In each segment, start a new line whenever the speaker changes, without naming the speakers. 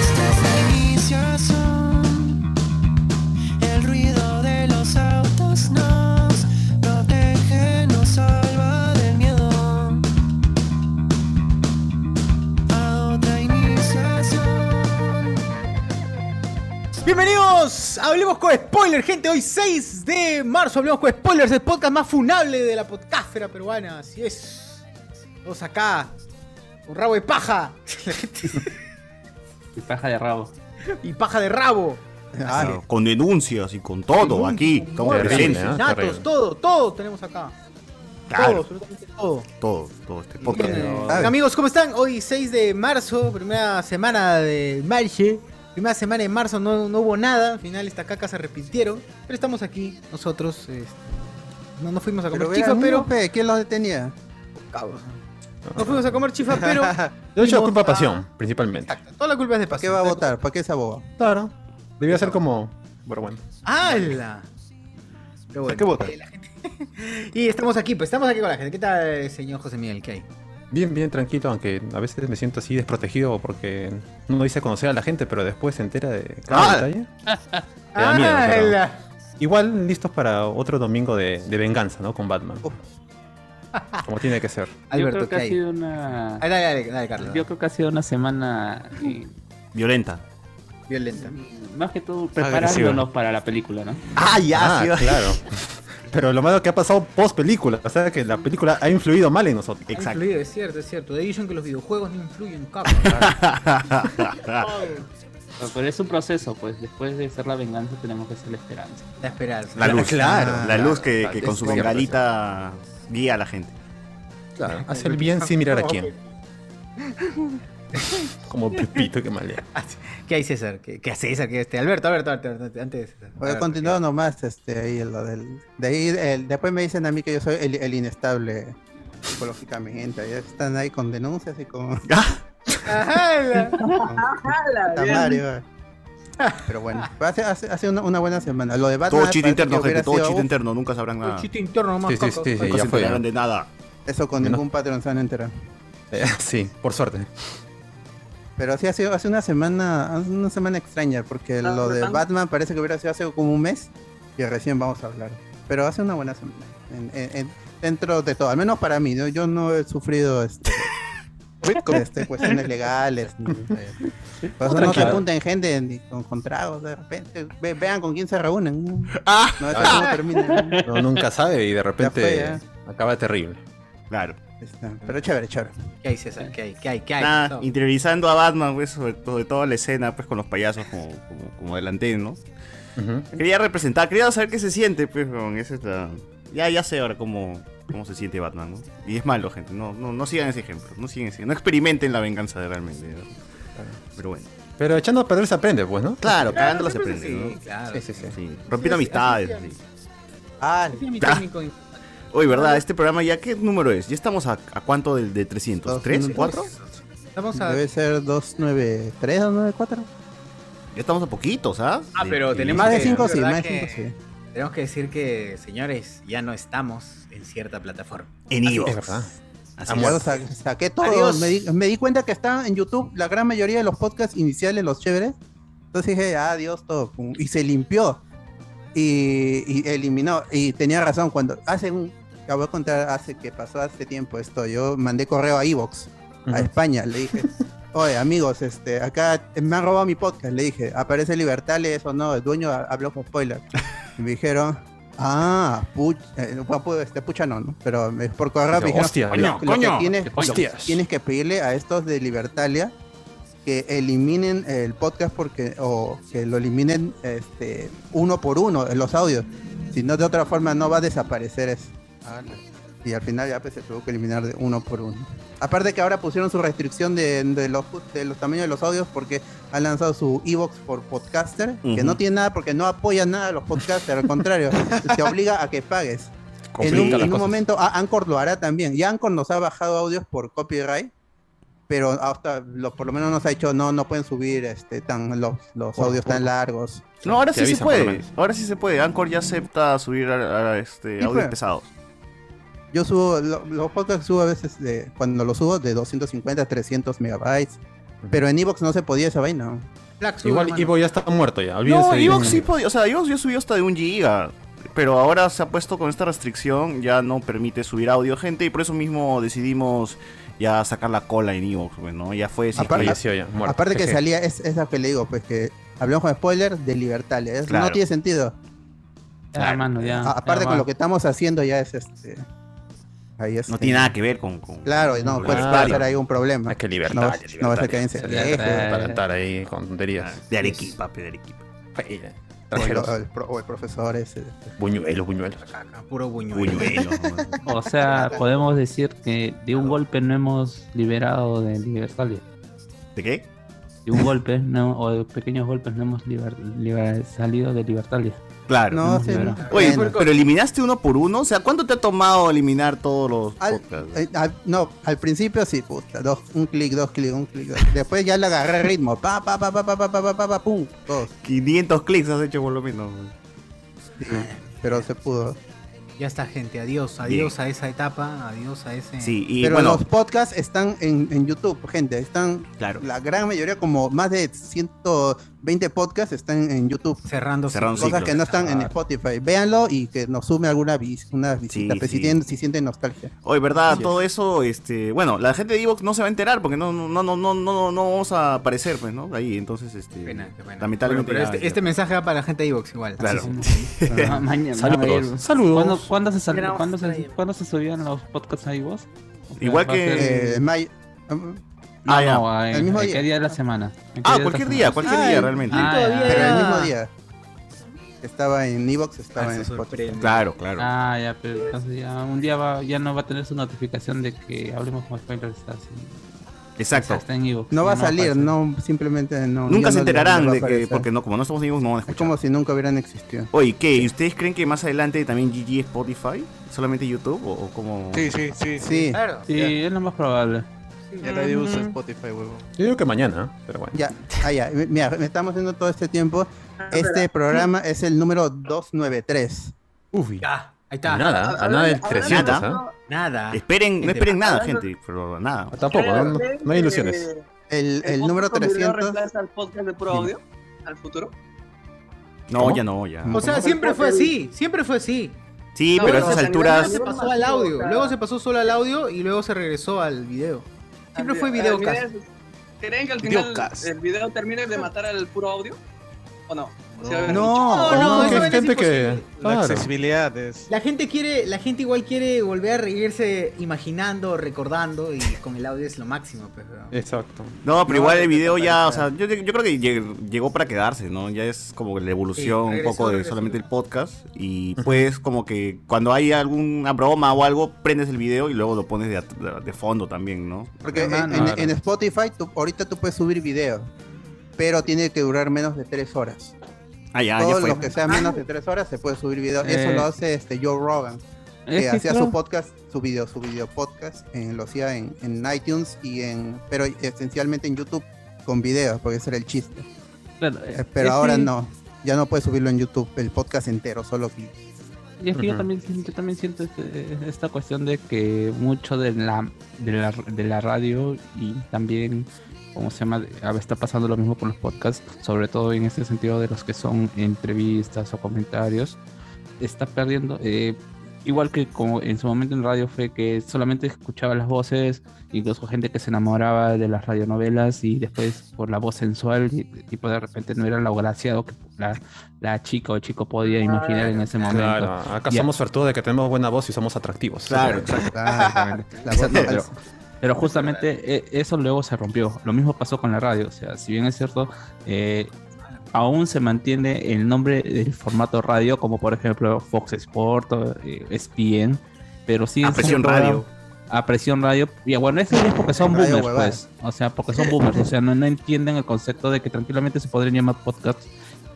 Este es el inicio son El ruido de los autos nos protege, nos salva del miedo A otra iniciación
Bienvenidos, a hablemos con spoilers, gente. Hoy 6 de marzo, hablemos con spoilers, el podcast más funable de la podcastera peruana. Así es. Todos acá, con rabo de paja
Y paja de rabo.
y paja de rabo.
Claro, Ah, con denuncias y con todo aquí. Estamos
Muertes,
presentes.
¿eh?
asesinatos,
Terrible.
todo, todo tenemos acá. Todo,
Ah, Claro.
absolutamente todo.
Todo, todo este podcast.
Bien, Amigos, ¿cómo están? Hoy 6 de marzo, primera semana de marzo. Primera semana de marzo no, no hubo nada, al final esta caca se arrepintieron, pero estamos aquí nosotros. este, no, no fuimos a comer
Pero
chifa, pero...
¿quién los detenía?
No fuimos a comer chifa, pero...
De hecho,
fuimos
la culpa
a-
de pasión, principalmente.
Exacto, toda la culpa es de
¿Para
pasión.
qué va a votar? ¿Para qué se aboga?
Claro. Debió ser como. Pero bueno.
¡Hala! Pero
¿Para
bueno,
qué vota?
eh, la gente- y estamos aquí, pues estamos aquí con la gente. ¿Qué tal, señor José Miguel? ¿Qué hay?
Bien, bien tranquilo, aunque a veces me siento así desprotegido porque no hice conocer a la gente, pero después se entera de cada
Ah.
detalle. Te da
Ah,
miedo, pero- Igual listos para otro domingo de, de venganza, ¿no? Con Batman.
Uf.
Como tiene que ser.
Alberto,
yo creo que
¿qué
ha
hay?
sido una.
Ay, dale, dale, dale, Carlos.
Yo creo que ha sido una semana eh,
Violenta.
Violenta.
más que todo preparándonos para la película, ¿no?
Ah, ya,
Ah, claro. Pero lo malo que ha pasado post película, o sea que la película ha influido mal en nosotros.
Ha
Exacto.
Ah, influido, es cierto, es cierto. De ahí dicen que los videojuegos no influyen, cabrón.
Pero- Pero es un proceso, pues después de hacer la venganza tenemos que hacer la esperanza.
La esperanza.
La luz.
Claro,
la
claro.
luz que, que con su
Es cierto,
bengalita guía a la gente.
Claro, hacer el bien sin mirar a quién. Como Pepito que malea.
¿Qué hay, César? ¿Qué, qué hace César? ¿Qué este? Alberto, Alberto, Alberto, Alberto, antes de César.
Voy a
Alberto,
continuar nomás, este, ahí lo del... De ahí, el- después me dicen a mí que yo soy el, el inestable psicológicamente. Ya están ahí con denuncias y con...
¿qué hay? Ajá, la-
Tamario. Pero bueno, hace, hace, hace una, una buena semana. Lo de Batman...
Todo chiste
parece que
interno, gente.
hubiera
Todo
sido,
chiste
uf,
interno. Nunca sabrán nada.
Un chiste interno nomás.
Sí, sí,
caca.
sí, sí,
Ay,
Nunca
ya
se
fue,
enteraron
¿no?
de nada.
Eso con
Menos-
ningún patrón se van a enterar.
Eh, sí, por suerte.
Pero sí, hace, hace una semana, hace una semana extraña, porque lo de Batman parece que hubiera sido hace como un mes y recién vamos a hablar. Pero hace una buena semana, en- en- en- dentro de todo, al menos para mí, ¿no? yo no he sufrido este, este, cuestiones legales. ni, eh, por eso no se
Tranquilo.
junten gente ni con, con tragos, de repente, ve- vean con quién se reúnen. ¿no? No, eso no Ah, termina. ¿no?
Uno Ah, nunca sabe y de repente
Ya
acaba terrible.
Claro.
Está, Pero chévere, chévere.
¿Qué hay, César? ¿Qué hay? ¿Qué hay? ¿Qué hay?
Nada,
No.
interiorizando a Batman, pues, sobre, sobre toda la escena, pues, con los payasos como, como, como delante, ¿no?
Ujú.
Quería representar, quería saber qué se siente, pues, con ese... la- Ya, ya sé ahora cómo, cómo se siente Batman, ¿no? Y es malo, gente. No, no, no sigan ese ejemplo. No sigan ese- No experimenten la venganza de realmente. ¿no? Pero bueno.
Pero echando a perder se aprende, pues, ¿no?
Claro,
Claro,
cagándola se
siempre es
aprende,
así,
¿no?
Claro.
Sí, sí, sí.
Sí, rompiendo
Así-
amistades.
así es.
sí.
Ah,
Ese es mi
Ya.
técnico.
Oye, ¿verdad? Este programa ya, ¿qué número es? Ya estamos a, a cuánto del de 300?
Dos
¿3?
minutos.
¿4?
Estamos a...
debe ser 293 o 94.
Ya estamos a poquitos, ¿ah?
Ah,
De-
pero
de-
tenemos
Más de
que-
5 sí,
¿verdad
más de
que-
5 sí.
Tenemos que decir que, señores, ya no estamos en cierta plataforma.
En
Es
Evox.
verdad.
Así
Amor.
Claro,
es.
sa- saqué todo.
Adiós.
Me di, me di cuenta que está en YouTube la gran mayoría de los podcasts iniciales, los chéveres. Entonces dije, adiós todo. pum, Y se limpió. Y, y eliminó. Y tenía razón. Cuando hace un. ya voy a contar hace que pasó hace tiempo esto. Yo mandé correo a Evox, a
Ujú.
España. Le dije, oye, amigos, este, acá me han robado mi podcast. Le dije, aparece Libertales o no. El dueño ha- habló con spoiler. Y me dijeron. Ah, pucha, este pucha no, ¿no? Pero eh, por correo
Dice,
me dijeron,
Hostia,
lo que tienes,
Hostias.
tienes que pedirle a estos de Libertalia que eliminen el podcast porque o que lo eliminen este uno por uno en los audios. Si no, de otra forma no va a desaparecer eso. Háganlo. Y al final ya pues, se tuvo que eliminar de uno por uno. Aparte que ahora pusieron su restricción de, de los, de los tamaños de los audios porque han lanzado su Evox por podcaster, que
Ujú.
no tiene nada porque no apoya nada a los podcasters, al contrario, te obliga a que pagues. En un,
Complica las
en un
cosas.
momento, ah, Anchor lo hará también. Y Anchor nos ha bajado audios por copyright, pero hasta lo- por lo menos nos ha dicho, no, no pueden subir este tan los, los
Por-
audios
por-
tan largos.
No, ahora
Te
sí se
avisan, por lo
puede.
menos.
Ahora sí se puede. Anchor ya acepta subir a, a, este,
Sí,
audios
pues.
pesados.
Yo subo, lo- los podcasts subo a veces, de, cuando los subo, de 250 a 300 megabytes. Pero en Evox no se podía esa vaina.
Black Swan,
Igual
hermano.
Ivo ya está muerto ya. Olvídense
No,
de
Evox
Ivo.
sí podía. O sea, Evox yo subí hasta de un giga. Pero ahora se ha puesto con esta restricción. Ya no permite subir audio, gente. Y por eso mismo decidimos ya sacar la cola en Evox, pues, ¿no? Ya fue. si es que-
Aparte-
Falleció ya, muerto.
Aparte que
Jeje.
salía, es, es lo que le digo, pues que hablamos con spoilers de libertales.
Claro.
No tiene sentido.
Ya, hermano, ya.
Ah,
A- aparte
ya
con
va.
lo que estamos haciendo ya es este... Ahí es,
No tiene nada que ver con. con-
Claro,
con
no, pues,
lo
puede
libertario.
pasar ahí un problema.
Ah, que
No,
libertad.
vas- no vas a caer en silencio.
Libertad.
Para estar ahí con tonterías.
eh". De Arequipa, pe, de Arequipa.
Fe-
O el,
Extranjeros.
o el pro- o el profesor ese.
Buñuelos, buñuelos.
Ah, puro buñuelo.
Buñuelo.
O sea, podemos decir que de un golpe no hemos liberado de Libertalia.
¿De qué?
De un golpe no, o de pequeños golpes no hemos liber- liber- salido de Libertalia.
Claro.
No,
no,
sí,
bueno.
no.
Oye,
Bueno,
pero eliminaste uno por uno. O sea, ¿cuánto te ha tomado eliminar todos los
al,
podcasts?
eh, al- no, al principio sí, puta, dos, un clic, dos clics, un clic. dos. Después ya le agarré ritmo. Pa, pa, pa, pa, pa, pa, pa, pa, pa, pa, pum, dos.
500 clics has hecho por lo menos.
Sí, pero se pudo.
Ya está, gente. Adiós. Adiós a esa etapa. Adiós a ese.
Sí, y
pero
bueno,
los podcasts están en, en YouTube, gente. Están,
claro.
la gran mayoría, como más de 120 podcasts están en YouTube.
Cerrando.
Cerrando Ah.
ciclos.
Cosas que no están en Spotify. Véanlo y que nos sume alguna vis- una visita.
Sí,
pues,
sí.
Si, tienen- si sienten nostalgia.
Oye, ¿verdad?
Así es.
Todo eso, este, bueno, la gente de Evox no se va a enterar porque no, no, no, no, no, no, no vamos a aparecer, pues, ¿no? Ahí, entonces, este,
Qué pena, qué pena.
lamentablemente.
Bueno, pero
ya-
este,
ya-
este mensaje va para la gente de Evox igual.
Claro.
Así
Ma- mañana-
Saludos. Saludos.
¿Cuándo, cuándo se sal-
Pero vamos
cuándo
a
se,
traer.
cuándo se subían los podcasts ahí vos? O sea,
Igual
va a
que-
ser-
Eh, May-
no,
Ah, ya.
no, en-
El mismo
en
día.
¿Qué día de la semana? ¿En qué
Ah,
de la
cualquier
semana?
día, cualquier
Ah,
día
el-
realmente.
Ah,
todavía
Pero el
era-
mismo día. que Estaba en Evox, estaba
Ah,
en
se
Spotify.
sorprende.
Claro, claro.
Ah, ya, pero entonces ya un día va, ya no va a tener su notificación de que hablemos con spoilers. Está, así.
Exacto.
Está en Evox,
No
ya
va a salir,
aparece.
no, simplemente no.
Nunca
ya
se
no-
enterarán
no va a
de que,
aparecer.
porque no, como no estamos en Evox, no van a
Es
escuchar.
como si nunca hubieran existido.
Oye, ¿qué? ¿Y ustedes creen que más adelante también GG Spotify? ¿Solamente YouTube? ¿O, o cómo?
Sí, sí, sí, sí.
Sí,
Claro.
Sí, es lo más probable.
Ya nadie usa Spotify, huevo.
Yo digo que mañana, ¿eh? pero bueno.
ya, ah, ya. Mira, me estamos haciendo todo este tiempo.
Ah,
Este programa es el número 293.
Oh,
Uy,
Ya. Ahí está.
nada, a nada del
Hablando-
300, ¿ah?
hablando
Nada.
Esperen, no
Gente,
esperen nada,
hablando-
gente. Pero nada.
Tampoco, no, no,
de-
no hay ilusiones.
El, el número
podcast con video
300.
reemplaza al podcast de puro audio? ¿Al futuro?
No,
¿Cómo?
ya no, ya.
O sea,
¿Cómo?
siempre fue así. Siempre fue así.
Sí,
No,
pero a
bueno,
esas
o sea,
alturas.
se
Luego
pasó al audio,
o sea-
luego se pasó solo al audio y luego se regresó al video. Siempre
Al-
fue
al-
videocast.
video- ¿Creen que al final
Videocast.
el video termine de matar al puro audio? ¿O no? O sea,
No,
haber
no,
No, no,
que
eso
hay
es
gente que.
imposible.
La
Claro.
accesibilidad es.
La gente quiere, la gente igual quiere volver a reírse imaginando, recordando y con el audio es lo máximo, pues, weón.
Exacto.
No, pero
No,
igual el
no te
video ya, o
parece.
sea, yo, yo creo que lleg- llegó para quedarse, ¿no? Ya es como la evolución
Sí, regresó,
un poco de
regresó.
solamente el podcast. Y pues como que cuando hay alguna broma o algo, prendes el video y luego lo pones de, at- de fondo también, ¿no?
Porque en,
Ah, no,
en-
claro.
en Spotify tú- ahorita tú puedes subir video, pero tiene que durar menos de tres horas.
Ah, ya, ya
Todo
fue.
lo que sea menos de tres horas se puede subir video. Eso
Eh.
lo hace este Joe Rogan, que
Es que
hacía
claro,
su podcast, su video, su video podcast, eh, lo hacía en, en iTunes y en, pero esencialmente en YouTube con videos, porque ese era el chiste.
claro,
Eh,
es
Pero
que-
ahora no, ya no puedes subirlo en YouTube, el podcast entero, solo clic.
Y es que yo
Ujú.
también, siento- yo también siento este- esta cuestión de que mucho de la, de la, de la radio y también, como se llama, a ver, está pasando lo mismo con los podcasts, sobre todo en este sentido de los que son entrevistas o comentarios, está perdiendo, eh, igual que como en su momento en radio fue que solamente escuchaba las voces, incluso gente que se enamoraba de las radionovelas y después por la voz sensual, y, tipo de repente no era lo agraciado que la, la chica o chico podía
Ah,
imaginar en ese momento.
Claro, acá
Ya.
somos suertudos de que tenemos buena voz y somos atractivos.
Claro,
Ah,
Exactamente.
La voz-
Exactamente.
al-
Pero justamente eh, eso luego se rompió. Lo mismo pasó con la radio. O sea, si bien es cierto, eh, aún se mantiene el nombre del formato radio, como por ejemplo Fox Sport, o, eh, ESPN, pero sí.
A presión radio.
A presión radio. Y bueno, eso es porque son
Radio
boomers,
huevada.
pues. O sea, porque son boomers. O sea, no, no entienden el concepto de que tranquilamente se podrían llamar podcast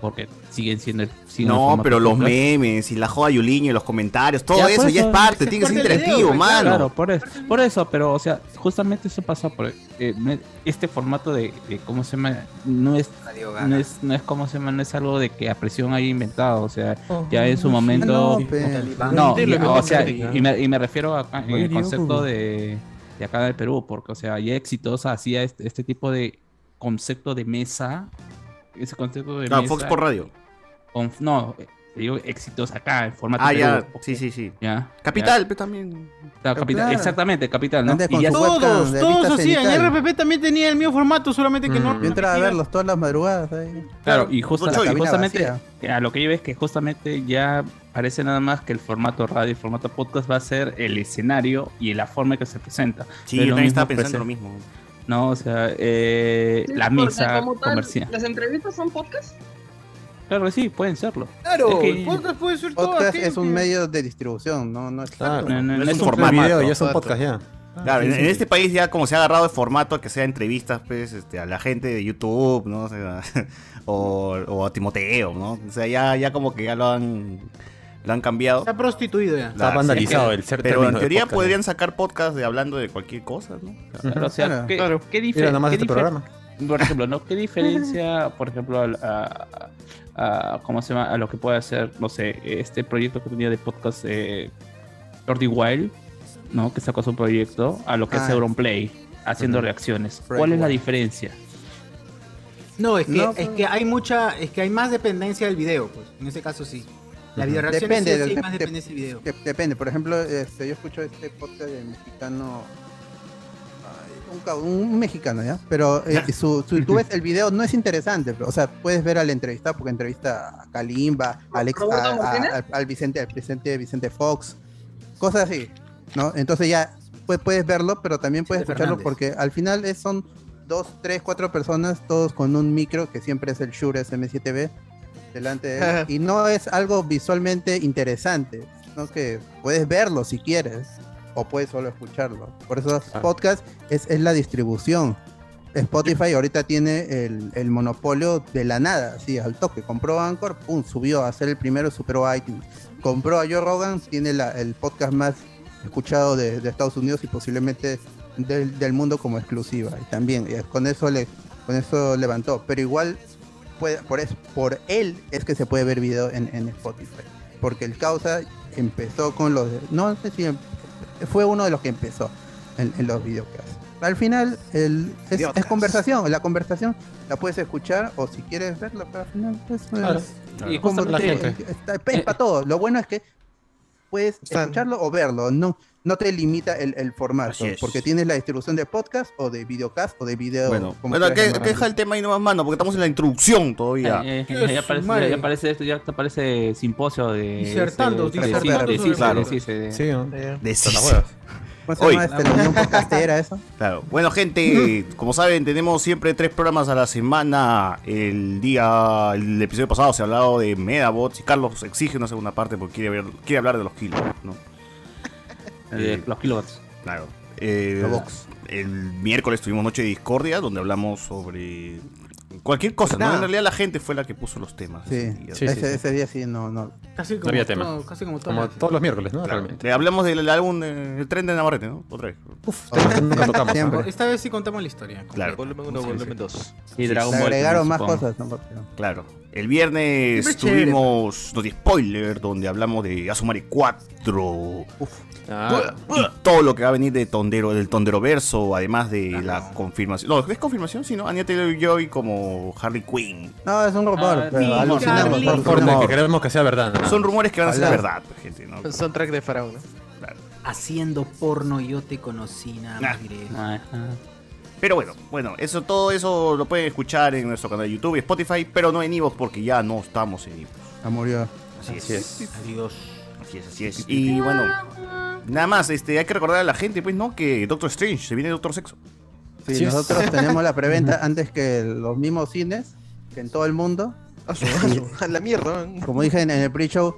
porque siguen siendo. el- siguen el
No,
formato
pero los
podcast.
memes y la joda Yuliño y los comentarios, todo
Ya,
eso
pues,
ya es
eso,
parte,
es
tiene que ser
parte del
interactivo,
video,
mano.
Claro, por eso, por eso, pero o sea, justamente eso pasa por eh, me- este formato de, de cómo se llama, no es, no es, no es cómo se llama, no es algo de que a presión haya inventado, o sea, ya en su momento,
no, pe.
no,
Sí, lo
y-
que
o
pasa
sea,
es
y
que-
y me, y me refiero a, en el concepto
pues,
de, de acá del Perú, porque o sea, ya exitosa hacía este, este tipo de concepto de mesa, ese concepto de
Claro,
mesa,
Ah, Fox por radio.
con- no, eh, digo exitosa acá en formato
Ah,
Perú,
ya, sí, sí, sí.
ya, ya.
Capital, pero también.
Claro, capital,
Claro.
exactamente, capital, ¿no?
Antes
Y
con
ya
su
está.
webcam
Todos,
de
todos
vista
hacían.
cenital.
RPP también tenía el mismo formato, solamente que no.
Mm.
Yo entraba a
repetían.
verlos todas las madrugadas ahí.
Claro, y justa-
Ocho,
y
cabina
justamente
vacía.
a lo que yo veo es que justamente ya parece nada más que el formato radio y formato podcast va a ser el escenario y la forma en que se presenta.
Sí,
Pero
yo
lo
también
mismo
estaba pensando
presen-
lo mismo.
No, o sea, eh,
Sí,
la
porque
misa
como tal,
comercial.
¿Las entrevistas son podcast?
Claro que sí, pueden serlo. Es
Claro,
que-
el podcast puede ser todo.
Podcast
aquello
es un
que-
medio de distribución, no, no es
Claro.
No, no,
No
no
es
es
un
un-
formato.
video y es un
Formato.
podcast ya.
Claro, en, en este país ya como se ha agarrado el formato que sea entrevistas, pues, este, a la gente de YouTube, ¿no? O, sea, o, o a Timoteo, ¿no? O sea, ya, ya como que ya lo han, lo han cambiado.
Está prostituido ya.
Está
La-
vandalizado
sí,
el ser
Pero
término
en
de
teoría
podcast,
podrían sacar podcast de hablando de cualquier cosa, ¿no?
claro, o sea,
Claro,
¿qué,
claro.
qué
Mira nada más
difer-
este
qué
programa.
por ejemplo, ¿no? ¿Qué diferencia, por ejemplo, al- a, a- a- ¿cómo se llama? a lo que puede hacer, no sé, este proyecto que tenía de podcast eh, Jordi Wild, ¿no? Que sacó su proyecto, a lo que
Ah.
hace Auronplay, haciendo reacciones.
Frank
¿Cuál es la
Wild.
diferencia?
No, es que,
No,
es
pero-
que hay mucha, es que hay más dependencia del video, pues. En ese caso sí. La
Ujú.
videoreacción
Depende
sí,
del-
sí hay más
de-
dependencia del video.
De- depende, por ejemplo, este, yo escucho este podcast de mexicano. ay, un ca- Un, mexicano, ¿ya? Pero eh, su, su- tú ves, el video no es interesante. pero, o sea, puedes ver al entrevistado, porque entrevista a Kalimba, a Alex, a-
¿Roberto
a-
Martínez?
al, al Vicente, al Vicente, Vicente Fox, cosas así, ¿no? Entonces ya pu- puedes verlo, pero también puedes
Vicente
escucharlo,
Fernández.
porque al final es- son dos, tres, cuatro personas, todos con un micro, que siempre es el Shure SM7B, delante de él. ¿eh? y no es algo visualmente interesante, sino que puedes verlo si quieres, o puedes solo escucharlo. Por eso podcast es, es la distribución. Spotify ahorita tiene el, el monopolio de la nada, así al toque. Compró Anchor, pum, subió a ser el primero, superó a iTunes. Compró a Joe Rogan, tiene la- el podcast más escuchado de, de Estados Unidos y posiblemente del, del mundo como exclusiva. Y también eh, con eso le con eso levantó. Pero igual puede- por eso, por él es que se puede ver video en, en Spotify. Porque el causa empezó con los de- no sé si em- fue uno de los que empezó en, en los videocasts. Al final el, es, es
Videocast.
conversación, la conversación la puedes escuchar o si quieres verla, pero al final pues,
Claro.
es-
Y
como
justamente- Eh,
te- está- es para todo. Lo bueno es que puedes
Están-
escucharlo o verlo. No, no te limita el, el formato.
Así es.
Porque tienes la distribución de podcast o de videocast o de video.
Bueno,
como
bueno,
quieras
que,
llamarlo.
deja el tema ahí nomás, mano, porque estamos en la introducción todavía.
Eh, eh,
Dios,
ya, aparece,
madre.
ya aparece esto, ya aparece simposio de... este,
Disertando,
de- de- de-
disertando
de- de-
sobre
de-
claro.
de- de- de-
Sí, ¿no?
De-
Hasta las huevas.
¿Cómo se llama
Hoy.
este, la unión podcastera eso?
Claro. Bueno, gente, como saben, tenemos siempre tres programas a la semana. El día, el episodio pasado se ha hablado de Medabots y Carlos exige una segunda parte porque quiere, ver, quiere hablar de los kilos, ¿no?
Eh,
Eh,
de- de- los kilowatts.
Claro. Eh,
La box.
El miércoles tuvimos Noche de Discordia, donde hablamos sobre cualquier cosa, ¿no?
Nada.
En realidad la gente fue la que puso los temas.
Sí,
Y-
Sí,
ese,
sí, sí.
ese día sí, no, no.
Casi como,
había
todo-
tema.
casi como,
Como
todas las-
todos los miércoles, ¿no?
claro.
Realmente.
Le hablamos del álbum, eh, el tren de Navarrete, ¿no? Otra vez.
Temas que nunca tocamos.
Siempre.
¿no?
Esta vez sí contamos la historia.
Claro.
Volumen 1, volumen 2.
Y Dragon
Le
Ball,
agregaron más
supongo.
cosas. ¿no? Porque-
Claro. El viernes
Siempre chévere.
tuvimos No Spoiler, donde hablamos de Asumari 4.
Ah,
Y todo lo que va a venir de Tondero, del Tondero Verso, además de la confirmación. No, ¿es confirmación? Sí, ¿no? Anya Taylor Joy como Harley Quinn.
No, es un rumor.
Ah,
pero
sí,
alucinamos,
Charlie.
por favor,
alucinamos.
que queremos que sea verdad. ¿no?
Son rumores que van a ser
Ojalá.
verdad, pues, gente, ¿no?
El soundtrack de Faraón, ¿no?
Haciendo porno yo te conocí, nada
Ah.
más diré.
Ajá.
Pero bueno, bueno, eso, todo eso lo pueden escuchar en nuestro canal de YouTube y Spotify, pero no en Evox porque ya no estamos en Evox.
Ya murió.
Así,
Así
es.
es.
Adiós.
Así es, así es. Y bueno, nada más, este, hay que recordar a la gente, pues, ¿no? Que Doctor Strange, se viene de otro sexo.
Sí, nosotros tenemos la preventa antes que los mismos cines, que en todo el mundo.
A la mierda. ¿no?
Como dije en, en el pre-show,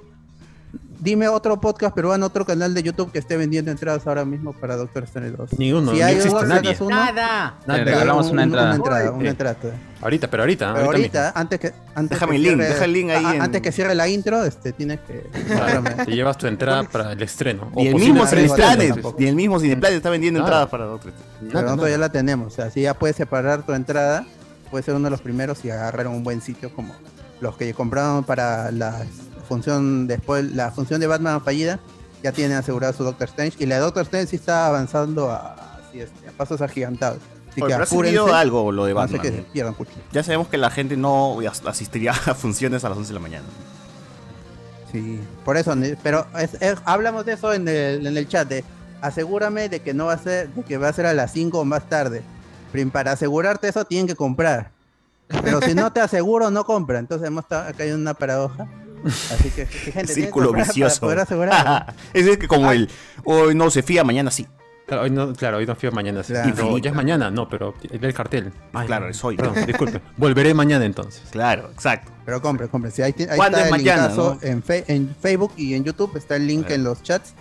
dime otro podcast peruano, otro canal de YouTube que esté vendiendo entradas ahora mismo para Doctor Strange 2.
Ni uno,
si
no
hay
existe
uno,
nadie.
sacas uno,
Ah,
Nada.
Nada,
Le regalamos una entrada.
Una entrada,
Sí.
una entrada.
Eh, Ahorita, pero Ah, ahorita.
Pero
ahorita,
ahorita, antes que. Antes
Déjame
que
el link, deja el link ahí
a- a-
en-
Antes que cierre la intro, este, tienes que.
mismo. Claro, Te llevas tu entrada para el estreno.
Y el
posible
mismo
posible
Cineplanet,
estreno tampoco.
y el mismo Cineplanet está vendiendo
Nada.
entradas para Doctor Strange.
Pero nosotros ya la tenemos. O sea, si ya puedes separar tu entrada, puedes ser uno de los primeros y agarrar un buen sitio como los que compraron para la función después, la función de Batman fallida, ya tienen asegurado su Doctor Strange. Y la de Doctor Strange sí está avanzando a, así este, a pasos agigantados. Así
Oye,
que
pero ha
apúrense.
subido algo lo de
no sé
Batman. eh.
que se
¿no?
pierdan mucho.
Ya sabemos que la gente no as- asistiría a funciones a las 11 de la mañana.
Sí, por eso, ne- pero es- es- hablamos de eso en el, en el chat. De, asegúrame de que no va a ser, de que va a ser a las 5 o más tarde. Prim- Para asegurarte eso tienen que comprar. Pero si no te aseguro, no compra. Entonces hemos estado- acá hay una paradoja. Así que, gente, tienen que
Círculo
comprar
vicioso.
Para poder asegurar.
Ese es que como el hoy no se fía, mañana sí.
Claro, hoy no, claro, hoy no fío mañana. sí.
Claro.
No, ya es mañana, no, pero lee el cartel. Ay,
Claro, es hoy.
Perdón, disculpe. Volveré mañana entonces.
Claro, exacto.
Pero compre, compre. Sí, ahí, ti- ahí
¿Cuándo
está
es
el
mañana,
linkazo
no?
en, fe- en Facebook y en YouTube. Está el link
Claro.
en los chats.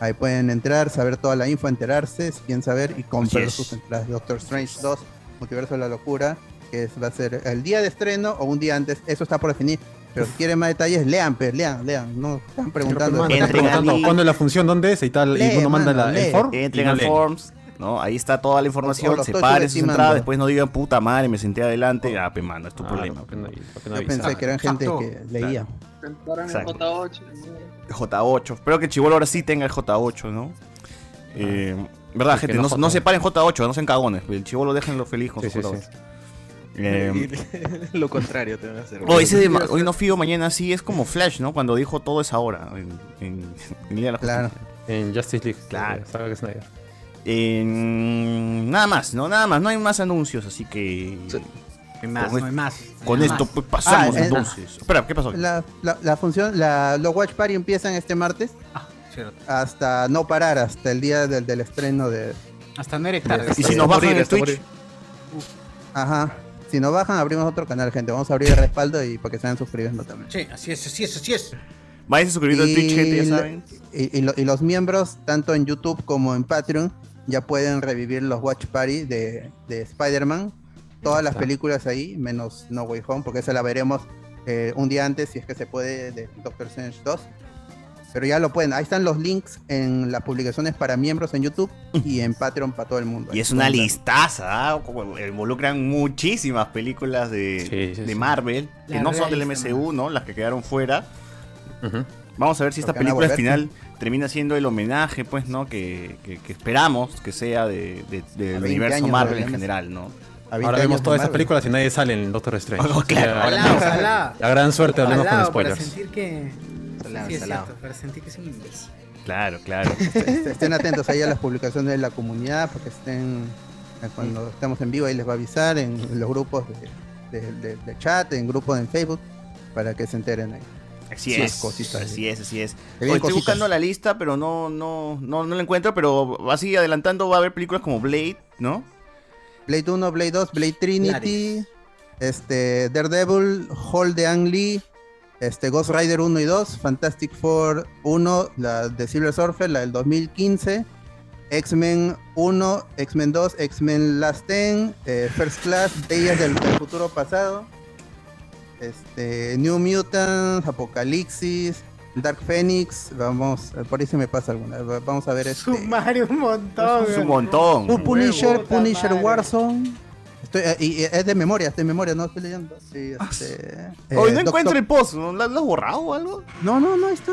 Ahí pueden entrar, saber toda la info, enterarse, si quieren saber, y comprar
es.
sus entradas. Doctor Strange 2, Multiverso de la Locura, que es- va a ser el día de estreno o un día antes. Eso está por definir. Pero si quieren más detalles, lean, pe, lean, lean. No están preguntando.
Están
Entren
preguntando
ahí.
cuándo es la función, dónde es y tal.
Lee,
y uno manda
mano,
la, el
lee.
form. y
Entren
no
al
leen.
Eh, Forms, ¿no? Ahí está toda la
O- o
información.
los
Separen
estoy
sus entradas,
subestimando.
después no digan puta madre, me senté adelante. Ah, pe mano, es tu
Ah,
problema. pues,
porque no- porque no
Yo
avisaron.
pensé que eran gente
Exacto.
que leía.
Tentaron el
Exacto.
J8.
J8. Espero que Chibolo ahora sí tenga el J8, ¿no? Eh, ¿Verdad,
Es Ah. que
gente?
no
No,
J8.
no separen J8, no sean cagones. El Chibolo déjenlo feliz con
Sí,
su
sí,
J8.
sí.
Eh,
Lo contrario te van a hacer.
Oh, ese de ma- hoy no fío, mañana sí es como Flash, ¿no? Cuando dijo todo es ahora. En, en, en Liga de la Justicia.
Claro.
En Justice League.
Claro.
eh, Zack Snyder.
En- nada más, no, nada más. No hay más anuncios, así que.
No hay más, no hay más.
Con
No hay
esto
más.
pues, pasamos
Ah, en-
entonces. Espera, ¿qué pasó?
La, la- la función, la, los Watch Party empiezan este martes
Ah, cierto.
hasta no parar, hasta el día del, del estreno de,
Hasta no erectar.
Y si nos bajan el Twitch,
Ajá. Si no bajan, abrimos otro canal, gente. Vamos a abrir el respaldo y para que se vayan suscribiendo también.
Sí, así es, así es, así es.
vayan suscribiendo a Twitch, gente, ya saben.
Y, y lo- y los miembros, tanto en YouTube como en Patreon, ya pueden revivir los Watch Party de, de Spider-Man. Todas las películas ahí, menos No Way Home, porque esa la veremos eh, un día antes, si es que se puede, de Doctor Strange 2. Pero ya lo pueden. Ahí están los links en las publicaciones para miembros en YouTube y en Patreon para todo el mundo.
Y es una listaza, ¿ah? Como involucran muchísimas películas de,
Sí, sí,
de
sí.
Marvel, que
La
no son del
realista,
MCU, ¿no? Las que quedaron fuera.
Ujú.
Vamos a ver si esta
Porque van a
película al
volver,
final termina siendo el homenaje, pues, ¿no? Que, que- que esperamos que sea de, de- del
20
universo
años,
Marvel
¿no?
en general, ¿no?
A 20
Ahora vemos
años
todas
de
esas
Marvel.
películas y nadie sale en Doctor Strange.
Oh,
O sea,
claro.
Ojalá, ojalá.
La gran suerte hablamos
Salado,
con
Para
spoilers.
sentir que.
Salado,
sí, es
salado.
cierto, para sentir que soy un imbécil.
Claro, claro.
Este, estén atentos ahí a las publicaciones de la comunidad porque estén eh, cuando estemos en vivo ahí les va a avisar en, en los grupos de, de- de- de chat, en grupos en Facebook para que se enteren ahí.
Así
Sí,
es.
cositas.
así es, así es.
Te
Oye,
vienen
estoy
cositas.
buscando la lista, pero no, no, no, no la encuentro, pero así adelantando va a haber películas como Blade, ¿no?
Blade 1, Blade 2, Blade Trinity, este Daredevil, Hall de Ang Lee, este Ghost Rider 1 y 2, Fantastic Four 1, la de Silver Surfer, la del 2015, X-Men 1, X-Men 2, X-Men Last Ten, eh, First Class, Bellas del, del futuro pasado, este New Mutants, Apocalipsis, Dark Phoenix, vamos, por ahí se me pasa alguna, va- vamos a ver este.
Sumario un montón.
Es un
weón.
montón.
Pu- Punisher,
Huevo,
Punisher
puta madre.
Warzone. Estoy, eh, y, eh, es de memoria, es de memoria, no estoy leyendo. Sí,
Ah,
este, eh,
Hoy no
Doctor-
encuentro el post, ¿no? ¿Lo, lo has borrado o algo?
No, no, no ahí está.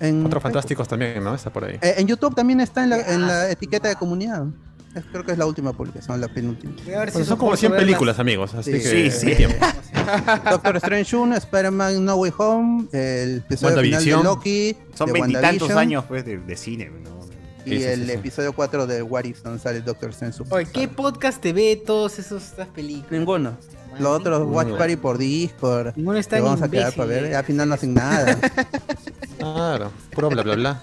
En,
Otros fantásticos también, ¿no? Está por ahí.
eh, en YouTube también está en la, en la etiqueta de comunidad. Es- creo que es la última publicación, la penúltima.
Voy a ver si
Bueno, son como
soporto
100
verlas.
películas, amigos. Así
Sí,
que
sí,
eh,
sí.
hay tiempo.
Doctor Strange 1, Spider-Man No Way Home, el episodio final de
WandaVision.
Loki,
Son
de
veintitantos
WandaVision,
años pues, de, de cine, ¿no?
Y
Sí, sí, sí,
el
sí.
episodio 4 de What If, donde sale Doctor Strange. Super
Oye, ¿qué podcast te ve todos esos estas películas?
Ninguno. Los otros Watch Party por Discord.
Ninguno está
Que
en
vamos a quedar
imbécil,
para ver.
eh.
Al final no hacen nada.
Claro, puro bla bla bla.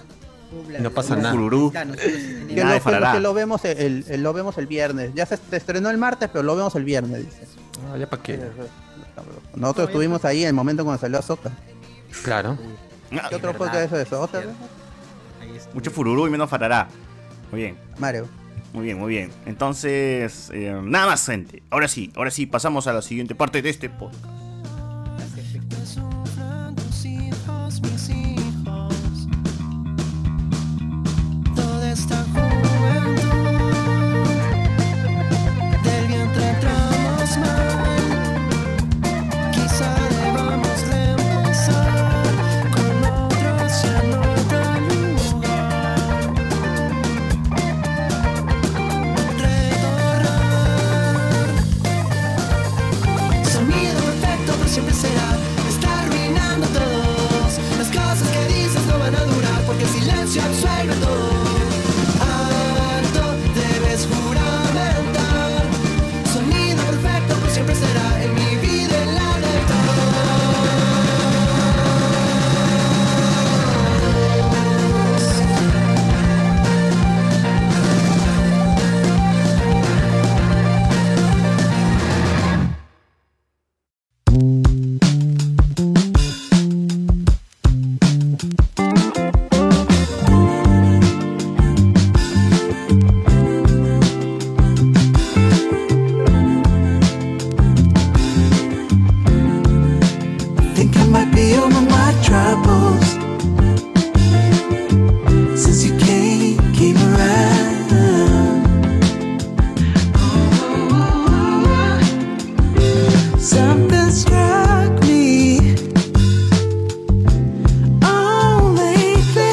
No pasa nada.
Que,
Nada de
lo, que lo-
farará.
que lo vemos el, el- lo vemos el viernes. Ya se est- estrenó el martes, pero lo vemos el viernes, dice.
Ah, ya para qué.
Nosotros estuvimos ahí en el momento cuando salió Azoka.
Claro.
Ah,
¿Qué otro
verdad.
podcast es eso? ¿Otra vez?
Mucho fururú y menos farará. Muy bien.
Mario.
Muy bien, muy bien. Entonces, eh, nada más, gente. Ahora sí, ahora sí, pasamos a la siguiente parte de este podcast.
Que sufran tus hijos, mis hijos. Toda esta juventud del vientre entramos mal. Quizá debamos de empezar con otros en otro lugar. Retornar Sonido perfecto, pero siempre será. Está arruinando todos. Las cosas que dices no van a durar porque el silencio absuelve todo. Alto, debes juramentar. Sonido perfecto, pero siempre será. En mi vida, en la de todos. Think I might be over my troubles since you came came around. Something struck me. Oh, lately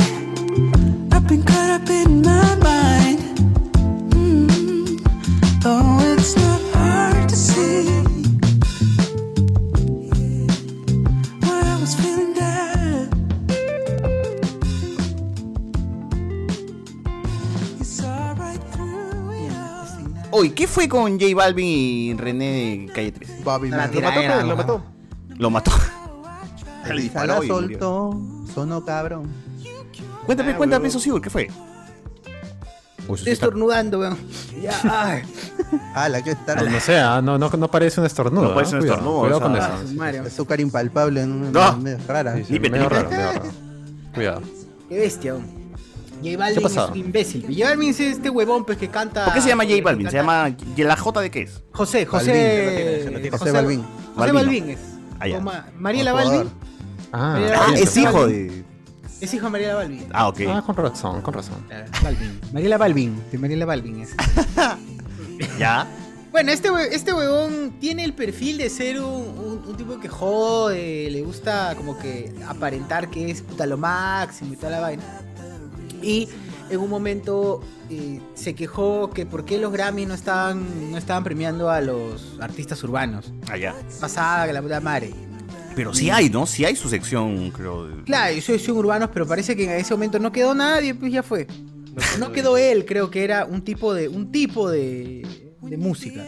I've been caught up in my mind. Mm. Oh, it's not hard to see. What I was feeling there. You saw right through it all.
Hoy, ¿qué fue con J Balvin y René de Calle 13?
Bobby
La
Man. pues,
tira- Era, era,
lo
¿no?
mató.
Lo mató. Le
Y
disparó
la
y murió.
soltó. Sonó cabrón.
Ah,
Cuéntame, cuéntame eso, Sigur, ¿qué fue?
Estoy estornudando, weón.
Ah, la que está.
No, no sé, ah, no, no, no parece un estornudo.
No parece un
ah, cuidado,
estornudo,
Cuidado
o
con
sea, ah,
eso.
Jesús, Mario.
Azúcar impalpable en una
No.
medio rara.
Sí, sí,
Lipe,
medio
Lipe.
raro, medio raro. Cuidado.
Qué bestia, weón. J Balvin
¿Qué
es
pasó?
un imbécil. J Balvin es este huevón pues que canta.
¿Por qué se llama J
que
Balvin? ¿Se
canta-
llama ¿Y la J de qué es?
José, José.
Balvin. José Balvin.
José
Balvino.
Balvin es.
Ah, ya.
Toma, Mariela Balvin.
Ah,
Mira,
Ah,
bien,
es
J
hijo
Balvin.
de.
Es hijo de Mariela Balvin.
Ah, ok.
Ah, con razón, con razón.
Claro, Balvin. Eh, Mariela Balvin. De Mariela Balvin es.
Ya.
Bueno, este, hue- este huevón tiene el perfil de ser un, un- un tipo que jode, le gusta como que aparentar que es puta lo máximo y toda la vaina. Y en un momento eh, se quejó que por qué los Grammy no estaban, no estaban premiando a los artistas urbanos.
Ah, ya.
Pasada que la puta madre.
Pero sí hay, ¿no? Sí hay su sección, creo. de-
Claro, yo soy, soy un urbano, pero parece que en ese momento no quedó nadie, pues ya fue. No quedó él, creo que era un tipo de, un tipo de, de música.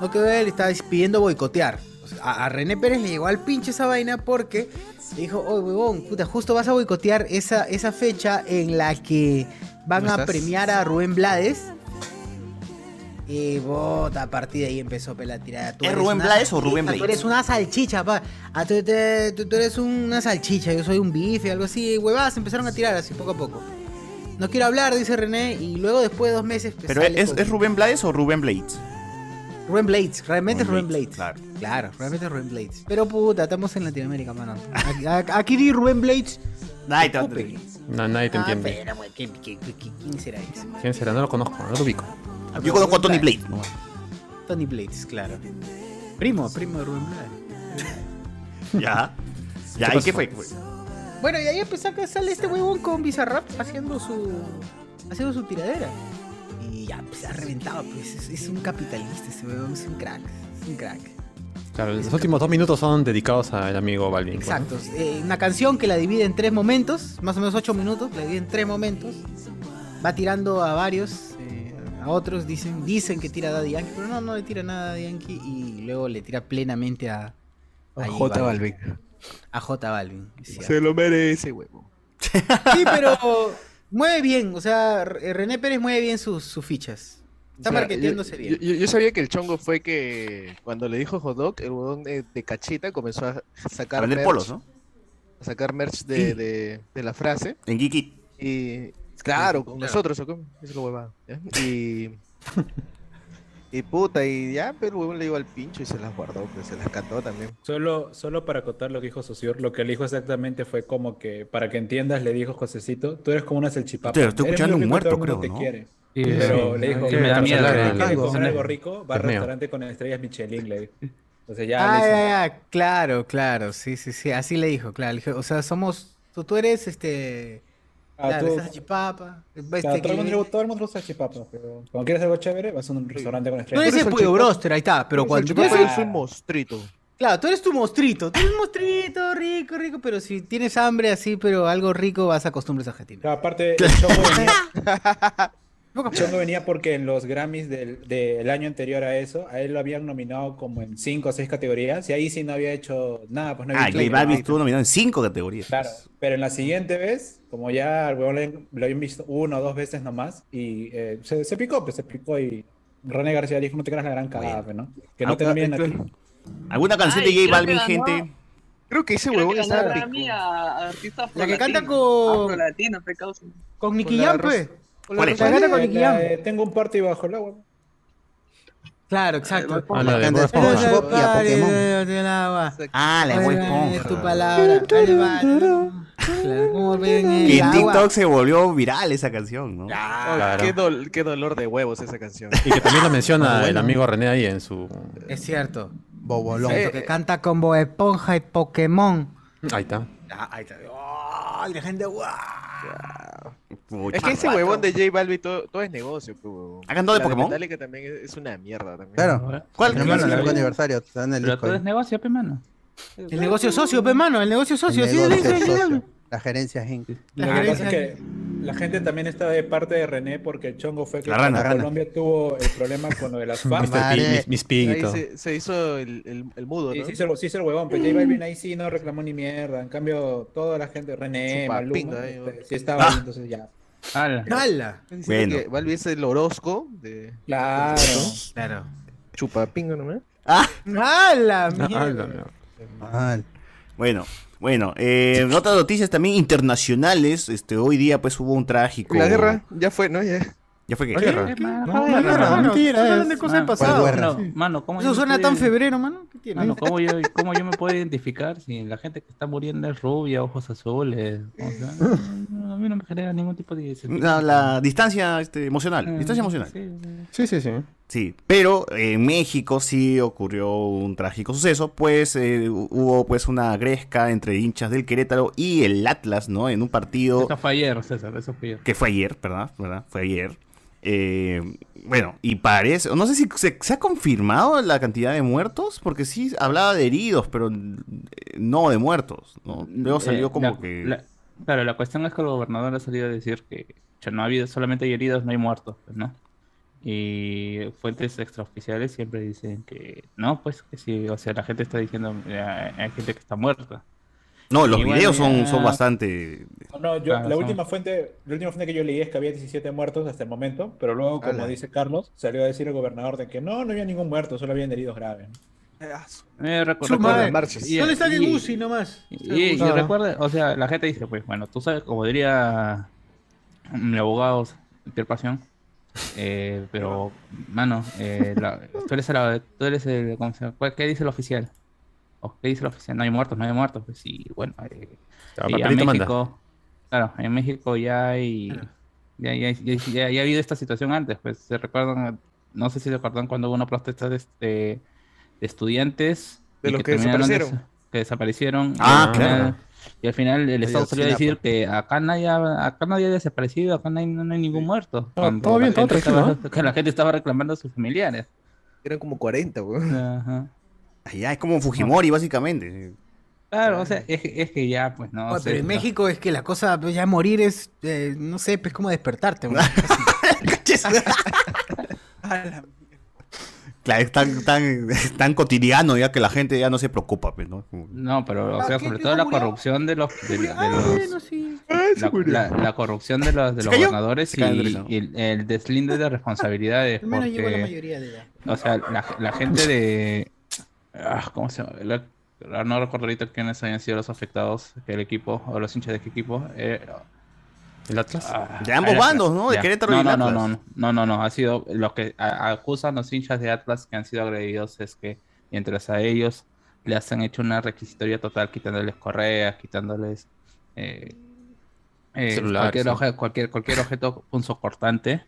No quedó él, estaba pidiendo boicotear. O sea, a, a René Pérez le llegó al pinche esa vaina porque le dijo, oye huevón, puta, justo vas a boicotear esa, esa fecha en la que van
¿No
a
estás?
premiar a Rubén Blades. Y bota, a partir de ahí empezó
pues,
pe, la tirada. Tú
¿Es
eres
Rubén
una
Blades o Rubén
salchicha, Tú
Blades?
eres una salchicha, pa. Ah, tú, te- tú- tú eres una salchicha, yo soy un bife, algo así. Huevadas empezaron a tirar así, poco a poco. No quiero hablar, dice René, y luego después de dos meses. pues,
¿Pero
sale
es,
con-
es Rubén Blades o Rubén Blades?
Rubén Blades, realmente
Rubén
es Rubén
Blades,
Blades. Claro. realmente es Rubén Blades. Pero puta, estamos en Latinoamérica, mano. Aquí, a- aquí di Rubén Blades.
Ay, te-
Ocupe.
No, nadie te
Ah,
entiende.
pero, güey, ¿qué- qué- qué- qué- ¿Quién será ese?
¿Quién será? No lo conozco, no lo ubico.
Ah,
Yo
pero
conozco a Tony
Rubén
Blade.
Tony Blades, claro. Primo, primo de Rubén Blades.
Ya. Ya, ¿y qué fue? Pues,
Bueno, y ahí empezó a sale este huevón con Bizarrap haciendo su. haciendo su tiradera. Y ya, pues ha reventado, pues. Es, es un capitalista ese huevón, es un crack. Es un crack.
Claro, los últimos dos minutos son dedicados al amigo Balvin. ¿no?
Exacto. eh, una canción que la divide en tres momentos, más o menos ocho minutos, la divide en tres momentos. Va tirando a varios, eh, a otros dicen, dicen que tira a Daddy Yankee, pero no, no le tira nada a Daddy Yankee y luego le tira plenamente a, a J Balvin. A J Balvin. es cierto.
lo merece, huevo.
Sí, pero mueve bien. O sea, R- René Pérez mueve bien sus, sus fichas. Está
O sea,
marketeándose
yo,
bien.
yo- yo sabía que el chongo fue que cuando le dijo hot dog, el huevón eh, de cachita comenzó a sacar
A vender
merch,
polos, ¿no?
A sacar merch de,
Sí.
de- de la frase.
En Geeky.
Y claro, con nosotros, ¿o cómo? Eso es lo huevado. ¿ya? Y. Y puta, y ya, pero el huevón le dio al pincho y se las guardó, pues se las cantó también.
Solo, solo para acotar lo que dijo Sosur, lo que le dijo exactamente fue como que, para que entiendas, le dijo Josecito, tú eres como una salchipapa.
Te- estoy
Eres
escuchando
muy
un
rico y todo el
muerto, creo,
mundo te
¿no?
quiere.
Sí,
Pero
sí.
le dijo,
Sí, me da
"Para
miedo,
saber
le
que
dijo.
quiere comer algo rico, va al
Dios mío.
restaurante con estrellas Michelin, le dijo. Entonces ya
Ah,
le hizo-
ya, ya, claro, claro, sí, sí, sí, así le dijo, claro. le dijo, o sea, somos, tú, tú eres este,
Ah,
claro,
tú-
esa salchipapa, este,
Claro, todo, el
que-
mundo, todo el mundo usa salchipapas, pero cuando quieres algo chévere, vas a un restaurante con
tú
estrellas.
eres el
salchipapa.
pollo broster, ahí está, pero cuando tú
Pero
eres,
salchipapa.
es un mostrito.
claro, tú eres tu mostrito, tú eres un mostrito rico, rico, pero si tienes hambre así, pero algo rico, vas a costumbres argentinas.
Claro, aparte, el chongo venía, el chongo venía porque en los Grammys del, del año anterior a eso, a él lo habían nominado como en cinco o seis categorías, y ahí sí no había hecho nada, pues no había
Ah,
hecho
J
nada.
Balvin estuvo nominado en cinco categorías.
Claro, pero en la siguiente vez, como ya al huevón le- lo habían visto una o dos veces nomás, y eh, se, se picó, pues se picó y René García dijo, no te creas la gran cagada, pues, ¿no? Que no te nominen a ti.
¿Alguna canción
Ay,
de J
creo que
Balvin,
ganó.
gente?
Creo que ese
Creo
huevón
que ganó
estaba
para
pico.
mí a a artista
La que
afrolatino.
canta con-
Afrolatino, pe causa.
Con Nicky
Con la
Jam, pues.
rosa-
¿Cuál es?
La gana con
La-
Nicky Jam.
eh, tengo un party bajo el agua.
Claro, exacto.
Ah, la de Bob
Pero
Esponja.
es el
Bob y a
padre
Pokémon.
de- del agua.
Ah, la de Bob
Ahí va, Es tu
Esponja.
palabra. ahí va. Claro, como ven en
Que
el
en
agua.
TikTok se volvió viral esa canción, ¿no?
Ah,
Claro.
qué, dol- qué dolor de huevos esa canción.
Y que también lo menciona el
bueno.
amigo René ahí en su.
Es cierto.
Bobolón.
Sí.
Cierto, que canta con Bob Esponja y Pokémon.
Ahí está.
ahí está.
Ah.
¡Ay, la gente!
Pucha,
Es que ese huevón de J Balvin todo, todo es negocio, pues, huevón.
¿Ha cantado de
La
Pokémon?
Metallica también es, es una mierda también.
Claro.
Ahora-
¿Cuál?
Tenemos
Claro,
el
la
cinco
vi.
aniversario, te dan el
Pero
disco
todo es
ahí.
negocio, pe mano.
Pues
El negocio es socio, pe mano. El negocio es socio.
El
Sí,
negocio
sí,
es
sí, sí.
socio. La gerencia Henk.
La
Lo que pasa
gerencia-
es que la gente también está de parte de René porque el chongo fue que
La rana,
cuando
la rana.
Colombia tuvo el problema con lo de las FARC.
Mr. P,
Madre.
Miss- Miss Piggy y
Ahí
todo.
se, se hizo el, el, el mudo,
Y
¿no?
sí se, lo- sí se lo huevón, pues, pero J Balvin ahí sí no reclamó ni mierda. En cambio, toda la gente, René,
Su
Maluma,
papinga, eh,
este,
weón.
sí estaba ahí, entonces ya.
Ala.
¡Hala!
Están diciendo
Bueno.
que Balvin es el Orozco de
Claro.
Claro.
Chupapingo, ¿no?
Ah.
¡Hala!
Ah,
mierda!
la mierda.
Mal.
Bueno, bueno. eh, en otras noticias también internacionales. Este, hoy día pues hubo un trágico.
La guerra ya fue, ¿no? Ya.
¿Ya fue qué?
Oye,
Eh,
René,
mano,
No,
mano,
no, no,
mano,
no.
Mentira,
Mentira,
hablando de
es-
cosas del
mano,
pasado.
Guerra,
mano, Mano, ¿cómo
Eso
yo
suena
estoy-
tan febrero, mano. ¿Qué tiene?
Mano, ¿cómo yo, ¿cómo yo me puedo identificar si la gente que está muriendo es rubia, ojos azules? O sea, no, a mí no me genera ningún tipo de...
La, la distancia este, emocional.
Mm.
Eh,
Distancia emocional.
sí, sí.
Sí, sí, sí.
Sí, pero eh, en México sí ocurrió un trágico suceso, pues eh, hu- hubo pues una gresca entre hinchas del Querétaro y el Atlas, ¿no? En un partido
Eso fue ayer, César, eso fue ayer.
que fue ayer, ¿verdad? ¿verdad? Fue ayer. Eh, bueno, y parece, no sé si se, se ha confirmado la cantidad de muertos, porque sí hablaba de heridos, pero eh, no de muertos, ¿no? Luego salió
Eh,
como
la-
que...
la- claro, la cuestión es que el gobernador ha salido a decir que o sea, no ha habido, solamente hay heridos, no hay muertos, pues, ¿no? Y fuentes extraoficiales siempre dicen que no, pues que sí, o sea, la gente está diciendo, eh, hay gente que está muerta.
No, los
igual
videos son,
ya-
son bastante...
No, no, yo,
Claro,
la,
son-
última fuente, la última fuente que yo leí es que había 17 muertos hasta el momento, pero luego, como
Ala.
dice Carlos, salió a decir el gobernador de que no, no había ningún muerto, solo habían heridos graves.
Eh, recu-
Su madre.
recuerda- y-
Solo está en
y-
UCI nomás.
Y, y
Claro.
recuerda, o sea, la gente dice, pues bueno, tú sabes, como diría mi abogado, Pierre Pasión, eh, pero, mano, eh, la- tú eres, el, tú eres el, ¿cómo se llama? ¿Cuál- ¿qué dice el oficial? ¿O ¿Qué dice el oficial? No hay muertos, no hay muertos. Pues sí, bueno, eh,
Ya,
y a
papelito manda.
México, claro, en México ya hay, ya, ya, ya, ya- ya ha habido esta situación antes, pues se recuerdan, no sé si se acuerdan cuando hubo una protesta de, este- de estudiantes
De
y
los que
terminaron de-
desaparecieron.
que desaparecieron. y
Ah,
al final-
claro.
Y al final el
de
Estado salió a decir
Ayotzinapa.
que acá nadie, ha- acá nadie ha desaparecido, acá no hay, no hay ningún muerto. Cuando
todo
la
bien, todo
gente
tranquilo,
estaba- que la gente estaba reclamando a sus familiares.
Eran como 40,
O
weón.
sea, ajá.
Allá es como Fujimori, básicamente.
Claro, o sea, es, es que ya, pues no.
Oye,
sé,
pero en
la-
México es que la cosa, pues, ya morir es, eh, no sé, pues como despertarte. güey.
Claro, es tan, tan, es tan cotidiano ya que la gente ya no se preocupa, pues, ¿no? Como-
No, pero,
Ah,
o sea, sobre todo la corrupción de los. de- de los- la,
Ah, murió.
la- la corrupción de los, de
¿Se
los
cayó?
gobernadores
Se
y,
cayó Andrés,
y el, el deslinde de responsabilidades.
Al menos llegó la
porque-
mayoría de edad.
O sea, la, la gente de. ah, ¿Cómo se llama? La- la- no recuerdo ahorita quiénes habían sido los afectados, el equipo, o los hinchas de qué equipo. eh, ah,
¿El Atlas?
De ambos bandos, ¿no? De Querétaro y
no,
el
no, no,
Atlas.
no, no, no, no, ha sido los que a- acusan los hinchas de Atlas que han sido agredidos es que mientras a ellos les han hecho una requisitoria total quitándoles correas, quitándoles eh, eh,
Celulares,
cualquier,
sí.
oje- cualquier, cualquier objeto punzocortante.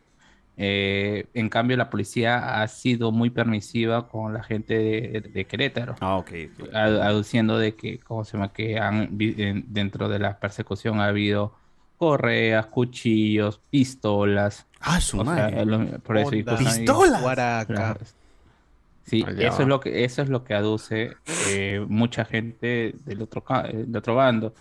Eh, en cambio, la policía ha sido muy permisiva con la gente de, de Querétaro
Ah, ok.
ad- aduciendo de que, ¿cómo se llama? Que han, vi- en- dentro de la persecución ha habido correas, cuchillos, pistolas.
Ah, su
O sea,
madre.
lo- por eso, y
Onda,
cosas ahí.
¡Pistolas!
Guaraca.
Sí,
Allá.
eso es lo que, eso es lo que aduce eh, mucha gente del otro, ca- eh, del otro bando.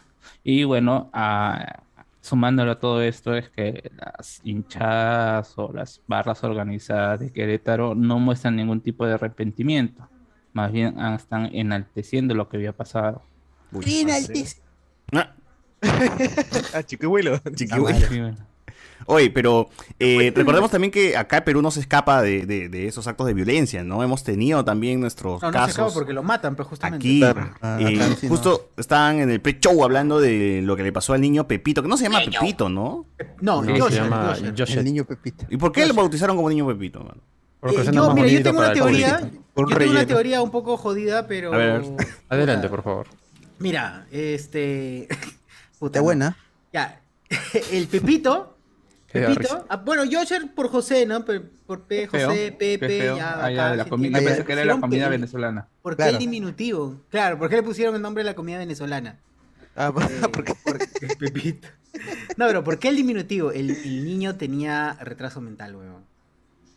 Y bueno, a- sumándolo a todo esto es que las hinchadas o las barras organizadas de Querétaro no muestran ningún tipo de arrepentimiento. Más bien ah, están enalteciendo lo que había pasado.
Ah,
Ah, chiquihuilo.
chiquihuila.
Ah, Sí, bueno.
Oye, pero eh, recordemos también que acá en Perú no se escapa de, de- de esos actos de violencia, ¿no? Hemos tenido también nuestros
No, no se acaba
casos
porque lo matan, pues justamente.
aquí.
Ah,
Eh,
acá sí, no.
justo estaban en el pre-show hablando de lo que le pasó al niño Pepito, que no se llama Pepito, ¿no?
No,
No,
Josh,
se llama
Josh.
Josh.
El niño Pepita.
¿Y por qué lo bautizaron como niño Pepito? mano?
Porque
Eh,
suena
yo,
más
mira, yo
bonito
tengo una
para el
teoría,
público.
yo
Un
tengo una
relleno.
teoría un poco jodida, pero
A ver.
Adelante, por favor.
mira, este puta
Está
no.
buena.
Ya. El Pepito,
Qué da risa.
Pepito, ah, bueno, Joshua por José, ¿no? Por, por P,
Feo,
José,
qué
Pepe,
feo.
ya,
Ah, ya,
acá
de la
se
comida.
entiende.
Yo pensé que era la
Pusieron
comida
Pe-
venezolana.
¿Por qué
Claro.
el diminutivo? Claro, ¿por qué le pusieron el nombre de la comida venezolana?
Ah,
Eh,
porque
porque- Pepito. No, pero ¿por qué el diminutivo? El, el niño tenía retraso mental, huevón.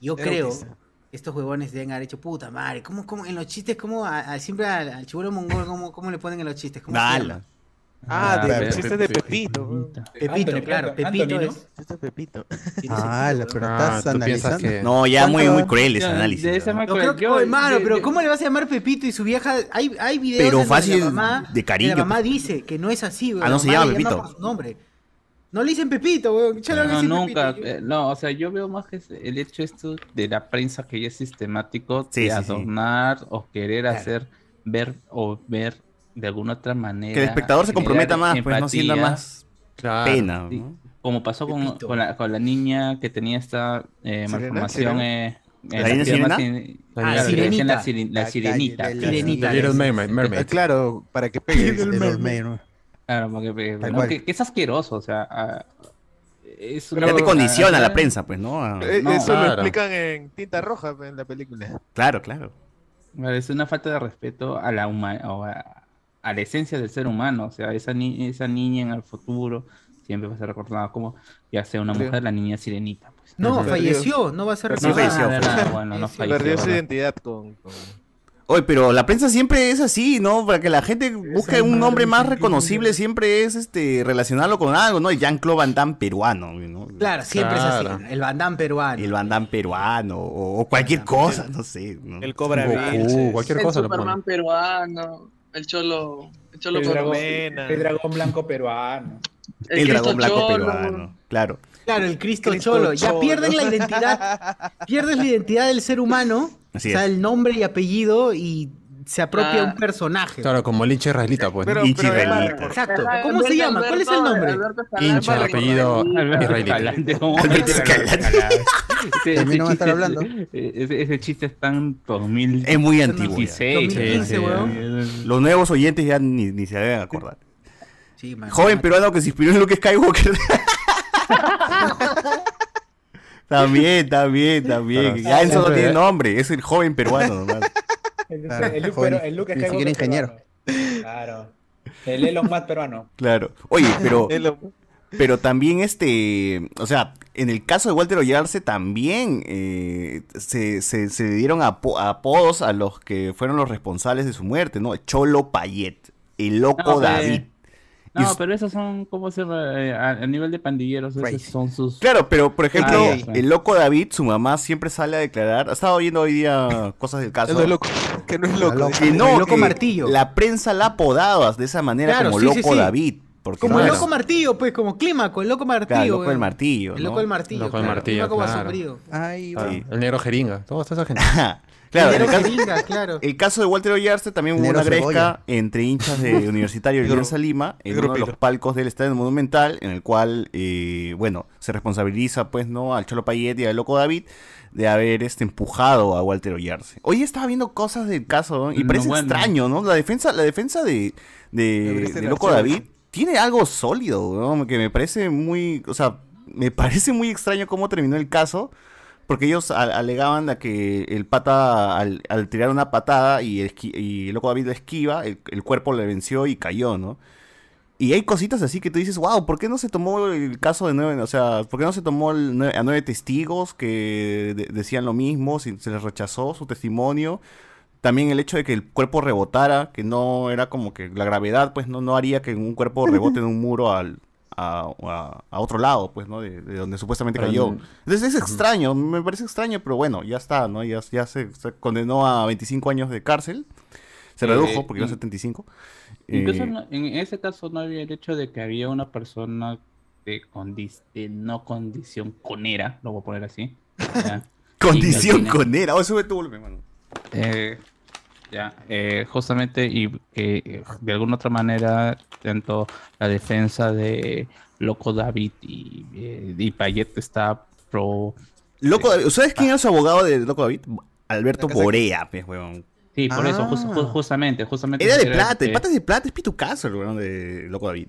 Yo
Era
creo
autista.
que estos huevones deben haber hecho puta madre. ¿Cómo, cómo, en los chistes, cómo a- a- siempre al, al chibolo mongol, ¿cómo, cómo le ponen en los chistes? ¿Cómo se
Dala.
llama?
Ah,
Ah,
de
Pepe,
chistes de Pepito.
Pepito,
Anthony,
claro,
Anthony,
Pepito
¿no?
es.
Chistes de Pepito.
Ah, la pero
Ah,
estás
tú piensas
analizando.
que...
No, ya muy,
¿Cuánto?
muy cruel ese
Ya,
análisis.
de ese
¿no?
Michael,
Yo creo que,
yo-
oh, hermano,
yo-
pero
yo-
¿cómo le vas a llamar Pepito y su vieja? Hay, hay videos
Pero
en donde
fácil,
la mamá,
de cariño, pues.
La mamá dice que no es así, güey.
Ah, no
la
se
mamá
llama
le llama
Pepito.
por su nombre. No le dicen Pepito, güey. Ya le van a
No,
decir
nunca.
Pepito.
eh, No, o sea, yo veo más que ese- el hecho esto de la prensa que ya es sistemático
Sí,
de
sí, sí.
adornar o querer
Claro.
hacer ver o ver de alguna otra manera.
Que el espectador se
generar
comprometa más, pues no sienta
empatía,
más
Claro.
pena.
Sí.
¿no?
Como pasó con,
Pepito.
con la, con la niña que tenía esta eh,
¿Sirena?
malformación.
¿Sirena?
eh, en
¿La niña
las piernas
La
y- Ah,
niña
le decían
sirenita.
La, siri- la
La
sirenita.
calle de
claro.
la-
Eh,
Sirenita.
The Little Mermaid.
Ah,
Mermaid.
Claro, para que pegue.
El
Pero-
Mermaid.
Claro, porque eh,
Tal
no,
cual.
que, que es asqueroso, o sea, ah, es una-
Ya te condiciona la
ah,
prensa, pues, ¿no? Ah,
Eh,
No,
Eso lo
claro.
explican en Tinta Roja en la película.
Claro, claro.
Es una falta de respeto a la huma- o a, a la esencia del ser humano, o sea, esa ni- esa niña en el futuro siempre va a ser recordada como ya sea una
Sí.
mujer, la niña sirenita, pues.
No,
Ajá.
falleció, no va a ser
Sí,
No, pues.
recordada.
falleció.
no, no, no, bueno, no
Sí,
falleció,
Perdió su
¿verdad?
identidad con. con-
Oye, pero la prensa siempre es así, ¿no? Para que la gente busque un nombre más reconocible, siempre es este relacionarlo con algo, ¿no? El Jean-Claude Van Damme peruano, ¿no?
Claro, siempre es
Claro.
así. El bandán peruano.
El Van Damme peruano, o, o cualquier cosa, no sé. ¿no?
El Cobra
Goku,
Bill.
cualquier
El
cosa lo
Superman
ponen.
peruano, el Cholo, el Cholo
El dragón,
Colomena.
el dragón blanco peruano.
El dragón blanco
Cholo.
peruano, claro.
Claro, el Cristo,
Cristo
Cholo. Ya
Cholo.
pierden la identidad. pierdes la identidad del ser humano.
Así
o sea,
es.
el nombre y apellido y se apropia
Ah.
un personaje.
Claro, como el hincha israelita, pues.
Pero-
¿no?
Inchi Relita.
Exacto.
¿Verdad?
¿Cómo se
Alberto,
llama? ¿Cuál es el
Alberto,
nombre?
Alberto Escalante,
Hincha, el
Alberto
apellido
Escalante.
israelita.
Escalante, ¿cómo?
Alberto Escalante.
Ese- ese
También no va a
chiste-
estar
eh,
hablando.
Ese, ese chiste es tan 2000
Es muy antiguo. ya.
16,
2015,
sí,
weón.
sí.
Los nuevos oyentes ya ni, ni se deben acordar.
Sí, man.
Joven peruano que se inspiró en Luke Skywalker. también, también, también.
Claro,
ya eso no
siempre,
tiene
¿eh?
nombre, es el joven peruano nomás.
El,
Ah,
Claro,
el Luke
joven,
pero- el Luke
ni
Skywalker
siquiera ingeniero.
peruano. Claro. El Elon Musk peruano.
Claro. Oye, pero,
Es lo-
pero también este, o sea, en el caso de Walter Ollarse también eh, se, se, se dieron apo- apodos a los
Ah,
que fueron los responsables de su muerte, ¿no? Cholo Payet, el loco
No, pe.
David,
No, pero esos son, ¿cómo se llama? Eh, a, a nivel de pandilleros, esos son sus.
Claro, pero por ejemplo,
Ah, ya, ya.
el loco David, su mamá siempre sale a declarar. Ha estado oyendo hoy día cosas del caso.
No es loco, que no es loco.
Que no,
El loco
que
martillo.
La prensa la apodaba de esa manera
Claro,
como
sí, sí,
loco
sí.
David. Porque
Como el
claro,
loco martillo, pues, como Clímaco, el loco martillo.
claro, el loco
weón.
del martillo.
El loco
¿no?
del martillo.
Loco del
claro.
martillo,
Loco
claro.
basombrío.
Ay,
Ah.
Claro,
Sí.
El negro jeringa, toda esa gente.
Claro,
El
en el,
negro
caso,
jeringa, claro.
el caso de Walter Ollarse también hubo
Negro
una
cebolla.
gresca entre hinchas de Universitario y
Negro-
Alianza Lima en
negro
uno de los
pelo.
palcos del Estadio Monumental, en el cual, eh, bueno, se responsabiliza, pues, ¿no? Al Cholo Payet y al Loco David de haber este, empujado a Walter Ollarse. Hoy estaba viendo cosas del caso ¿no? y
No,
parece
bueno.
extraño, ¿no? La defensa, la defensa de, de,
Debería ser
de Loco
archivo.
David tiene algo sólido, ¿no? Que me parece muy, o sea, me parece muy extraño cómo terminó el caso. Porque ellos a- alegaban a que el pata, al, al tirar una patada y el, esqui- y el loco David lo esquiva, el, el cuerpo le venció y cayó, ¿no? Y hay cositas así que tú dices, wow, ¿por qué no se tomó el caso de nueve? O sea, ¿por qué no se tomó el nue- a nueve testigos que de- decían lo mismo? Si se les rechazó su testimonio. También el hecho de que el cuerpo rebotara, que no era como que la gravedad, pues no, no haría que un cuerpo rebote de un muro al, a, a- a otro lado, pues, ¿no? De, de donde supuestamente
Pero
cayó.
no-
Entonces es extraño, me parece extraño, pero bueno, ya está, ¿no? Ya, ya se, se condenó a 25 años de cárcel. Se
Eh,
redujo porque iba a
y-
75.
Incluso
Eh,
no- en ese caso no había el hecho de que había una persona de, condis- de no condición conera, lo voy a poner así. ya,
Condición
Ingatina.
conera. Oh, sube tu volumen, mano.
eh, ya, eh, justamente, y que eh, de alguna otra manera, tanto la defensa de Loco David y, eh, y Payet está pro.
Loco
Sí.
David. ¿Sabes quién era su abogado de Loco David? Alberto
La casa-
Borea, pues, huevón.
Sí, por eso, jus-
Ah.
ju- justamente, justamente.
Era de
era,
plata, el
eh,
pata es de plata, es pitucazo el huevón de Loco David.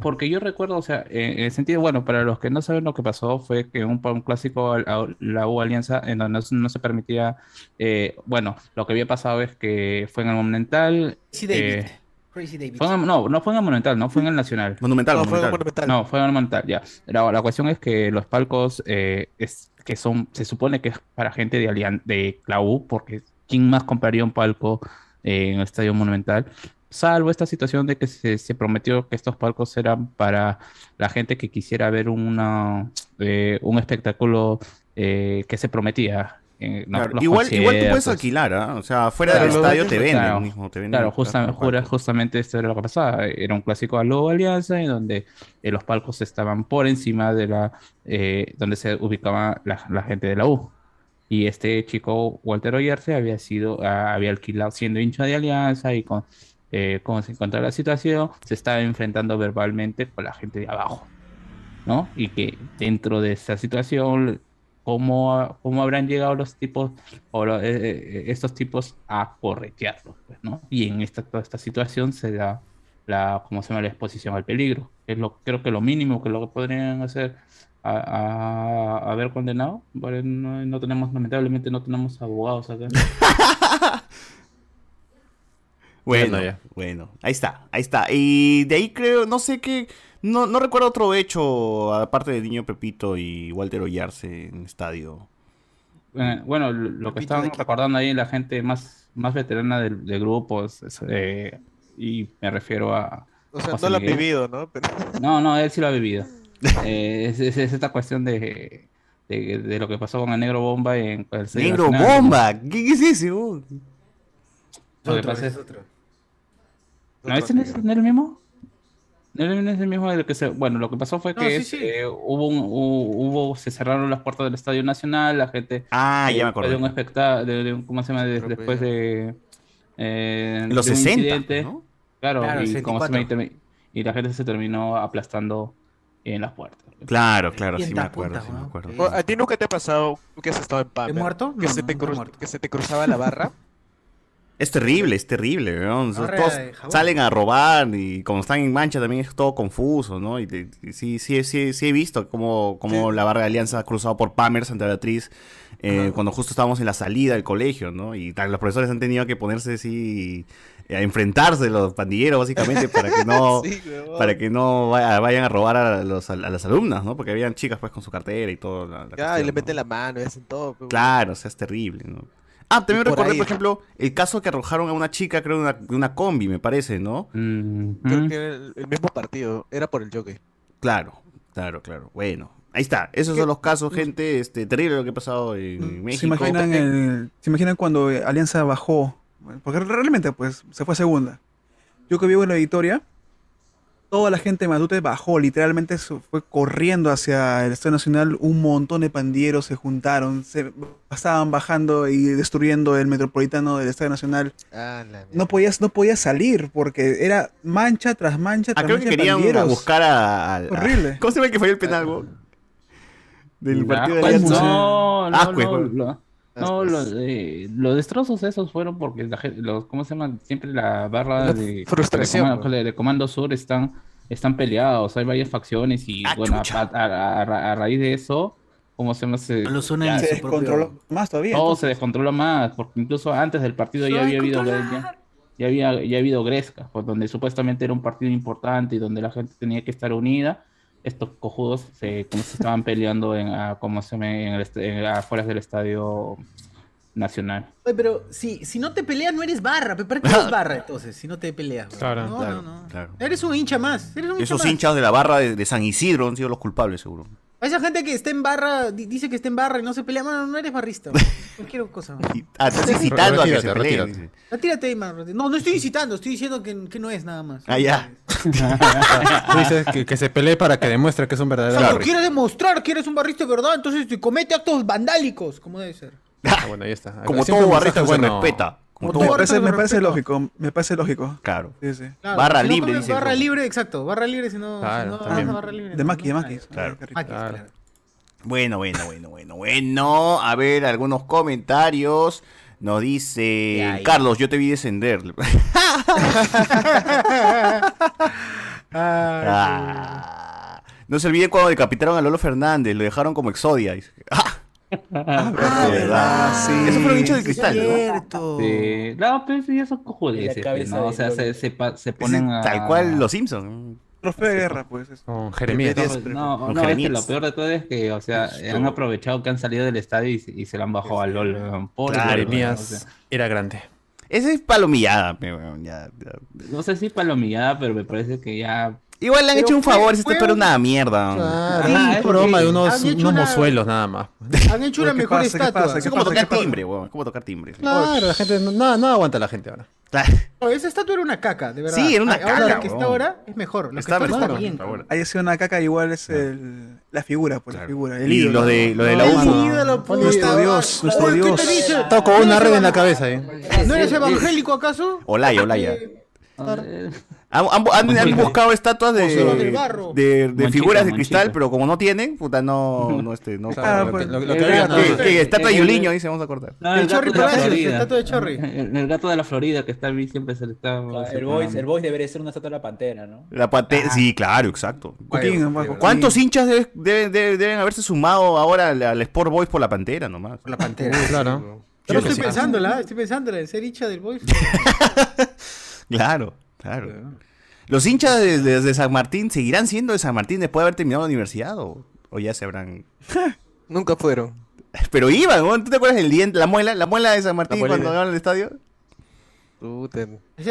Porque yo recuerdo, o sea, eh, en el sentido, bueno, para los que no saben lo que pasó, fue que un, pa- un clásico, al- a- la U Alianza, en donde no, se- no se permitía, eh, bueno, lo que había pasado es que fue en el Monumental,
Crazy David.
eh,
Crazy David.
fue en el- no, no fue en el Monumental, no fue en el Nacional,
Monumental,
No, fue
monumental.
monumental.
no, fue en el Monumental, ya. La, la cuestión es que los palcos, eh, es, que son, se supone que es para gente de, Alian de la U, porque ¿quién más compraría un palco eh, en el Estadio Monumental? Salvo esta situación de que se, se prometió que estos palcos eran para la gente que quisiera ver una, eh, un espectáculo eh, que se prometía. eh, no,
Claro,
los
Igual, igual tú puedes
conciertos.
alquilar, ¿ah? O sea, fuera
Claro,
del
lo-
estadio te venden.
claro,
mismo, te venden
Claro,
el-
justamente,
el palco.
justamente esto era lo que pasaba. Era un clásico a lo Alianza en donde eh, los palcos estaban por encima de la eh, donde se ubicaba la, la gente de la U. Y este chico, Walter Ollarse, había sido, ah, había alquilado siendo hincha de Alianza y con eh, cómo se encontraba la situación, se estaba enfrentando verbalmente con la gente de abajo. ¿No? Y que dentro de esa situación, ¿cómo, cómo habrán llegado los tipos o lo- eh, eh, estos tipos a corretearlo, pues, ¿no? Y en esta, toda esta situación se da la, ¿cómo se llama? La exposición al peligro. Es lo, creo que lo mínimo que lo que podrían hacer a, a- haber condenado. Pero no, no tenemos, lamentablemente no tenemos abogados acá.
Bueno,
Bueno, ya.
bueno, ahí está, ahí está. Y de ahí creo, no sé qué, no, no recuerdo otro hecho, aparte de Niño Pepito y Walter Ollarse en estadio.
Eh, bueno, lo, lo que estaban recordando ahí la gente más, más veterana del, del grupo, es- es, eh, y me refiero a...
O sea,
Ah,
José
no lo ha
Miguel.
vivido, ¿no? Pero
No, no, él sí lo ha vivido. Eh, es, es- es esta cuestión de, de, de lo que pasó con el Negro Bomba en con el Estadio
¡Negro
Nacional.
Bomba! ¿Qué, qué es ese? huevón?
Lo que pasa es- ¿No ese no es, no es el mismo? ¿No es el- no es el mismo del que se... Bueno, lo que pasó fue
No,
que
sí,
es,
sí.
eh, hubo, un- hu- hubo, se cerraron las puertas del Estadio Nacional, la gente...
Ah,
eh,
ya me
después
acordé.
De un espectáculo, de, de un- ¿cómo se llama? De- después de... eh,
En los
de un
60,
incidente.
¿no?
Claro,
Claro,
y,
el
como se
64.
me- y la gente se terminó aplastando en las puertas.
Claro, claro,
Y
sí
en
me
la
acuerdo,
punta, Eh,
sí me
weón.
acuerdo.
¿A ti nunca te ha pasado que has estado en
¿He
Pampa?
muerto?
Que,
No,
se
no,
te
no he
cru-
muerto.
que se te cruzaba la barra.
Es terrible, es terrible, weón.
Ahora
Todos
de jabón.
salen a robar y como están en mancha también es todo confuso, ¿no? Y, te- y sí, sí, sí, sí he visto como, como la barra de alianza ha cruzado por Palmer, Santa Beatriz, eh, cuando justo estábamos en la salida del colegio, ¿no? Y tal, los profesores han tenido que ponerse así, eh, a enfrentarse los pandilleros básicamente para que no...
Sí, huevón.
Para que no vaya- vayan a robar a, los, a, las alumnas, ¿no? Porque habían chicas pues con su cartera y todo. la-
Ya,
la
y
cuestión,
le
¿no?
meten la mano y hacen todo. pues,
Claro, o sea, es terrible, ¿no? Ah, también
Por
recordé,
ahí.
por ejemplo, el caso que arrojaron a una chica, creo, de una, de una combi, me parece, ¿no?
¿Mm?
Creo que era el, el mismo partido, era por el jockey.
Claro, claro, claro. Bueno, ahí está. Esos son los casos, gente. Este, terrible lo que ha pasado en México. Eh,
¿Se imaginan, el- ¿Se imaginan cuando eh, Alianza bajó? Bueno, Porque realmente, pues, se fue a segunda. Yo que vivo en la Victoria, toda la gente de Matute bajó, literalmente se fue corriendo hacia el Estadio Nacional. Un montón de pandilleros se juntaron, se estaban bajando y destruyendo el metropolitano del Estadio Nacional.
Ah,
No podías, no podías salir porque era mancha tras mancha
Ah,
tras
creo que
mancha de
querían
pandilleros.
buscar a, al- a-
Horrible.
¿Cómo se ve que fue el penal, güey? Del partido de
Ah,
Alianza.
¿eh?
No, no,
Ah, pues,
no,
güey.
lo- no, los, eh, los destrozos esos fueron porque la gen- los, ¿cómo se llama? Siempre la barra
La
de,
frustración,
de, comando,
güey.
de Comando Sur están, están peleados, hay varias facciones
Ah,
y bueno, a, a- a- a raíz de eso, ¿cómo se llama? Se,
Los unen
ya,
en Se su propio- descontroló más todavía,
Todo
entonces.
Oh, se descontrola más, porque incluso antes del partido ya había habido ya, ya había ya ha habido grescas, pues, donde supuestamente era un partido importante y donde la gente tenía que estar unida estos cojudos se, como se estaban peleando en, ah, como se llama, en el est- en- afuera del estadio nacional.
Oye, pero si, si no te peleas, no eres barra. pe, ¿Para qué eres barra entonces? Si no te peleas. güey?
Claro,
no,
claro,
no, no.
claro.
Eres un hincha más. Eres un hincha
Esos
más.
hinchas de la barra de, de San Isidro han sido los culpables, seguro.
A esa gente que está en barra, di- dice que está en barra y no se pelea, mano, no eres barrista. güey. Cualquier cosa. güey.
Ah, estás incitando a que se
Retírate,
peleen.
retírate.
dice.
Retírate ahí, mano. No, no estoy incitando, estoy diciendo que, que no es nada más.
Ah, ya.
Tú dices que, que se pelee para que demuestre que es un
O
verdadero
sea, no
barrio.
quieres demostrar que eres un barrista de verdad, entonces te comete actos vandálicos, como debe ser.
Ah, bueno, ahí está.
Como
Siempre
todo
un
barrista
mensaje
se
bueno.
respeta. Como todo
me
barrista
parece,
se
me parece lógico, me parece lógico.
Claro.
Sí, sí.
Claro, si no comes Barra libre, exacto. Barra libre, si no.
Claro,
si no
también.
vas a barra libre.
De Maki, de Maki.
Claro.
Maquis, claro.
Bueno, bueno, bueno, bueno, bueno. A ver, algunos comentarios. Nos dice Carlos, yo te vi descender. Ah. No se olvide cuando decapitaron a Lolo Fernández, lo dejaron como Exodia. dice. Ah, verdad. Eso fue un hincha de cristal, ¿no?
Cierto.
Sí. No, pero eso ya son cojudeces,
La cabeza
¿no? O
del
sea, se, se, pa- se ponen a...
Tal cual los Simpsons.
Trofeo de guerra, pues. es-
Con
No, no,
Con
no, es que
Jeremías.
lo peor de todo es que, o sea,
Esto.
han aprovechado que han salido del estadio y, se- y se lo han bajado al LOL. weón. Pobre
Claro,
LOL,
Jeremías
weón, o sea.
era grande.
Esa es palomillada, pe, weón, ya, ya.
No sé si palomillada, pero me parece que ya...
Igual le han
Pero
hecho un
fue-
favor, este
fue
pero
un-
una mierda. weón.
Claro,
Ah,
un
es
broma
que
de unos,
han hecho
unos
una-
mozuelos nada más.
Han hecho una
¿Qué
mejor
pasa? ¿Qué
estatua.
pasa?
Es
¿Qué
como
pasa? ¿Qué
tocar
pasa?
timbre, weón. Es como tocar timbre.
Claro.
La gente, no, no aguanta la gente ahora.
No, esa estatua era una caca, de verdad.
Sí, era una
Ah, Ahora
caca,
la que está
weón.
ahora es mejor. Lo
Está
que está, ahora
mejor,
está bien.
por favor.
Haya sido una caca, igual es el, la figura, pues la figura. El
Y
ídolo.
los de- los de la
No,
UFA.
mano.
Ídolo, puta
Nuestro
madre.
Dios, nuestro
Oye, ¿qué te
Dios.
dice?
Toco
¿No
una
eres
red en la
evan-
cabeza, eh.
¿No eres evangélico acaso?
Olaya, Olaya.
Ah, eh,
Han, han- han- han
Monchita.
buscado estatuas de,
Monchita del barro.
de- de
Monchita,
figuras de
Monchita. Ah,
cristal, pero como no tienen, puta, no, no, este,
Ah,
no.
Claro,
no-
pues,
no-
lo-
no-
lo que
que-
había,
que-
no.
que estatua
Eh,
de
eh,
Yuliño, dice, vamos a cortar.
Ah, no,
El Chorri
gato de la
Palacios,
Florida.
el estatua de Chorri.
El, el gato de la Florida que está bien, siempre se le está.
El voice, el voice debería ser una estatua de la pantera, ¿no?
La pate- Sí, claro, exacto.
Coquín, nomás, Coquín.
¿Cuántos hinchas debe- debe- debe- deben haberse sumado ahora al, al Sport Boys por la pantera nomás?
Por la pantera.
Claro.
Yo
Sí,
estoy
sí.
pensándola, estoy pensándola en ser hincha del boy.
Claro, claro. ¿Los hinchas de, de- de San Martín seguirán siendo de San Martín después de haber terminado la universidad? ¿O, o ya se habrán.?
Nunca fueron.
Pero iban, weón, ¿tú te acuerdas del diente, la muela, la muela de San Martín
muela.
cuando iban al estadio?
Puta,
Esa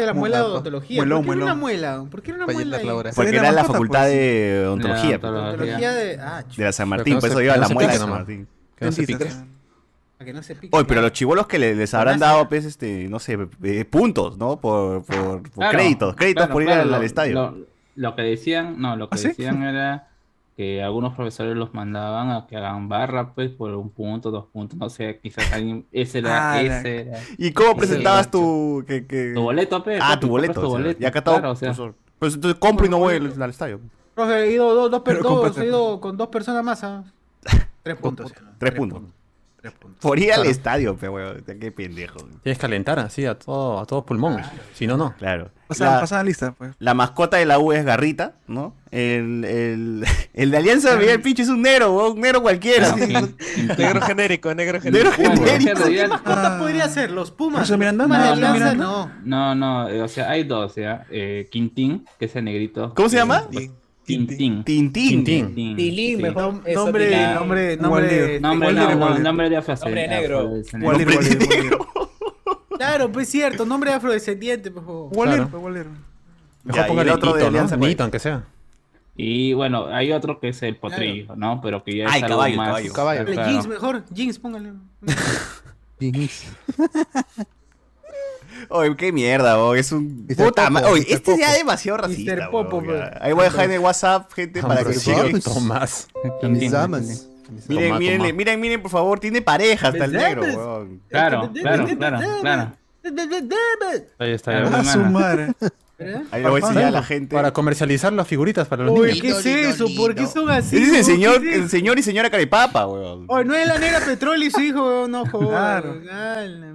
es la muela de odontología.
Muelón,
¿Por qué era una
muelón.
muela? ¿Por qué era una
Para
muela?
llenarla
ahí?
ahora.
Porque
Era
era la
mascota,
facultad
pues.
de odontología pues,
Odontología de. Ah,
de la San Martín,
Pero que
por
no
eso
se-
iba
que no
la
se
muela de
pique
San
nomás.
Martín.
Que no se
Dentista.
pique.
para que no se pique.
Oye, pero los chivolos que le- les habrán
Ganancia.
dado, pues, este, no sé, eh, puntos, ¿no? Por, por- por
Claro,
créditos, créditos
claro,
por ir
claro,
al,
lo-
al estadio.
Lo, lo que decían, no, lo que
¿Ah, sí?
decían era que algunos profesores los mandaban a que hagan barra, pues, por un punto, dos puntos, no sé, quizás alguien, ese era,
Ah, la-
ese era. Eh,
¿Y cómo
Sí,
presentabas
sí.
tu, que, que-
Tu boleto, pe,
Ah,
tú
tu
compras
boleto.
tu
o sea,
boleto,
ya acatado.
claro, o sea.
pues, pues entonces compro y no voy al, al estadio.
Profe, he ido, dos, dos, per-
Pero
dos,
comparte.
he ido con dos personas más. ah. Tres puntos.
Tres puntos.
Tres puntos.
Por ir al
Claro.
estadio, pero weón, qué pendejo.
Tienes que alentar así a todo, a todo pulmón. Si no, no.
Claro.
Pasaban,
La-
pasaban lista, pues.
La mascota de la U es Garrita, ¿no? El, el, el de Alianza de Miguel Pinche es un negro, weón, un negro cualquiera.
Claro,
así,
claro.
¿no?
Negro genérico, negro
Negro
genérico.
Bueno,
genérico.
en realidad-
¿Cuántas podría ser? Los Pumas.
José Miranda,
los Pumas de
no, no,
Alianza,
Miranda.
No,
no.
no, eh, o sea, hay dos, o sea, eh, Quintín, que es el negrito.
¿Cómo se
que-
llama?
Y-
Tintín.
Tintín.
Tilín, mejor.
Eso,
nombre,
Tilín.
nombre, nombre,
Waldir.
nombre.
Nombre, no, no, nombre de Ah, afrodescendiente.
Nombre negro.
Afrodescendiente.
Waldir,
Nombre
Waldir,
negro.
Claro, pues cierto, nombre de afrodescendiente, por favor.
Waldir,
Claro.
pues, Waldir.
Mejor póngale Nito, ¿no?
pues.
Nito, aunque sea.
Y bueno, hay otro que es el potrillo, ¿no? Pero que ya es
Ah, el
algo
caballo, el
más...
caballo.
Claro,
Póngale
claro.
Jinx, mejor. Jinx, póngale.
Oye, qué mierda, oh, es un puta ma- Oye, este ya es demasiado racista.
Mr. Popo,
weón, ya.
pues.
Ahí voy a dejar en el WhatsApp, gente, para que
Ambrosio
chequen.
Tomás.
Miren,
Tintín.
Tomá, tomá.
miren, miren, miren, por favor, tiene pareja hasta el negro, weón.
Claro, claro, claro, claro.
Ahí está.
Claro,
ya.
Ah, su
madre.
Ahí lo voy a enseñar a la
Para-
gente.
Para comercializar las figuritas para los
Uy,
niños.
¿qué es eso? ¿Por qué son así?
Ese es el
weón?
señor,
¿Qué es
el señor y señora Caripapa, weón.
Oye, no es la negra Petrol y su hijo, weón, no jodas.
Claro.
weón. Ala.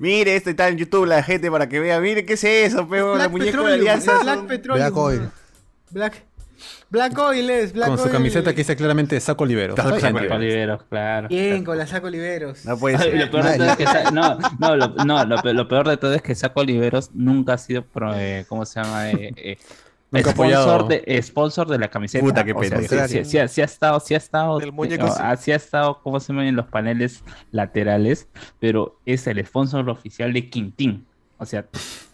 Mire, esto está en YouTube la gente para que vea. Mire, ¿qué es eso, weón? La
Black
muñeca de
Petroleum,
alianza.
es Black Petroleum.
Black Oil.
Black, Black Oil es, Black
Con su
Oil.
camiseta que dice claramente saco libero.
Saco
Saco libero, claro.
Bien, con la saco liberos.
No
Ay, Lo peor de todo es que sa- no, no, lo, no, lo pe- lo peor de todo es que Saco Oliveros nunca ha sido, pro- eh, ¿cómo se llama? Eh, eh,
Nunca apoyado.
sponsor, de, eh, sponsor de la camiseta.
Puta, qué
ah, O sea,
pena.
sí, sí, sí, sí ha estado, sí ha estado,
Del muñeco,
eh,
sí.
así ha estado, ¿cómo se llama? En los paneles laterales, pero es el sponsor oficial de Quintín. O sea,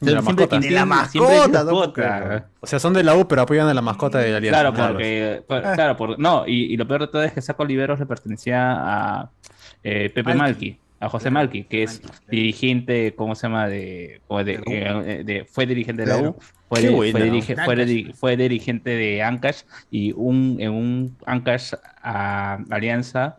De la
siempre
mascota.
Quintín,
De la
siempre
mascota,
es
no puedo
mascota.
O sea, son de la U, pero apoyan a la mascota de Alianza.
Claro, porque. por- claro, por, no, y, y lo peor de todo es que Saco Oliveros le pertenecía a eh, Pepe Malqui, a José Malqui, que es dirigente, ¿cómo se llama? De, o de- eh, de- fue dirigente de la
Claro.
U, fue,
Qué
di-
buena.
fue, dirige- fue di- fue dirigente de Ancash y un, en un Ancash a Alianza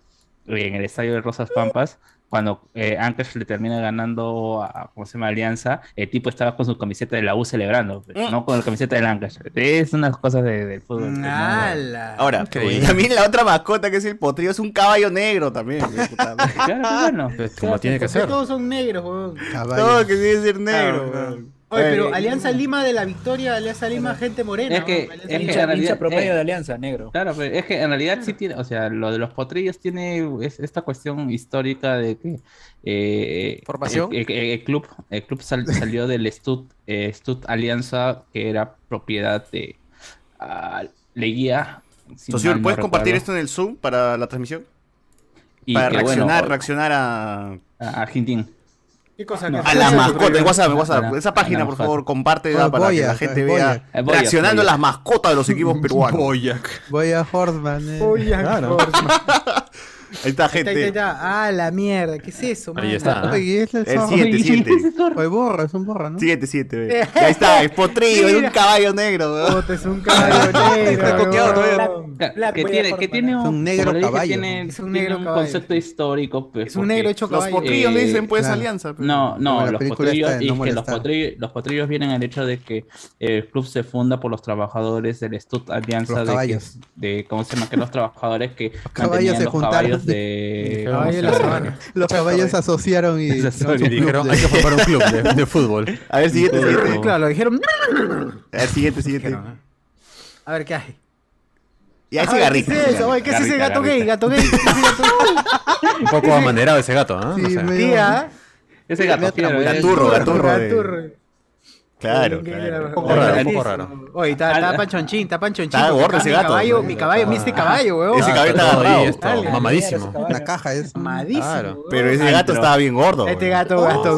en el estadio de Rosas Pampas. Cuando eh, Ancash le termina ganando a ¿cómo se llama? Alianza, el tipo estaba con su camiseta de la U celebrando, pues,
Mm.
no con la camiseta del Ancash. Es unas cosas de- del fútbol. pues, ¿no?
Ah. Ala.
Ahora,
Increíble.
y también la otra mascota que es el potrillo es un caballo negro también. weón, puta madre.
Claro,
pues
Como tiene que
¿Por qué
ser.
Todos son negros, weón.
Todo que tiene que ser negro,
Claro,
weón.
Oye,
Oye,
pero Alianza Lima de la Victoria, Alianza Lima, gente morena.
Es que,
¿no?
pues,
es
Alianza
que
Lima.
en realidad,
promedio
eh,
de Alianza, negro.
Claro, pero es que en realidad sí tiene, o sea, lo de los potrillos tiene es- esta cuestión histórica de que eh,
Formación.
El, el- el club, el club sal- salió del Stud, eh, Stud Alianza, que era propiedad de ah, Leguía. si
Socio,
mal no
¿puedes compartir
recuerdo.
esto en el Zoom para la transmisión?
Y
para
que,
reaccionar,
bueno,
reaccionar a...
A Argentina.
¿Qué cosa?
A la mascota, en WhatsApp, en WhatsApp.
A la-
Esa página,
a la
por
mascota.
favor, comparte da,
Ah,
para que
Boyac,
la gente
ah,
vea
Boyac.
Ah, Boyac,
reaccionando a
Boyac.
las mascotas de los equipos peruanos.
Voy a Hortman. eh.
Claro.
Ahí está,
Ahí está, ahí
gente.
está. Ah, la mierda, ¿qué es eso, man?
Oye, es
El siguiente, siguiente.
Oye, borra, es un borra, ¿no?
Siguiente, siguiente. ve. Ya está, es potrillo, es un
Mira.
caballo negro, weón.
Puta, es un caballo negro.
Está coqueado
weón.
todavía,
Ca-
Black
que
Boy
tiene,
Forman.
que tiene
Es un negro
como le dije,
caballo.
Tiene,
Es un
tiene
negro
un
caballo.
concepto histórico. pues,
Es un
porque-
negro hecho
Los
caballo.
potrillos le dicen, pues,
claro.
alianza. pero-
No,
Como
no,
la
los
película
potrillos,
esta de
y
No
que los
Molestar.
potrillos, los potrillos vienen al hecho de que eh, el club se funda por los trabajadores del Stud Alianza
Los
de, que-
caballos.
de cómo se llama que los trabajadores que
caballos
mantenían
se
los
juntaron.
caballos de
Dijeron,
¿cómo se
la
llama?
sabana.
Los caballos se asociaron y.
Se asociaron.
hicieron su club
Dijeron,
de-
hay que formar un club de, de fútbol.
A ver, siguiente, siguiente.
Claro, lo dijeron.
A ver, siguiente, siguiente.
A ver, ¿qué hay?
Y ahí
A ver,
cigarrito.
¿Qué es eso? Oye, ¿Qué es ese
Garrita,
gato gay?
garrita.
Gato gay. ¿Qué es ese gato gay?
Un poco amanerado ese gato, ¿no?
Sí,
O sea,
medio-
Tía.
Ese gato fiero, es-
Gaturro, gaturro. de-
Gaturro.
Claro,
Gay
claro.
era-
poco raro, un poco raro.
Oye, está, está
Ah,
panchonchín, está panchonchín.
está
porque
gordo
acá
ese
mi
gato.
Caballo, mi caballo, mira este caballo, weón.
Ese
Ah,
caballo
todo
está
ahí,
agarrado.
esto,
Dale.
mamadísimo.
La caja es.
Mamadísimo,
Claro.
weón.
Pero ese gato
Antro.
estaba bien gordo.
Este
weón.
gato, gato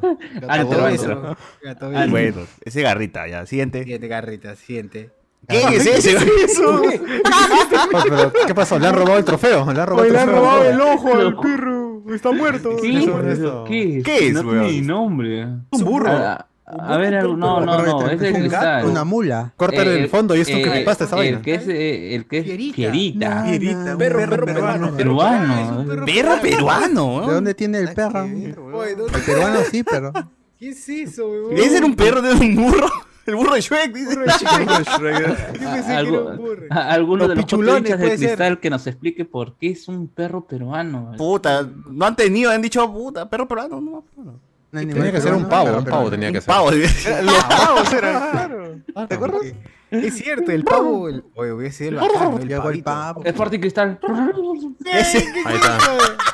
Claro.
Antro,
Gato
antro.
beso, Gato
Ah,
beso.
Bueno, ese garrita, ya. Siguiente.
Siguiente, garrita, siguiente.
¿Qué es ese? Eso.
Oh, pero, ¿Qué pasó? ¿Le han robado el trofeo? ¿Le han robado el trofeo?
ojo
al
perro. Está muerto.
¿Qué?
Eso, eso.
¿Qué es?
¿Qué es,
No
weón?
tiene ni nombre.
Un burro.
A, a ver, algo- no, no, no, es el
un gato,
cristal.
una mula.
Corta
Eh,
el fondo y es un
eh,
creepypasta esa
el
vaina.
que es, eh, el que es
Fierita.
Fierita.
Pierita, perro, perro peruano.
Peruano.
Perro peruano,
¿De
weón.
dónde tiene el perro? El
Oye, ¿dónde-
peruano sí, pues, pero.
¿Qué es eso, weón?
Debe ser un perro de un burro. El burro de Shrek, dice.
Yo pensé
A-
que era
algo-
un burro.
a- alguno
Los
de los
pichulones,
pichulones
puede
del
ser.
cristal que nos explique por qué es un perro peruano.
Puta, no han tenido, han dicho, puta, perro peruano, no.
Tenía que ser un pavo, un pavo tenía que ser. Pavo,
Los pavos eran, claro.
Ah, ¿Te acuerdas? Es cierto, el pavo. El... Oye, hubiese sido el bacano, el
Llegó el
pavito.
pavo.
Sporting Cristal.
Ese-
Ahí está.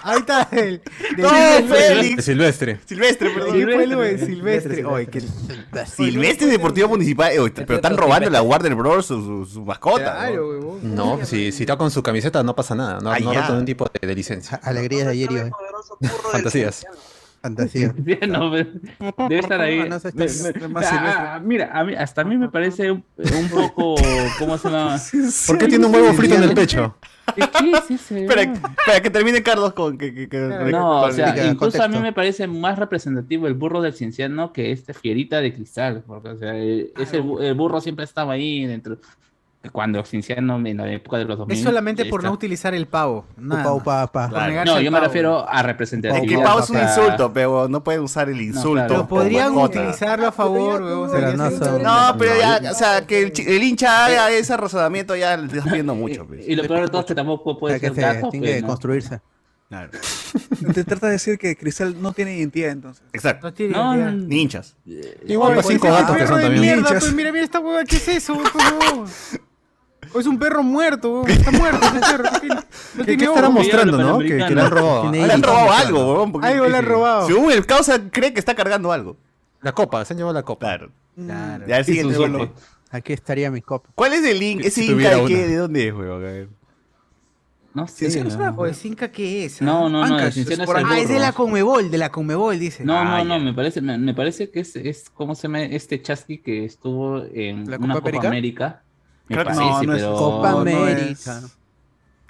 Ahí está el.
No,
De
Félix.
Este.
Silvestre.
Silvestre, perdón.
El pueblo de Silvestre. Pues, Oye, que.
Silvestre Deportivo Municipal. eh, oye, pero están robando la Warner Bros. su, su- su mascota.
Claro,
¿no?
huevón.
No, si, si está con su camiseta no pasa nada. No,
Ah,
no
ya.
roto ningún tipo de, de licencia.
Alegrías de ayer y hoy.
Fantasías.
Fantasía.
Bien, no, pero debe estar ahí.
No, no, no,
Me-
no,
me-
no, más
ah,
silvestre.
ah, mira, a mí- hasta a mí me parece un, un poco. ¿Cómo se llama?
¿Por qué tiene un huevo frito en el pecho?
¿Qué es ese?
Espera, espera, que termine Carlos con. Que, que- que-
No, o
con-
sea,
Explica,
incluso a mí
contexto.
me parece más representativo el burro del cienciano que esta fierita de cristal, porque o sea, el- ese bu- el burro siempre estaba ahí dentro. Cuando cienciano en la época de los 2000.
Es solamente por no
esta-
utilizar el pavo. nada
Upa,
más.
upa, upa.
Claro.
negar-
No, yo me
pavo.
refiero a
Es que
representatividad.
pavo es un
o sea,
insulto, pero no pueden usar el insulto.
claro.
Pero
como
podrían
mascota.
utilizarlo a favor, huevón.
Pero
sería
no
cierto.
son-
No, pero ya, o sea, que el, chi- el hincha haga ese razonamiento ya le estás pidiendo mucho. pues.
Y, y lo peor de todo es que tampoco puede
Para
ser
que se
gato,
tenga
pues,
que
¿no?
construirse.
Claro.
Te trata de decir que Cristal no tiene identidad entonces.
Exacto.
No tiene
No,
idea.
no,
Ni hinchas.
Igual los cinco gatos que
perro
son
de
también.
mierda,
Hinchas.
pues mira, mira esta hueva, ¿qué es eso? pues, huevón? Es un perro muerto, huevón, está muerto ese perro. no tiene- No
¿Qué,
tiene
qué estará
ojos.
mostrando, no? Que,
Panamericano.
que le han robado.
Tiene
Ah, Le han
Sí,
robado
claro.
algo, huevón. porque-
Algo le han robado.
Según el causa, cree que está cargando algo.
La copa, se han llevado la copa.
Claro.
Claro.
Ya, el
Y
siguiente,
su
bueno.
sueldo.
Aquí estaría mi copa.
¿Cuál es el link?
Si
¿Ese
tuviera
Inca de, qué?
una.
¿De dónde es, huevón? A ver.
No sé.
Cienciano es una
no.
Oye, ¿Cinca qué es? ah?
No, no, no,
Ancash,
el cienciano
es
es
por
el
Ah, es de
burro.
la Conmebol, de la Conmebol, dice.
No,
Ah,
no, no,
ya.
me parece, me, me parece que es, es ¿cómo se llama? Este Chasqui que estuvo en
¿La
una
Copa
Copa América. Me
Creo que
parece,
no, no es
pero...
Copa
no
América.
es.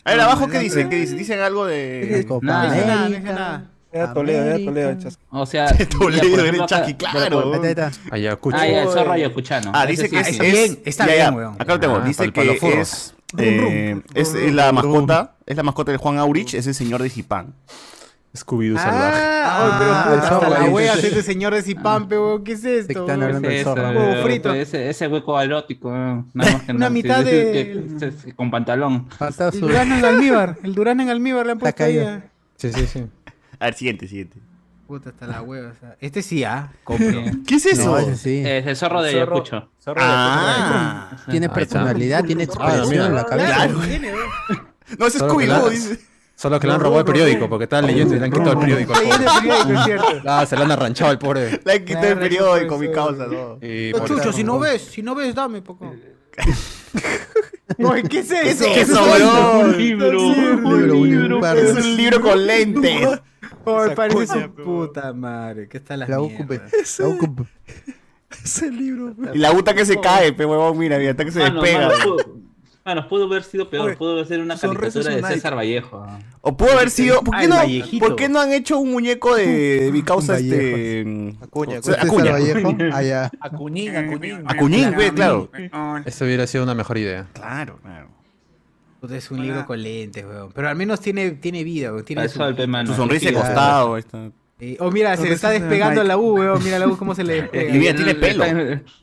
A ver, abajo, ¿qué
no,
dicen?
no.
¿Qué dicen? Dicen algo de.
Copa
nada.
No dice
América.
nada, no dice nada.
Eh,
Era Toledo, era Toledo,
América.
chasco.
O sea,
Toledo,
mira, por
era el
ejemplo, acá-
Chasqui, claro.
Ahí está, ahí está.
Ayacucho.
Ah, ya, el zorro ayacuchano.
Ah,
Ese
dice
sí,
que
sí.
es.
está
es-
bien, está
ya,
bien,
ya,
weón.
Acá lo tengo.
Ah,
Dice
para- para
que
los furros.
es. eh, es la mascota, es la mascota de Juan Aurich, es el señor de Zipán.
Scooby-Doo salvaje.
Ah,
el
ay, pero puta, hasta
zorro,
la
dice.
wea de ese señor de Zipampe, weón, ¿qué es
Te
esto?
están
weón?
hablando del
Ese-
zorro.
Huevo frito.
Ese, ese hueco alótico, eh, nada más que
Una
no,
mitad
sí,
de-
sí, sí, sí, con pantalón.
Falta
El
su...
Durano en almíbar, el Durano en almíbar le han
Está
puesto ahí.
caído.
ah.
Sí, sí, sí.
A ver, siguiente, siguiente.
Puta, hasta la hueva. o sea, Este sí, ah, compro.
¿Qué es eso?
No, ese sí.
Es el zorro de
Zorro-
Ayacucho.
Zorro de
ah,
Ahí
Tiene
está.
personalidad, tiene expresión en la cabeza.
claro. No, es
Solo que
Scooby-Doo,
la-
dice.
Solo que le han robado el periódico, porque estaban leyendo y le han quitado el periódico. al pobre. Ah, se le han arranchado al pobre.
Le han quitado el
Claro,
periódico, mi
eso.
causa, no.
Y
No,
por-
Chucho, si no ves, si no ves, dame, poco. Oye, ¿qué es
¿Qué es
eso?
eso, weón?
libro,
un libro, un par de-
Es un libro con lentes.
Oye, parece su puta madre, que está la
La ocupe.
mierda.
La ocupe.
Ese libro.
Y la buta que
Oh.
se cae, pe huevón, mira, mira, hasta que se
Mano,
despega.
Ah, mano, pudo, mano, pudo haber sido peor,
Oye,
pudo haber sido una
sonrisas
caricatura de
Nike.
César Vallejo. ah.
O pudo haber sido. ¿Por
Ah,
qué,
el
no,
Vallejito.
¿Por qué no han hecho un muñeco de mi causa
Vallejo.
este. mm,
Acuña,
o sea,
César
Acuña. Eh,
Vallejo,
Ah,
allá.
Acuñín, Acuñín.
Acuñín, güey, claro.
Eso hubiera sido una mejor idea.
Claro, claro.
Puta, es un libro con lentes, weón. Pero al menos tiene, tiene vida, weón. Tiene
Al
su-
sol, pe, mano.
Tu sonrisa de
Sí,
costado. esta-
Eh, oh, mira, se le
Entonces,
está
eh,
despegando
Mike.
la U, weón. Mira la U cómo se le
eh,
despega.
Y mira,
le-
tiene
le
pelo.
están-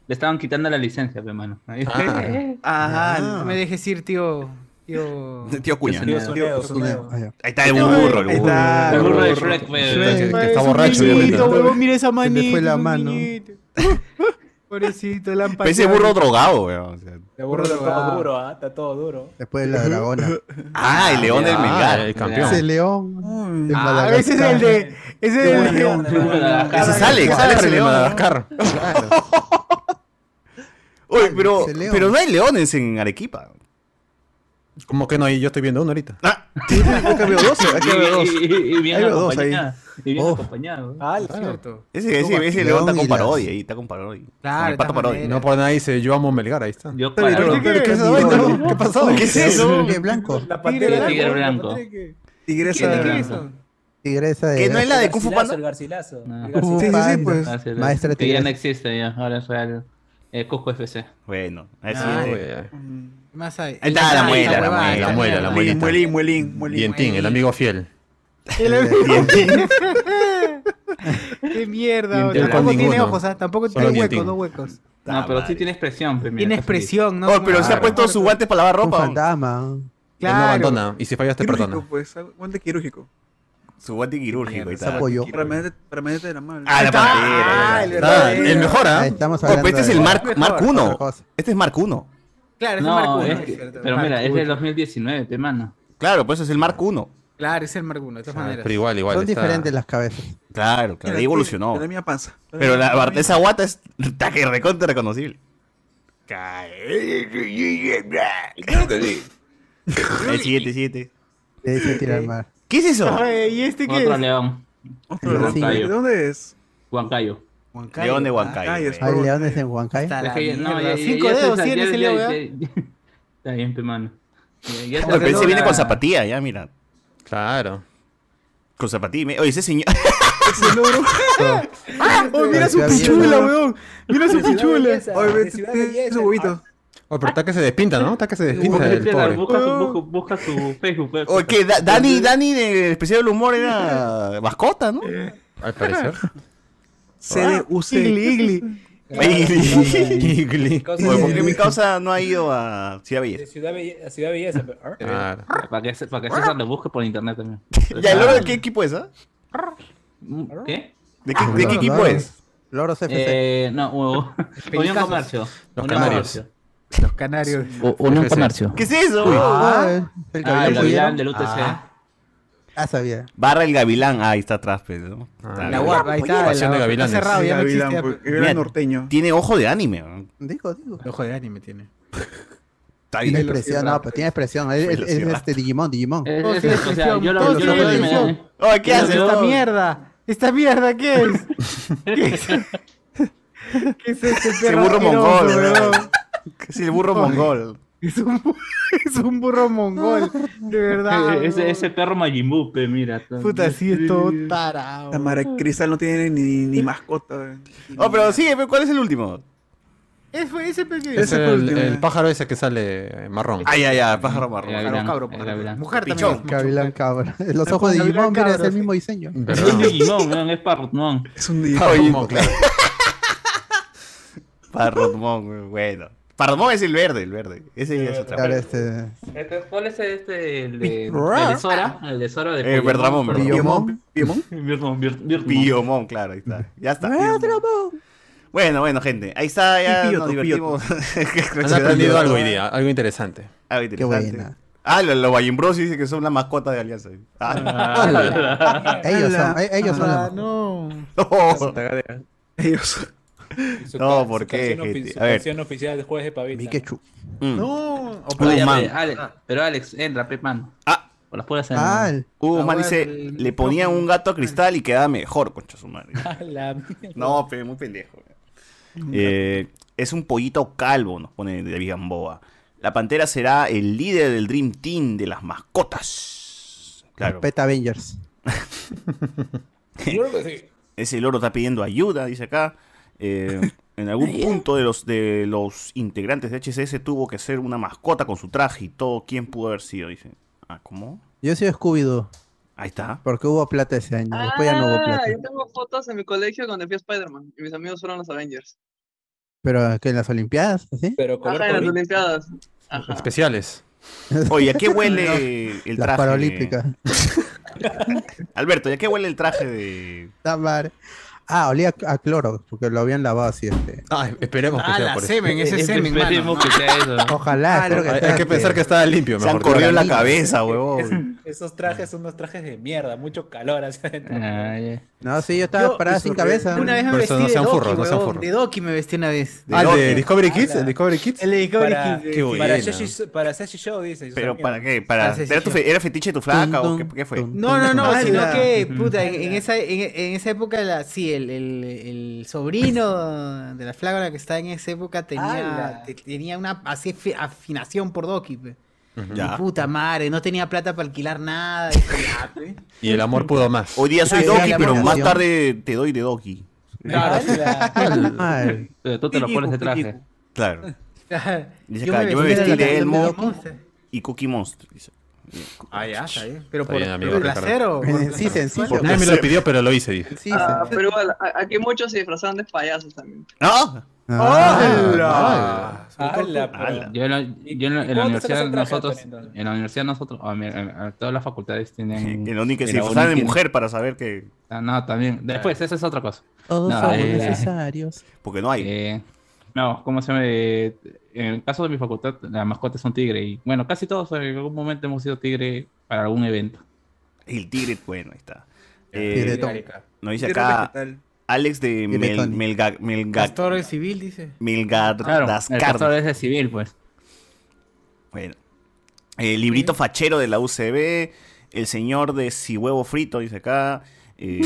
Le, estaban quitando la licencia, pe, mano. Ahí.
Ah.
Ajá, no me dejes ir, tío. Tío.
Tío Acuña.
Tío
Toledo, Toledo.
allá.
Ahí está el burro, el
Ahí
burro.
está.
El burro de
Burro.
Shrek, pe.
Shrek. que- que está
Es un
borracho,
niñito,
obviamente.
weón, mira esa
le
manita.
fue la
un
mano.
niñito. Pobrecito, la han
Pero Ese burro drogado, weón. o sea.
El burro está todo duro, ah, está todo duro.
Después de la dragona.
Ah, el león del
Ah,
Melgar.
el campeón.
Ese león. de
Ah, ese es el de. Ese es el de.
Ese sale,
Ese
sale ese
de
león.
Madagascar.
Uy, pero,
Ese león.
pero no hay leones en Arequipa.
Como que no, ahí yo estoy viendo uno ahorita.
Ah,
Acá veo 12, acá veo
Y-
12.
y- y- Y bien
Ahí veo dos
acompañado. Y bien
Oh.
acompañado. ¿eh?
Ah, el-
Cierto.
ese, ese, ese león
León
está
y
con
las-
parodia ahí, está con parodia.
Claro,
Con el
de
pato
todas
parodia.
No por nada dice yo amo Melgar, ahí está.
Yo
Pero,
cuadro.
pero, ¿qué es esa
Mi
vaina?
ídolo.
¿Qué pasó?
¿Qué es eso?
Tigre blanco.
la
Tigre
pantera
blanco.
blanca.
Tigresa.
¿De qué es eso?
Tigresa de.
Que no es la de Kung Fu Panda.
Eh, El garcilaso.
No.
el garcilaso.
Kung
Sí,
Fu
sí, sí,
Panda.
pues.
Ah, sí,
Maestra
que ya no
Tigre.
existe, ya. Ahora es real. Eh, Cusco FC.
Bueno, eh. a ver,
Ah,
siguiente.
Uy, ay, ay.
¿Qué más hay?
Ahí está, la muela, la
huevada,
muela,
la muela, la muela.
Muelín, muelín,
Y
muelín.
en Tin, el amigo fiel.
Qué mierda,
Ni
weón.
entero
Tampoco
con
tiene
ninguno.
ojos, ¿ah? tampoco
Solo
tiene
ni
huecos,
tiene.
dos huecos.
Ah,
No, pero sí
madre.
tiene expresión. pe, mira,
Tiene
está feliz.
expresión, ¿no?
Oh, pero se ha
Claro.
puesto su guante para lavar
Un
ropa.
fantasma.
Él no
Claro.
abandona. Y si fallas te
Quirúrgico,
perdona.
pues. Guante quirúrgico.
Su guante quirúrgico y tal.
Remanente, remanente de la madre.
Ah, la pantera.
Ah,
Ah,
el Pues,
el,
verdadero.
mejor, ¿ah?
Ahí estamos
Oh, pero
hablando
este es el
de-
Mark, Mark
Mejor,
1.
otra cosa.
Este es Mark 1.
Claro,
No,
es el Mark I,
es
¿no?
que-
Es cierto,
pero
Mark
mira, es
I.
del 2019, pe mano.
Claro, pues es el Mark 1.
Claro, es el Mark I, de todas maneras.
pero igual, igual.
Son
está-
diferentes las cabezas.
Claro, claro. ahí evolucionó.
De la mía panza.
Pero la, esa guata es está que recontra reconocible. Claro que sí. El siguiente, siguiente.
Te dice tirar mar.
¿Qué es eso?
Ay, ¿y este qué
Otro
es?
león.
Otro león. ¿De dónde es?
Huancayo.
León de Huancayo.
Ay, es
Hay
por-
leones en Huancayo.
Está la
Es que ya- no,
mierda.
ya- ya-
Cinco
ya se-
dedos
ya-
tiene
ya-
ese
ya-
Leo,
ya-
¿eh?
¿verdad?
Está bien, pe mano. Ya- ya
Oye, pero
salió
ese viene
la-
con zapatilla, ya, mira.
Claro.
Con zapatilla. y me- Oye, ese señor.
Ese loro. Ah,
Oh, mira su
Está bien,
pichula,
¿no?
weón. Mira su
De Ciudad
pichula.
Belleza,
Oye,
de
ve, este
Ciudad
tiene
Belleza.
su huevito.
Oh, pero está que se despinta, ¿no? Está que se despinta
Busca,
el
busca,
pobre.
busca su, busca, busca su Facebook. pe.
Oye, que Da- Dani, Dani de especial del humor era mascota, ¿no?
Eh,
Ah.
Al parecer.
CDUC.
Igli, igli.
Oye, ¿por qué mi causa no ha ido a Ciudad
De
Belleza?
Ciudad Belle- a Ciudad Belleza. pero- ¿ah?
Claro.
Para que, para que César lo busque por internet también.
¿Ya el loro de qué equipo es, ah?
¿Qué?
¿De qué, de qué
Loros,
equipo
loros.
es?
Loros FC.
Eh, no, huevo. Unión
Pelicazos.
Comercio.
Los
Unión
canarios.
Comercio.
Los canarios.
U- Unión
FC.
Comercio.
¿Qué es eso?
Ah, el- el
Ah, el
gavilán
gavilán
pudieron.
del UTC.
Ah, sabía.
Barra el Gavilán. Ah, ahí está atrás, pues, ¿no? Está
Ah, La
bien.
guapa, ahí está.
Pasión de
la-
gavilanes.
Está cerrado,
Sí,
ya pues. no
Gavilán,
existe.
porque
Mira,
era norteño.
Tiene ojo de anime. ¿no?
Digo, digo.
Ojo de anime tiene.
Está
Tiene
bien.
expresión, no, pero tiene expresión. Es, es- es
Velocidad.
este Digimon, Digimon.
Es-
Todo
es
tiene
eso, o sea,
expresión,
yo lo
pues,
todo
yo lo
tiene
veo ¿eh? y me-
expresión.
Oye, ¿qué
Mira,
haces?
mira,
¡Esta
No.
mierda! ¡Esta mierda qué es! ¿Qué es, ¿Qué es este
Es el
perro
burro
asqueroso,
mongol.
weón?
¿verdad? Es el burro mongol.
Es un, bu- es un burro mongol, de verdad.
Ese,
weón.
ese perro Majin Buu, pe, mira.
Puta, sí es todo tarado.
La Mara Cristal no tiene ni, ni mascota. eh.
Oh, pero sí, pero ¿cuál es el último?
Ese fue ese pequeño.
Es
Ese fue el
el,
último.
el pájaro ese que sale eh, marrón.
Ay, ay, ay, pájaro
El
marrón.
gavilán,
cabro,
el gavilán.
Mujer
Pichón.
también. es mucho.
Gavilán cabra. Los ojos de
Gavilán
Digimon, mira, es
cabra,
el
sí.
mismo diseño.
Es
Pero-
un Digimon, weón, es Parrotmon.
Es un día.
Oye,
Como, claro.
Parrotmón, güey, bueno. Parrotmón es el verde, el verde. Ese ya es otra.
Claro,
cosa.
este.
Este, ¿Cuál es este? El de,
Ra.
el de Sora. El de Sora de
Eh, Verdramón, Verdramón.
Piemón, Piemón.
Birdramon, Bir- Birdramon.
Piomón, claro, ahí está. Ya está. Bueno, bueno, gente. Ahí está, ya
Pioto,
nos divertimos.
Han aprendido algo hoy día, algo interesante.
Algo
Qué
interesante.
buena.
Ah, los lo Vallimbrosi dice que son la mascota de Alianza. Ah,
Ellos
Ala.
son, e- ellos son.
Ah,
la-
no.
no.
Ellos.
Y su
No,
ca-
¿por
su
qué,
canción ofi-
gente?
Su
A ver.
canción oficial de Jueves de Pavita.
Vi que chu-
Mm.
No. O
Pero, ya,
Man.
pe, Alex, pero Alex, entra, pe, mano.
Ah.
Por las puras
Ah,
en-
el-
Hugo
La
Man
wea
dice,
del
le ponían un gato a cristal y quedaba mejor, concha su madre.
A la mierda.
No, pe, muy pendejo. Eh, es un pollito calvo, nos pone David Gamboa. La pantera será el líder del Dream Team de las mascotas. Claro.
Pet Avengers.
Yo creo que sí.
Ese loro está pidiendo ayuda, dice acá. Eh, en algún punto de los, de los integrantes de HCS tuvo que ser una mascota con su traje y todo. ¿Quién pudo haber sido? Dice. Ah, ¿cómo?
Yo soy Scooby-Doo,
Ahí está.
porque hubo plata ese año. Después ya no hubo plata.
Ah, yo tengo fotos en mi colegio donde fui a Spider-Man y mis amigos fueron los Avengers.
Pero que en las Olimpiadas, ¿sí?
Pero color
Ajá, en las
corriente.
Olimpiadas. Ajá.
Especiales.
Oye, ¿a qué huele el traje?
Las Paralímpicas.
Alberto, ¿y a qué huele el traje de,
Está mal. Ah, olía a cloro, porque lo habían lavado así. Este.
Ah, esperemos que
Ah,
sea
la
por eso.
semen, ese es semen, mano.
Esperemos que sea eso.
Ojalá, espero que
Hay,
sea
hay que pensar que estaba limpio,
Se han
mejor.
corrido
dicho.
en la
"Mm".
cabeza, huevón.
Es- esos trajes son unos trajes de mierda, mucho calor hacia adentro.
Ah, ya.
No, sí, yo estaba
Yo,
parada sin cabeza.
Una vez me
eh. Por
vestí
eso no
de
sean
Doki,
furros, no sean
weón.
furros.
De Doki me vestí una vez.
Ah, ¿el de
Doki.
Discovery Kids?
Ala.
¿El Discovery Kids?
El de Discovery
Para,
Kids,
Qué
eh.
bueno.
para,
buena.
Yoshi- para Sashi Show, dice.
Pero ¿para
qué?
qué? ¿Para,
Ah, sí, sí,
¿era, tu
sí.
fe- ¿Era fetiche de tu flaca o qué, qué fue?
No, no, no,
Ah,
sino
la-
que, puta, en, en esa, en, en esa época, la, sí, el, el, el sobrino de la flagra que estaba en esa época tenía,
Ala.
te- tenía una así, fi- afinación por Doki, pe. Y
Ya.
puta madre, no tenía plata para alquilar nada. y dije, ya, pe.
Y el amor pudo más.
Hoy día soy
Ah,
Doki,
era la
pero más
combinación.
tarde te doy de Doki.
Mal.
Pero Tú te lo pones de traje.
Claro. Dice
Yo
acá,
me
yo me
vestí
vestí
de la
de
canción de
Elmo
Doki Monster.
y Cookie Monster. dice.
Ah, ya, está bien. Pero
Está
por,
bien, amigo,
por
Ricardo.
placer o por
En
placer
sí, sencillo.
sexual.
Nadie me lo pidió, pero lo hice, dije.
Sí,
Ah,
sí.
pero igual, a- aquí muchos se disfrazaron de payasos también.
¡Ah!
¡Hala!
¡Hala! pero-
Yo en la, yo en la- en la
¿Cuánto
universidad
sacas el traje,
nosotros, en la universidad nosotros, oh, o en- en- en eh, todas las facultades tienen...
En la única que
en
se
la
disfrazaban de
única-
mujer para saber que.
Ah, no, también. Después, esa es otra cosa.
Todos
No,
somos
eh,
necesarios. Porque no hay.
no, ¿cómo se llama? Eh, En el caso de mi facultad, la mascota es un tigre. Y bueno, casi todos en algún momento hemos sido tigre para algún evento.
El tigre, bueno, ahí está.
Tigretón.
Eh, nos dice
Tigre
acá
vegetal.
Alex de Mel,
Tigretón.
Melga- Melga-
Castor es civil, dice.
Melgar-
Claro, el
Dascar.
castor es de civil, pues.
Bueno. El librito fachero de la UCB. El señor de Si Huevo Frito, dice acá. eh,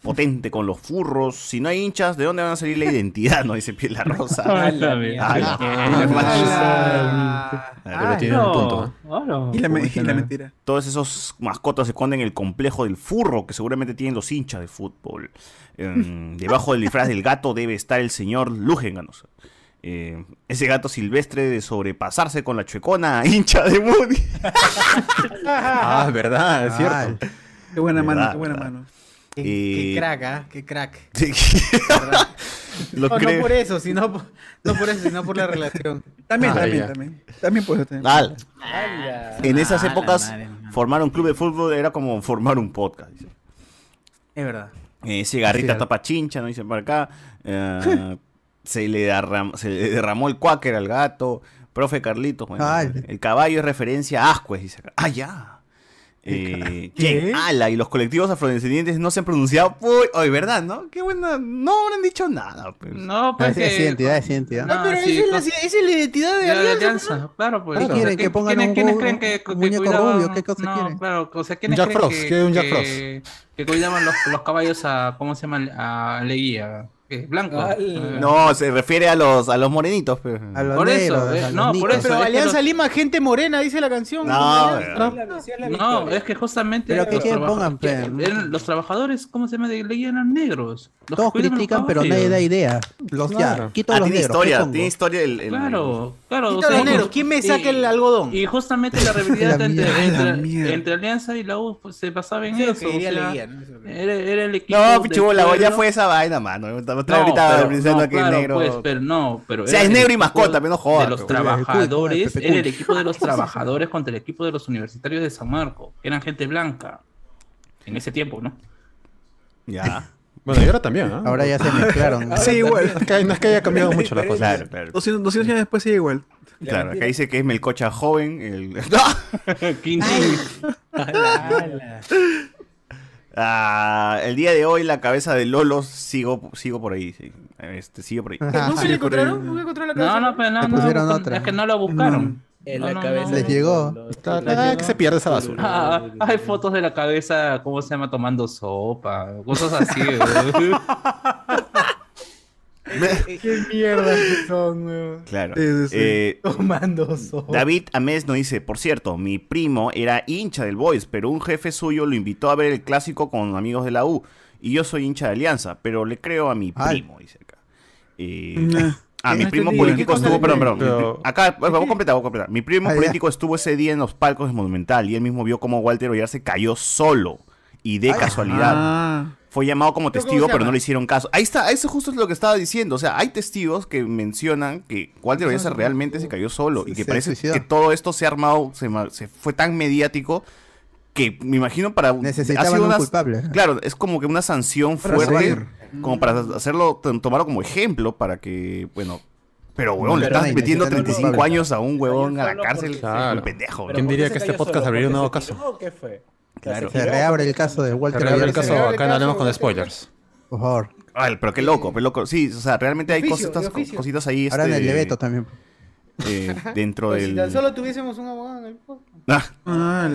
potente con los furros. Si no hay hinchas, ¿de dónde van a salir la identidad? No dice Piel la Rosa.
A la mierda.
A la-
A la-
A ver,
Ah, no. Ah, no. Y la me- y la
Comenta, ¿no?
mentira.
Todos esos mascotas se esconden en el complejo del furro que seguramente tienen los hinchas de fútbol. Em, debajo del disfraz del gato debe estar el señor Lujénganos. Eh, ese gato silvestre de sobrepasarse con la chuecona hincha de Moody. ah, es verdad, es cierto.
Qué buena mano,
¿Verdad?
qué buena mano.
Eh,
Qué crack, ¿ah? Qué crack.
Lo
no, no
creo.
por eso, sino por, no por eso, sino por la relación.
También,
Ah,
también,
ya.
también. También puedo tener.
Ala. En esas
Ah, la
épocas,
madre,
formar un club de fútbol era como formar un podcast. dice.
Es verdad.
Eh, cigarrita
Cigarro.
tapa chincha, no dicen para acá. Eh, se, le derram- se le derramó el cuáquer al gato. Profe Carlitos, bueno,
Ay.
el caballo es referencia a Ascuez, dice acá. Ah, ya. Eh, Jen Ala y los colectivos afrodescendientes no se han pronunciado. Uy, Ay, ¿verdad? ¿No? Qué buena. No habrán dicho nada. pues.
No, eh,
Ah, sí, es identidad, es identidad.
No, pero sí, esa es la- con-
es la identidad
de Alianza, Claro, pues.
¿Qué
O sea,
quieren?
¿qué-
¿Que pongan
¿quiénes,
un
quiénes
go-
creen que,
un
que
muñeco
cuidaban-
rubio? ¿Qué cosa
no,
quieren?
Claro, o sea, ¿quiénes
Jack
creen
Frost,
que,
¿quiere un Jack
que- que cuidaban los, los caballos a, ¿cómo se llama? A Leguía. ¿Qué? Blanco. Eh,
No, se refiere a los, a los morenitos. pues.
Por eso, eh, no, por eso.
Pero
es que
Alianza
los-
Lima, gente morena, dice la canción.
No,
no.
No, es que justamente.
Pero que
los
quieren
trabajadores-
pongan, pues, pe.
eran- Los trabajadores, ¿cómo se llama? De Leguía eran negros. Los que
Todos
cuidaban los
critican, pero nadie
caballos.
da idea. Los
Claro.
ya, quito a
Ah,
los
tiene
negros.
historia,
¿qué pongo?
tiene
historia el, el-
Claro, claro.
Quita los negros, ¿quién me saca el algodón?
Y justamente la rivalidad
La
entre,
mierda, la
entre, entre Alianza y la U pues, se basaba en eso.
que diría
o sea,
Leguía,
era, era el equipo.
No,
del
pichubola, ya
pueblo.
fue esa vaina, mano. Estamos
No,
ahorita
pero-
pensando
no,
que es
claro,
negro.
pues, pero no, pero
O sea,
era
es
el
negro y
equipo
mascota, pero no joda,
De los
pero-
trabajadores,
Pepe Cuy.
era el equipo de los trabajadores contra el equipo de los universitarios de San Marco, que eran gente blanca. En ese tiempo, ¿no?
Ya.
Bueno, y ahora también, ¿ah?
Ahora ya se mezclaron.
Sí, igual.
Es que, no es que haya cambiado mucho la cosa.
Claro, claro.
200, 200 años después sigue igual.
Claro, acá dice que es Melcocha joven. El... Ah, el día de hoy la cabeza de Lolo sigo, sigo por ahí. sí. Este, sigue por ahí.
¿No se le
Sigue por ahí.
encontraron? ¿No se encontraron la
eh, No,
cabeza?
no, pero no, no, no, es que no lo buscaron.
En
No,
la
no,
cabeza.
no.
Les llegó.
Está- ah, que se pierde esa basura.
Ah, hay fotos de la cabeza, ¿cómo se llama? Tomando sopa, cosas así. weón.
Qué mierda que son, weón.
Claro.
Sí, sí, sí.
Eh,
Tomando sopa.
David Amés nos dice, por cierto, mi primo era hincha del Boys, pero un jefe suyo lo invitó a ver el clásico con amigos de la U. Y yo soy hincha de Alianza, pero le creo a mi primo, dice acá. Eh,
Nah.
a mi
No
primo
entendí,
político
¿qué cosa
estuvo,
le
perdón,
creo?
perdón.
Pero-
Acá, vamos a completar, vamos a completar. Mi primo
Ah, ya.
político estuvo ese día en los palcos de Monumental y él mismo vio cómo Walter Ollar se cayó solo y de casualidad.
Ah.
Fue llamado como
¿Pero cómo
testigo,
se
pero no
llama?
le hicieron caso. Ahí está, eso justo es lo que estaba diciendo. O sea, hay testigos que mencionan que Walter Oyaza realmente se cayó solo y que
Ah, se
parece
suicidó.
que todo esto se ha armado, se, ma- se fue tan mediático que me imagino para un-
Necesitaban
ha sido
un
una-
culpable.
Claro, es como que una sanción
Para
fuerte,
seguir.
como para hacerlo, t- tomarlo como ejemplo para que, bueno. Pero, huevón, le
Pero
estás
no,
metiendo
necesitan un
35
culpable.
años a un huevón a la
solo
cárcel,
porque- Claro.
un pendejo.
¿Quién
¿no?
diría que este podcast abriría un nuevo caso?
¿Qué fue?
Claro.
Se reabre el caso de Walter
Pero el
Villar.
caso, acá no hablemos con spoilers.
Por favor.
Ay, Ah, pero qué loco, qué loco. Sí, o sea, realmente hay
Oficio,
cositas,
de oficio.
cositas ahí.
Ahora en
este,
el Lebeto también.
eh, dentro
Pues si tan
del.
solo tuviésemos un abogado en el podcast.
Ah.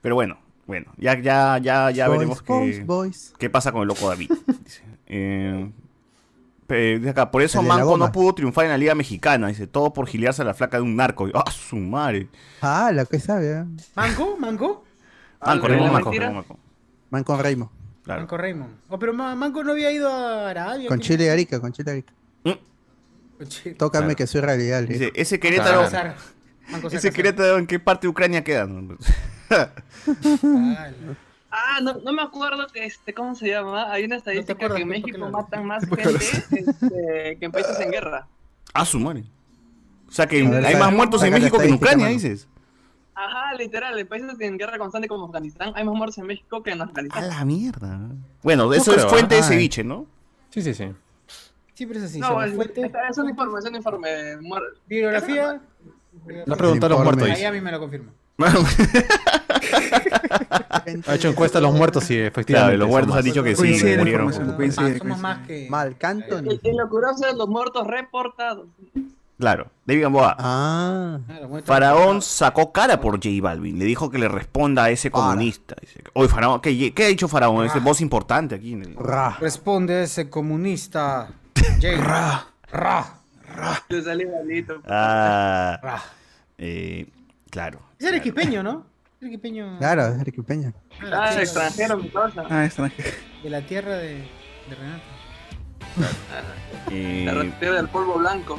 Pero bueno, bueno, ya, ya, ya, ya
Boys,
veremos
boys,
qué,
boys.
qué pasa con el loco David. dice. Eh, pe- dice acá, por eso
El de la
Manco
goma.
no pudo triunfar en la Liga Mexicana. Dice, todo por gilearse a la flaca de un narco. Y, ¡Ah, su madre!
Ah, la que sabe. ¿eh?
¿Manco? ¿Manco?
Manco,
¿La
Raymond Manco,
mentira?
Raymond Manco.
Man con Raimo.
Claro.
Manco Raymond. Oh, pero Ma- Manco no había ido a Arabia.
Con
¿qué?
Chile y Arica, con Chile y Arica.
Con Chile.
Tócame
Mm. Claro.
que soy realidad. le
Dice,
dijo.
ese Querétaro.
Sar- Manco
Ese
Sarcasar.
Querétaro, ¿en qué parte de Ucrania queda?
Ah, no, no me acuerdo que este, ¿cómo se llama? Hay una estadística que en México matan más gente este, que en países en guerra.
A Ah, su madre. O sea que
A ver,
hay
saca-
más muertos en
saca la
México que en
estadística,
Ucrania,
mano.
dices.
Ajá, literal, en países en guerra constante como Afganistán, hay más muertos en México que en Afganistán.
A la mierda. Bueno, eso
creo,
es fuente
¿ah?
de
¿eh?
Ay.
ceviche, ¿no?
Sí, sí, sí.
Sí, pero es así.
No,
Seba.
es, esta- es un informe, es un informe. muer-
Bibliografía.
Lo ha preguntado a los muertos, dice.
Miami me lo confirma.
Ha hecho encuesta a los muertos y efectivamente.
Claro, los muertos
son
han
más.
dicho que sí, Coincide la murieron. información,
Ah, somos más que.
Mal canto.
Y, y lo curioso es los muertos reportados.
Claro, David Gamboa.
Ah.
Faraón sacó cara por J Balvin. Le dijo que le responda a ese comunista. Dice, Oye, Faraón, ¿qué, qué ha dicho Faraón? Es voz importante aquí en el.
Responde ese comunista.
Ra.
Ra.
Ah.
Le salió malito.
Ah, eh, claro.
Es arequipeño, ¿no? Arequipeño.
Claro, es Eric Peña.
Ah, el extranjero, mi cosa.
Ah, extranjero.
De la tierra de, de Renato.
Eh,
La retira del polvo blanco.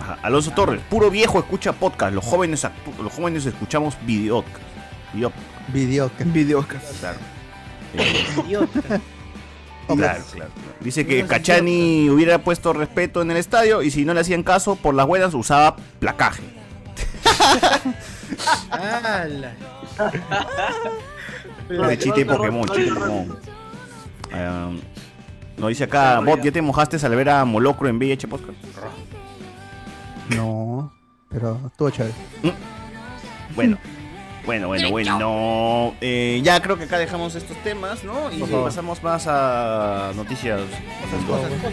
ajá, Alonso Torres, puro viejo escucha podcast. Los jóvenes, actu- los jóvenes escuchamos videocast. Video-
Videoca.
Videoca.
Claro.
Idiota.
Claro, claro. Dice que Cachani hubiera puesto respeto en el estadio y si no le hacían caso, por las buenas usaba placaje.
¡Hala!
De chiste Pokémon, chiste Pokémon. Um, nos dice acá, Bot, ¿ya te mojaste al ver a Molocro en VH Podcast?
No, pero estuvo chévere.
Mm. Bueno, bueno, bueno, bueno. Eh, ya creo que acá dejamos estos temas, ¿no? Y
Por favor.
pasamos más a noticias.
cosas,
cosas.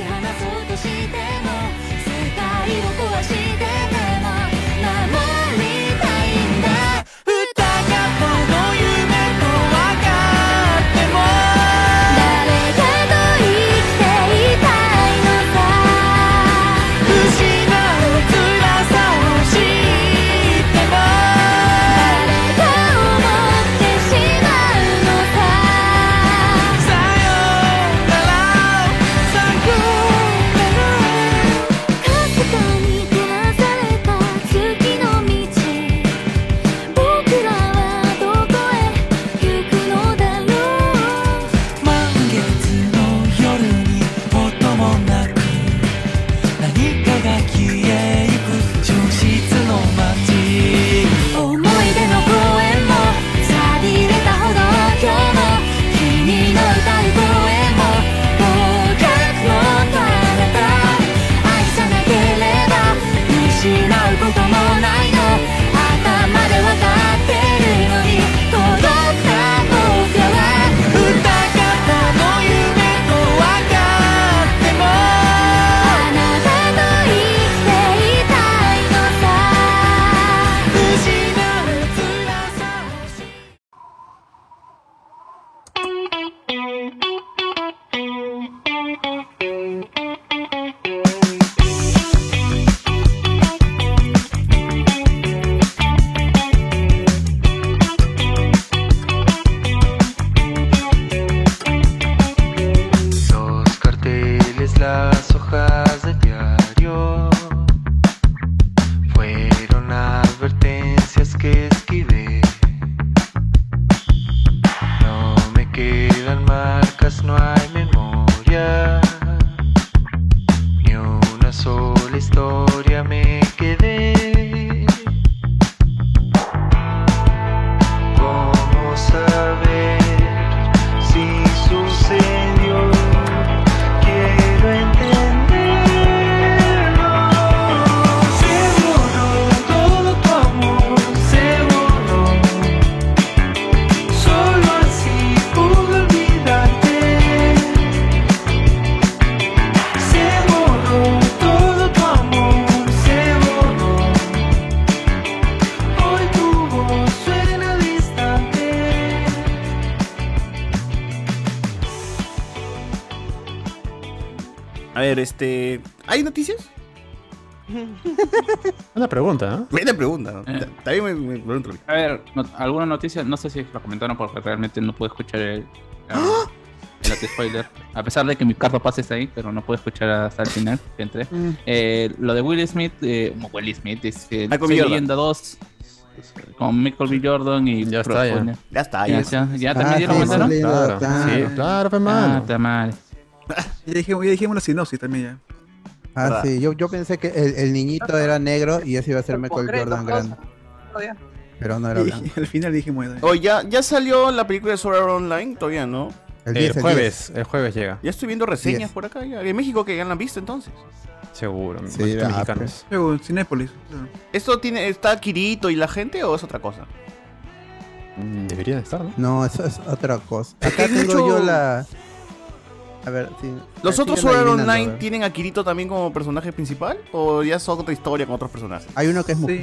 いい話としても世界を壊してでも守りたいんだ疑ったの夢と分かっても誰かと生きていたいのさ失う辛さを知っても誰か思ってしまうのささよなら「かすかに照らされた月の道」「僕らはどこへ行くのだろう」
「満月の夜に音もなく」「何かが消えゆく消失の街」
「思い出の公園もさびれたほど今日も」「君の歌う声も合格の彼方」愛さなければ失うこともないの頭でわかってるのに届くかどうかは
「歌方の夢と分かっても」
あなたと生きていたいのさ失う辛さを
Los carteles, las hojas del diario fueron advertencias que esquivé. No me quedan marcas, no hay memoria. Ni una sola historia me quedé. ¿Cómo saber? Si sucedió, quiero entenderlo. Se borró todo tu amor, se borró. Solo así pude olvidarte. Se borró todo tu amor, se borró. Hoy tu voz suena distante.
A ver, este. ¿Hay noticias?
Una pregunta, ¿no?
Buena pregunta. También me, me pregunto.
Eh. A ver, no- alguna noticia, no sé si lo comentaron porque realmente no pude escuchar el,
¡Ah!
el anti-spoiler. A pesar de que mi carta pase está ahí, pero no pude escuchar hasta el final que entré.
Mm.
Eh, lo de Will Smith, eh, como Will Smith, es eh,
Michael
Soy
B. Ah, Jordan.
Leyenda 2 con Michael B. Jordan y. Ya
está, ya.
Ya está,
Ya,
ya.
ya, ya
Ah,
también dieron
sí,
cuenta, ¿no?
sí, claro, Claro. sí, claro, pe,
Ah,
mano.
está mal.
Ya dijimos, ya dijimos la sinopsis también ya.
Ah, sí, yo, yo pensé que el, el niñito era negro y ese iba a ser Michael
Concreto,
Jordan grande.
todavía.
Pero no era blanco.
Al final dijimos eso.
Oye, ya, ya salió la película de Sword Art Online, todavía no.
El,
diez, el
jueves, el jueves llega.
Ya estoy viendo reseñas
Diez.
por acá. Ya. En México que ya la han visto entonces.
Seguro.
Sí,
malditos
ah,
mexicanos.
Luego, Cinépolis.
¿Esto tiene, está Kirito y la gente o es otra cosa?
Mm, Debería de estar, ¿no?
No, eso es otra cosa. Acá
que de
tengo
hecho-
yo la. A ver, sí.
¿Los
Sí,
otros
sigan
Sword Art
adivinando, a
Online
ver.
tienen a Kirito también como personaje principal? ¿O ya es otra historia con otros personajes?
Hay uno que es mujer.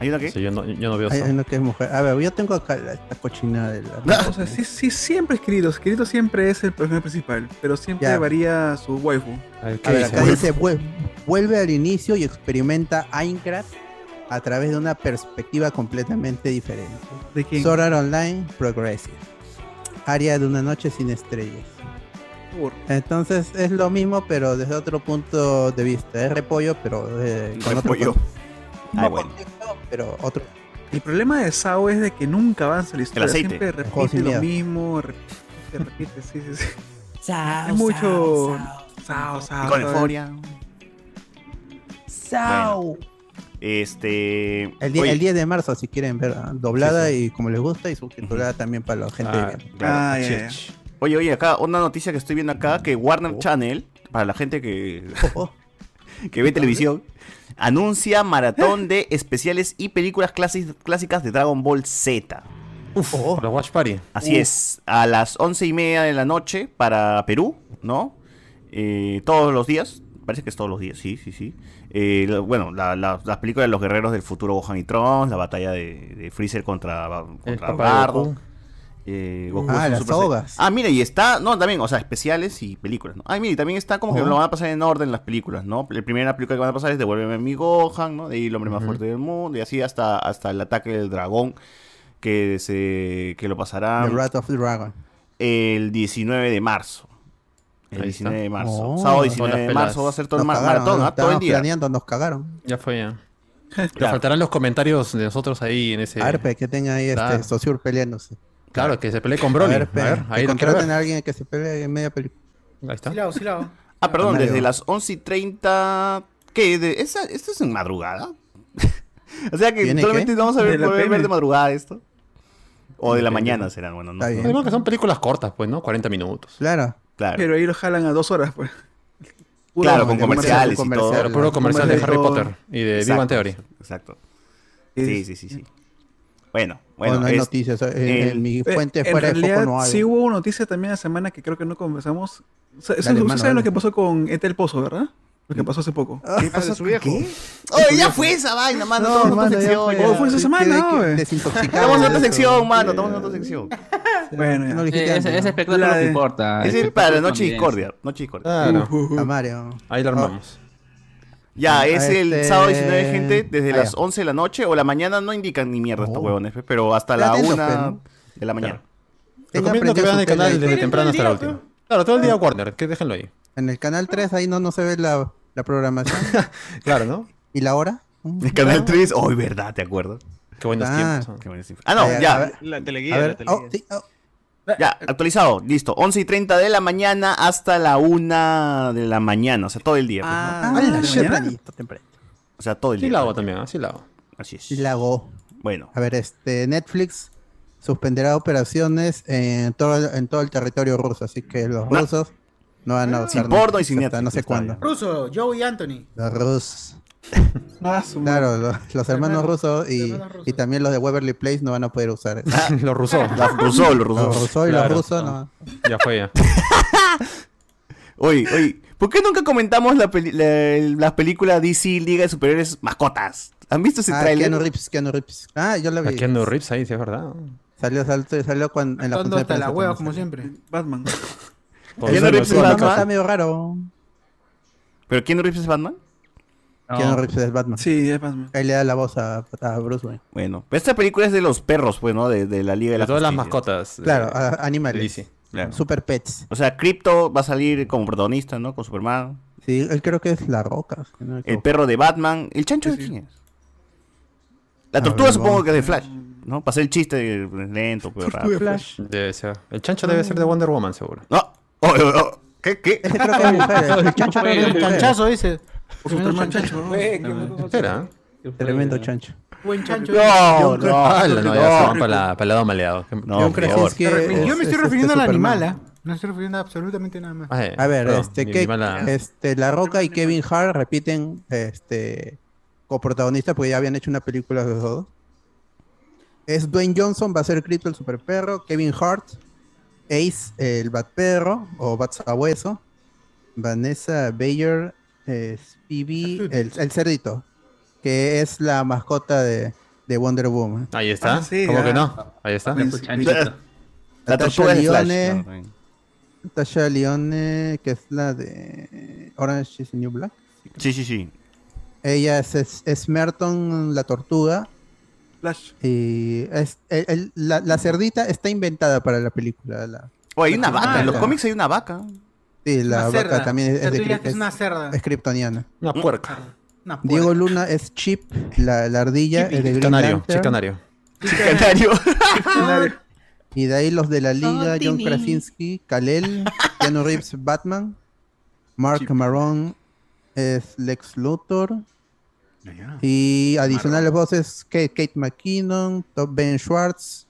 ¿Hay una qué?
yo, no, yo no veo
Hay uno que es mujer. A ver, yo tengo acá la, esta cochina de la.
O sea, sí, sí, siempre es Kirito. Kirito siempre es el personaje principal, pero siempre
Ya.
varía su waifu.
A ver, acá dice, "Vuel- vuelve al inicio y experimenta Minecraft a través de una perspectiva completamente diferente.
¿De quién?
Sword Art Online Progressive. Área de una noche sin estrellas.
Por-
Entonces es lo mismo, pero desde otro punto de vista. Es repollo, pero eh, con otro
Repollo.
contexto.
Ah,
No
bueno.
contexto, pero otro.
El problema de Sao es de que nunca avanza la historia.
aceite.
Siempre
El juego
repite
sin
lo
miedo.
mismo, repite, repite, sí, sí, sí. es mucho. Sao, Sao.
Y con
Sao.
euforia.
Sao.
Este.
El, día-
oye,
el 10 de marzo, si quieren ver, ¿ah? doblada y como les gusta, y subtitulada también para la gente.
Ah,
de-
claro. Sí. Oye, oye, acá una noticia que estoy viendo acá que Warner Channel, para la gente que,
Oh.
que ve televisión, anuncia maratón de especiales y películas clasi- clásicas de Dragon Ball Z.
Uf,
Oh.
la Watch Party.
Así es, a las once y media de la noche para Perú, ¿no? Eh, todos los días, parece que es todos los días, sí, sí, sí. Eh, lo- bueno, la- la- las películas de los guerreros del futuro Gohan y Tron, la batalla de, de Freezer contra, contra
papá de
Bardo.
Goku.
eh, Goku
Ah,
es un
las
Super Saiyan.
sogas.
Ah, mira, y está, no, también, o sea, especiales y películas, ¿no? Ah, mira, y también está como que
Oh.
lo van a pasar en orden las películas, ¿no? La primera película que van a pasar es Devuélveme a mi Gohan, ¿no? De ahí el hombre más fuerte del mundo, y así hasta, hasta el ataque del dragón, que se que lo pasará
The Wrath of the Dragon.
el 19 de marzo. El 19 de marzo.
Oh.
Sábado 19 de marzo va a ser todo el
Nos
mar-
cagaron,
maratón,
nos
¿ah? todo el
estaban
día.
planeando, nos cagaron.
Ya fue ya. Pero faltarán los comentarios de nosotros ahí en ese.
Arpe, que tenga ahí
Claro.
este Sociur peleándose.
Claro, que se pelee con Broly.
A
A
ver,
ver,
pe,
ahí lo
que
quiero
contraten
ver.
a alguien que se pelee en media película.
Ahí está.
Silao, silao.
Ah, perdón,
Mario.
desde las 11 y 30. ¿Qué? De- esa- ¿Esto es en madrugada? o sea que
¿Tiene
solamente
qué?
vamos a ver,
De la
poder ver
pena.
de madrugada esto. O de la
Depende.
mañana serán, bueno, no.
Está bien. Además que son películas cortas, pues, ¿no? 40 minutos.
Claro.
Claro.
Pero ahí lo jalan a dos horas, pues.
Claro, con comerciales, y todo.
Claro, puro comercial de Harry
Comercial de
Potter y de Big
Exacto,
Bang Theory.
Exacto. Sí, sí, sí, sí. Bueno, bueno.
Oh, no hay
es-
noticias, eh, en mi
Eh,
fuente
en
fuera de foco
realidad,
no hay.
sí hubo una noticia también la semana que creo que no conversamos. O sea,
Dale, mano,
¿Ustedes saben
dale. Mm.
lo que pasó con Ete el Pozo, verdad? Lo que pasó hace poco.
¿Qué pasó?
Ah, ¿Su viejo? Oye, ya fue esa vaina, mano. estamos en otra sección. ya.
¿Cómo Oh, fue esa semana? güey?
Estamos en otra sección,
eh,
mano. Estamos en otra sección.
Bueno, ya.
Eh, ese, ese espectáculo
La
no
de-
importa.
Ese es para Noche Discordia. Noche Discordia.
Claro. A Mario.
Ahí la armamos.
Ah. Ya, es el
Este-
sábado 19, de gente, desde
Ah,
las
ya.
11 de la noche o la mañana, no indican ni mierda estos huevones, pe, pero hasta la
Atentos,
1
pe, Oh. ¿no?
de la mañana.
Recomiendo que vean el canal desde temprano hasta la última. Claro, todo el día Warner, que déjenlo ahí.
En el canal 3 ahí no, no se ve la, la programación.
claro, ¿no?
¿Y la hora?
El canal 3, hoy, ¿verdad? ¿Te acuerdas?
Qué buenos
Ah.
tiempos.
Qué buenos tiempos. Ah, no,
Ay, a
ya.
ver. La teleguía, A ver, la teleguía. oh, sí,
Ya, actualizado, listo. 11 y 30 de la mañana hasta la 1 de la mañana, o sea, todo el día. pues, ¿no?
Ah, la shit.
O sea, todo el
Sí
día. pues.
la hago también, así la hago.
Así es.
Y la hago.
Bueno.
A ver, este Netflix suspenderá operaciones en todo, en todo el territorio ruso, así que los
Ma-
rusos no van a usar
Sin porno y sin
hasta no
Netflix,
sé
está
cuándo.
Ruso, Joey Anthony.
Los rusos.
Ah, su madre.
Claro, lo- los, hermanos rusos y,
hermanos rusos.
y también los de Waverly Place no van a poder usar.
los rusos.
Ah, Los rusos, los rusos.
Los rusos y
Claro,
los rusos no.
Ya fue ya.
Oye, oye, ¿por qué nunca comentamos la, peli- la- la película DC Liga de Superiores Mascotas? ¿Han visto ese
Ah,
tráiler?
Keanu Reeves, Keanu Reeves. Ah, yo la vi.
Aquí ando rips ahí, sí es verdad.
Salió, salió, salió cuando, en la
Tonto
función de
hasta la
prensa
hueva,
también.
como siempre.
Batman.
Por
Keanu
eso
Reeves
no
es
sé.
Batman.
Está medio raro.
¿Pero Keanu Reeves es Batman?
Keanu Reeves es Batman.
Sí, es Batman.
Ahí le da la voz a, a Bruce Wayne.
Bueno, pero esta película es de los perros, pues, ¿no? De, de la Liga de,
De
la
todas las
Justicia.
mascotas.
Claro,
eh,
a- animales.
de DC.
Claro.
Super Pets.
O sea, Crypto va a salir como protagonista, ¿no? Con Superman.
Sí, él creo que es La Roca. si no me
El
equivoco.
perro de Batman. ¿El chancho de quién es? La
A
tortuga
ver,
supongo
vamos.
que es de Flash, ¿no? Pasé el chiste eh, lento, pero raro.
Debe ser. El chancho debe ser de Wonder Woman, seguro.
No, Oh, oh, oh, ¿Qué? ¿Qué?
Chancho, chanchazo, dice.
Tremendo chancho.
Güey,
Ah, Espera.
Tremendo chancho.
Buen chancho.
Pues, eh, No, no,
Yo-
no, no, ya se van para, la, para el lado maleado.
Yo creo que es que es-
Yo me
es
estoy
este
refiriendo al
Superman.
animal, ¿ah? No estoy refiriendo a absolutamente nada más.
A ver,
perdón,
este,
mi-
que,
mi mala-
este, La Roca y Kevin Hart repiten este, coprotagonista porque ya habían hecho una película de los dos. Es Dwayne Johnson, va a ser Crypto el super perro, Kevin Hart, Ace el bat perro o bat sabueso, Vanessa Bayer es PB el, el cerdito, que es la mascota de, de Wonder Woman.
Ahí está. ¿Cómo que no? Ahí está.
La tortuga
de Flash.
Leone, Natasha Leone, que es la de Orange is the New Black.
Sí, sí, sí.
Ella es, es, es Merton, la tortuga. Y es, el- el- la, la cerdita está inventada para la película. La,
Oh, hay una
la
vaca. En los
cerdita.
cómics hay una vaca.
Sí, la
una
vaca
cerda.
también
O sea,
es, de
tú dirías
cri-
que es una cerda.
Es kryptoniana.
Una
Mm.
puerca.
Diego Luna es Chip, la, la ardilla. el de Green
Canario,
Lantern.
sí, canario.
Canario.
Y de ahí los de la liga,
Son
John
tini.
Krasinski, Kalel, Keanu Reeves, Batman, Mark Maron es Lex Luthor. Y adicionales voces, Kate, Kate McKinnon, Top Ben Schwartz.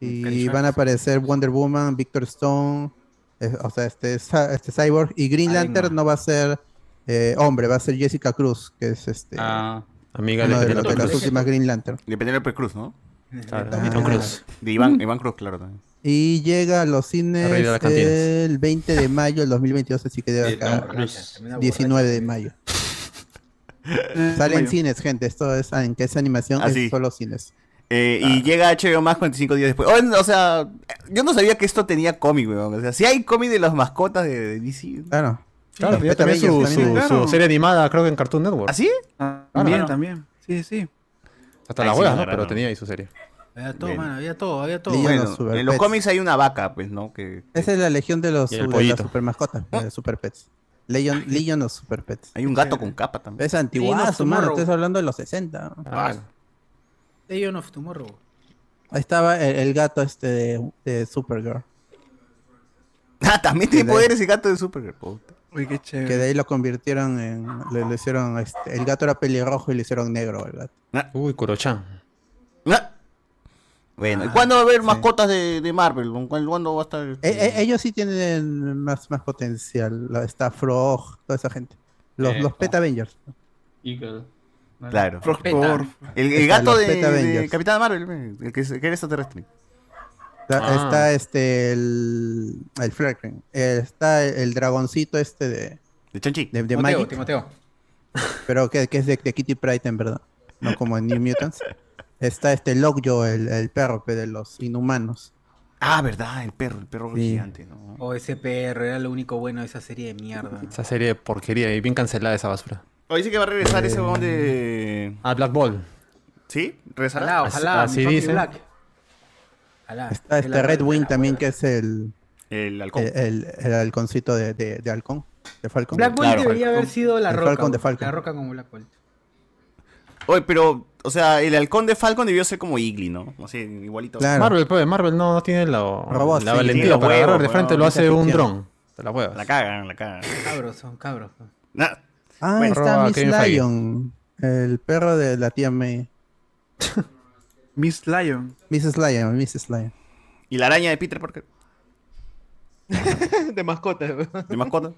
Y van a aparecer Wonder Woman, Victor Stone, eh, o sea, este, Cy- este Cyborg. Y Green Lantern no. va a ser eh, hombre, va a ser Jessica Cruz, que es este
Ah.
Amiga
una
de
de, las- de
Penélope
las
Cruz.
últimas Green Lantern.
De Penélope Cruz, ¿no?
Claro,
Ah.
y Tom Cruise.
De Iván, Iván Cruz, claro. también.
Y llega a los
Arriba de
cines
las cantinas.
el 20 de mayo del 2022, así que debe acá.
Cruz.
19 de mayo. Sale en
Mayo.
cines, gente. Esto es en que es animación,
Ah,
es
sí.
solo cines.
Eh,
Ah.
Y llega HBO Max 45 días después. Oh, o sea, yo no sabía que esto tenía cómic, weón. O sea, si hay cómic de las mascotas de, de DC.
Claro.
Claro, tenía Este también su, su, su serie animada, creo que en Cartoon Network.
¿Ah, sí?
También,
Claro.
también. Sí, sí.
Hasta la
Ay, sí,
hueá, ¿no?
raro,
Pero
¿no?
tenía ahí su serie.
Había todo,
Bien.
mano, había todo, había todo.
Bueno,
los Super
en los
Pets.
cómics hay una vaca, pues, ¿no? Que
Esa es la legión de los
Y el
de las
pollito. Ah.
super mascotas, de los super pets. Legion, Legion of Super Pets.
hay un gato con capa también.
Es antiguazo,
Legion of
mano.
Tomorrow.
Estás hablando de los 60.
Ah,
Day of Tomorrow.
Ahí estaba el, el gato este de, de Supergirl.
Ah, también tiene
poderes
poder ese gato de Supergirl. puta.
Uy, qué chévere.
Que de ahí lo convirtieron en. Le, le hicieron. Este, el gato era pelirrojo y le hicieron negro al gato.
Uy, Kurochan.
Ah. Bueno, ¿y cuándo va a haber mascotas de, de Marvel? ¿Cuándo cuándo va a estar?
E- e- ellos sí tienen más, más potencial. la- Está Frog, toda esa gente. Los,
Eh,
los Pet Avengers.
Eagle.
Claro.
Frog
Peta.
Thor.
El, el
Está,
gato
los
de,
Pet Avengers.
de Capitán Marvel, el que, es- que era extraterrestre.
Está,
Ah.
está, este el. El Flerken, eh, Está el, el dragoncito este de.
De Chanchi.
De, de
Timoteo,
Magic,
Timoteo.
Pero que, que es de, de Kitty Pryde en verdad. No como en New Mutants. Está este Lockjaw, el, el perro pe, de los inhumanos.
Ah, verdad, el perro, el perro
Sí.
gigante, ¿no?
O ese perro, era lo único bueno de esa serie de mierda.
Esa serie de porquería y bien cancelada esa basura.
O dice que va a regresar ese huevón de.
Ah, Black Ball.
¿Sí? ¿Regresará?
Ojalá,
Así-
ojalá. mi
así
papi
dicen.
Black. Ojalá.
Está
Que la-
este Red Wing también, que es el.
El halcón.
El, el- el halconcito de, de, de Halcón. De Falcon.
Black Bolt debería haber sido la
De
roca.
Falcon, de
güey.
Falcon.
La roca como Black Bolt.
Oye, pero, o sea, el halcón de Falcon debió ser como Igli, ¿no? Así, igualito.
Marvel, pues, Marvel no, no tiene la,
Robots,
la
sí,
valentía
tiene los
para
huevos,
agarrar de
huevón,
frente, lo
ciencia
hace un
ficción.
dron. Te la huevas.
La cagan, la cagan.
Cabros, son cabros.
Nah.
Ah,
Bueno,
está
arroba
Miss
Kevin Feige.
Lion. El perro de la tía May.
Miss Lion.
Mrs. Lion, Mrs. Lion.
Y la araña de Peter Parker.
de mascota.
De mascota.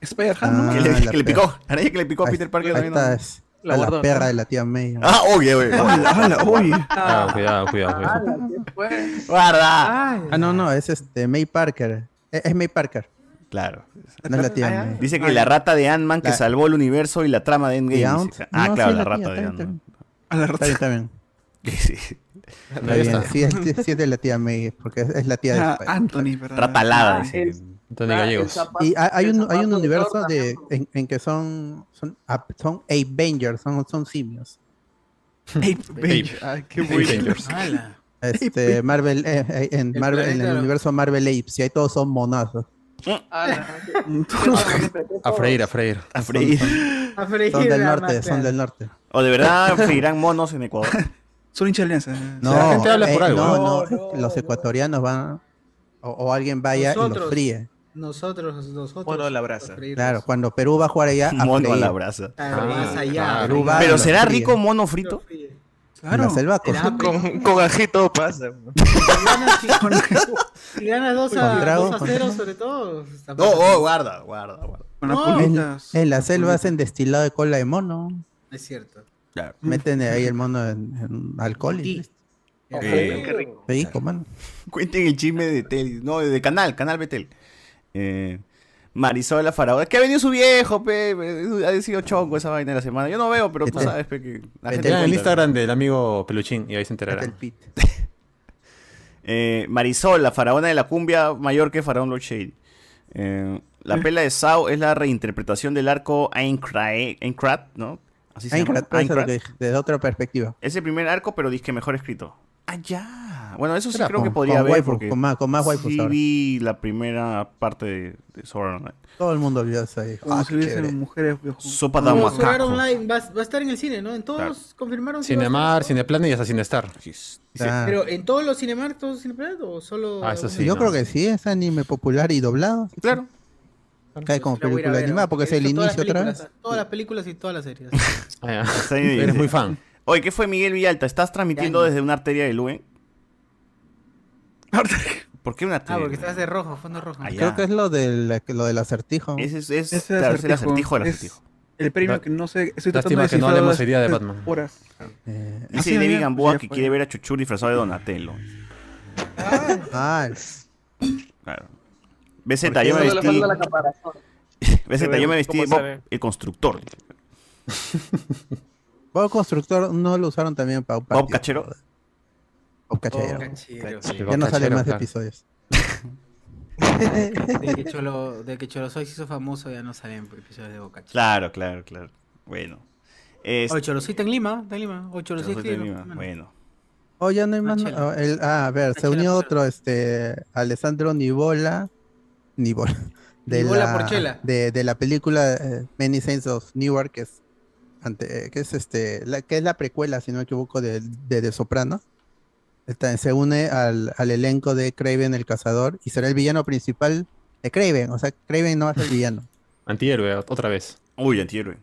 Spider-Man.
que le,
Ah, la
que le
perra.
picó. La araña que le picó a Peter Parker
Ahí
también.
está,
¿no?
es la, la
guardó,
perra
¿no?
de la tía May.
Ah, oye, oye.
Ala, ala, oye.
Ah, Cuidado, cuidado, cuidado. cuidado.
Guarda.
Ah, no, no, es este May Parker. Eh, Es, May Parker.
Claro.
No es la tía
Ah,
May.
Dice que la rata de Ant-Man que salvó el universo y la trama de Endgame.
Aunt?
dice. Ah,
No,
claro,
sí,
la
la
rata
tía,
de
está
Ant-Man.
A la
Está bien, está bien.
Sí.
Está
Ahí
bien,
está.
Sí, es, sí es de la tía May, porque es, es la tía de
Ah,
Spider.
Anthony, ¿verdad?
Rapalada, dice.
Anthony
ah,
Ah,
Gallegos.
Y ha- hay un, hay un universo de, en, en que son, son, ap- son Avengers, son, son simios.
Avengers. Ay, qué
Ape
bueno.
Avengers.
Ala.
Este, Marvel, eh, eh,
El
en, Marvel- en
planeta de
el
los-
universo Marvel Apes, y ahí todos son monazos.
Mm.
A freír, a freír.
A freír.
A freír,
Son del
la
norte,
matean.
son del norte.
O de verdad freirán monos en Ecuador.
Son hincha de alianza.
No,
la gente habla por
eh,
algo,
no, no, los ecuatorianos van, o, o alguien vaya y
Nosotros.
los fríe.
Nosotros, nosotros.
Mono a la brasa.
Claro, cuando Perú va a jugar allá.
Mono a
freír. Ah,
la brasa.
Claro, más Ah, allá.
Perú va a
Pero
los
será
fríes.
rico mono frito.
En la selva con,
con, con ajito pasa.
Si ganas 2
Con
a,
trago,
2 a
con
0
trago.
sobre todo. está
No, oh, guarda, guarda, guarda.
No,
en, en la selva hacen destilado de cola de mono.
es cierto.
Meten ahí el mono en, en alcohol. Y listo.
Eh,
Qué rico. Rico, mano.
Cuenten el chisme de Tel, no, de Canal, Canal Betel. Eh, Marisol la faraona. Que ha venido su viejo, pe. Ha decidido chonco esa vaina de la semana. Yo no veo, pero tú
Betel.
sabes, pe, que la gente
Vean el
cuenta.
Instagram del amigo Peluchín y ahí se enterarán.
Eh, Marisol, la faraona de la cumbia, mayor que Faraón Lord Shade. Eh,
Mm.
la pela de Sao es la reinterpretación del arco Aincra- Aincrad, ¿no? Así se
Aincrad,
llama.
puede ser lo
Aincrad.
que dije, desde otra perspectiva.
Es el primer arco, pero disque mejor escrito. Ah, ya. Bueno, eso sí
Era
creo que
con-
podría
con
haber.
waifu,
porque
con más- con más waifus
sí
ahora.
vi la primera parte de, de Sword Art Online.
Todo el mundo olvidó esa hija.
Como si hubiesen mujeres
Sopa de
Como jugar
macaco.
online va, va a estar en el cine, ¿no? En todos
Claro.
confirmaron. que va a estar.
Cinemar, Cineplanet y hasta Cinestar.
Ah.
Pero en todos los cinemark, todos cinemark o solo.
Ah, eso sí,
Yo
no.
creo que sí, es anime popular y doblado.
Claro.
Cae como
La Pues voy a ir a
película
ver,
animada porque es
he
el
visto todas
inicio
las
otra
películas,
vez.
Todas las películas y todas las series.
Está ahí,
Eres
dice.
muy fan.
Oye, ¿qué fue Miguel Villalta? ¿Estás transmitiendo desde una arteria de Luen? ¿Por qué una
Ah,
arteria?
porque estás de rojo, fondo rojo.
Ah, ya.
Creo que es lo del, lo del acertijo.
Ese es, es,
Ese
claro, es el acertijo del
es
acertijo.
el premio que no sé. Estoy tratando
Lástima
de
que no
descifrar
hablemos
hace
hoy día de
tres
Batman. Eh,
horas.
Dice
Ah, sí,
David
ya,
Gamboa
ya
que
fue.
quiere ver a Chuchur disfrazado de Donatello.
Ah,
Claro. BZ,
Porque
yo me
eso le
vestí.
falta la
BZ, yo me vestí de
¿Cómo
Bob,
sabe?
el constructor.
Bob Constructor no lo usaron también para un
Bob
partido.
Cachero.
Bob Cachero.
Bob Cachero.
Ya no salen
Cachero,
más
claro.
episodios.
De que Cholo, de que Cholo Soy se hizo famoso, ya no salen episodios de Boca.
Claro, claro, claro. Bueno. Este, Es-
O Cholo Soy está en Lima, está en Lima. O Cholo Soy
Chorosito de
está en
Lima.
Lima.
Bueno.
Oh, ya no hay más. no- ah, el- ah, a ver, se unió otro, este, Alessandro Nibola. Nibola. De
Nibola
la,
Porchela.
De, de la película eh, Many Saints of Newark, que es, ante- eh, que es este, la, que es la precuela, si no me equivoco, de, de, The Soprano. Está- se une al, al elenco de Craven el Cazador y será el villano principal de Craven. O sea, Craven no va a ser villano.
Antihéroe, otra vez.
Uy, antihéroe.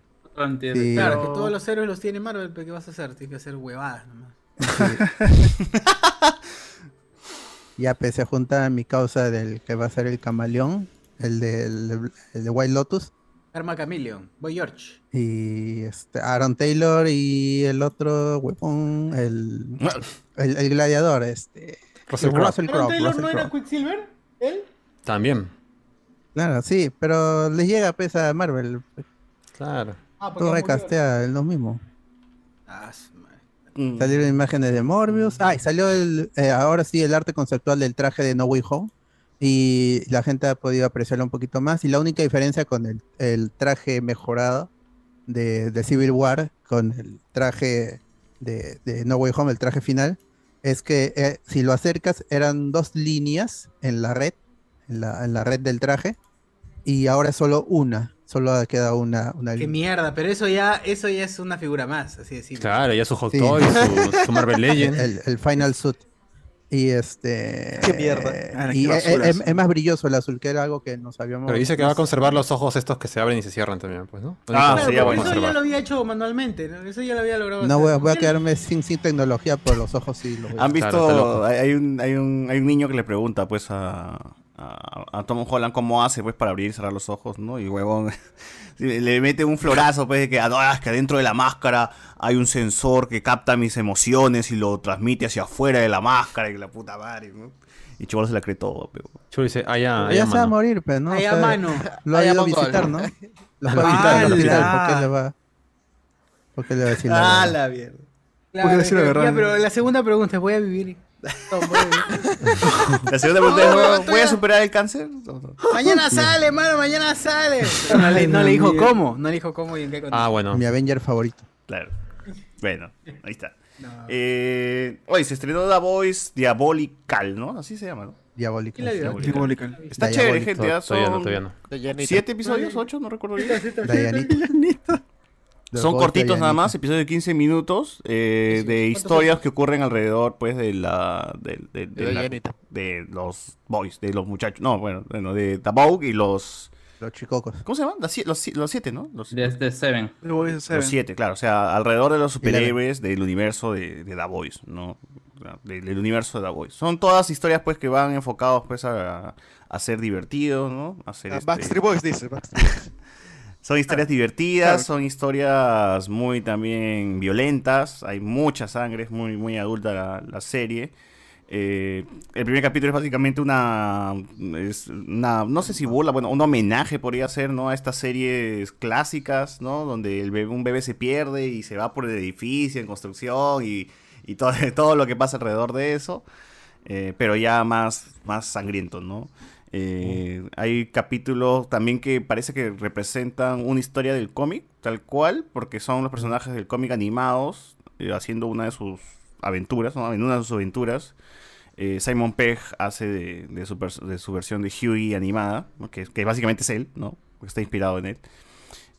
Sí.
Claro, que todos los héroes los tiene Marvel, pero ¿qué vas a hacer? Tienes que hacer huevadas nomás.
Ya pues, se junta mi causa del que va a ser el camaleón, el de, el, de White Lotus,
Karma Chameleon, Boy George.
y este, Aaron Taylor y el otro huevón, el, el, el gladiador, este.
Russell Crowe.
Crowe, Russell Crowe.
Quicksilver? ¿Él?
También.
Claro, sí, pero les llega pues a Marvel.
Claro.
Ah,
Todo recastea lo mismo.
Mm.
Salieron imágenes de Morbius. Ah, y salió el, eh, ahora sí el arte conceptual del traje de No Way Home. Y la gente ha podido apreciarlo un poquito más. Y la única diferencia con el, el traje mejorado de, de Civil War, con el traje de, de No Way Home, el traje final, es que eh, si lo acercas eran dos líneas en la red, en la, en la red del traje. Y ahora es solo una. Solo ha quedado una, una
Qué
línea.
mierda, pero eso ya, eso ya es una figura más, así decirlo.
Claro, ya su Hot
Sí. Eh,
Toy, su, su Pues, Marvel Legend.
El, el Final Suit. Y este.
Qué mierda. Ah, qué
Y es,
basura.
es- es más brilloso el azul, que era algo que nos habíamos.
Pero dice que va a conservar los ojos estos que se abren y se cierran también, pues, ¿no?
Ah, sería
Único- único
bueno.
Eso ya
conservar.
lo había hecho manualmente, ¿no? eso ya lo había logrado.
No
hacer.
voy a, voy a
¿Por qué
quedarme sin, sin tecnología por los ojos y los
¿Han visto? Ah,
Claro, está loco.
hay, hay un, hay, un, hay un niño que le pregunta, pues, a, a, a Tom Holland cómo hace, pues, para abrir y cerrar los ojos, ¿no? Y huevón. sí, Le mete un florazo, pues, de que, "Ah, es que adentro de la máscara hay un sensor que capta mis emociones y lo transmite hacia afuera de la máscara y la puta madre, ¿no? Y Chivolo se la cree todo, pero.
Chulo dice, ah, ya, ah, ya,
Ya se va a
mano.
morir, pero no.
Ahí a mano.
Lo ha
Ahí a
ido a
mano.
visitar, ¿no? Lo
Al
fue a visitar al
hospital.
hospital. ¿Por qué le va, por qué le va a decir la verdad?
Ah, mierda.
Porque decir la verdad,
ya,
¿no?
pero la segunda pregunta es, ¿voy a vivir? No, voy a vivir.
La segunda pregunta
No,
es,
no,
"¿Voy- ¿voy a
todavía-
superar el cáncer?
mañana sale, hermano, mañana sale. No le, no le dijo cómo, no le dijo cómo y en qué condición.
Ah, bueno.
Mi Avenger favorito.
Claro. Bueno, ahí está. Eh, oye, se estrenó The Voice Diabolical, ¿no? Así se llama, ¿no?
Diabólico.
¿Quién la vio?
Diabolical.
Está
Diabólico.
chévere, gente. ya
Todavía no,
son
todavía no.
¿Siete episodios? ¿Ocho? No recuerdo bien.
Dayanita.
Son cortitos nada más, episodios de 15 minutos eh, de historias que ocurren alrededor, pues, de la... De, de- de
la
la-
llanita.
de los boys, de los muchachos. No, bueno, bueno de Tabouk y los...
Los chicocos.
¿Cómo se llaman? Las si- Los, si- los siete, ¿no? Los
Desde Seven.
Los siete, claro. O sea, alrededor de los superhéroes del universo de, de The Voice, ¿no? Claro, de- del universo de The Voice. Son todas historias, pues, que van enfocados, pues, a, a ser divertidos, ¿no? A ser...
Ah,
este-
Backstreet Boys dice, Backstreet Boys.
Son historias divertidas, son historias muy también violentas, hay mucha sangre, es muy, muy adulta la, la serie. Eh, el primer capítulo es básicamente una, es una, no sé si burla, bueno, un homenaje podría ser, ¿no? A estas series clásicas, ¿no? Donde el bebé- un bebé se pierde y se va por el edificio en construcción y, y todo, todo lo que pasa alrededor de eso, eh, pero ya más, más sangriento, ¿no? Eh, Hay capítulos también que parece que representan una historia del cómic, tal cual, porque son los personajes del cómic animados eh, haciendo una de sus aventuras, ¿no? en una de sus aventuras. Eh, Simon Pegg hace de, de su, pers- de su versión de Huey animada, ¿no? que, que básicamente es él, ¿no? Porque está inspirado en él.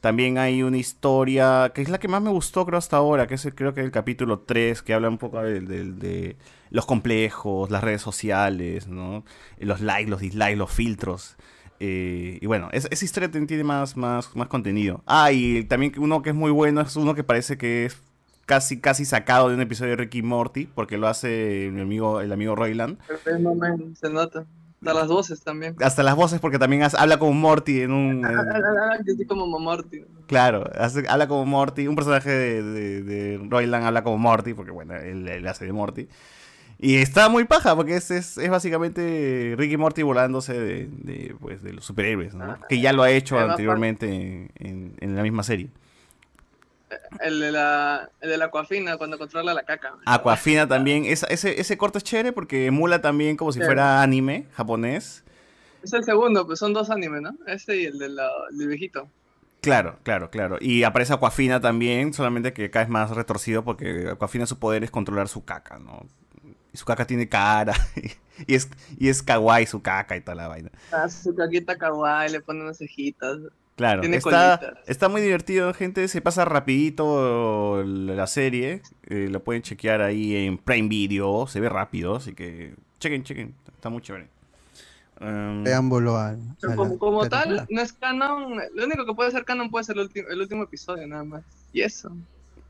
También hay una historia que es la que más me gustó, creo, hasta ahora, que es el- creo que el capítulo 3, que habla un poco del- del- de, los complejos, las redes sociales, ¿no? Los likes, los dislikes, los filtros. Eh, y bueno, es- esa historia ten- tiene más, más, más contenido. Ah, y también uno que es muy bueno es uno que parece que es casi, casi sacado de un episodio de Ricky Morty, porque lo hace mi amigo, el amigo Royland.
Pero no me- se nota. Hasta las voces también. Ah,
Hasta las voces, porque también hace- habla como Morty en un.
Ah.
en-
Yo soy como Morty.
Claro, hace- habla como Morty. Un personaje de, de, de Roiland habla como Morty, porque bueno, él, él hace de Morty. Y está muy paja, porque es, es, es básicamente Ricky Morty volándose de, de, pues, de los superhéroes, ¿no? Que ya lo ha hecho
Además,
anteriormente en, en- en la misma serie.
El de la, el de la coafina cuando controla la caca.
Ah.
Aquafina también. Esa- ese, ese corto es chévere porque emula también como si
Claro.
fuera anime japonés.
Es el segundo, pues son dos animes, ¿no? Este y el, de la, el del viejito.
Claro, claro, claro. Y aparece Aquafina también, solamente que acá es más retorcido porque Aquafina su poder es controlar su caca, ¿no? Y su caca tiene cara y es, y es kawaii su caca y toda la vaina.
Ah, su caquita kawaii, le pone unas cejitas.
Claro,
Tiene
está,
colitas.
está muy divertido, gente. Se pasa rapidito la serie. Eh, lo pueden chequear ahí en Prime Video. Se ve rápido, así que chequen, chequen. Está muy chévere. Um,
Preámbulo al. a la-
Como, como
a la-
tal, no es canon. Lo único que puede ser canon puede ser el, ulti- el último episodio, nada más. Y eso.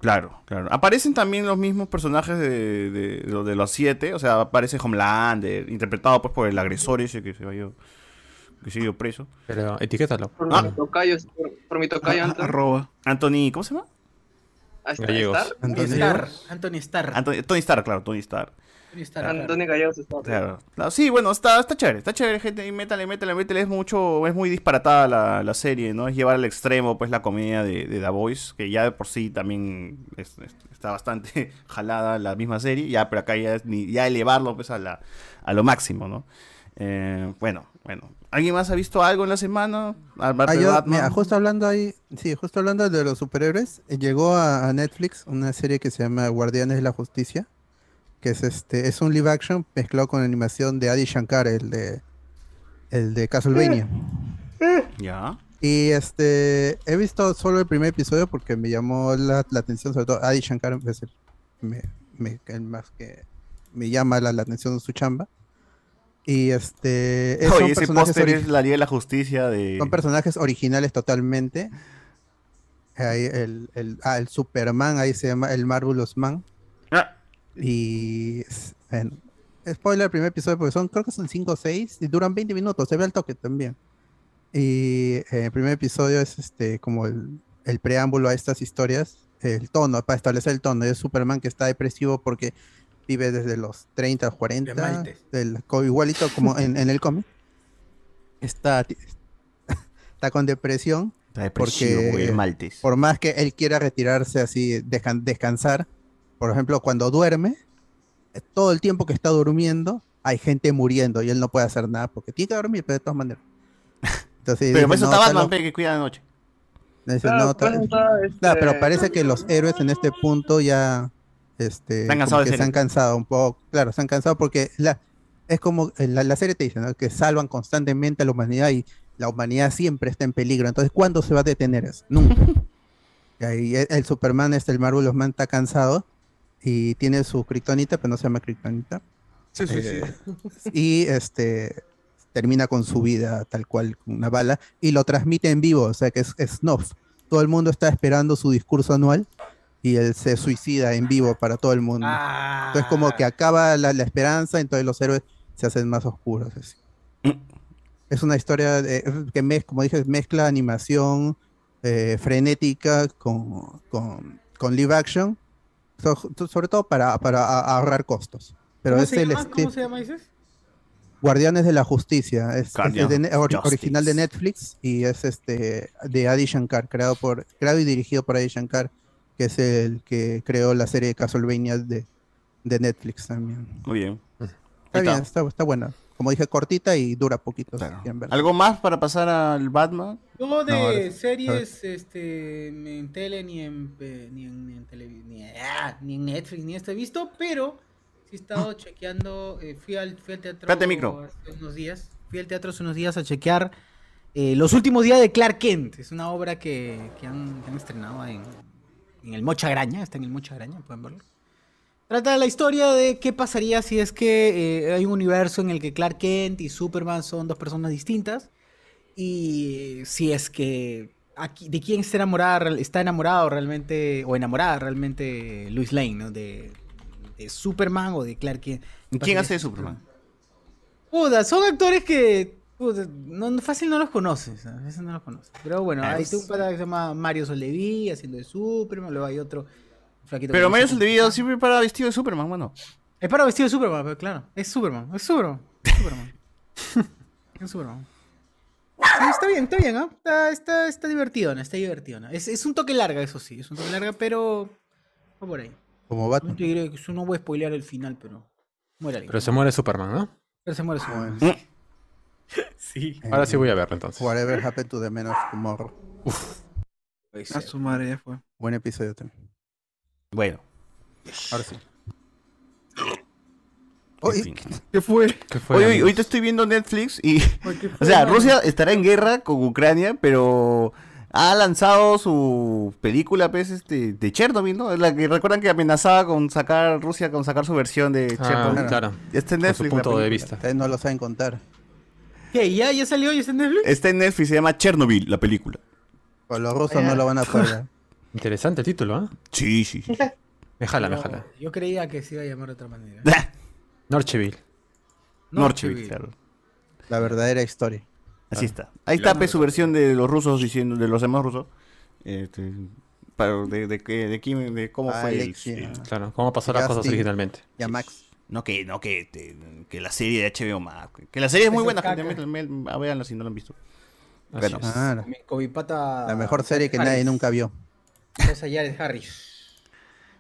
Claro, claro. Aparecen también los mismos personajes de, de, de los- de los siete. O sea, aparece Homelander, interpretado pues por el agresor ese que se vayó, que se dio preso.
Pero etiquétalo.
Por
Ah.
mi tocayo, por, por mi
ah,
Ah.
tocayo antes.
Arroba. Anthony, ¿cómo se llama?
Ah, está-
Gallegos.
Star.
Anthony
Star. Anthony Starr.
Anthony, Tony Stark, claro, Tony Stark.
Anthony Starr.
Antonio Gallegos está.
Claro. Claro, Sí, bueno, está, está chévere, está chévere, gente. Y métale, métale, métale. Es mucho, es muy disparatada la, la serie, ¿no? Es llevar al extremo, pues, la comedia de, de The Voice, que ya de por sí también es- es- está bastante jalada la misma serie. Ya, pero acá ya, es ni- ya elevarlo, pues, a, la, a lo máximo, ¿no? Eh, bueno, bueno. ¿Alguien más ha visto algo en la semana? Aparte
Ah,
de
yo-
Batman.
mira, justo hablando ahí, sí, justo hablando de los superhéroes, eh, llegó a, a Netflix una serie que se llama Guardianes de la Justicia, que es este, es un live action mezclado con animación de Adi Shankar, el de el de Castlevania.
Ya.
Y este, he visto solo el primer episodio porque me llamó la, la atención, sobre todo Adi Shankar es el, me, me- el más que me llama la, la atención su chamba. Y este, es- son
Oye, ese
personajes
póster
origi-
es la Liga de la Justicia de...
son personajes originales totalmente. Ahí el, el, ah, el Superman, ahí se llama el Marvelous Man. Y. es- bueno, spoiler el primer episodio, porque son, creo que son 5 o 6 y duran 20 minutos, se ve al toque también. Y eh, el primer episodio es este como el, el preámbulo a estas historias, el tono, para establecer el tono. Es Superman que está depresivo porque vive desde los 30 o 40,
Maltes.
del, co- igualito como en, en el cómic. Está, está con depresión.
Está depresivo, güey, el Maltes.
Por más que él quiera retirarse así, dejan- descansar, por ejemplo, cuando duerme, eh, todo el tiempo que está durmiendo, hay gente muriendo y él no puede hacer nada porque tiene que dormir, pero de todas maneras. Entonces,
Pero
dice,
por eso
"No,
está
está
Batman,
loco".
pe, que cuida de noche.
Dice,
Claro,
"No,
pues,
está-
está, este-
Claro, pero parece que los héroes en este punto ya este,
Están
como
cansados de
que se
ser-
han cansado un poco. Claro, se han cansado porque la, es como eh, la, la serie te dice, ¿no? que salvan constantemente a la humanidad y la humanidad siempre está en peligro. Entonces, ¿cuándo se va a detener eso? Nunca. Y ahí e- el Superman, este, el Marvelous Man, está cansado y tiene su kriptonita, pero no se llama kriptonita.
Sí, sí, sí.
Eh,
Y este termina con su vida tal cual, con una bala, y lo transmite en vivo, o sea que es, es snuff. Todo el mundo está esperando su discurso anual y él se suicida en vivo para todo el mundo. Entonces como
Ah.
que acaba la, la esperanza, entonces los héroes se hacen más oscuros. así. Es una historia de- que, mez- como dije, mezcla animación eh, frenética con, con, con live action, so- sobre todo para, para a- ahorrar costos. Pero
¿Cómo
es
se
el
llama?
estilo-
¿Cómo se llama, dices?
Guardianes de la Justicia. Es, es de
Guardian
ne- or-
Justice.
original de Netflix y es este de Adi Shankar, creado por, creado y dirigido por Adi Shankar, que es el que creó la serie de Castlevania de, de Netflix también.
Muy bien.
Mm.
Está
Ahí está.
bien, está, está buena. Como dije, cortita y dura poquito. si quieren verla.
¿Algo más para pasar al Batman?
Yo de
No, ahora sí.
series este, ni en tele, ni en, eh, ni en, ni en tele- ni, ah, ni en Netflix, ni esto he visto, pero sí he estado chequeando, eh, fui, al, fui al teatro
Espérate, micro.
hace unos días, fui al teatro hace unos días a chequear eh, Los últimos días de Clark Kent, es una obra que, que han, que han estrenado en, en el Mocha Graña, está en el Mocha Graña, pueden verlo. Trata la historia de qué pasaría si es que eh, hay un universo en el que Clark Kent y Superman son dos personas distintas. Y si es que aquí, de quién está enamorada, real- está enamorado realmente, o enamorada realmente Luis Lane, ¿no? De, de Superman o de Clark Kent.
¿Y ¿Quién hace de Superman?
Puta, son actores que puta, no, no- fácil no los conoces, a veces no los conoces. Pero bueno,
Ah,
hay
es-
tú un pata que se llama Mario Soleví haciendo de Superman, luego hay otro flaquito.
Pero
que
Mario
dice-
Soldevido siempre para vestido de Superman, mano.
Es para vestido de Superman, pero claro, es Superman, es Superman, es Superman. es Superman. Sí, está bien, está bien, ¿ah? está, está, está divertido, ¿no? está divertido. ¿no? Es, es un toque larga, eso sí, es un toque larga, pero va por ahí.
Como Batman.
No te creo que yo no voy a spoilear el final, pero muere alguien.
Pero se muere Superman, ¿no?
Pero se muere Superman.
Mm. Ah,
Sí.
Ahora sí voy a verlo entonces.
Whatever happened to the men of tomorrow.
A su madre ya fue.
Buen episodio también.
Bueno.
Ahora sí.
¿Qué fue?
¿Qué
Hoy, hoy- ahorita estoy viendo Netflix y.
¿qué
o
fue,
sea,
mano?
Rusia estará en guerra con Ucrania, pero ha lanzado su película, pues, este, de Chernobyl, ¿no? Es la que recuerdan que amenazaba con sacar Rusia, con sacar su versión de
Ah,
Chernobyl.
claro.
Ya Está en
Con su
Netflix. la
punto de
película.
vista.
Ustedes no lo saben contar.
¿Qué? ¿Ya, ya salió? ¿Ya está en Netflix?
Está en Netflix, se llama Chernobyl, la película.
Pues los rusos no lo van a poder.
Interesante el título, ¿eh?
Sí, sí. sí.
Me jala, me
Yo-
jala.
Yo creía que se iba a llamar de otra manera.
Norcheville.
Norcheville, claro.
La verdadera historia. Ah,
Así está. Ahí está pues, su versión de los rusos diciendo, de los hermanos rusos. Este, para- de, de, qué- de quién- de cómo fue el,
Alexia.
el-
Claro, cómo pasó las cosas
Justin.
originalmente.
Ya Max.
No, que, no, que, te- que la serie de HBO Max. Que la serie es muy
Esa
buena,
caca.
gente. me- me- a- Véanla si no la han visto.
Así
Bueno,
es.
Ah, la-
Con mi- Con mi pata.
la mejor serie que nadie nunca vio.
Cosa Jared Harris.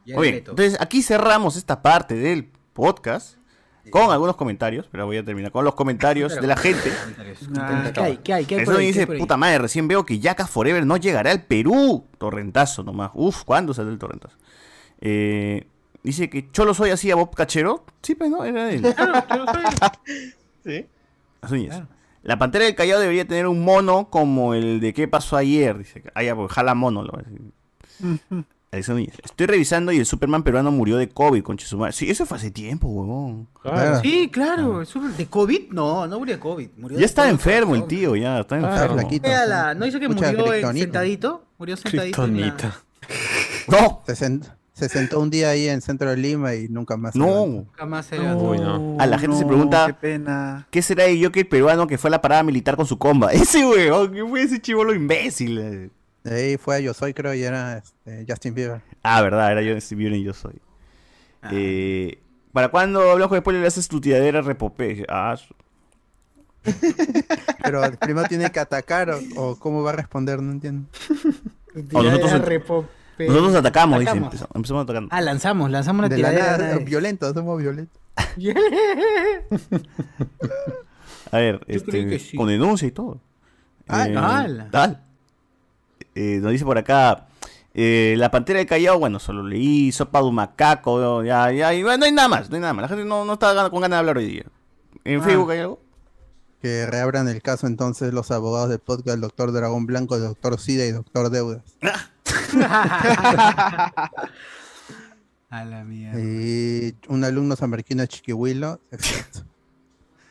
Jared
muy bien.
Leto.
Entonces, aquí cerramos esta parte del podcast con algunos comentarios. Pero voy a terminar con los comentarios de la gente.
Ah, ¿Qué hay? ¿Qué hay? ¿Qué hay
Eso
por ahí? ¿Qué hay
dice,
por ahí?
puta madre, recién veo que Yaka Forever no llegará al Perú. Torrentazo nomás. Uf, ¿cuándo salió el torrentazo? Eh, dice que Cholo soy así a Bob Cachero. Sí, pues no, era él.
Sí.
Así es. La pantera del Callao debería tener un mono como el de qué pasó ayer. Dice, ah, ya, pues, jala mono. lo va a decir. Ahí son ellos. Estoy revisando y el Superman peruano murió de COVID, con Chisumar. Sí, eso fue hace tiempo, huevón.
Claro.
Sí, claro. es súper- ¿De COVID? No, no murió de COVID. Murió
Ya está enfermo el tío, ya está
Claro.
enfermo.
flaquito.
Véala, ¿No hizo que
Mucha
murió en-
kriptonita.
sentadito? Murió sentadito. en la-
Kryptonita.
No,
Se, sen- se sentó un día ahí en centro de Lima y nunca más. se levantó.
no.
Jamás se levantó.
Uy, no.
A la gente se
no,
pregunta-
Qué pena.
¿Qué será de Joker peruano que fue a la parada militar con su comba? Ese huevón, que fue oh, ese chivolo imbécil? eh.
De ahí fue Yo Soy, creo, y era este, Justin Bieber.
Ah, verdad, era yo, si vieron, yo soy.
Ah.
Eh, ¿Para cuándo, Blanco, después le haces tu tiradera repopé? Ah, su-
Pero primero tiene que atacar o, o cómo va a responder, no entiendo.
O Oh, nosotros-
Tiradera repope-
Nosotros atacamos, dice.
Atacamos.
Empezamos, empezamos atacando.
Ah, lanzamos, lanzamos una
De la
tiradera.
nada,
nada.
violentos, somos violentos.
A ver,
Yo creí
este,
que sí.
con denuncia y todo.
Ah,
Eh,
ala.
tal. Eh, nos dice por acá. eh, la pantera de Callao, bueno, solo leí, sopa de un macaco, ya, ya, y bueno, no hay nada más, no hay nada más. La gente no, no está gan- con ganas de hablar hoy día. ¿En
Ah.
Facebook hay algo?
Que reabran el caso entonces los abogados del podcast, el doctor Dragón Blanco, el doctor Sida y doctor Deudas.
A la mierda.
Y un alumno sanmarquino chiquihuilo se-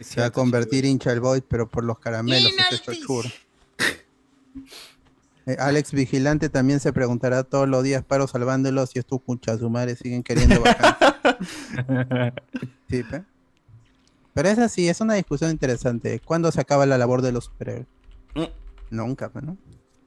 se va a convertir hincha al boy, pero por los caramelos. esa es tortura. Eh, Alex Vigilante también se preguntará todos los días, paro salvándolos, si estos cuchasumares siguen queriendo bajar. sí, pe. Pero es así, es una discusión interesante. ¿Cuándo se acaba la labor de los superhéroes? Nunca, pe, ¿no?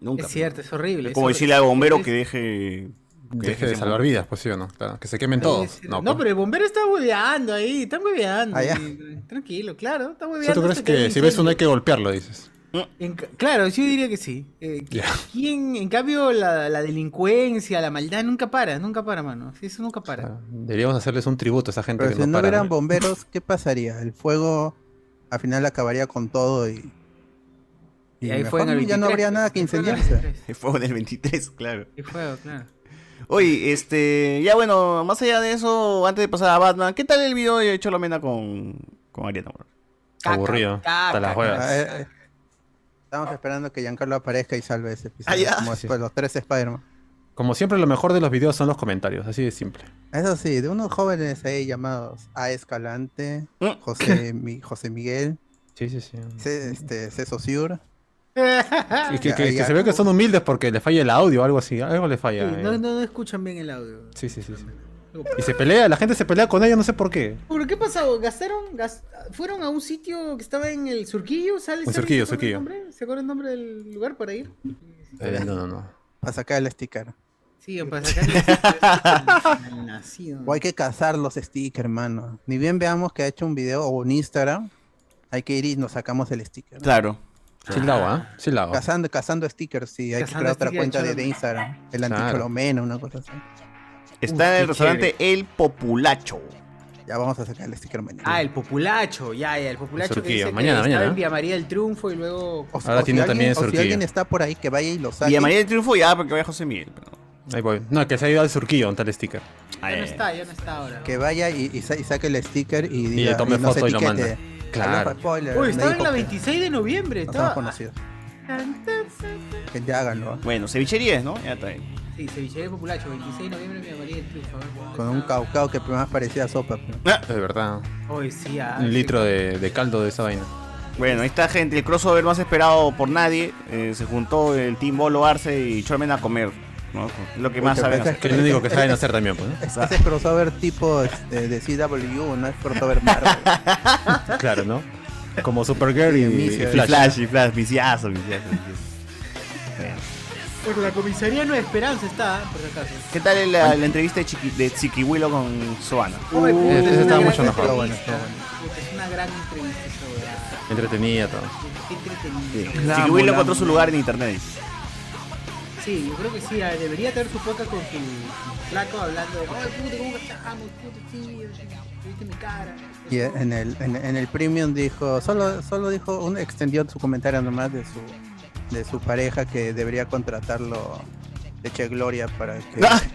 Nunca.
Es cierto, es horrible.
Como
es
decirle al
horrible.
bombero que deje.
Deje de salvar vidas, pues sí o no. Claro, que se quemen
Ahí
todos.
es-
No,
No,
pues.
pero el bombero está hueveando ahí, está hueveando.
Ah, ya.
ahí, Tranquilo, claro, está
O
hueveando.
sea, ¿Tú crees
hasta haya
que si ves uno hay
incendio.
que golpearlo, dices?
En ca- claro, yo diría que sí. Eh,
Ya.
¿quién- en cambio, la, la delincuencia, la maldad nunca para, nunca para, mano. Sí, Eso nunca para.
Deberíamos hacerles un tributo a esa gente
Pero
que
si no,
no ¿eh? para.
hubieran
¿no?
bomberos, ¿qué pasaría? El fuego al final acabaría con todo y.
Y ahí
mejor
fue en el
ya no
23,
habría nada que
ahí fue en el
incendiarse.
El fuego del 23, claro.
El fuego, claro.
Oye, este. Ya bueno, más allá de eso, antes de pasar a Batman, ¿qué tal el video de Cholomena con, con Ariana? Grande?
Aburrido. Hasta las huevas.
Ah, eh, eh. Estamos esperando que Giancarlo aparezca y salve ese episodio.
Ah, ya.
Como después los tres Spider-Man.
Como siempre, lo mejor de los videos son los comentarios, así de simple.
Eso sí, de unos jóvenes ahí llamados A. Escalante,
Mm.
José, Mi- José Miguel,
Sí, sí, sí.
C- este, Ceso Siur.
Ah. Y que,
Ya,
que- que
ya.
se ve que son humildes porque le falla el audio o algo así. Algo le
Sí,
falla. eh.
no, no, no escuchan bien el audio.
Sí, sí, sí, sí. Y se pelea, la gente se pelea con ella, no sé por qué.
¿Pero qué pasó? ¿Gastaron? gas- ¿Fueron a un sitio que estaba en el Surquillo? ¿Sale?
En
sale-
Surquillo,
¿se
Surquillo.
acuerda el nombre? ¿Se acuerda el nombre del lugar para ir?
Eh, no, no, no.
Para sacar el sticker.
Sí, para sacar el nacido.
O hay que cazar los stickers, hermano. Ni bien veamos que ha hecho un video o un Instagram, hay que ir y nos sacamos el sticker.
Claro.
Chilao, ¿ah? Chilao.
Cazando, cazando stickers, sí. Hay
Cazando
que crear otra
stickers
cuenta
de
de,
Cholomena.
de Instagram. El
Claro.
anticholomeno, una cosa así.
Está en el restaurante El Populacho.
Ya vamos a sacar el sticker mañana.
Ah, el populacho, ya, ya, el populacho que
Surquillo,
dice que
mañana,
estaba
mañana. ¿eh?
en Vía María del Triunfo y luego...
O si-
Ahora
o si
tiene
alguien-
también
O si
surquillo.
alguien está por ahí, que vaya y lo saque.
Y a María del Triunfo ya, porque vaya José Miguel. pero-
Ahí voy. No, que se ha ido al surquillo, donde está el sticker.
Ya no está, ya no está ahora.
Que vaya y, y sa- y saque el sticker y diga.
le tome
nos
foto y lo manda.
etiquete.
Claro.
Hablamos de spoiler,
Uy,
me
estaba en
dijo
la
que
26 de noviembre,
No somos
estaba...
conocidos. Que ya háganlo.
Bueno, cevichería es, ¿no? Ya está bien.
Sí, Cevichería Populacho, 26 de noviembre Vía María del Triunfo.
Con un caucao que más parecía sopa. pero-
De verdad.
Hoy sí, ah,
Un litro de, de caldo de esa vaina.
Bueno, ahí está, gente. El crossover más esperado por nadie. Eh, se juntó el Team Bolo Arce y Cholomena a comer. ¿no? Lo que más
Pucha,
saben
pero
hacer.
es que es lo único que saben
hacer también, pues, ¿no?
Es- Ese es crossover tipo este, de CW, no es crossover Marvel.
Claro, ¿no? Como Supergirl y,
Y,
y
Flash. y
Flash.
Flash, y Flash, viciazo, viciazo, viciazo. Bueno.
Por la comisaría Nueva Esperanza está, ah, por si acaso.
¿Qué tal el- la, la entrevista de, Chiqui, de Chiquihuilo con Soana?
Uy, Uh, ese- ese estaba mucho mejor.
Pero
bueno, Es una gran entrevista esa weá.
Entretenida todo.
Qué
Sí.
entretenido.
Chiquihuilo encontró su lugar en internet.
Sí, yo creo que sí, ah, debería tener su poca con tu flaco hablando de, ay, puta, cómo gastamos, puta, tío, viste mi cara.
Y en el, en, en el premium dijo, solo, solo dijo, un, extendió su comentario nomás de su, de su pareja que debería contratarlo de Che Gloria para que, para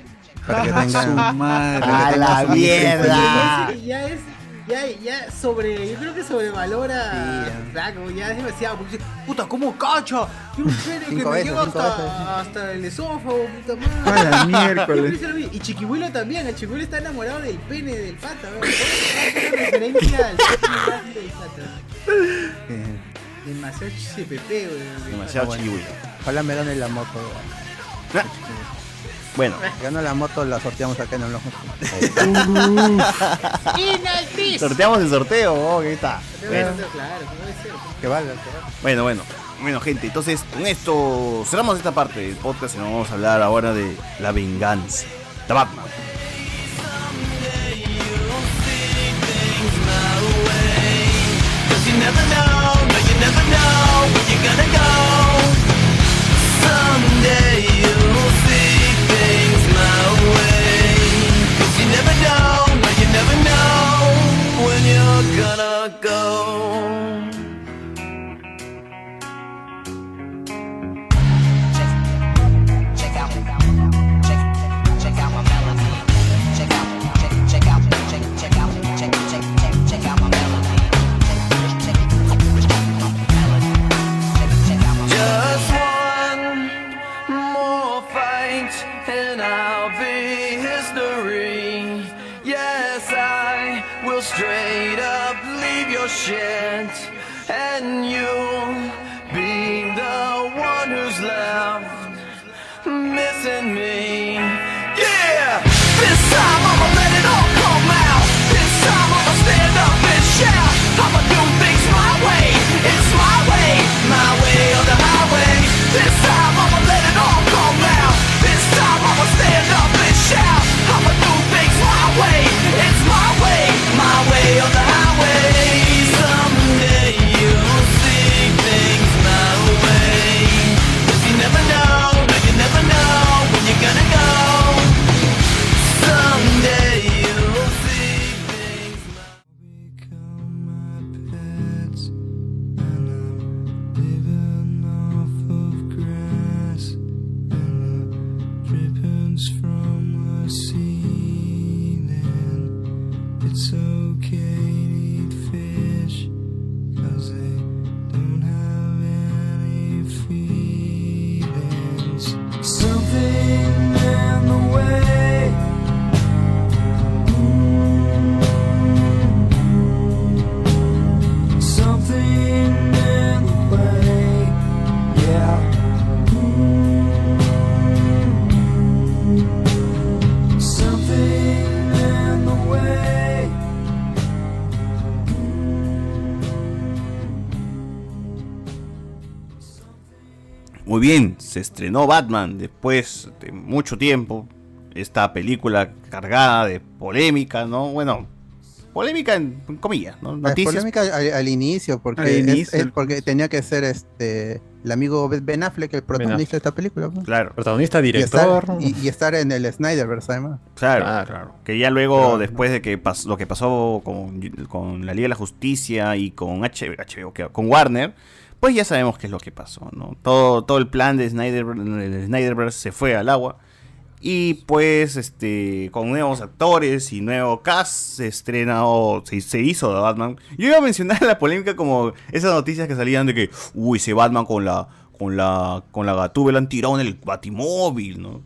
que
Ah,
tenga
su madre.
para que
A
tenga
la
su micro
mierda.
infeliz.
Parece que ya es, ya, ya sobre, yo creo que sobrevalora a su flaco, ya es demasiado, porque dice, puta, ¿cómo cacha? Yo no sé, que
Cinco
me
veces,
llega
cinco
hasta, hasta el esófago, puta madre.
A la miércoles.
Siempre dice lo mismo. Y Chiquihuilo también, el Chiquihuilo está enamorado del pene del pata, weón. Es una referencia al pene del pata. Demasiado CPP, weón.
Demasiado
Está bueno.
Chiquihuilo.
Ojalá me gane la moto.
Ah. Bueno.
Gano la moto, la sorteamos acá en el ojo.
Inaltis.
Sorteamos el sorteo, oh, que está. Bueno.
Claro, claro, no debe ser.
Que valga, que valga.
Bueno, bueno. Bueno, gente, entonces con esto cerramos esta parte del podcast y nos vamos a hablar ahora de la venganza. De Batman.
Cause you never know, no you never know where you're gonna go Someday you'll see things my way Cause you never know, no you never know when you're gonna go Check out, check out, check out my melody
will straight up leave your shit, and you'll be the one who's left missing me. Yeah, this time I'ma let it all come out. This time I'ma stand up and shout. I'ma do things my way. It's my way, my way or the highway. This time I'ma let it all come out. This time I'ma stand up and shout. I'ma do things my way. It's my way, my way or the highway. Someday you'll see things my way. Cause you never know, no, you never know when you're gonna go. Someday you'll see things.
Living off of grass and the drippings from the ceiling. It's okay to eat fish, 'cause they don't have any feelings. Something in the way. Something in the way, yeah. Mm. Something in the way.
Muy bien, se estrenó Batman después de mucho tiempo. Esta película cargada de polémica, ¿no? Bueno, polémica en, en comillas, ¿no?
La
Noticias.
Eh, polémica al, al inicio, porque,
Al
es-
inicio.
es porque tenía que ser este el amigo Ben Affleck el protagonista de esta película. ¿no?
Claro.
Protagonista, director.
Y estar, y- y estar en el Snyderverse, además.
Claro, claro. Que ya luego, después de que pas- lo que pasó con, con la Liga de la Justicia y con H- HBO, que- con Warner, pues ya sabemos qué es lo que pasó, ¿no? Todo, todo el plan de Snyder, el Snyderverse se fue al agua. Y pues, este, con nuevos actores y nuevo cast, se estrena o se, se hizo de Batman. Yo iba a mencionar la polémica como esas noticias que salían de que, uy, ese Batman con la, con la, con la gatúbela han tirado en el batimóvil, ¿no?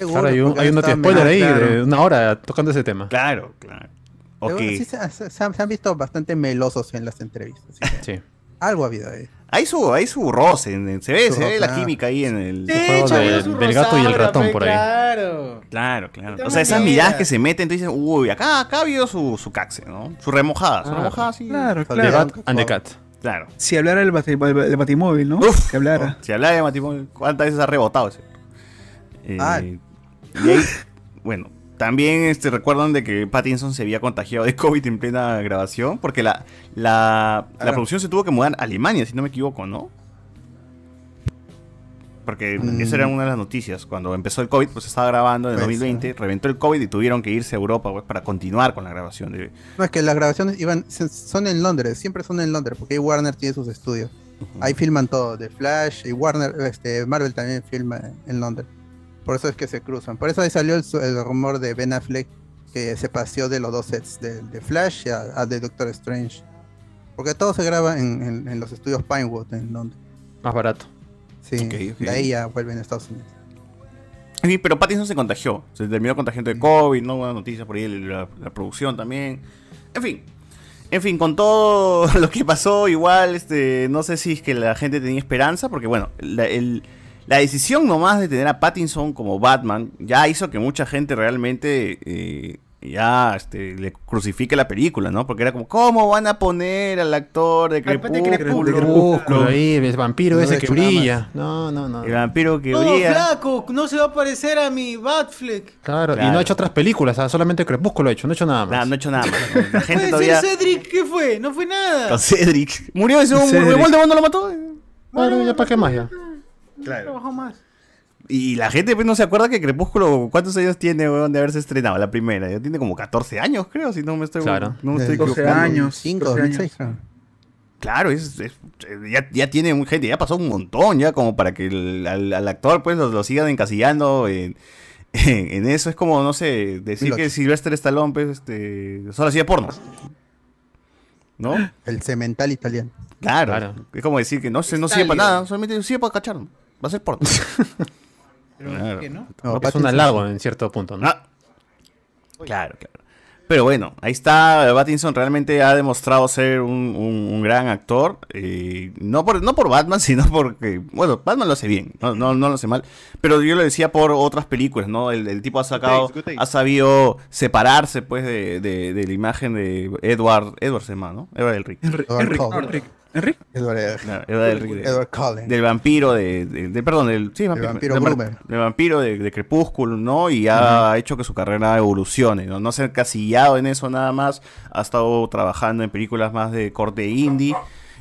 Claro, hay un, hay un noti spoiler ahí de una hora tocando ese tema.
Claro, claro.
Pero bueno, sí se, se- se han, se han visto bastante melosos en las entrevistas. así que
Sí.
Algo ha habido ahí.
Hay su, hay su roce, en- en- se ve,
Su
se ve
roce,
la
ah.
química ahí en el
Sí, Juego chaval, de- es un del
gato y el rosaura, ratón pe, por ahí. claro.
Claro, claro.
Te
O sea, esas
mira.
miradas que se meten, tú dices, uy, acá, acá ha habido su, su caxe, ¿no? Su remojada, su
Ah.
remojada, sí.
Claro, claro. The Bat
and the Cat.
Claro.
Si hablara el, bati- el- el batimóvil, ¿no? que hablara.
Si hablaba de matrimonio, ¿cuántas veces ha rebotado ese? Eh, y ahí, bueno, también este, recuerdan de que Pattinson se había contagiado de COVID en plena grabación, porque la, la, la producción se tuvo que mudar a Alemania, si no me equivoco, ¿no? Porque esa era una de las noticias. Cuando empezó el COVID, pues estaba grabando en el
Pues,
2020, reventó el COVID y tuvieron que irse a Europa pues, para continuar con la grabación. De,
No, es que las grabaciones iban, se- son en Londres, siempre son en Londres, porque ahí Warner tiene sus estudios. Ahí filman todo, de Flash y Warner, este, Marvel también filma en Londres. Por eso es que se cruzan. Por eso ahí salió el, su- el rumor de Ben Affleck que se paseó de los dos sets, de, de Flash a, a de Doctor Strange. Porque todo se graba en, en- en los estudios Pinewood en Londres.
Más barato.
Sí,
Ok, ok.
de ahí ya vuelven a Estados Unidos.
Sí, pero Pattinson se contagió. Se terminó contagiando de COVID, no buena noticia por ahí la, la producción también. En fin. En fin, con todo lo que pasó, igual, este, no sé si es que la gente tenía esperanza, porque bueno, la, el- la decisión nomás de tener a Pattinson como Batman ya hizo que mucha gente realmente eh, ya este, le crucifique la película, ¿no? Porque era como, ¿cómo van a poner al actor de Crepúsculo?
El crepúsculo ahí, el vampiro
No
ese
he
que
hecho nada
brilla.
más.
No, no, no.
El vampiro que
Todo
brilla.
Oh, flaco, no se va a parecer a mi Batfleck.
Claro, y
Claro.
no ha hecho otras películas, ah, solamente Crepúsculo ha hecho, no ha hecho nada más. No,
no ha hecho nada más. La
Puede
gente
ser Cedric, ¿qué fue? No fue nada.
Con Cedric. Murió ese un
Cedric.
Voldemort no lo mató.
Claro, ya para qué más ya.
Claro.
Trabajó más.
Y la gente pues, no se acuerda que Crepúsculo, ¿cuántos años tiene, weón, de haberse estrenado? La primera, ya tiene como 14 años, creo, si no me estoy,
Claro.
no me estoy
12
equivocando.
Eh, años,
5,
12 años.
2006, creo.
Claro, es- es- ya, ya tiene un- gente, ya pasó un montón, ya como para que el- al, al actor pues lo, lo sigan encasillando en, en- en eso. Es como, no sé, decir
2008.
que Sylvester Stallone pues, este, solo hacía porno. ¿No?
El cemental italiano.
Claro. Es como decir que no, se, no sirve para nada, solamente sirve para cachar. Va a ser porno. Claro.
Es un halago en cierto punto, ¿no?
Ah. Claro, claro. Pero bueno, ahí está. eh, Pattinson realmente ha demostrado ser un, un- un gran actor. eh, no, por, no por Batman, sino porque. Bueno, Batman lo hace bien, no, no, no lo hace mal. Pero yo lo decía por otras películas, ¿no? El, el tipo ha sacado.
Good Days, Good Days.
Ha sabido separarse, pues, de, de- de la imagen de Edward. Edward se llama, ¿no? Edward Elric.
Enric, Enric, Enric, Enric.
Edward eh,
Claro, Edward Elric de-
Edward Cullen.
Del vampiro de, de- de- perdón, del, sí, vampiro,
vampiro
del,
Gruber.
del vampiro de, de Crepúsculo, ¿no? Y ha hecho que su carrera evolucione, ¿no? No se ha encasillado en eso nada más. Ha estado trabajando en películas más de corte indie.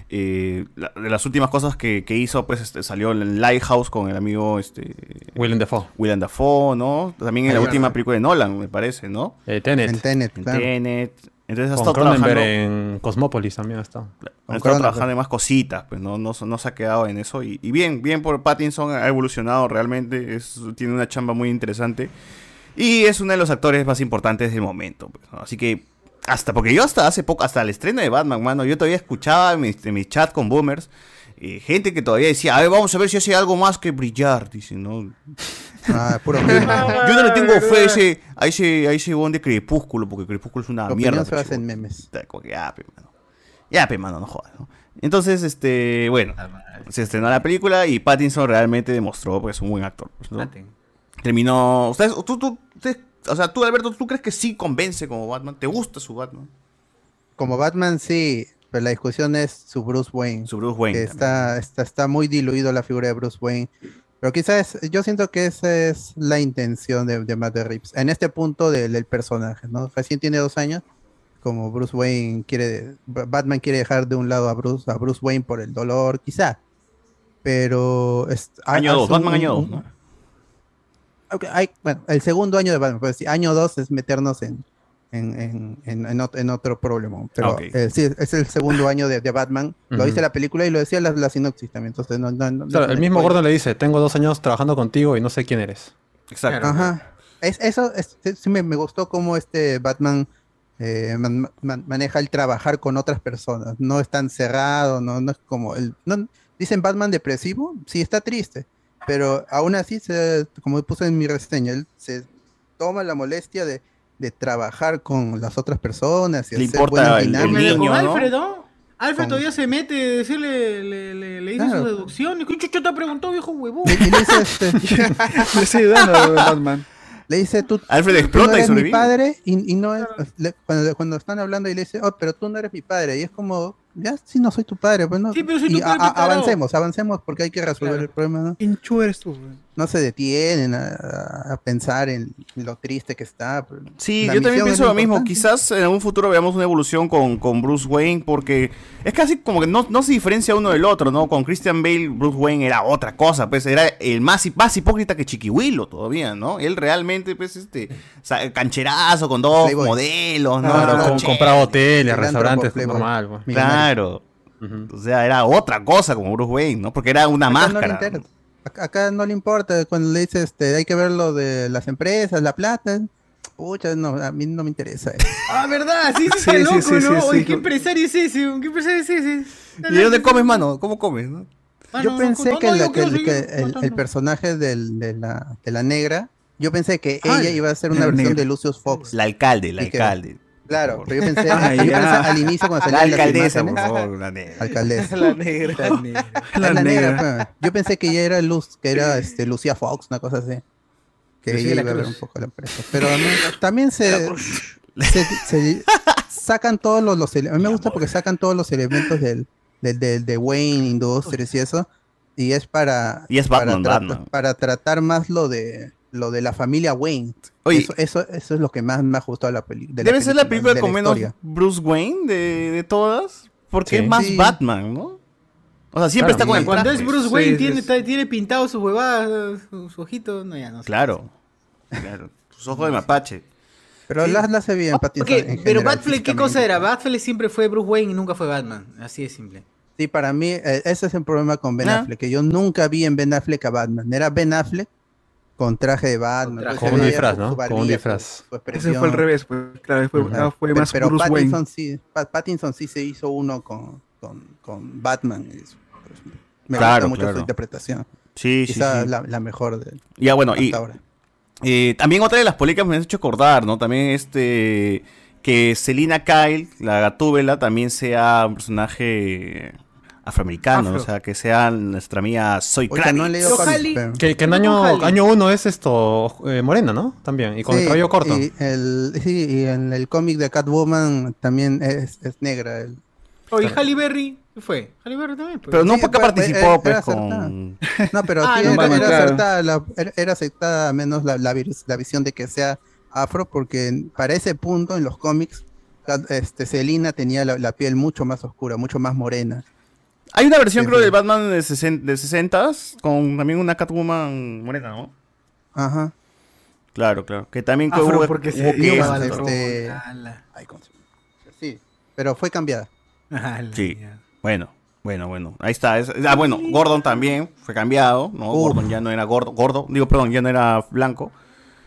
Eh, la- de las últimas cosas que, que hizo, pues este, salió en Lighthouse con el amigo este,
Willem Dafoe.
Willem Dafoe, ¿no? También en la
Ahí
última
va.
película de Nolan, me parece, ¿no?
Eh, Tenet.
En Tenet,
En
claro.
Tenet. Entonces ha
Con
estado
Cronenberg
trabajando
en Cosmópolis también ha estado.
han estado trabajando en más cositas, pues no, no, se- no se ha quedado en eso. Y, y bien, bien por Pattinson, ha evolucionado realmente, es- tiene una chamba muy interesante. Y es uno de los actores más importantes del momento. pues, ¿no? Así que, hasta, porque yo hasta hace poco, hasta el estreno de Batman, mano, yo todavía escuchaba en mis, en mis chats con boomers, eh, gente que todavía decía, a ver, vamos a ver si hace algo más que brillar, dice, ¿no?
Ah, puro
Yo no le tengo fe a ese, a ese, a ese huevón de Crepúsculo, porque Crepúsculo es una
Tu opinión
mierda.
se
pues,
basa en memes.
Puta, como que, ah, Ya, pe, mano. Ya, pe, mano, no jodas, ¿no? Entonces, este, bueno, se estrenó la película y Pattinson realmente demostró que es un buen actor. pues, ¿no? Terminó. Ustedes, tú, tú, ustedes- o sea, tú, Alberto, ¿tú crees que sí convence como Batman? ¿Te gusta su Batman?
Como Batman, sí, pero la discusión es su Bruce Wayne.
Su Bruce Wayne
Está, está, está muy diluido la figura de Bruce Wayne. Pero quizás yo siento que esa es la intención de, de Matt Reeves. En este punto del, del personaje, ¿no? Recién tiene dos años. Como Bruce Wayne quiere. Ba- Batman quiere dejar de un lado a Bruce, a Bruce Wayne por el dolor, quizá. Pero. es- ha-
Año
hace
2,
un-
Batman año 2,
un-
¿no?
Ok, hay- bueno, el segundo año de Batman, pues sí, año 2 es meternos en, en, en- en- en ot- en otro problema. Pero
Ah, ok.
eh, sí, es el segundo año de, de Batman. Lo
Ujú.
dice la película y lo decía la, la sinopsis también. Entonces, no, no, no- no
Claro,
es
el
un
mismo
spoiler.
Gordon le dice, tengo dos años trabajando contigo y no sé quién eres.
Exacto.
Ajá. Es, eso es- sí- sí me, me gustó cómo este Batman eh, man- man- maneja el trabajar con otras personas. No es tan cerrado, no, no es como el. no- dicen Batman depresivo, sí está triste. Pero aún así, se- como puse en mi reseña, él se toma la molestia de, de trabajar con las otras personas y
Le
hacer
importa
buenas
el- el
dinámicas.
niño,
Con
¿no?
Alfred, ¿no? Alfred
Con-
todavía se mete, decirle, le, le, le hizo
Claro.
su deducción. ¿Y qué chucho te preguntó, viejo huevón?
Y le dice, este- Le dice, tú,
Alfred
tú
explota
no
y
eres mi
sobrevive.
padre y, y no es, le- cuando, cuando están hablando y le dice, oh, pero tú no eres mi padre. Y es como, ya, sí, no soy tu padre. Pues no.
Sí, pero soy
Y
tu padre, tarado.
avancemos, avancemos porque hay que resolver el problema, ¿no?
Pinchu eres tú,
No se detienen a, a pensar en lo triste que está. pues.
Sí, yo también pienso lo mismo. Quizás en algún futuro veamos una evolución con, con Bruce Wayne, porque es casi como que no, no se diferencia uno del otro, ¿no? Con Christian Bale, Bruce Wayne era otra cosa, pues era el más, hip- más hipócrita que Chiquihuilo todavía, ¿no? Él realmente, pues, este, sa- cancherazo con dos
Playboy.
modelos, ¿no?
Claro,
Una
com-
noche.
compraba hoteles,
Filántropo,
restaurantes,
Playboy.
normal. pues.
Claro. O sea, era otra cosa como Bruce Wayne, ¿no? Porque era una
Acá no, le
máscara.
interesa. Ac- acá no le importa. Cuando le dice, este, hay que ver lo de las empresas, la plata. Pucha, no, a mí no me interesa. eso.
Ah, ¿verdad? Sí, sí,
Sí,
está
sí,
loco,
sí, sí,
¿no?
sí,
Oye,
sí.
¿qué empresario es ese? ¿Qué empresario es ese?
¿Y de dónde comes, mano? ¿Cómo comes? no?
Ah,
yo
no, no,
pensé
no,
que,
no,
la-
yo
que el-
quiero
que
seguir
el, el
contando.
personaje del- de, la, de la negra, yo pensé que ella
Ay,
iba a ser una
Ah, la
versión
negra.
de Lucius Fox.
La alcalde, el
Y que-
alcalde.
Claro, pero yo pensé,
Ah,
yo
ya.
pensé al inicio cuando
La
salían las
alcaldesa, por
imágenes-
favor, la negra.
¿eh? Alcaldesa.
La negra.
La negra. Es la negra, pues. Yo pensé que ella era Luz, que era este, Lucía Fox, una cosa así. Que
Lucía de
ella
la
iba a ver
Cruz.
un poco la empresa. Pero no, también se, se- se- sacan todos los, los ele- A mí me gusta porque sacan todos los elementos del, del, del- de Wayne Industries y eso. Y es para,
Y es Batman,
para,
Batman.
para tratar más lo de lo de la familia Wayne. eso, eso, eso es lo que más me ha gustado de la, peli de
Debe ser la película
de la
con menos
historia.
Bruce Wayne de, de todas, porque
Sí.
es más
Sí.
Batman, ¿no? O sea, siempre está con el
Cuando
traje.
es Bruce Wayne, tiene, está- tiene pintado sus huevadas, sus ojitos. No, ya no sé.
Claro, claro.
Pues
Sus ojos de mapache.
Pero
Sí.
las la hace bien, Pattinson,
Ok,
en
pero
general,
Batfleck, ¿qué
físicamente.
cosa era? Batfleck siempre fue Bruce Wayne y nunca fue Batman. Así de simple.
Sí, para mí, eh, ese es el problema con Ben
Ah.
Affleck, que yo nunca vi en Ben Affleck a Batman. Era Ben Affleck con traje de Batman.
traje.
pues,
Con
se
un
veía
disfraz,
su-
¿no?
su
Con un
barbilla,
disfraz.
su- su
Ese
Ese
expresión.
fue al revés, pues. Claro, fue,
Ajá.
ah, fue
Pe-
más
pero
Bruce
Pattinson
Wayne.
sí, Pa- Pattinson sí se hizo uno con, con, con Batman. y eso, pues, me
Claro,
gusta mucho
claro.
su interpretación.
Sí, sí,
Quizá
sí.
La, la mejor de
Ya bueno,
hasta
y
ahora.
eh, también otra de las polémicas me han hecho acordar, ¿no? También este que Selina Kyle, la gatúbela, también sea un personaje afroamericano,
Afro.
o sea, que sea nuestra amiga Soy
Oiga,
Kravitz.
no he leído cómics, pero- Que, que en año, año uno es esto, eh, morena, ¿no? También, y con el
Sí,
cabello corto.
Y, el, sí, y en el cómic de Catwoman también es, es negra. el-
Oye, Halle Berry, ¿qué fue? Halle Berry también. pues.
Sí, pues, eh, era acertada. No, pero
Ah,
sí,
no,
era,
bueno,
era
claro.
acertada, la- era- era aceptada al menos la, la vir- la visión de que sea afro, porque en- para ese punto en los cómics, Cat- este, Selina tenía la, la piel mucho más oscura, mucho más morena.
Hay una versión, creo, del Batman de, sesen- de 60s, con también una Catwoman morena, ¿no?
Ajá.
Claro, claro. Que también
Afro,
hubo-
porque se
hubo
dio
quejas, ¿no?
mal, este, ay, ¿cómo se llama? Sí, pero fue cambiada.
Sí. Bueno, bueno, bueno. Ahí está. es- ah, bueno, Gordon también fue cambiado, ¿no?
Uf.
Gordon ya no era gordo, gordo. Digo, perdón, ya no era blanco.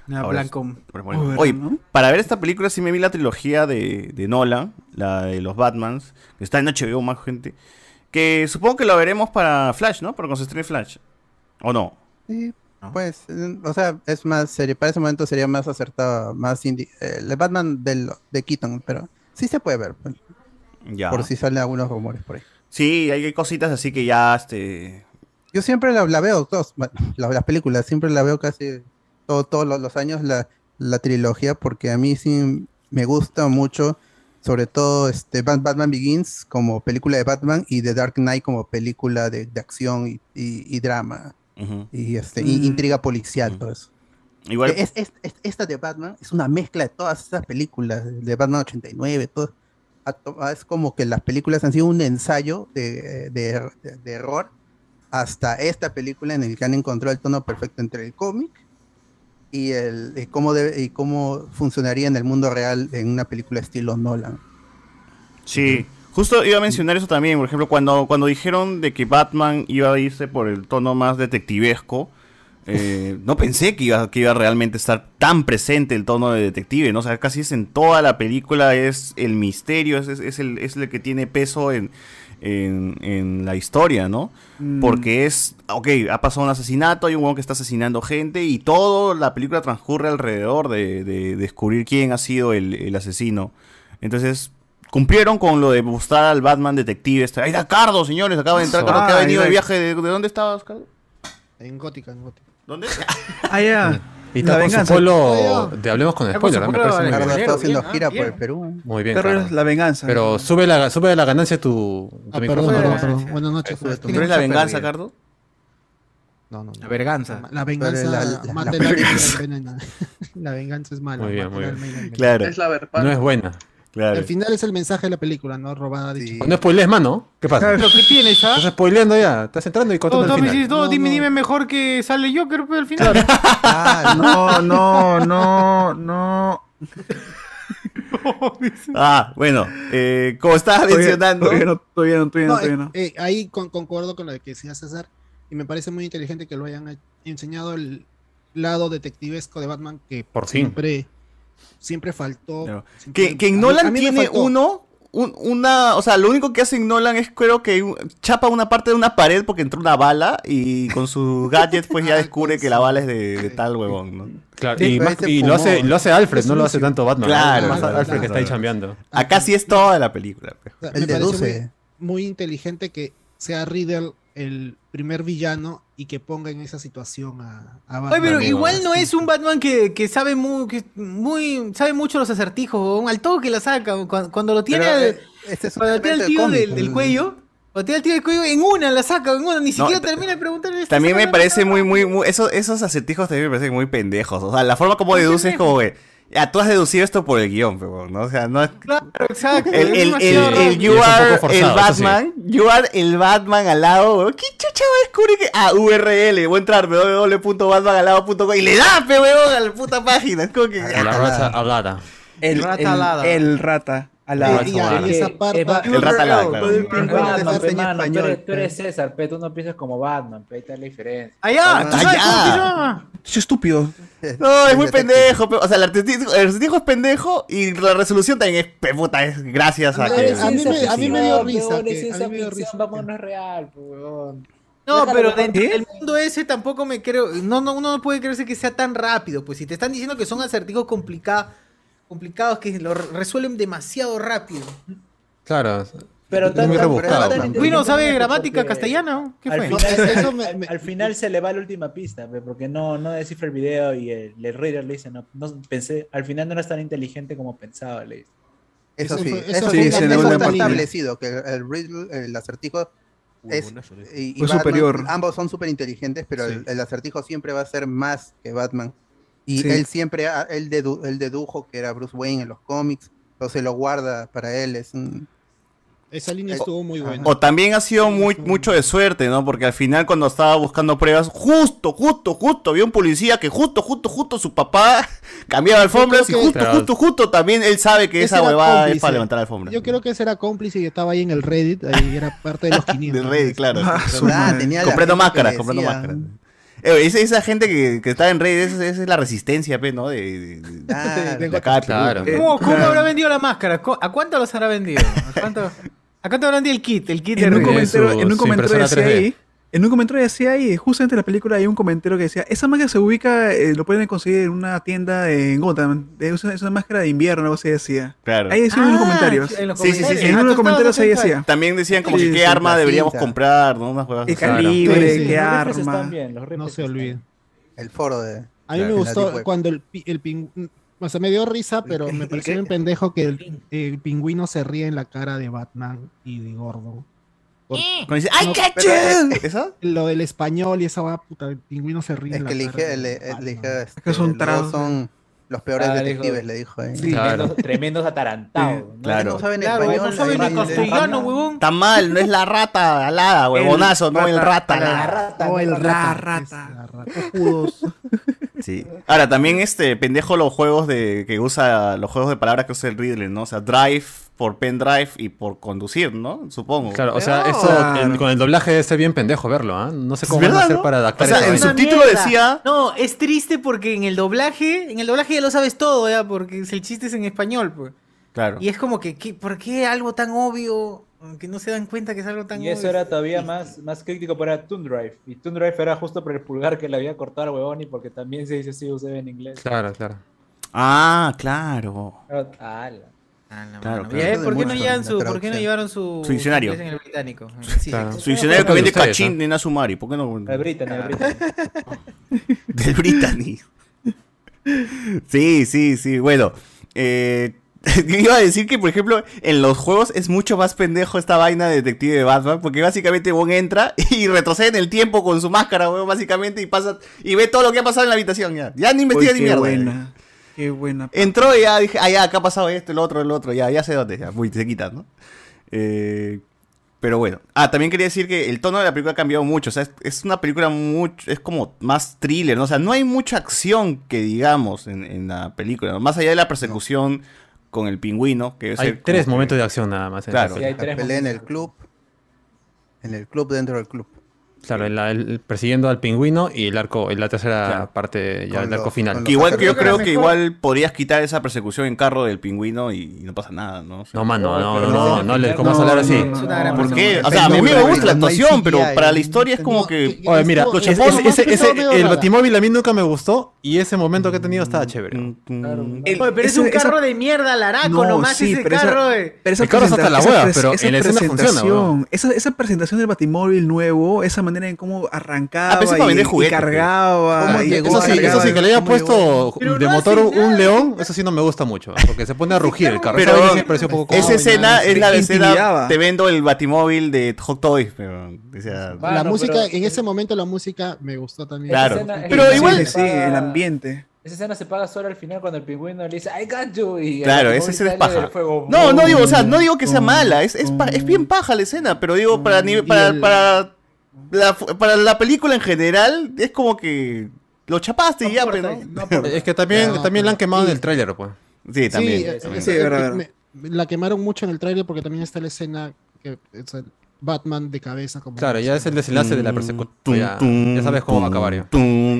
Era
Ahora es-
blanco.
pero bueno.
Uber,
Oye,
¿no?
para ver esta película sí me vi la trilogía de, de Nolan, la de los Batmans, que está en HBO más gente. Que supongo que lo veremos para Flash, ¿no? Para cuando se estrene Flash. ¿O no?
Sí,
Ah.
pues, eh, o sea, es más serio. Para ese momento sería más acertado, más indie. El de Batman del, de Keaton, pero sí se puede ver. pues,
Ya.
Por si salen algunos rumores por ahí.
Sí, hay cositas así que ya, este...
Yo siempre la, la veo, todos, bueno, la- las películas, siempre la veo casi todo- todos los, los años la, la trilogía, porque a mí sí me gusta mucho, sobre todo este Bat- Batman Begins como película de Batman y The Dark Knight como película de, de acción y, y- y drama.
Ujú.
Y este, y
Mm.
intriga policial, todo eso.
Igual...
Es- es- es- esta de Batman es una mezcla de todas esas películas, de Batman 89, todo. Ha to- ha- Es como que las películas han sido un ensayo de, eh, de- de- de error hasta esta película en el que han encontrado el tono perfecto entre el cómic y, el, y cómo debe- y cómo funcionaría en el mundo real en una película estilo Nolan.
Sí, justo iba a mencionar eso también. Por ejemplo, cuando, cuando dijeron de que Batman iba a irse por el tono más detectivesco, eh, no pensé que iba, que iba realmente a estar tan presente el tono de detective, ¿no? O sea, casi es en toda la película, es el misterio, es, es- es el, es el que tiene peso en, en- en la historia, ¿no?
Mm.
Porque es, ok, ha pasado un asesinato, hay un huevón que está asesinando gente y toda la película transcurre alrededor de, de descubrir quién ha sido el, el asesino. Entonces, cumplieron con lo de buscar al Batman detective. Está, ahí está Cardo, señores, acaba de entrar
Ah,
Cardo, que ha
ahí
venido
va.
de viaje. ¿De, de dónde estabas, Cardo?
En Gótica, en Gótica.
¿Dónde?
Ah, ya.
Y está
La
con su
venganza.
polo de Hablemos con
Ya
Spoiler,
con su
¿no? me
polo
parece muy
Carlos
bien.
está haciendo
bien, ah,
gira por
bien.
el Perú.
Muy bien,
Pero
Carlos.
es la venganza.
Pero sube la, sube la ganancia tu, tu
Ah,
micrófono.
perdón,
¿no?
perdón, perdón.
Buenas noches.
Eso,
Tengo
¿tú eres la
mucha
venganza,
pérdida.
Cardo?
No, no, no.
La venganza.
La
Pero
venganza
la- la- la
mata el alma y la
venganza.
envenena. La venganza es mala.
Muy bien,
mata
muy
el
bien.
alma y la envenena.
Claro. No es buena.
Claro.
Al final es el mensaje de la película, no robada de chico.
No spoilees más, ¿no? ¿Qué pasa?
Pero, ¿qué tienes, ah?
Estás spoileando ya. Estás entrando y
Todo,
Oh,
contando
todo
el
me
final.
dices, todo, dime, dime mejor que sale Joker pero al final.
Ah,
No, no, no, no.
Ah, bueno, eh, como estabas mencionando.
Todavía no, todavía no, todavía no.
No,
Todavía
eh,
no.
eh, ahí con- concuerdo con lo que decía César y me parece muy inteligente que lo hayan eh, enseñado el lado detectivesco de Batman que
Por fin.
siempre siempre faltó.
Claro.
siempre-
Que, que
a
en
mí-
Nolan
a mí me
tiene
faltó.
uno, un- una, o sea, lo único que hace en Nolan es creo que un- chapa una parte de una pared porque entró una bala y con su gadget pues ya descubre que la bala es de, de tal huevón, ¿no?
Claro, y, más-
este
y lo, hace, lo hace Alfred, no lo hace tanto Batman. ¿no?
Claro,
Más
claro,
Alfred que está ahí
claro.
chambeando.
Acá sí es toda la película. pues. pe.
O sea,
Él
me parece
deduce.
muy, muy inteligente que sea Riddle el primer villano y que ponga en esa situación a, a Batman.
Oye, pero igual no es un Batman que, que sabe muy, que muy sabe mucho los acertijos, weón. al toque la saca, cu- cuando, lo tiene
Pero,
al,
eh, este es un
cuando tiene al
elemento
tío
del
del,
cómic, mm.
del
¿no?
cuello, cuando tiene al tío del cuello, en una la saca, en una, ni
No, eh,
siquiera
ta-
termina de preguntarle esto,
También
saca
me
la-
parece muy, muy, muy, esos, esos acertijos también me parecen muy pendejos. O sea, la forma como deduces es como que, ya, tú has deducido esto por el guión, pe, huevón, ¿no? O sea, no es...
Claro, exacto.
El,
es
el, el,
demasiado
el
raro.
you are el Batman, you are el Batman al lado, weón. ¿Qué chucha va a descubrir que ah, URL, voy a entrar www.batmanalado.com y le da pe weón a la puta página, es como que
A la raza hablada.
El,
Rata
el-
alada.
el rata alada.
Y- y- y esa
Eh,
Que-
parte-
es Bat-
El rata alada, claro.
Batman,
Batman,
Batman,
pe,
mano,
español,
tú eres-
pe.
tú eres César, pero tú no piensas como Batman, pero ahí está la diferencia.
Ah,
Allá,
tú sabes cómo se Es estúpido.
No, es muy pendejo, pe- o sea, el acertijo, el acertijo es pendejo y la resolución también es pe, puta, es gracias a
Ah,
No,
que
es ciencia
sí, sí.
ficción,
dio risa,
huevón,
que-
es
a mí
ciencia
me dio
ficción,
risa.
Batman no es real, pues, huevón.
No,
Déjalo,
pero
huevón.
dentro del mundo ese tampoco me creo, no, no, uno no puede creerse que sea tan rápido, pues si te están diciendo que son acertijos complica- complicados que lo re- resuelven demasiado rápido.
Claro.
Pero
es muy
tan-
rebuscado.
tan-
man.
tan-
Uy, no sabe gramática
Porque
castellana, ¿no? ¿Qué
al
fue?
final-
Eso
al- al, final se le va la última pista, pe, porque no, no descifra el video y el, el reader le dice, no, no pensé, al final no eras tan inteligente como pensaba, le dice.
Eso sí, eso,
es
sí, eso está establecido, que el, riddle, el acertijo
Uy,
es,
buenazo, eh.
y- y
Fue
Batman,
superior.
Ambos son súper inteligentes, pero el,
Sí.
el acertijo siempre va a ser más que Batman. Y
Sí.
él siempre, ha- él, dedu- él dedujo que era Bruce Wayne en los cómics, entonces lo guarda para él. Es un-
Esa línea
Eh,
estuvo muy buena.
O también ha sido muy, mucho de suerte, ¿no? Porque al final cuando estaba buscando pruebas, justo, justo, justo, había un policía que justo, justo, justo su papá cambiaba alfombras y
creo que-
justo,
Claro.
justo, justo también él sabe que
Ese
esa
era
huevada es
cómplice.
para levantar alfombras.
Yo creo que ese era cómplice y estaba ahí en el Reddit, ahí era parte de los 500.
Del Reddit, claro.
Ah,
su madre. Ah, Tenía la
comprando
gente que
máscaras,
le
comprando
decía. "Mm".
máscaras. Eh, esa, esa gente que, que está en Reddit, esa, esa es la resistencia, pe, ¿no? De, de- de-
Ah,
de acá de Perú.
Eh,
¿Cómo, cómo habrá vendido la máscara? ¿Cu- ¿A cuánto los habrá vendido? ¿A cuánto, a cuánto habrá vendido el kit? El kit de
en un
Ruiz?
comentario, en un comentario
impresora
decía
3D.
ahí, en un comentario decía ahí, justamente en la película hay un comentario que decía, esa máscara se ubica, eh, lo pueden conseguir en una tienda en Gotham, de- es una, es una máscara de invierno, algo así decía.
Claro.
Ahí decía en
Ah,
los comentarios. En uno de los comentarios ahí decía.
También decían como
Sí,
que qué
sí,
arma
la
deberíamos
cinta.
comprar, ¿no? Unas huevas
Qué
así.
calibre,
Sí, sí.
qué
Los
arma.
refres están bien,
no se olvida. El foro de...
A mí
de
me
la Deep
gustó
Web.
cuando el, pi- el pingüino. O sea, me dio risa, pero me pareció bien pendejo que el, el pingüino se ríe en la cara de Batman y de Gordo. Por-
Cuando dice, "I got
pero-
you". ¿Eso?
Lo del español y esa va puta, el pingüino se ríe.
Es
en la
que le
cara
dije,
de
le,
Batman.
le dije, este,
que son
los dos
tragos.
son los peores
Ah, le dijo-
detectives, le dijo. eh. Ah, ahí.
Sí, Tremendos, tremendos atarantados. ¿no?
Claro. No
saben
Claro,
español,
no saben ni
ahí va-
castellano,
le-
huevón.
Está mal, no es la rata alada, huevonazo, no el rata
La
alada.
rata.
No, el
la
rata.
rata.
Sí. Ahora, también este pendejo los juegos de que usa, los juegos de palabras que usa el Riddle, ¿no? O sea, drive por pendrive y por conducir, ¿no? Supongo.
Claro, o sea, esto en- con el doblaje debe ser bien pendejo verlo, ¿ah? No sé cómo van a
verdad,
hacer
¿no?
para adaptar
O sea,
esa
en
vaina.
subtítulo decía-
No, es triste porque en el doblaje, en el doblaje ya lo sabes todo, ya, porque es- el chiste es en español, pues.
Claro.
Y es como que, ¿qué- ¿por qué algo tan obvio? Que no se dan cuenta que es algo tan
Este, Y eso
obvio.
era todavía más, más crítico para Toon Drive. Y Toon Drive era justo por el pulgar que le había cortado al huevón y porque también se dice CUCB en inglés.
Claro, claro.
Ah, claro.
Claro, ala.
Claro,
Y ahí,
claro.
¿Por qué no,
Mucho.
llevan su, ¿por qué no llevaron su,
Su diccionario.
inglés en el británico?
Claro. Su diccionario que vende cachín de Nasumari, ¿por qué no?
El Britannia, el Britannia.
Del Brittany. Sí, sí, sí. Bueno, eh, yo iba a decir que, por ejemplo, en los juegos es mucho más pendejo esta vaina de detective de Batman, porque básicamente Wong entra y retrocede en el tiempo con su máscara, weón, básicamente, y pasa y ve todo lo que ha pasado en la habitación ya. Ya ni investiga
Uy, qué
ni mierda.
eh.
buena. Qué buena.
Entró y ya dije, ah, ya, acá ha pasado esto, el otro, el otro, ya, ya sé dónde, ya, muy, se quitan, ¿no? Eh, pero bueno. Ah, también quería decir que el tono de la película ha cambiado mucho, o sea, es, es una película mucho, es como más thriller, ¿no? O sea, no hay mucha acción que digamos en, en la película, ¿no? Más allá de la persecución con el pingüino, que es
Hay
el-
tres
como-
momentos de acción nada más. en
Claro.
esa
Sí, hay
película.
La pelea en el club. En el club, dentro del club.
Claro, en la- el- persiguiendo al pingüino y el arco, en la tercera parte, ya
Con
el arco
los-
final.
con
Que igual que yo
Creo
creo
que
que
la mejor-
igual podrías quitar esa persecución en carro del pingüino y, y no pasa nada, ¿no? O sea,
No, mano, no, no, no, no, le ¿cómo vas a hablar así?
¿Por qué? O sea, a mí me gusta la eh. actuación, pero para la historia es como que.
¿eh? Oye, mira,
los
ese-
chapones
ese- ese-
no veo
el
nada.
Batimóvil a mí nunca me gustó y ese momento que he tenido estaba chévere.
El- Oye, pero es
ese-
un
esa-
carro de mierda, Laraco,
No,
nomás
sí,
ese
pero esa-
carro. eh.
pero esa
El carro está hasta la
presenta-
hueva,
esa
pero
pres-
en la
esa
escena funciona,
presentación,
huevón.
Esa, esa presentación del Batimóvil nuevo, esa manera en cómo arrancaba
Ah, pensé para
y,
vender
y
pues.
juguetes,
cargaba. y
Eso
cómo
sí,
cargaba.
eso sí, que le haya puesto
Pero
de
no
motor
hace
un león, eso sí no me gusta mucho, porque se pone a rugir el carro. Esa vaina sí me pareció un poco como-
esa escena es la
Me
de escena
intimidaba.
te vendo el batimóvil de Hot Toys, pero o sea,
La música, en ese momento la música me gustó también.
Claro.
Esa escena-
Pero
esa
igual-
escena se
Sí,
paga-
el
ambiente.
Esa escena se paga solo al final cuando el pingüino le dice I got you y el
Claro,
Batimóvil
esa escena es
sale del
paja.
fuego.
No, no digo, o sea, no digo que sea mala, es, es, pa- es bien paja la escena, pero digo, para, ni- para, para, la, fu- para la película en general, es como que lo chapaste y ya, pues, pero.
Es que también,
No,
también la han quemado en el tráiler, pues.
Sí, también.
Sí, eh,
también.
esa- me- la quemaron mucho en el tráiler porque también está la escena que es el Batman de cabeza. Como
Claro, ya es el desenlace de
Mm,
la persecución. Ya, ya sabes cómo va a acabar. ya.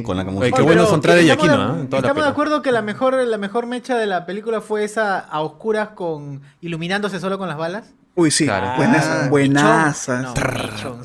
con la
Oye,
música.
qué bueno son tres de
Estamos
Ah,
Yaquino,
de-
¿eh? En toda la
Estamos de
pela.
acuerdo que la mejor, la mejor mecha de la película fue esa a oscuras con iluminándose solo con las balas.
Uy, sí.
Ah,
Buenas, buenazas.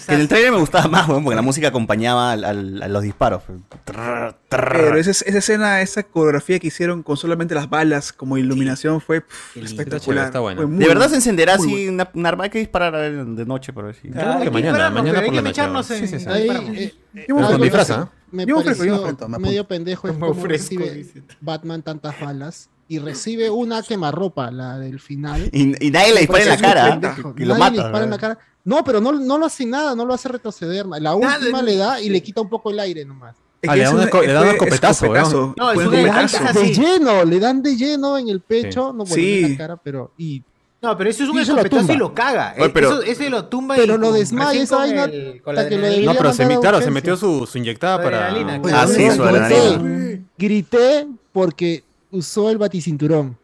En el trailer me gustaba más, weón, porque la música acompañaba al- al- a los disparos. Trrr, trrr.
Pero esa, esa escena, esa coreografía que hicieron con solamente las balas como iluminación fue pff, espectacular. Fue muy
de verdad
bueno.
se encenderá
Muy
así una, un arma hay que disparar a ver, de noche, pero sí.
Yo creo que mañana, mañana por la noche.
Sí, sí, eh, sí.
eh,
Con disfraz, ¿ah?
Me
Yo me ofrezco, yo me
pareció
ofrezco, me apunto.
medio pendejo es
Me
cómo
ofrezco,
recibe Batman tantas balas y recibe una quemarropa, la del final.
Y- y nadie le
Me
dispara en
parece
la
un
¿ah?
cara,
pendejo.
que lo
Nadie le
mata,
dispara en la
¿verdad?
cara. No, pero no, no lo hace nada, no lo hace retroceder. La última le da y le quita un poco el aire nomás.
Es que Ah, le da es un- una co- le da fue un escopetazo, escopetazo. weón. No, es
Le
un
dan
escopetazo.
De lleno, le dan de lleno en el pecho, no bueno, en
Sí.
la cara, pero. Y,
No, pero eso es un
y eso lo
escopetazo
tumba.
y lo caga.
Oye,
Eh,
pero-
eso- ese lo tumba y.
Pero lo
con-
desmaya,
recién
esa
con
vaina
el- con la
hasta que
adrenalina.
lo debería
No, pero se,
mandar a
mi- claro, se
urgencia. Pues,
metió su, su inyectada para.
Ah,
adrenalina,
Oye, grité, Grité porque usó el baticinturón. Yo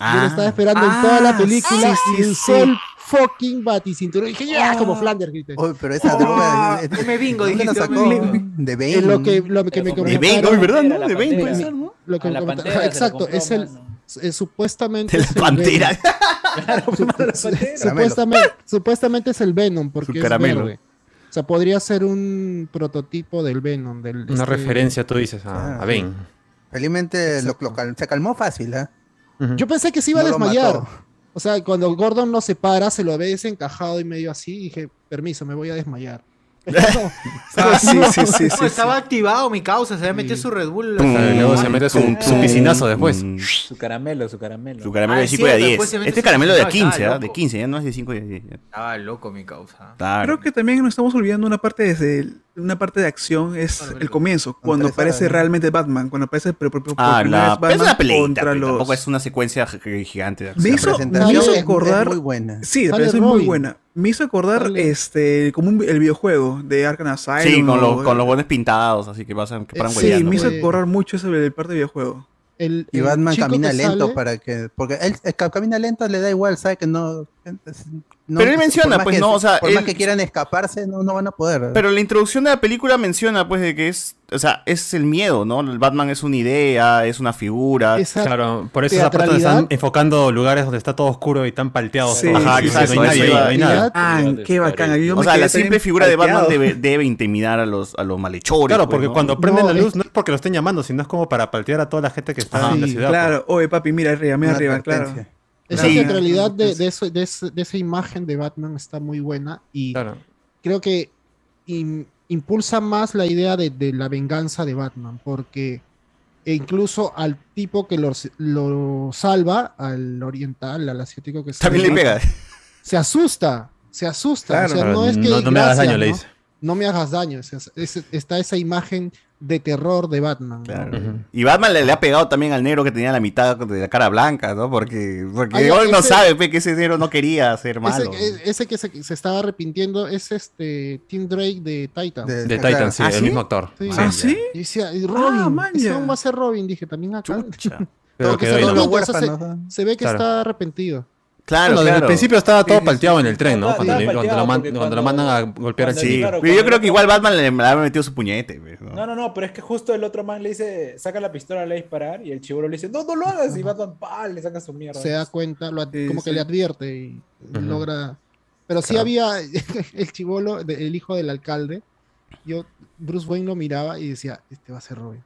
Ah.
lo estaba esperando en toda la
Ah,
película
sí,
y
sí,
usó
sí.
el fucking baticinturón. Y dije, ya, como Flanders, grité. Ah.
Uy, pero esa droga. eh,
Me bingo,
¿dónde la
dijiste.
sacó? De
Eh,
Bane.
lo que, lo que me comentaron.
De Bane puede ser, ¿no?
Lo que
A
me
la
comentaron-
Pantera se lo
Exacto,
compró,
es el. es- supuestamente.
De la
es el
Pantera.
Venom. Sup- supuestamente, supuestamente es el Venom, porque es
caramelo.
verde. O sea, podría ser un prototipo del Venom. Del,
Una
este-
referencia, tú dices, ah. a, a Bane.
Ah, Felizmente lo, lo cal- se calmó fácil, ¿ah?
Yo pensé que se iba a
No lo
desmayar.
mató.
O sea, cuando Gordon no se para, se lo ve desencajado y medio así, y dije, permiso, me voy a desmayar.
Ah,
sí, sí, sí,
No,
sí, sí.
estaba activado mi causa, se había metido su Red Bull.
Claro, y luego se mete su- su piscinazo después.
Su caramelo, su caramelo.
Su caramelo
Ah,
de
es
5 y a
cierto,
10.
después se mete
Este
su
caramelo de a
piscinazo,
15,
ah,
¿ah? De 15, ya no es de 5 y a 10. ya.
Estaba Ah, loco mi causa.
Claro.
Creo que también nos estamos olvidando una parte desde el- una parte de acción es el comienzo, cuando
tres
aparece
horas, ¿no?
realmente Batman, cuando aparece por, por- por
Ah,
primera
la,
vez
pero es
Batman
una peleita,
contra
pero
los
tampoco es una secuencia gi- gi- gigante. de
me
acción.
hizo, me hizo acordar Sí, la
Sale
presentación es muy
Robin.
buena. Me hizo acordar este como un- el videojuego de Arkham Asylum.
Sí, con,
o-
los, con los bones pintados, así que pasan, que paran
eh. Sí,
hueleando,
me hizo
pues.
acordar mucho sobre el parte de videojuego.
El,
Y
el
Batman
chico
camina
que
lento
sale-
para que. Porque él, el que camina lento le da igual, sabe que no. eh, es- no-
Pero él menciona,
por más
pues,
que-
no, o sea,
Por más
él-
que quieran escaparse, no, no van a poder.
Pero la introducción de la película menciona, pues, de que es, o sea, es el miedo, ¿no? El Batman es una idea, es una figura.
Esa
claro,
Por eso esa parte donde están enfocando lugares donde está todo oscuro y tan palteado.
Sí,
todo.
Ajá,
que
exacto,
no hay
eso
nadie,
iba-
no hay nada.
Ah, qué bacán. Yo me
o sea,
quedé
la
también
simple figura de Batman
palteado.
debe, debe intimidar a los, a los malhechores.
Claro,
pues,
porque
¿no?
cuando prenden la luz no es porque lo estén llamando, sino es como para paltear a toda la gente que está en la
Sí,
ciudad. pues.
claro, oye papi, mira arriba, mira
Una
arriba, claro.
advertencia.
Esa
Sí.
teatralidad de, de eso- de ese- de esa imagen de Batman está muy buena y creo que im- impulsa más la idea de, de la venganza de Batman, porque e incluso al tipo que lo, lo salva, al oriental, al asiático que
También le
salva,
pega.
Se asusta, se asusta.
Claro.
o sea, no es que
No- no me hagas
gracias,
daño, le
¿no?
dice.
No me hagas daño. o sea, es- está esa imagen de terror de Batman. ¿no?
Y Batman le, le ha pegado también al negro que tenía la mitad de la cara blanca, ¿no? Porque, porque
Ay,
hoy no
ese-
sabe pe, que ese negro no quería ser malo.
Ese, e- ese que se, que se estaba arrepintiendo es este Tim Drake de Titan.
De- De claro. Titan, sí, el mismo actor.
Sí.
Ah, ¿sí?
Y decía, y Robin,
man,
ese
ya.
aún va a ser Robin, dije, también acá.
Pero
Porque
quedó
se,
ahí, ¿no?
arrepiente, o sea, se-
Huérfano.
se ve que
Claro.
está arrepentido.
Claro,
Bueno, desde
claro.
el principio estaba todo
Sí, sí,
palteado en el tren, ¿no?
Estaba-
Cuando, le-
estaba
cuando lo, man-
palteado
cuando lo mandan a golpear al
Sí,
chico.
pero yo creo que igual Batman le, le habrá metido su puñete. pues. pe, ¿no?
No, no, no, pero es que justo el otro man le dice, saca la pistola, le disparar y el chibolo le dice, no, no lo hagas y Batman, pa, le saca su mierda.
Se da cuenta, lo ad- como que
sí.
le advierte y
Ujú.
logra. Pero sí
Claro.
había el chivolo, de- el hijo del alcalde. Yo, Bruce Wayne lo miraba y decía, este va a ser Robin.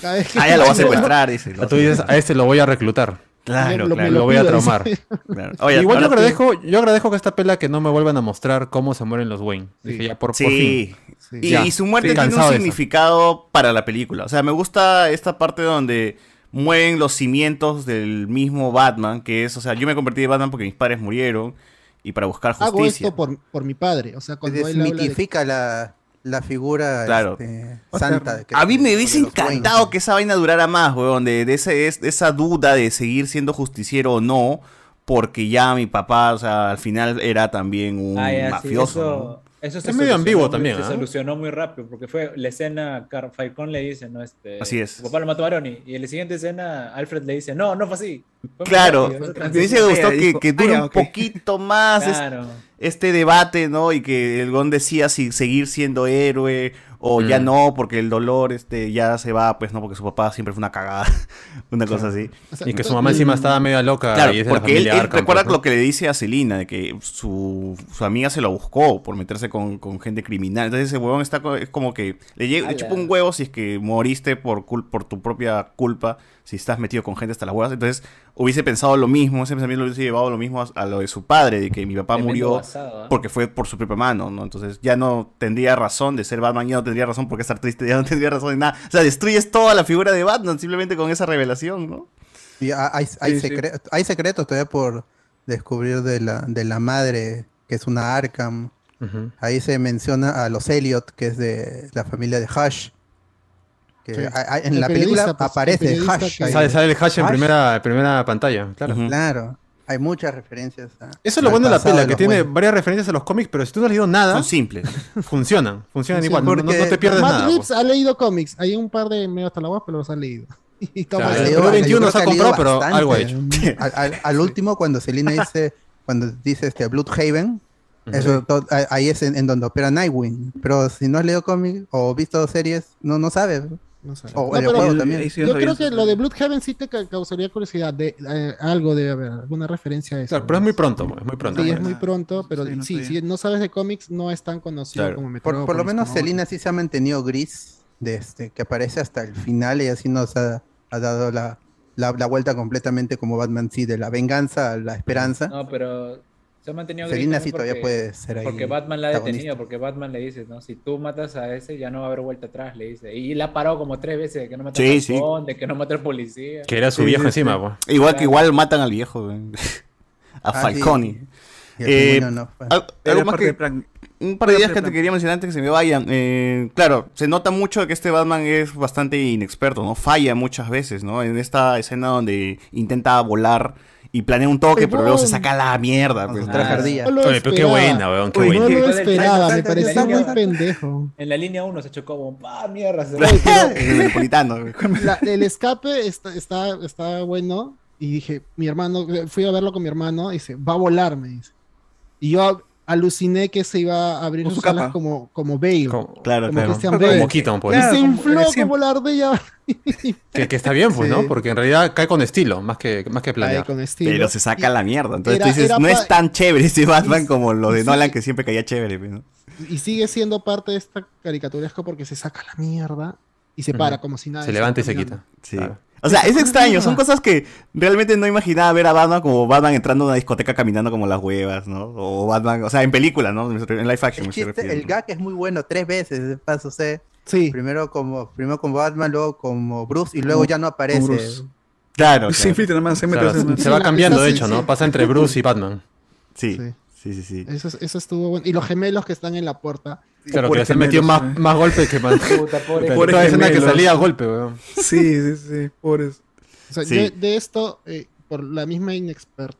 Cada vez que-
Ah, ya lo va a secuestrar, dice.
Ah, Tú dices, a este lo voy a reclutar.
Claro,
lo,
claro.
lo voy a
pido,
traumar.
dice. Claro. Oye,
Igual yo
ahora-
agradezco, yo agradezco que esta pela que no me vuelvan a mostrar cómo se mueren los Wayne. Dije, ya por, por
Sí.
fin.
Y,
Ya,
y su muerte
sí.
tiene un
Cansado de eso.
significado para la película. O sea, me gusta esta parte donde mueven los cimientos del mismo Batman, que es, o sea, yo me convertí en Batman porque mis padres murieron y para buscar
Hago
justicia.
esto por, por mi padre. O sea, cuando él habla de
Desmitifica la, la figura
Claro.
este, santa. que-
A mí me hubiese
de los
encantado que esa vaina durara más, weón, de, de ese, es- de esa duda de seguir siendo justiciero o no, porque ya mi papá, o sea, al final era también un
Ah, ya, sí,
mafioso. ¿no?
eso, eso se
Es medio
solucionó
ambiguo
muy-
también,
Se
¿ah?
solucionó muy rápido porque fue la escena, Car- Falcón le dice, ¿no? Este,
Así es.
"Tu papá lo mataron y, y en la siguiente escena Alfred le dice, no, no fue así. Fue muy
Claro,
rápido, fue
me hubiese gustado que, que dure un poquito más es-
Claro.
este debate, ¿no? Y que el Gon decía si seguir siendo héroe o ya
Mm.
no, porque el dolor este ya se va, pues no, porque su papá siempre fue una cagada, una cosa así.
O sea, Y que su mamá encima estaba media loca
Claro,
y es de la
porque él,
familia
él
Arkham,
recuerda
pues, ¿no?
lo que le dice a Celina, de que su, su amiga se lo buscó por meterse con, con gente criminal. Entonces ese huevón está co- es como que le, llega, le
Ala.
chupa un huevo si es que moriste por, cul- por tu propia culpa, si estás metido con gente hasta las huevas. Entonces hubiese pensado lo mismo, ese pensamiento lo hubiese llevado lo mismo a, a lo de su padre, de que mi papá
Tremendo
murió
basado, ¿ah?
porque fue por su propia mano, ¿no? Entonces ya no tendría razón de ser Batman, ya no tendría razón por qué estar triste, ya no tendría razón de nada. O sea, destruyes toda la figura de Batman simplemente con esa revelación, ¿no?
Y ha- hay, hay,
Sí, sí.
secre- hay secretos todavía por descubrir de la, de la madre, que es una Arkham.
Ujú.
Ahí se menciona a los Elliot, que es de la familia de Hash. Que
Sí.
a- a- en
El
la película
periodista, pues, el
aparece
periodista
Hash.
que-
ahí.
Sale- sale el Hash en primera- primera pantalla, claro. Ujú.
Claro, hay muchas referencias. a-
Eso es lo
al
bueno de la
pasado
pela, que
los
tiene
buenos.
varias referencias a los cómics, pero si tú no has leído nada. Son
simples.
Funcionan, funcionan
Sí,
igual, no- no- no,
porque
te pierdes
Matt
nada.
Reeves ha leído cómics. Hay un par de medio hasta la voz, pero los ha leído. Y
Claro,
toma-
el Pro 21 se ha comprado, pero algo ha hecho.
Al, al- al último, cuando Selina dice, cuando dice este Bloodhaven, eso, to- a- ahí es en, en donde opera Nightwing. Pero si no has leído cómics o visto series, no, no sabes. O
No,
el
pero
juego también.
Yo creo que lo de Bloodhaven sí te ca- causaría curiosidad. De, eh, algo debe haber, alguna referencia a eso.
Claro, pero es muy pronto, pues, es muy pronto.
Sí, es muy pronto, pero
Sí, no
sí,
sabía.
si no sabes de cómics, no es tan conocido como
por,
Metrópolis.
por lo menos
como-
Selina sí se ha mantenido gris, desde que aparece hasta el final y así nos ha, ha dado la, la, la vuelta completamente como Batman, sí, de la venganza a la esperanza.
No, pero se ha mantenido gris
Selina
también
sí todavía
porque-
puede ser ahí
Porque Batman la ha
protagonista.
detenido, porque Batman le dice, ¿no? Si tú matas a ese, ya no va a haber vuelta atrás, le dice. Y la ha parado como tres veces, de que no mató
Sí,
al
sí.
halcón, de que no mató al policía.
Que era su
Sí,
viejo
sí,
encima,
sí.
pues.
Igual
Claro.
que igual matan al viejo, güey. a
Ah, sí.
Falcone.
Y al
Eh,
pingüino no fue.
pues.
al-
Era
algo más
parte
que-
del plan.
un par de
Era
días que
parte del
te
plan.
quería mencionar antes que se me vayan. Eh, claro, se nota mucho que este Batman es bastante inexperto, ¿no? Falla muchas veces, ¿no? En esta escena donde intenta volar y planea un toque,
Pero
pero luego se
bueno.
saca la mierda.
Ah,
Pues,
traje
nada.
ardilla. No lo Oye, pero qué esperaba. buena, weón, qué Uy, buena. no lo esperaba, me pareció muy pendejo.
En la línea 1 se chocó como, ¡ah, mierda! Se
El metropolitano, güey.
La- el escape está, está, está bueno. Y dije, mi hermano, eh, fui a verlo con mi hermano. Y dice, va a volar, me dice. Y yo a- aluciné que se iba a abrir
Con su
sus alas
capa.
como, como Bale.
Como-
Claro,
como
claro.
Christian
Como
Bale.
Keaton, pues,
Y
¿no?
se
Como-
infló
siempre.
como la ardilla.
Que, que está bien, pues,
Sí.
¿no? Porque en realidad cae con estilo, más que, más que planear.
con estilo.
Pero se saca la mierda. Entonces
Era-
tú dices,
era
no
pa-
es tan chévere este Batman como lo de
sí.
Nolan, que siempre caía chévere, pues, ¿no?
Y sigue siendo parte de esta caricaturesco porque se saca la mierda y se para como si nada.
Se levanta y se quita.
Sí. O sea, es extraño, son cosas que realmente no imaginaba ver a Batman como Batman entrando a una discoteca caminando como las huevas, ¿no? O Batman, o sea, en película, ¿no? Me estoy- En live action,
El,
me estoy
chiste,
este,
el
refiriendo.
gag es muy bueno tres veces, de paso sé.
Sí.
Primero como, primero como Batman, luego como Bruce y luego
Como-
ya no aparece.
como Bruce.
Claro.
Se infiltra nada más, se mete
Claro,
a hacer-
se va cambiando, de hecho,
sí.
¿no? Pasa entre Bruce y Batman.
Sí.
eh.
Sí, sí, sí.
Eso, es- eso estuvo bueno. Y los gemelos que están en la puerta.
Claro, que
Pobres
se metió
gemelos,
más,
eh.
más golpes que más.
Puta, pobre
Toda
gemelos.
escena que salía a golpe, weón.
Sí, sí, sí, pobres.
O sea,
Sí.
yo de esto, eh, por la misma inexperta,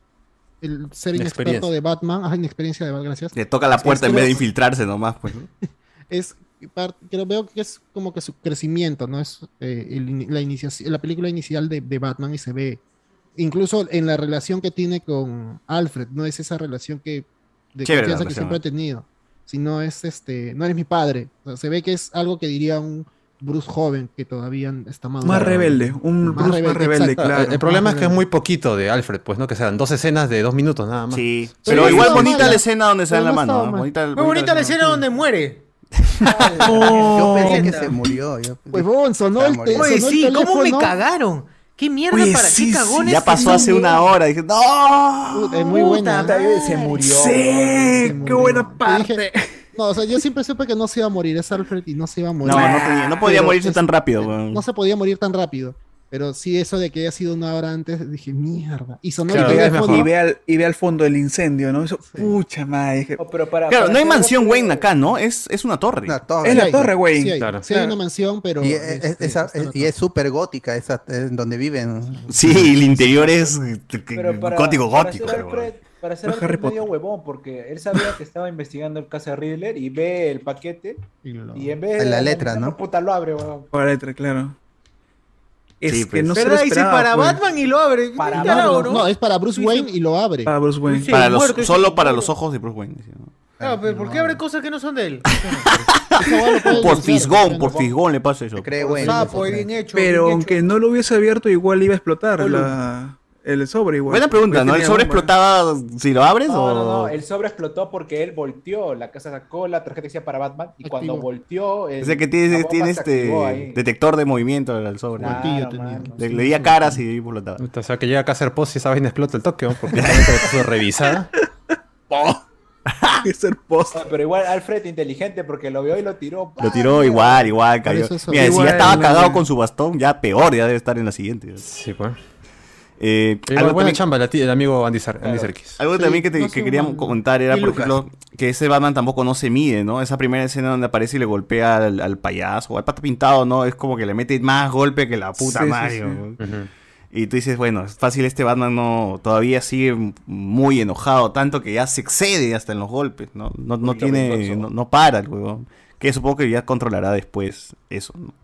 el ser
Inexperiencia.
inexperto de Batman, ajá, inexperiencia de Batman, gracias.
Le toca la puerta
Es-
en vez de
creo-
infiltrarse nomás, pues. ¿no?
Es, par- creo, veo que es como que su crecimiento, ¿no? Es eh, el ini- la, iniciación, la película inicial de, de Batman y se ve, incluso en la relación que tiene con Alfred, no es esa relación que de
Chévere la
confianza que
relación,
siempre ha tenido, sino es este, no eres mi padre. O sea, se ve que es algo que diría un Bruce joven que todavía está maduro.
Claro, El, el problema es que es muy poquito de Alfred, pues, ¿no? Que sean dos escenas de dos minutos nada más.
Sí.
Pero
Pero
no
igual
estaba
bonita
mal.
la escena donde se dan
Pero
la
no
mano.
estaba
¿no?
mal.
Bonita,
Muy bonita la escena donde muere.
Yo pensé que
Oh.
se murió. Yo
Huevón, sonó el, te-
Oye,
sonó el
sí, ¿cómo me
teléfono.
cagaron? ¿Qué mierda
Oye,
para
sí,
qué
sí,
cagones?
Ya pasó hace una hora. Dije, ¡No!
Es muy buena. ¿eh?
Se murió.
Sí,
qué buena
parte. no, o sea, yo siempre supe que no se iba a morir, es Alfred y no se iba a morir.
No, no, tenía- no podía
Pero
morirse
es-
tan rápido, weón.
No se podía morir tan rápido. Pero sí, eso de que haya sido una hora antes, dije, mierda. Y sonó
Claro,
el
y, ve,
teléfono.
y ve al, y ve al fondo el incendio, ¿no? Eso, pucha madre. dije,
Claro, no hay mansión Wayne acá, ¿no? Es, es una torre. Una
torre.
Es la torre, güey.
Sí hay,
Claro.
sí hay una mansión, pero...
Y es-
este,
es- esa-
está la
y es súper gótica esa en donde viven.
Sí, y el interior es eh,
Pero para-
gótico,
para
gótico.
ser
weón.
Alfred- Para ser
No, Harry
Alfred medio huevón, porque él sabía que estaba investigando el caso de Riddler y ve el paquete
y,
en vez de...
En la
darle
letra,
mano,
¿no?
Puta, lo abre, huevón.
Por la letra, claro. Es
Sí,
que
pues.
no se lo
¿Verdad? Dice
esperaba,
para
pues.
Batman y lo abre.
Para
Mira,
Batman.
bro.
no, es para Bruce Wayne y lo abre.
Para Bruce Wayne.
Sí,
Para los-
muerto, sí,
solo para los ojos de Bruce Wayne. decía, ¿no?
Claro, pero ¿por qué abre cosas que no son de él?
Por fisgón, por fisgón le pasa eso.
Ah, pues,
Pero aunque no lo hubiese abierto, igual iba a explotar la- el sobre igual.
Buena pregunta, ¿no? ¿El sobre explotaba si lo abres
No,
o.?
no, no, el sobre explotó porque él volteó, la casa sacó la tarjeta que decía para Batman y cuando volteó... El,
O sea que tiene,
la
tiene
bomba se activó ahí.
este detector de movimiento al sobre.
Claro, Martillo tenía. mano.
Le leía caras y ahí explotaba.
O sea, que llega acá a hacer post y esa vaina explota el toque, ¿no? porque solamente la puso revisada.
Ah, Pero igual Alfred inteligente porque lo vio y lo tiró.
Lo tiró igual, igual, cayó.
Parece eso.
Mira, si
Igual,
ya estaba
igual.
cagado con su bastón, ya peor, ya debe estar en la siguiente. Sí, pues. Eh,
Igual,
algo
buena
también-
chamba la ti- el amigo Andy, Sar- Andy Serkis.
Algo también que, te- que queríamos comentar era,
Y
por
Lucas.
ejemplo, que ese Batman tampoco no se mide, ¿no? Esa primera escena donde aparece y le golpea al, al payaso, al pato pintado, ¿no? Es como que le mete más golpe que la puta
Sí, sí,
Mario.
sí.
¿no? Y tú dices, bueno, es fácil, este Batman no todavía sigue muy enojado, tanto que ya se excede hasta en los golpes, ¿no? No, no tiene, no, no para el huevón. Que supongo que ya controlará después eso, ¿no?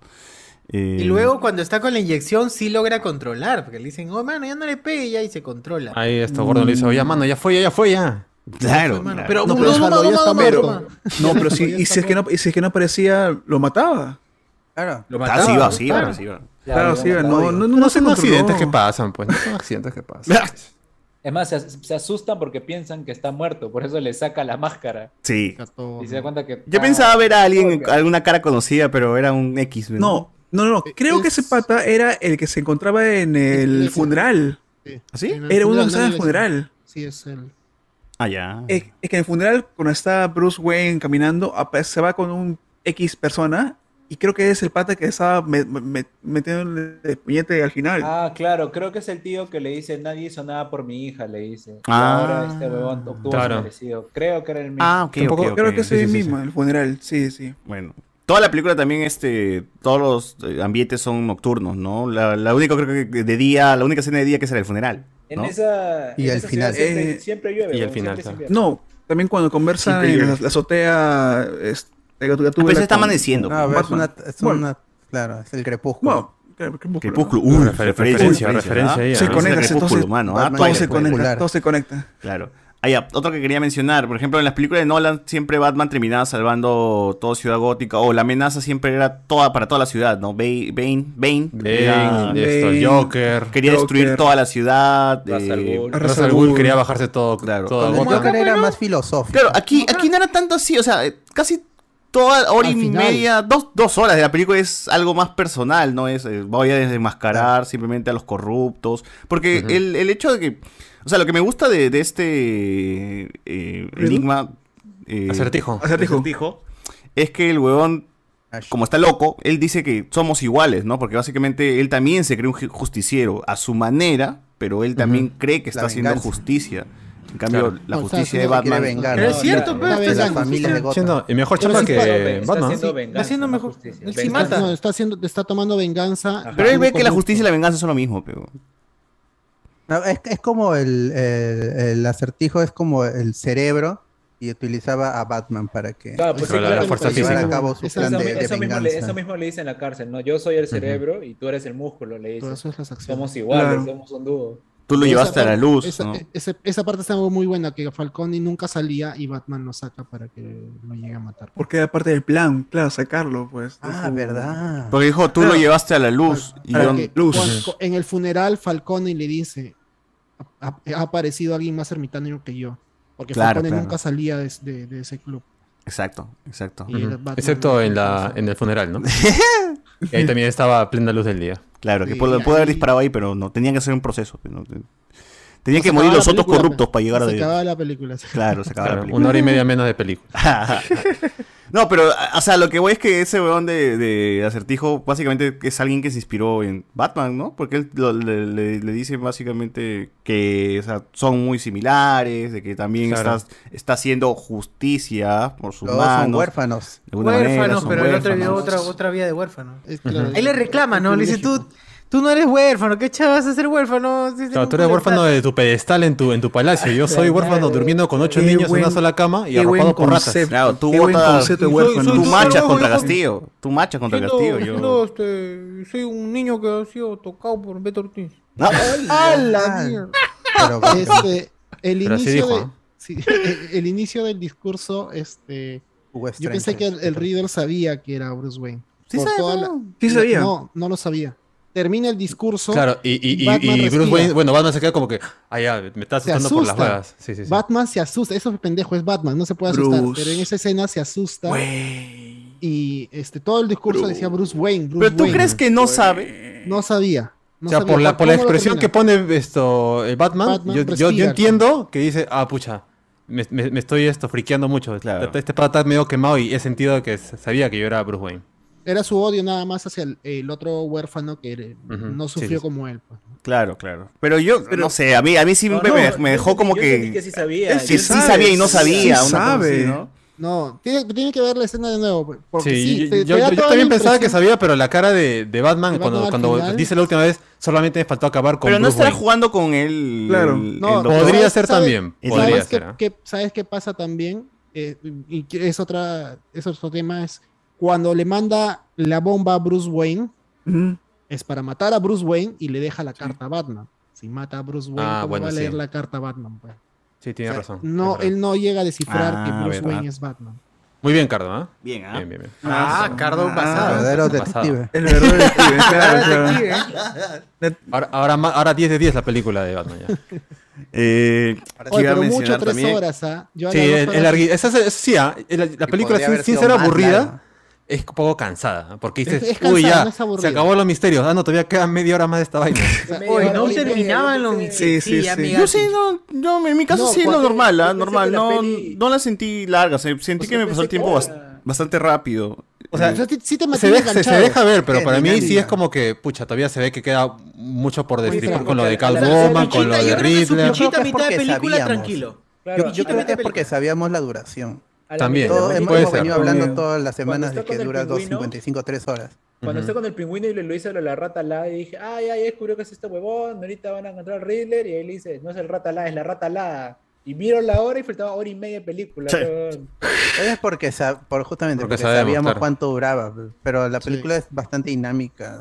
Eh,
Y luego cuando está con la inyección sí logra controlar, porque le dicen, oh mano, ya no le pegue ya y se controla.
Ahí está Gordon le dice, oye, mano, ya fue, ya fue, ya.
Claro.
Pero
No,
no,
pero
no,
déjalo,
no,
ya
no,
está
no,
muerto.
no, no.
No, pero si, y si es que no, y si es que no aparecía, lo mataba.
Claro.
Lo
Ah,
mataba.
sí va, sí va,
claro.
sí va.
Claro, sí, va, no, no, no,
No
se
son
controló.
accidentes que pasan, pues. No son accidentes que pasan.
Es más, se, as- se asustan porque piensan que está muerto, por eso le saca la máscara.
Sí.
Y se da cuenta
Ah,
que... ah,
Yo pensaba ver a alguien, alguna cara conocida, pero era un X, ¿no?
No, no, no. Creo que ese pata era el que se encontraba en el funeral.
¿Sí?
Era uno que estaba en el funeral.
Sí, es él.
Ah, ya.
Es, es que en el funeral, cuando está Bruce Wayne caminando, apa- se va con un X persona. Y creo que es el pata que estaba me- me- metiéndole el puñete al final.
Ah, claro, creo que es el tío que le dice, nadie hizo nada por mi hija, le dice. Y
Ah,
ahora este huevón obtuvo
claro.
su merecido. Creo que era el mismo.
Ah, ok,
Tampoco-
ok, ok.
creo que es
Sí,
el
sí, sí,
mismo, el funeral. Sí, sí.
Bueno. Toda la película también, este, todos los eh, ambientes son nocturnos, ¿no? La, la única, creo que de día, la única escena de día que es en el funeral.
En
¿no?
esa...
Y
en
al
esa
final.
ciudad siempre,
Eh,
siempre llueve.
y al
huevón,
final,
siempre es
claro.
invierno.
No, también cuando conversan
Siempre
en la,
llueve.
la azotea. Este, la que tuve
pero
la
se está
con-
amaneciendo,
con
pues. No, pero es
Batman.
una- es
Bueno,
una- claro, es el crepúsculo.
claro,
Crepúsculo, uh,
Refer- referencia, referencia ahí,
Se
¿no?
conecta,
Crepúsculo,
entonces,
mano, ah,
Batman
todo
todo
se
se conecta,
puede.
todo se conecta.
Claro. Ah, ya, otro que quería mencionar, por ejemplo, en las películas de Nolan siempre Batman terminaba salvando toda Ciudad Gótica, o la amenaza siempre era toda para toda la ciudad, ¿no? Bane, Bane, Bane,
Bane,
era-
esto, Joker.
quería destruir
Joker.
toda la ciudad, eh,
Ra's al Ghul quería bajarse todo. todo
Como
Gotham.
Joker era más filosófico.
Claro, aquí, aquí no era tanto así, o sea, eh, casi toda hora y
final.
media, dos, dos horas de la película es algo más personal, ¿no? Es eh, voy a desmascarar simplemente a los corruptos. Porque el, el hecho de que. O sea, lo que me gusta de, de este eh, enigma. eh,
Acertijo. Acertijo.
Es que el huevón. Como está loco, él dice que somos iguales, ¿no? Porque básicamente él también se cree un ju- justiciero a su manera, pero él también cree que
La
está haciendo
venganza.
justicia. En cambio,
Claro.
la
O sea,
justicia de
haciendo lo que
Batman.
quiere vengar, Pero es ¿no? cierto, La- pues, la- esta la es la familia justicia. de Gotham.
Siendo- y mejor
Pero
chamba
sí
que
está-
¿eh?
está
Batman.
haciendo
¿no?
venganza,
haciendo mejor. Él sí
Está, no,
mata.
está, haciendo, está tomando venganza.
Pero él ve que la justicia y la venganza son lo mismo, pero.
No, es, es como el, el- el acertijo, es como el cerebro y utilizaba a Batman para que
Claro, pues sí,
para
claro,
llevar
porque
a
eso-
cabo su
eso-
plan
eso
de,
mi-
de
eso mismo le,
venganza.
eso mismo le dice en la cárcel, ¿no? Yo soy el cerebro y tú eres el músculo, le dice. Somos iguales,
Claro.
somos un dúo.
Tú lo
Esa
llevaste a la
parte-
luz,
Esa,
¿no?
e- ese- esa parte está muy buena, que Falcone nunca salía y Batman lo saca para que no llegue a matar.
Porque era parte del plan, claro, sacarlo, pues.
Ah, verdad.
Porque dijo, tú lo llevaste a la luz. Y yo-
Porque cuando- cu- en el funeral Falcone le dice, ha, ha aparecido alguien más ermitaño que yo. Porque
Claro,
Falcone
claro.
nunca salía de, de- de ese club.
Exacto, exacto.
Y el Ujú. Batman-
Excepto en, la, en el funeral, ¿no? Y ahí también estaba a plena luz del día.
Claro, que
Sí,
pudo,
ahí-
pudo haber disparado ahí, pero no. Tenía que hacer un proceso. pero no- Tenía
No, se
que morir
acababa
los
la
otros
película,
corruptos para llegar a.
Se acababa la película.
Claro, se acababa la
Claro,
película.
una hora y media menos de película.
Ah, No, pero, a- o sea, lo que voy es que ese weón de, de acertijo, básicamente es alguien que se inspiró en Batman, ¿no? Porque él lo- le, le- le dice básicamente que o sea, son muy similares, de que también
Claro.
estás- está haciendo justicia por sus
Los dos son
manos.
huérfanos.
De alguna
Huérfanos,
manera son
pero el otro
huérfanos.
vio
Otra, otra vía de huérfano.
claro.
Ahí le reclama, ¿no? Le dice, tú, tú no eres huérfano, ¿qué chaval vas a ser huérfano? Si- si
Claro, tú
nunca
eres
lo
huérfano
estás".
de tu pedestal en tu, en tu palacio. Yo soy huérfano durmiendo con ocho
Qué
niños
buen-
en una sola cama y
qué buen
arropado por ratas.
concepto,
Claro, tú
qué buen
botas-
concepto de
tú-
huérfano.
Tú
Yo
machas
soy-
contra
yo-
Castillo. Tú machas contra
Yo-
Castillo.
yo-
Yo.
No, este, soy un niño que ha sido tocado por Beto Ortiz.
No.
¡A la mierda!
Este, el
Pero así
inicio
dijo,
de-
¿no?
sí, el- el inicio del discurso este Yo pensé que el, el Riddler sabía que era Bruce Wayne.
Sí
Por
sabe,
toda la-
¿no? Sí sabía.
No, no lo sabía. Termina el discurso.
Claro, y, y- y-
Batman
y Bruce
respira.
Wayne, bueno, Batman se queda como que, ah, ya, me está
se
asustando
asusta.
por las vagas. Sí, sí, sí.
Batman se asusta. Eso es pendejo, es Batman, no se puede asustar.
Bruce.
Pero en esa escena se asusta. Y este, todo el discurso decía Bruce Wayne. Bruce
Pero tú
Wayne.
crees que no sabe.
No sabía.
o sea, por la, por la expresión que
pone
pone esto, el Batman,
Batman
yo, yo- yo
respira.
entiendo que dice, ah, pucha, me, me- me estoy esto friqueando mucho. Este- Este pata está medio quemado y he sentido que s- sabía que yo era Bruce Wayne.
Era su odio nada más hacia el, el otro huérfano que eh,
Ujú,
no
sí,
sufrió
sí, sí.
como él. pues.
Claro, claro. Pero yo, no sé, a mí, a mí sí
No,
me,
no,
me- me dejó como
yo
que.
sentí que sí sabía,
Él Sí,
yo-
sí
sabe,
sabía y no
sí
sabía.
sabe.
una cosa así,
Sí.
¿no?
No, tiene, tiene que ver la escena de nuevo. pues, Porque
Sí,
sí,
yo,
te- te
yo-
da
yo- yo
toda la
también pensaba que
impresión-
sabía, pero la cara de, de Batman,
De
cuando,
Batman al
cuando
final.
dice la última vez, solamente me faltó acabar con
Pero no
Bruce
estará
Wayne.
jugando con él.
Claro.
el-
No,
el
podría
doctor.
ser también, podría
¿sabes
ser,
qué-
¿eh?
¿ah?
qué- ¿Sabes qué pasa también? Eh, y que es otra, es otro tema, es cuando le manda la bomba a Bruce Wayne, es para matar a Bruce Wayne y le deja la carta a Batman. Si mata a Bruce Wayne,
Ah,
¿cómo
bueno,
va a leer
sí.
la carta a Batman? pues?
Sí, tiene
O sea,
razón.
No,
es verdad.
él no llega a descifrar que
Ah,
Bruce
verdad.
Wayne es Batman.
Muy bien, Cardo, ¿ah?
Bien,
Bien, bien, bien.
Ah, Cardo basado.
verdadero
Basado.
detective. El verdadero detective, claro,
¿eh?
Ahora, ahora, ma- ahora 10 de 10 la película de Batman ya.
Eh,
Oye, pero mucho tres horas, ¿ah? Yo a
Sí,
las dos
es,
horas-
es largui- esa es- es- sí, ah, la, la película
podría
sin,
haber
sin
sido
ser
más
aburrida
larga.
es un poco cansada. ¿ah? Porque
Es-
dices,
es cansada,
uy, ya,
no es
se
aburrida".
acabó los misterios. Ah, no, todavía queda media hora más de esta vaina.
Oye, no terminaban los
Yo sí, no, no, en mi caso
No,
sí es lo
cuando-
normal, ¿ah?
yo pensé
normal.
que la
No, no la sentí larga, se- sentí que me pasó el tiempo bas- bastante rápido. Eh,
O sea,
O sea, sí- sí te
se,
mantiene
deja, se- se
enganchado.
deja ver, pero
Eh,
para mí sí
dinámica.
es como que, pucha, todavía se ve que queda mucho por destripar
pero
con lo de
porque a la-
Catwoman, con lo
Pichita,
de
yo creo que su
Riddler.
pichita-
Chita,
Creo que es
mitad de
porque
película,
sabíamos.
tranquilo.
Yo, yo creo
mitad
que
de
es porque sabíamos la duración.
También,
Todo-
puede
hemos
ser.
hemos venido hablando
También.
todas las semanas
Cuando
de
está
que
con el
dura
pingüino-
2.55, 3 horas.
Cuando
Ujú.
está con el pingüino y le lo hizo a la rata la y dije, ay, ay, descubrió que es este huevón, ahorita van a encontrar al Riddler, y ahí le dice, no es el rata la, es la rata la. Y miro la hora y faltaba hora y media de película.
Sí.
huevón.
Es porque, sa- por, justamente
Porque
porque,
sabemos,
sabíamos
claro.
cuánto duraba, pero la película es bastante dinámica.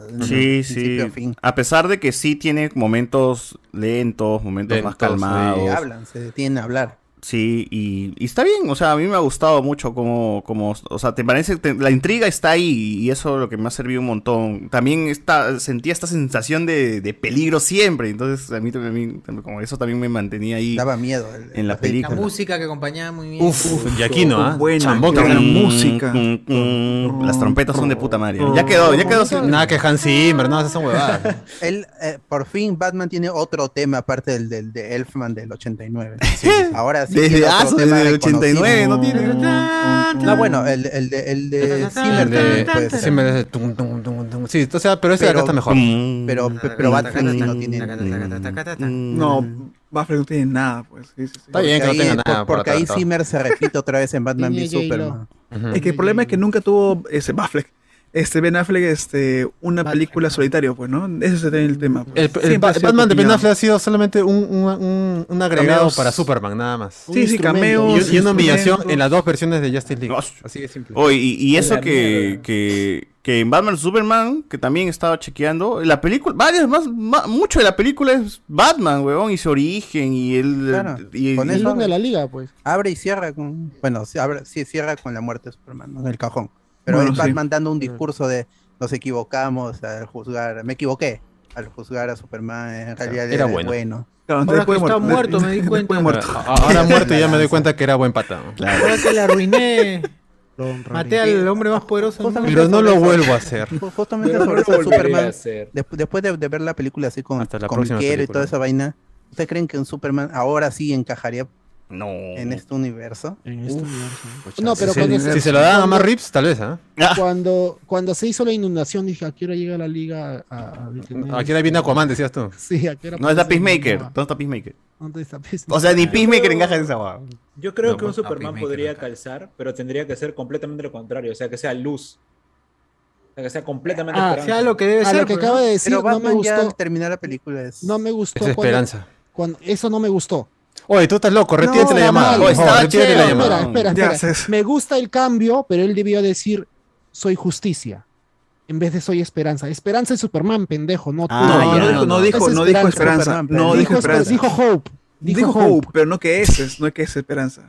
Sí,
desde
sí.
principio a fin.
A pesar de que sí tiene momentos lentos, momentos más
Lentos,
calmados.
sí, hablan, se detienen a hablar.
Sí, y, y está bien, o sea, a mí me ha gustado mucho como, como o sea, te parece, te- la intriga está ahí y eso es lo que me ha servido un montón. También esta, sentía esta sensación de, de peligro siempre, entonces a mí también, como eso también me mantenía ahí.
Daba miedo.
en la
La
película.
música que acompañaba muy bien.
Uf, y aquí no, ¿ah? Chambón,
buena
cabrón.
música. Mm, Las trompetas son de puta madre. Ya quedó, ya quedó. sin-
Mm. Nada que Hans Zimmer, no, esas son huevadas.
Él, eh, por fin, Batman tiene otro tema aparte del, del de Elfman del 89. Ahora sí.
Desde
tiene otro
Aso,
tema Mm,
desde el
reconocido.
89 no tiene.
No, Ah, bueno, el, el de, el de Zimmer
El de-
también puede ser.
Zimmer es el tum, tum, tum, tum. Sí, o sea, pero ese de acá
Pero-
está mejor.
Pero, pero
Mm,
Batman sí no tiene. Mm.
No, Batman no tiene nada, pues. Sí, sí, sí.
Porque ahí- por- Porque ahí Zimmer se repite otra vez en Batman v
Tiene J-Lo.
Superman.
Es que el problema es que nunca tuvo ese Batfleck. Este Ben Affleck, este, una película solitario, pues, ¿no? Ese es el tema. pues.
El, el
Siempre
Ba-
ha sido
Batman de Ben
piñado.
Affleck ha sido solamente un, un, un- un agregado
Cameos.
para Superman, nada más.
Sí, Un sí, instrumento. cameos,
Y, y una humillación
instrumentos.
en las dos versiones de Justice League. Así de simple.
Oye, y, y eso que, que, que en Batman Superman, que también estaba chequeando, la película, varias más, ma- mucho de la película es Batman, weón, y su origen, y el.
Claro,
y,
con
y-
eso-
De la liga, pues.
Abre y cierra con. Bueno, sí, abre- sí, cierra con la muerte de Superman, ¿no? en el cajón. Pero
Bueno,
es
sí.
Batman dando un discurso de nos equivocamos al juzgar. Me equivoqué al juzgar a Superman. En realidad
era
era,
bueno.
bueno.
Claro, entonces Ahora que después está muerto- muerto, me di después cuenta. muerto.
A- Ahora muerto ya me doy cuenta que era buen pata.
Ahora que le arruiné. Maté al hombre más poderoso. del mundo.
Pero no lo vuelvo a hacer.
Ju- Justamente
Pero no lo
sobre eso,
volvería a
Superman.
hacer.
desp- después de, de ver la película así con,
la
con
próxima
Piero y
película.
toda esa vaina, ¿ustedes creen que un Superman ahora sí encajaría
no.
en este universo?
En este
Uf.
universo. No, pero
si,
cuando
se,
se-
si se lo dan a
cuando-
más rips, tal vez, ¿ah?
Cuando, cuando se hizo la inundación, dije, ¿a qué hora llega la liga a, a detener
Aquí era bien Aquaman, decías tú.
Sí, aquí era
No, es la
parece-
Peacemaker. ¿Dónde está Peacemaker?
¿Dónde está Peacemaker?
O sea, ni Peacemaker encaja en esa guada.
Yo creo
No,
que un
pues, no,
Superman
Peacemaker
podría calzar, pero tendría que ser completamente lo contrario, o sea, que sea luz. O sea, que sea completamente
Ah,
esperanza.
sea lo que debe
Ah,
ser,
lo que
pues, acaba de decir,
Pero
no me
Batman ya
gustó.
al terminar la película es...
No me gustó.
Es
cuando-
esperanza.
Cuando, eso no me gustó.
Oye, tú estás loco, retírate
No,
la llamada.
mal.
por favor, retírate la
espera,
llamada.
espera, espera. Me gusta el cambio, pero él debió decir soy justicia. En vez de soy esperanza. Esperanza es Superman, pendejo, no tú.
Ah, No, ya, no dijo- no, no dijo-
Es
no dijo esperanza,
Superman,
no
pendejo.
dijo
Dijo,
esperanza.
dijo Hope.
Dijo Hope, pero no que ese, es- no que es esperanza.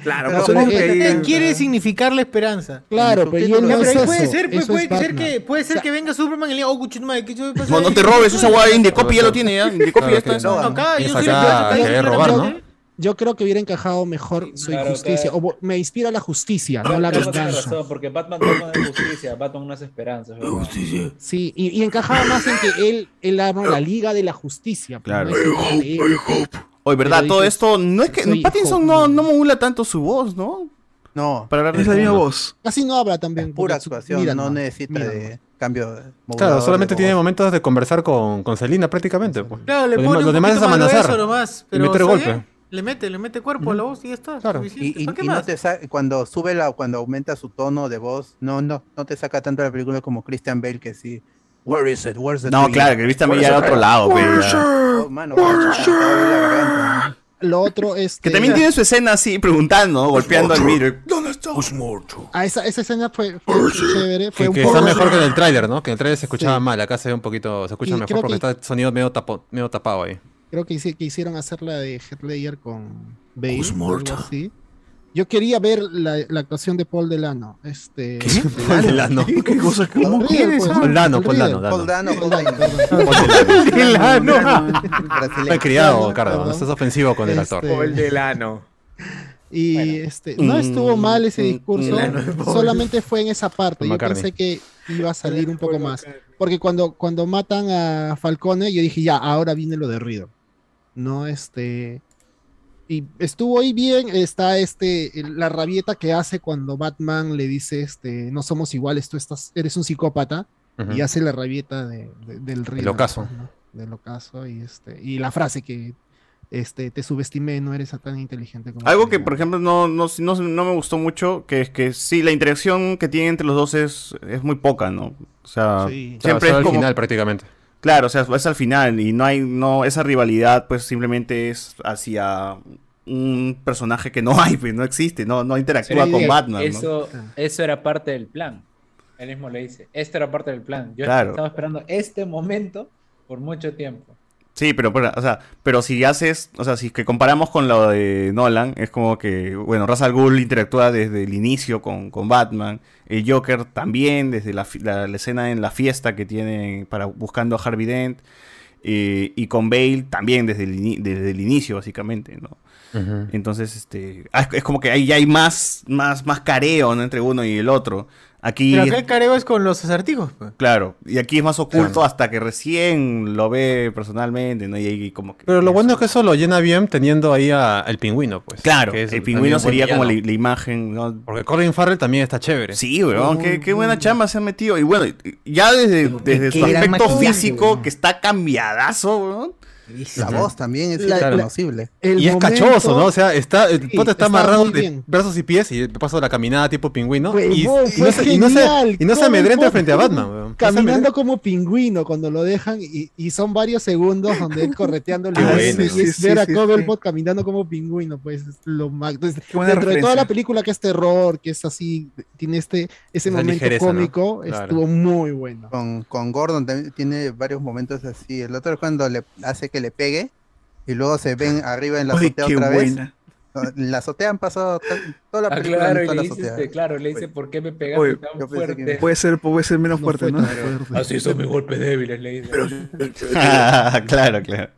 Claro,
por eso es que-
quiere significar la esperanza.
Claro, pero yo no
Ya,
es
pero ahí
eso.
puede ser, pues,
Eso
puede,
es
ser
Batman.
que, puede ser que venga Superman y le diga, oh, Gucci, ¿qué yo
No, no te robes esa guada de Indiecopi, ya lo tiene, ya. Indiecopi ya
Claro,
está.
claro. No, acá, yo soy el
acá,
peor,
querer
acá,
robar,
yo-
¿no? Yo creo que hubiera encajado mejor Soy
claro,
Justicia.
claro.
O bo- me inspira la justicia,
Claro,
no la
claro, tienes
venganza.
razón, porque Batman no es justicia, Batman no es esperanza. es verdad.
Sí, y, y encajaba más en que él, él arma la Liga de la Justicia. pues,
Claro.
no es el plan de él.
Oye, ¿verdad?
Pero
Todo
dices,
esto, no es que
soy
Pattinson no, no modula tanto su voz, ¿no?
No.
Para hablar de
Es la misma
fondo.
voz.
Casi no habla también.
Pura
porque su-
actuación,
mira
no
nomás,
necesita
mira
de
nomás.
cambio. de
Claro,
modulador
solamente
de
tiene momentos de conversar con, con Selina prácticamente. pues.
Claro,
Lo
le pone
demás- lo
un
demás es
poquito más de
amenazar.
eso nomás,
y
pero
meter
está
golpe.
bien. Le mete, le mete cuerpo a la voz y ya está. suficiente.
Y, y-
¿Para qué
y
más?
no te sa- cuando sube la, cuando aumenta su tono de voz, no, no, no te saca tanto la película como Christian Bale que sí. Where is it? Where's the
No,
tree?"
claro, que Christian Bale
Where's
ya era
the
otro
tree?
lado, pe,
Where's
ya.
Oh,
it? Mano, where's it?
Lo otro este, es.
Que también tiene su escena así, preguntando, ¿no? golpeando al vidrio. ¿Dónde estás? muerto?
Ah, esa, esa escena fue, fue chévere. Fue
Que,
un
que
poco-
está mejor que en el tráiler, ¿no? Que en el tráiler se escuchaba mal, acá se ve un poquito, se escucha
Y
mejor
creo
porque
que-
está el sonido medio, tapo- medio tapado ahí.
Creo que, hici- que hicieron hacer la de Heath Ledger con Bale.
Who's
algo
Morta?
así. Yo quería ver la, la actuación de Paul Delano. Este,
Paul Delano. ¿Qué cosa? ¿Cómo
pues,
quieres? Paul Dano, Paul Dano, Dano.
Paul Dano, Paul
Paul Delano.
Delano.
Está criado, Cardo, no estás ofensivo con el
Este-
actor.
Paul
Delano.
Y este, no estuvo
Mm,
mal ese discurso,
Delano de Paul.
solamente fue en esa parte.
Con
Yo
McCartney.
pensé que iba a salir un poco más. Porque cuando, cuando matan a Falcone, yo dije, ya, ahora viene lo de Riddle. No, este. Y estuvo ahí bien. Está este. el- La rabieta que hace cuando Batman le dice, este, no somos iguales, tú estás, eres un psicópata.
Ujú.
Y hace la rabieta de- de- del Riddle.
El ocaso.
¿no? Del ocaso. Y este. Y la frase que este, te subestimé, no eres tan inteligente como.
Algo que, por ejemplo, no, no, no, no me gustó mucho, que es que sí, la interacción que tienen entre los dos es, es muy poca, ¿no? O sea,
Sí. Claro,
siempre
solo
es
al
como...
final prácticamente.
Claro, o sea, es al final y no hay, no, esa rivalidad pues simplemente es hacia un personaje que no hay, pues no existe, no, no interactúa
Pero
con
eso-
Batman, ¿no?
Eso, eso era parte del plan. Él mismo le dice, esto era parte del plan. Yo
Claro.
estaba esperando este momento por mucho tiempo.
Sí, pero, pero, o sea, pero si haces, o sea, si es que comparamos con lo de Nolan, es como que, bueno, Ra's al Ghul interactúa desde el inicio con, con Batman, el Joker también, desde la, fi- la- la escena en la fiesta que tiene para buscando a Harvey Dent, eh, y con Bale también desde el, ini- desde el inicio, básicamente, ¿no?
Ujú.
Entonces, este, ah, es- es como que ahí ya hay más, más, más careo, ¿no? Entre uno y el otro. Aquí,
Pero acá el careo es con los acertijos. pues.
claro, y aquí es más oculto hasta que recién lo ve personalmente, ¿no? Y ahí como que...
Pero lo bueno es que eso lo llena bien teniendo ahí a- al pingüino, pues.
Claro,
que es
el
también
pingüino
un buen
sería como la,
villano.
la imagen. ¿no?
Porque Colin Farrell también está chévere.
Sí, weón, qué, qué buena chamba se ha metido. Y bueno, ya desde, desde su
qué gran
aspecto
maquillaje,
físico, que está cambiadazo, weón.
La voz también es
La- la-
irreconocible.
y es cachoso, ¿no? O sea, está, el
Sí,
pata está
está
amarrado
muy
de
bien.
brazos y pies y pasa la caminada tipo pingüino.
Huevón,
y, y
fue
no se, y no se-
genial.
y no se
¿Cómo
amedrenta
fue?
frente a Batman, weón. No se
Caminando como pingüino cuando lo dejan y, y son varios segundos donde él correteando el
Qué
lugar.
bueno.
Y
Sí,
es
sí,
ver a
sí,
Cobblepot caminando como pingüino, pues es lo más. Entonces, dentro
buena
de toda
referencia.
la película que es terror, que es así, tiene este ese
Esa
momento
ligereza, ¿no?
cómimico,
Claro.
estuvo muy bueno.
Con, con Gordon también tiene varios momentos así. El otro es cuando le hace que le pegue y luego se ven arriba en la
Ay,
azotea
qué
otra
buena.
vez. En La azotea han pasado to- toda
Ah,
la película
claro,
en
y
toda
le
la
dice,
azotea.
este, claro, le dice, ¿por qué me pegaste
Oye,
tan
yo pensé que-
fuerte?
Puede ser, puede ser menos fuerte, ¿no?
Así son mis golpes débiles, le dice.
Ah, claro, claro.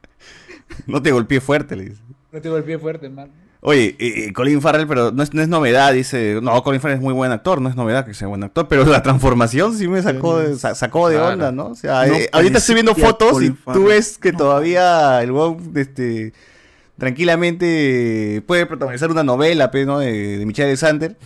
No te golpeé fuerte, le dice.
No te golpeé fuerte, man.
Oye, eh, eh, Colin Farrell, pero no es, no es novedad, dice. No, Colin Farrell es muy buen actor, no es novedad que sea buen actor, pero la transformación sí me sacó de, sa- sacó de
Claro.
onda, ¿no? O sea,
No
eh, ahorita estoy viendo
parecía
fotos y
Colin Farrell.
tú ves que todavía el WoW, este, tranquilamente puede protagonizar una novela, pues, ¿no? De, de Michelle Alexander,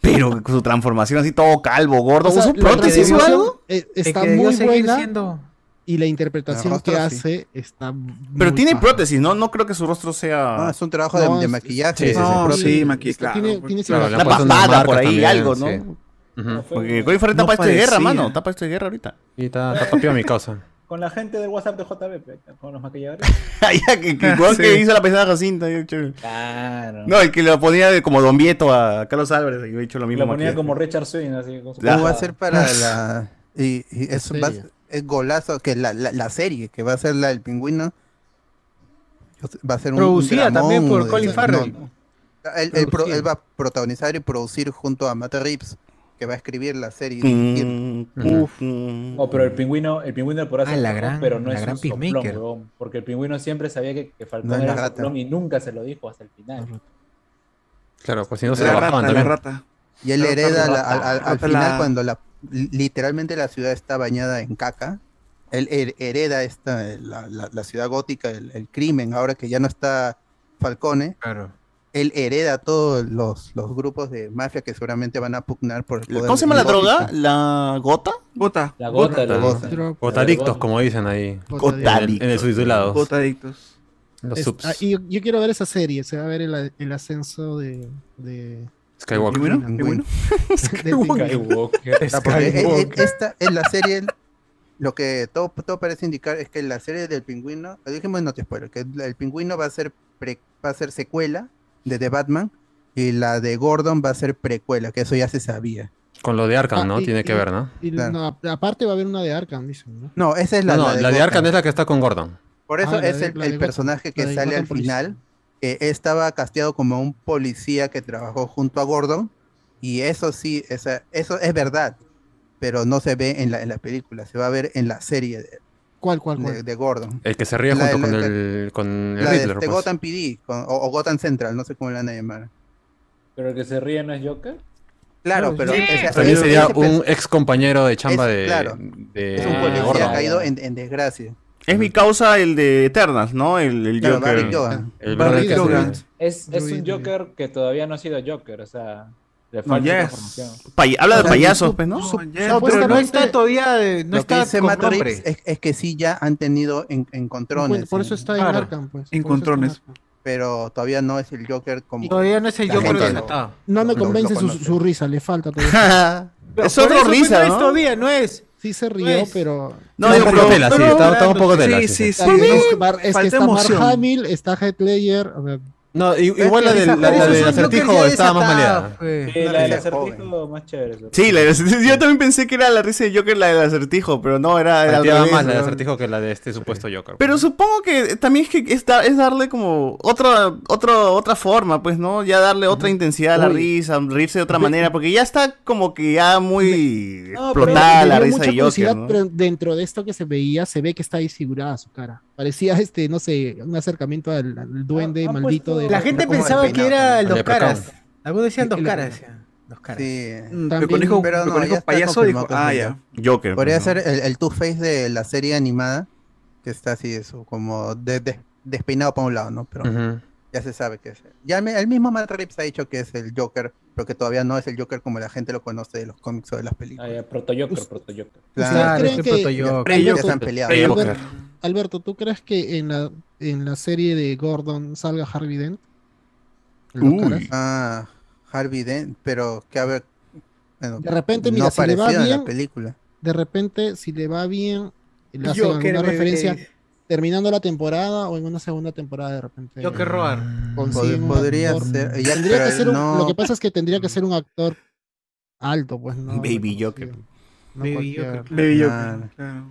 pero con su transformación así todo calvo, gordo,
O sea,
¿usa
la
prótesis o
transformación,
algo?
eh, Está
que debió
muy
seguir
buena.
siendo-
Y la interpretación
El rostro,
que
sí.
hace está.
Pero
muy
tiene
paja.
prótesis, ¿no? No creo que su rostro sea.
No, es un trabajo de- de maquillaje.
sí, sí,
No,
sí.
sí, maqui-
Esto
claro.
Este tiene- tiene
Claro, le
una
han puesto
papada
unas
por ahí,
marcas también,
algo, ¿no?
sí.
Ujú.
Porque Colin Farrell
No
tapa esto de guerra,
parecía.
mano. Tapa esto de guerra ahorita.
Y está, está papeado mi causa.
Con la gente del WhatsApp de JB, pe, con los maquilladores.
Ya que,
Ah,
que, igual
Sí.
que hizo la pesada Jacinta. yo, chévere.
Claro.
No, el que lo ponía de- como Don Vieto a Carlos Álvarez. Yo he hecho lo mismo.
Lo ponía
maquillaje.
como Richard Swing, así. Con su
La-
¿Cómo va a ser para
Ah.
la. Y, y es,
La
va-
serie.
es golazo, que la, la, la serie que va a ser la del pingüino va a ser un. un
Producida también
dramón,
por Colin
no,
Farrell.
no. Él, él pro- él va a protagonizar y producir junto a Matt Reeves, que va a escribir la serie.
Mm,
Uf. Oh, pero el pingüino, el pingüino por
Ah,
hacer
la gran-
pero no
la
es
gran
un soplón,
Peacemaker.
huevón, porque el pingüino siempre sabía que, que Falcón
No es la
era
rata.
soplón y nunca se lo dijo hasta el final.
Claro, pues si no se
La
lo bajaban
rata, la
también.
rata. Y él hereda la- al, al- al
Rata la-
final cuando la li- literalmente la ciudad está bañada en caca. Él her- hereda esta la, la- la ciudad gótica, el, el crimen, ahora que ya no está Falcone. Él hereda todos los, los grupos de mafia que seguramente van a pugnar por el poder.
¿Cómo se llama la
gótico.
droga? ¿La gota?
Gota.
La
Gota,
la gota.
Gotadictos, como dicen ahí.
Gotadictos.
En el- En el subtitulado.
Gotadictos.
Los
Es-
subs.
ah, y yo, yo quiero ver esa serie, se va a ver el, a- el ascenso de... de...
Skywalker.
de-
¿Pingüino? ¿Pingüino?
de- de-
Ah, porque, eh, eh, esta es la serie. Lo que todo, todo parece indicar es que la serie del pingüino, lo dijimos no te spoiler, que el pingüino va a ser pre- va a ser secuela de The Batman y la de Gordon va a ser precuela, que eso ya se sabía.
Con lo de Arkham,
Ah,
¿no?
y-
Tiene que
y-
ver, ¿no?
y
Claro.
no, a- aparte va a haber una de Arkham, dicen, ¿no?
No, esa es la,
No, no,
la de
la de
Gotham.
Arkham es la que está con Gordon.
Por eso
Ah, la
es
de-
el,
la de
el
Gotham-
personaje que
la de
sale
Gotham
al
Police.
final. que estaba casteado como un policía que trabajó junto a Gordon. Y eso sí, esa, eso es verdad. Pero no se ve en la, en la película, se va a ver en la serie de,
¿Cuál, cuál, cuál?
de, de Gordon.
El que se ríe
La-
junto
la-
con
la-
el, con el
La de
Riddler.
este
pues.
Gotham PD con- o, o Gotham Central, no sé cómo le van a llamar.
Pero el que se ríe no es Joker.
Claro, pero ese-
También
ese-
sería
ese pe-
un ex compañero de chamba
es-
de,
claro,
de
es un policía
Gordon.
caído en, en desgracia.
Es mi causa el de Eternals, ¿no? El, el
Claro,
Joker.
Barry Keoghan.
El
Barry
brother que se-
Keoghan.
Es, es un Joker que todavía no ha sido Joker, o sea, le
No,
falta
ya es-
información.
pay- habla de
Claro,
payasos,
su-
pues, ¿no?
su-
No, pero no está todavía, de- eh, no
Lo que
está
dice
con
Matt
nombre.
Reeves es, es que sí ya han tenido en- encontrones.
Bueno, por eso está en
Claro.
Arkham, pues.
Encontrones. Pero todavía no es el Joker como.
Todavía no es el
la
Joker
gente lo-
desatado.
No me
lo- lo
convence su,
conoce.
su risa, le falta todavía.
Pero
Es
por
otro
eso, pues,
risa,
no es
¿no?
todavía, no es.
Sí se rió,
No es.
pero...
No, Está un yo poco creo- tela, sí, pero- está- está un poco tela, sí,
Sí,
sí, sí.
sí, sí.
Por mí,
Es
falta
que está Mark
emoción.
Hamill, está Heath Ledger... o sea,
No, i-
Pero
igual
es
la
que
del
esa-
la- la
pero eso
del
es un
acertijo
Joker ya
estaba más
desatado,
maleada.
Sí, la del acertijo más chévere.
Sí, la del acertijo. yo también pensé que era la risa de Joker la del acertijo, pero no, era, era al
Pateaba
revés,
más la del
¿no?
acertijo que la de este supuesto Joker.
Pero supongo que también es que es, da- es darle como otra otra otra forma, pues, ¿no? Ya darle otra intensidad a la
Uy.
risa, reírse de otra manera, porque ya está como que ya muy
pero
explotada
me
la
dio
risa
mucha
de Joker,
curiosidad,
¿no?
Pero dentro de esto que se veía, se ve que está disfigurada su cara. Parecía, este, no sé, un acercamiento al, al duende maldito de...
La gente
como de
pensaba que
peinado,
era
¿no?
el dos
Leprechaun.
caras. Algunos decían dos caras. decían. Dos caras.
Sí.
También,
Mm, Pero conejo-
pero
pero
no,
conejo
ya está
payaso
confirmado pues,
dijo,
que es
ah,
un
ya.
Joker,
Podría
pues,
ser el, el Two-Face de la serie animada, que está así, eso, como de- de- despeinado para un lado, ¿no? Pero
Ujú.
ya se sabe que es. Ya me- el mismo Matt Reeves ha dicho que es el Joker, pero que todavía no es el Joker como la gente lo conoce de los cómics o de las películas.
Ah, ya, proto Joker, proto Joker.
¿Ustedes creen que-
Ya se han peleado.
Alberto, Alberto, ¿tú crees que en la, en la serie de Gordon salga Harvey Dent?
Uy. Ah, Harvey Dent, pero que a ver. bueno,
De repente, mira,
no
si le va
apareció en la
bien,
película.
de repente, si le va bien, le hacen
Joker,
alguna
bebé.
referencia terminando la temporada o en una segunda temporada de repente.
Joker Roar.
consiguen un
Podría
actor.
ser, ya,
Tendría que
pero
ser un-
no-
Lo que pasa es que tendría que ser un actor alto, pues no.
Baby Joker.
no
Baby
cualquier-
Joker.
Baby Joker, Ah.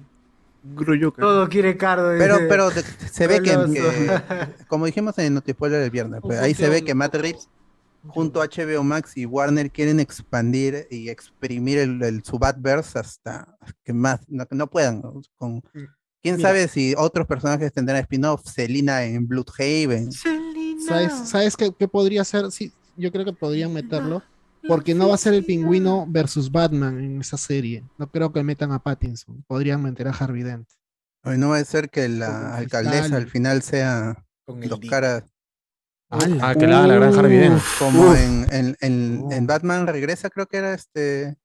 Todo quiere Cardo.
Pero,
dice.
pero de- se ve que,
Goloso.
que- como dijimos en Notispoiler el viernes, pues,
Un
ahí se ve
campeón.
que Matt Reeves junto a HBO Max y Warner quieren expandir y exprimir el, el su Batverse hasta que más no, no puedan. ¿no? Con, quién
Mira.
sabe si otros personajes tendrán spin-off, Selina en Bloodhaven.
¿Sabes, ¿sabes qué, qué podría ser? Sí, yo creo que podrían meterlo.
Ah,
Porque no va a ser el pingüino versus Batman en esa serie. No creo que metan a Pattinson. Podrían meter a Harvey Dent.
Ay, No va a ser que la alcaldesa al final sea dos caras.
Ah, que la haga la gran Harvey Dent.
Como
Uf.
en, en- en- en Batman Regresa, creo que era este.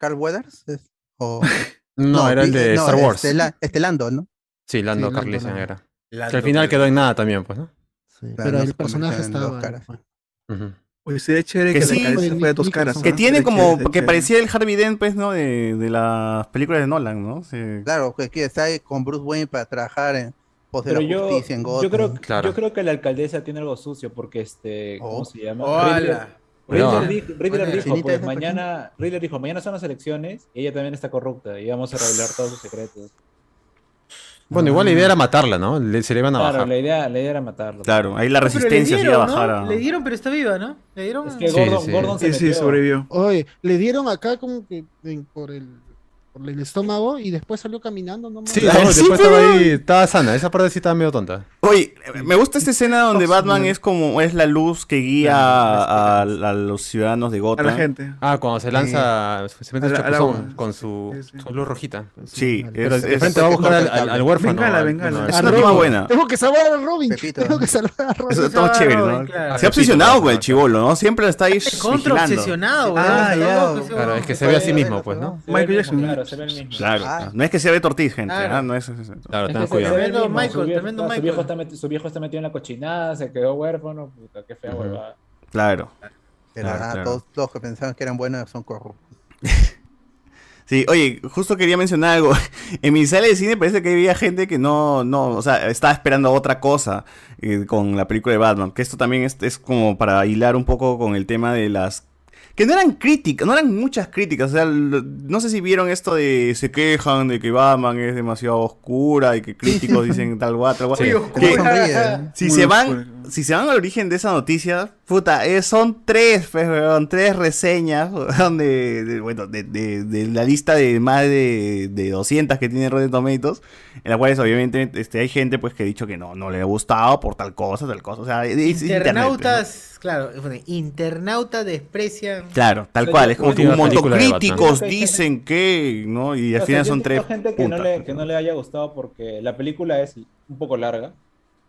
Carl Weathers. es- o-
No, era el
di-
de Star Wars.
Estela- Estelando, ¿no?
Sí, Lando
Sí, Lando,
Carlisian
Lando.
era.
Lando
que al final
Carlisian.
quedó en nada también, pues, ¿no?
Claro,
Pero
no
el
se
personaje
convirtió en
estaba.
dos caras.
Ujú.
Oye, sería chévere
Que
que,
sí.
la cabeza fuera de dos caras.
Que
¿no?
tiene
Sería
como,
chévere,
que
sería
parecía el Harvey Dent, pues, ¿no? De, de las películas de Nolan, ¿no? Sí.
Claro, que que está ahí con Bruce Wayne para trabajar en pos de
Pero
la
yo,
justicia en Gotham.
yo, creo, yo creo que la alcaldesa tiene algo sucio porque este,
Oh,
¿cómo se llama?
oh,
Hola.
Riddler,
No.
Riddler di- Riddler
Bueno,
dijo,
infinita
pues
esa
mañana, Riddler dijo, mañana son las elecciones y ella también está corrupta y vamos a revelar todos sus secretos.
Bueno, igual la idea era matarla, ¿no? Le- se le iban a
Claro,
bajar.
la idea, la idea era matarlo.
Claro, ahí la
No,
Pero le
resistencia se
dieron,
iba a
¿no?
bajar. a-
Le dieron, pero está viva, ¿no? Le dieron.
Ah. que Gordon- Sí, sí. Gordon se Sí, sí, metió. sobrevivió.
Oye, le dieron acá como que en- por, el, por el estómago y después salió caminando. No
Sí,
mames.
no, después estaba ahí, estaba sana. Esa parte sí estaba medio tonta.
Oye, me gusta esta escena donde Batman es como es la luz que guía a, a- a los ciudadanos de Gotham.
Ah, cuando se lanza, se mete el
Al- al
chapuzón
agua.
con su, su luz rojita.
Pues
Sí,
pero
es-
de
es-
frente va a buscar al, al- al huérfano.
Bengala,
al-
bengala.
no, al-
Es una toma buena.
Tengo que salvar a Robin. Tengo que salvar a Robin.
Eso está chévere, ¿no? Se ha obsesionado con el chivolo, ¿no? Siempre lo está ahí
Este
vigilando.
Contra obsesionado, weón.
Ah,
Está
ya.
loco ese
Claro,
weón.
es que se ve a sí mismo, pues, ¿no?
Michael Jackson. Claro, se ve el mismo.
Claro, claro. no es que se ve tortiz, gente.
Ah. Claro.
ah, No es, es- es-
Claro, tengan
Es que se- se
cuidado.
ve el mismo,
Michael,
su viejo-
tremendo
su
Michael.
Viejo está meti- su viejo está metido en la cochinada, se quedó huérfano, puta, qué fea huevada.
Claro.
Pero
Claro,
nada,
claro.
Ah, todos los que pensaban que eran buenos son corruptos.
Sí, oye, justo quería mencionar algo. En mi sala de cine parece que había gente que no, no, o sea, estaba esperando otra cosa eh, con la película de Batman. Que esto también es, es como para hilar un poco con el tema de las... Que no eran críticas, no eran muchas críticas. O sea, lo- no sé si vieron esto de se quejan de que Batman es demasiado oscura y que críticos dicen tal guay, tal guay.
Sí.
Que-
Muy oscura.
si
Muy
se
oscura.
van, si se van al origen de esa noticia, puta, eh, son tres, pues, weón, tres reseñas, weón, de, de- bueno, de, de- de la lista de más de, de 200 que tiene Rotten Tomatoes, en las cuales obviamente este, hay gente pues que ha dicho que no, no le ha gustado por tal cosa, tal cosa, o sea, es- es internet, pues, ¿no?
Internautas, claro, bueno, internauta desprecian.
Claro, tal
O sea,
cual,
yo-
es como que
última
un montón
película de Batman.
críticos dicen que, ¿no? Y al
O sea,
final
yo
son tres pues,
entiendo gente que no,
putas.
le, que no le haya gustado porque la película es un poco larga.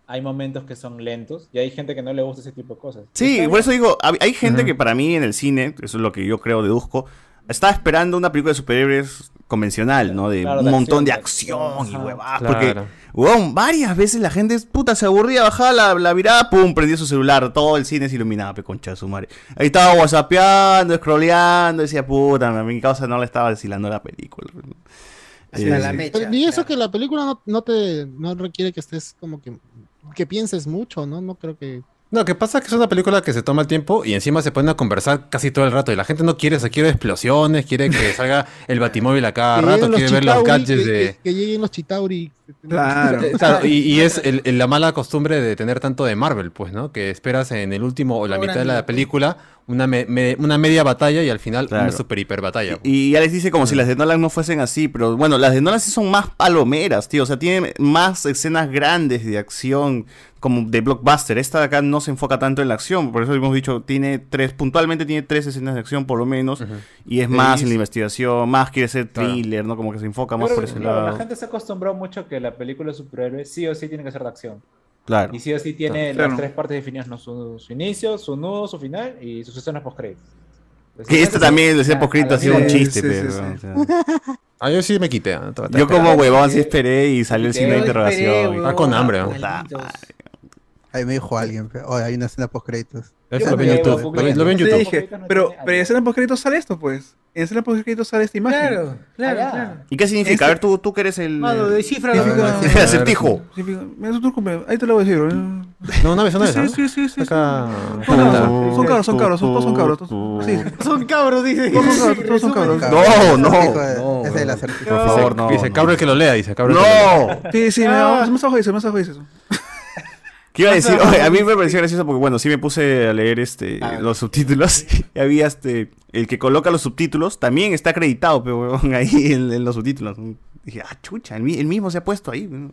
Hay momentos que son lentos y hay gente que no le gusta ese tipo de cosas.
Sí, por eso digo, hab- hay gente que para mí en el cine, eso es lo que yo creo, deduzco, estaba esperando una película de superhéroes convencional, ¿no? De
Claro,
un
de
montón de
acción, pues.
acción y
ajá.
huevadas.
Claro.
Porque, weón, varias veces la gente, puta, se aburría, bajaba la, la mirada, pum, prendía su celular, todo el cine se iluminaba, pe concha de su madre. Ahí estaba whatsappeando, scrolleando, decía, puta, a mi causa no le estaba vacilando la película. Eh, sí.
Pero, Y eso que la película no, no te no requiere que estés como que que pienses mucho, ¿no? No creo que
No, que pasa que es una película que se toma el tiempo y encima se ponen a conversar casi todo el rato. Y la gente no quiere, se quiere explosiones, quiere que salga el batimóvil a cada
que
rato,
lleguen
quiere ver los
Chitauri,
gadgets
que,
de.
que- que lleguen los Chitauri.
Eh, claro, y, y es el- el- la mala costumbre de tener tanto de Marvel, pues, ¿no? Que esperas en el último o la
Ahora
mitad de la
no.
película una, me- me- una media batalla y al final una
Claro.
super hiper batalla.
Y ya les dice como si las de Nolan no fuesen así, pero bueno, las de Nolan sí son más palomeras, tío. O sea, tienen más escenas grandes de acción, como de blockbuster. Esta de acá no se enfoca tanto en la acción, por eso hemos dicho, tiene tres, puntualmente tiene tres escenas de acción por lo menos, y es
Sí,
más
sí.
en la investigación, más quiere ser
Claro.
thriller, ¿no? Como que se enfoca
Yo
más
creo
por
que,
ese
claro,
lado.
La gente se acostumbró mucho que la película de superhéroes sí o sí tiene que ser de acción.
Claro.
Y sí o sí tiene
Claro.
las tres partes definidas, ¿no? su, su inicio, su nudo, su final y sus escenas post-créditos.
Que este también, el
de
ser poscrito, ha sido un chiste, pero. o sea.
Ah, yo sí me quité.
Yo como huevón sí esperé y salió el signo de interrogación.
Ah, con hambre. ¿no?
Ahí me dijo alguien, pe- oye, hay una escena post créditos.
Eso lo vi en YouTube, lo vi- lo vi en YouTube.
Te dije, pero, pero en escena post sale esto, pues. En escena post sale esta imagen.
Claro, claro, claro.
¿Y qué significa? A ver, tú, tú que eres el.
Mano, descífralo.
El acertijo.
Sí, mira, mira, tú, tú, mira, Ahí te lo voy a decir, bro.
No, una vez, una vez.
Sí,
¿no?
sí, sí, sí.
Acá-
Son cabros,
acá está.
son cabros, son cabros, son todos son cabros. todos- sí, sí.
Son cabros, dice.
Todos son cabros, todos son cabros.
No, no.
no, es el
Por
acertijo.
favor, no.
Dice,
no.
cabro el que lo lea, dice, cabro el
¡No!
que lo lea.
Sí, sí, me
Ah.
más abajo dice, más abajo dice eso.
¿Qué iba a decir? Oye, a mí me pareció gracioso porque, bueno, sí me puse a leer este los subtítulos y había este. El que coloca los subtítulos también está acreditado, pero huevón, ahí en, en los subtítulos. Dije, ah, chucha, el, mi- el mismo se ha puesto ahí. ¿no?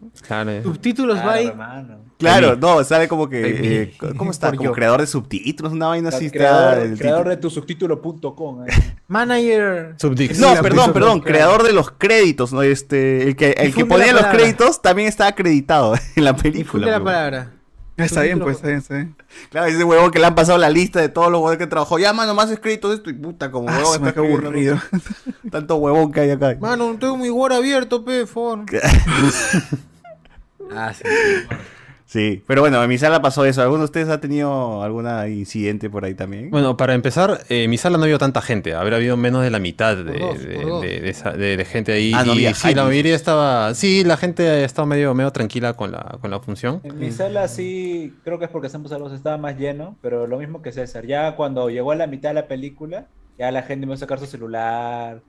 eh.
Subtítulos,
Claro,
bye.
hermano.
Claro, no, sale como que.
Ay, mi.
eh, ¿Cómo está?
Por
Como
yo.
creador de subtítulos, una vaina así. está
creador,
el
creador
título.
de tu subtítulo.com. eh.
Manager.
Subdix.
No, perdón, perdón, creador de los créditos, ¿no? Este, el que, el que
Difunde
ponía
la
los
palabra.
créditos también está acreditado en la película.
Difunde la
huevón.
palabra.
Está bien, pues, está bien, está bien.
Claro, ese huevón que le han pasado la lista de todos los huevos que trabajó. Ya, mano, más escrito esto y puta, como
Ah,
huevón.
se me
está
qué
escribiendo
aburrido.
Tanto huevón que hay acá.
Mano, Ah, no tengo mi Word abierto, pe, phone.
Ah, sí.
Sí, pero bueno, en mi sala pasó eso. ¿Alguno de ustedes ha tenido algún incidente por ahí también?
Bueno, para empezar, eh, en mi sala no había tanta gente. Habrá habido menos de la mitad de,
dos,
de-
por dos.
de- de esa- de- de gente ahí.
Ah, no
y
había
sí,
hype.
la mayoría estaba. Sí, la gente estaba medio, medio tranquila con la, con la función.
En mi sala sí, creo que es porque San Salvos estaba más lleno, pero lo mismo que César. Ya cuando llegó a la mitad de la película, ya la gente empezó a sacar su celular,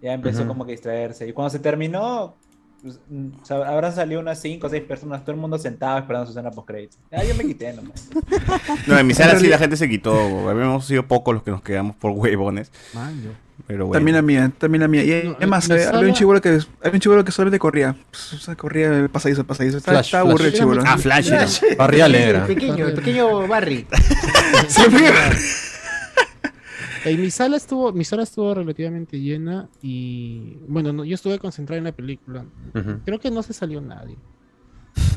ya empezó
Ujú.
como que a distraerse. Y cuando se terminó, pues, mm, o sea, habrán salido unas 5 o 6 personas, todo el mundo sentado esperando su escena post-crédito. Ah, yo me quité nomás.
No, en mi sala sí la gente se quitó. bo. Habíamos sido pocos los que nos quedamos por huevones. Pero bueno.
También la mía, también la mía. Y
No,
además,
mi
había un
sala-
chibolo que, había un chibolo que solamente corría. Pues, o sea, corría pasadizo, pasadizo. Estaba,
Flash,
estaba
Flash.
aburrido el chibolo.
Ah, Flash era. Barrial era.
Pequeño, el pequeño Barry.
En Eh, mi sala estuvo, mi sala estuvo relativamente llena y bueno, no- yo estuve concentrado en la película.
Ujú.
Creo que no se salió nadie.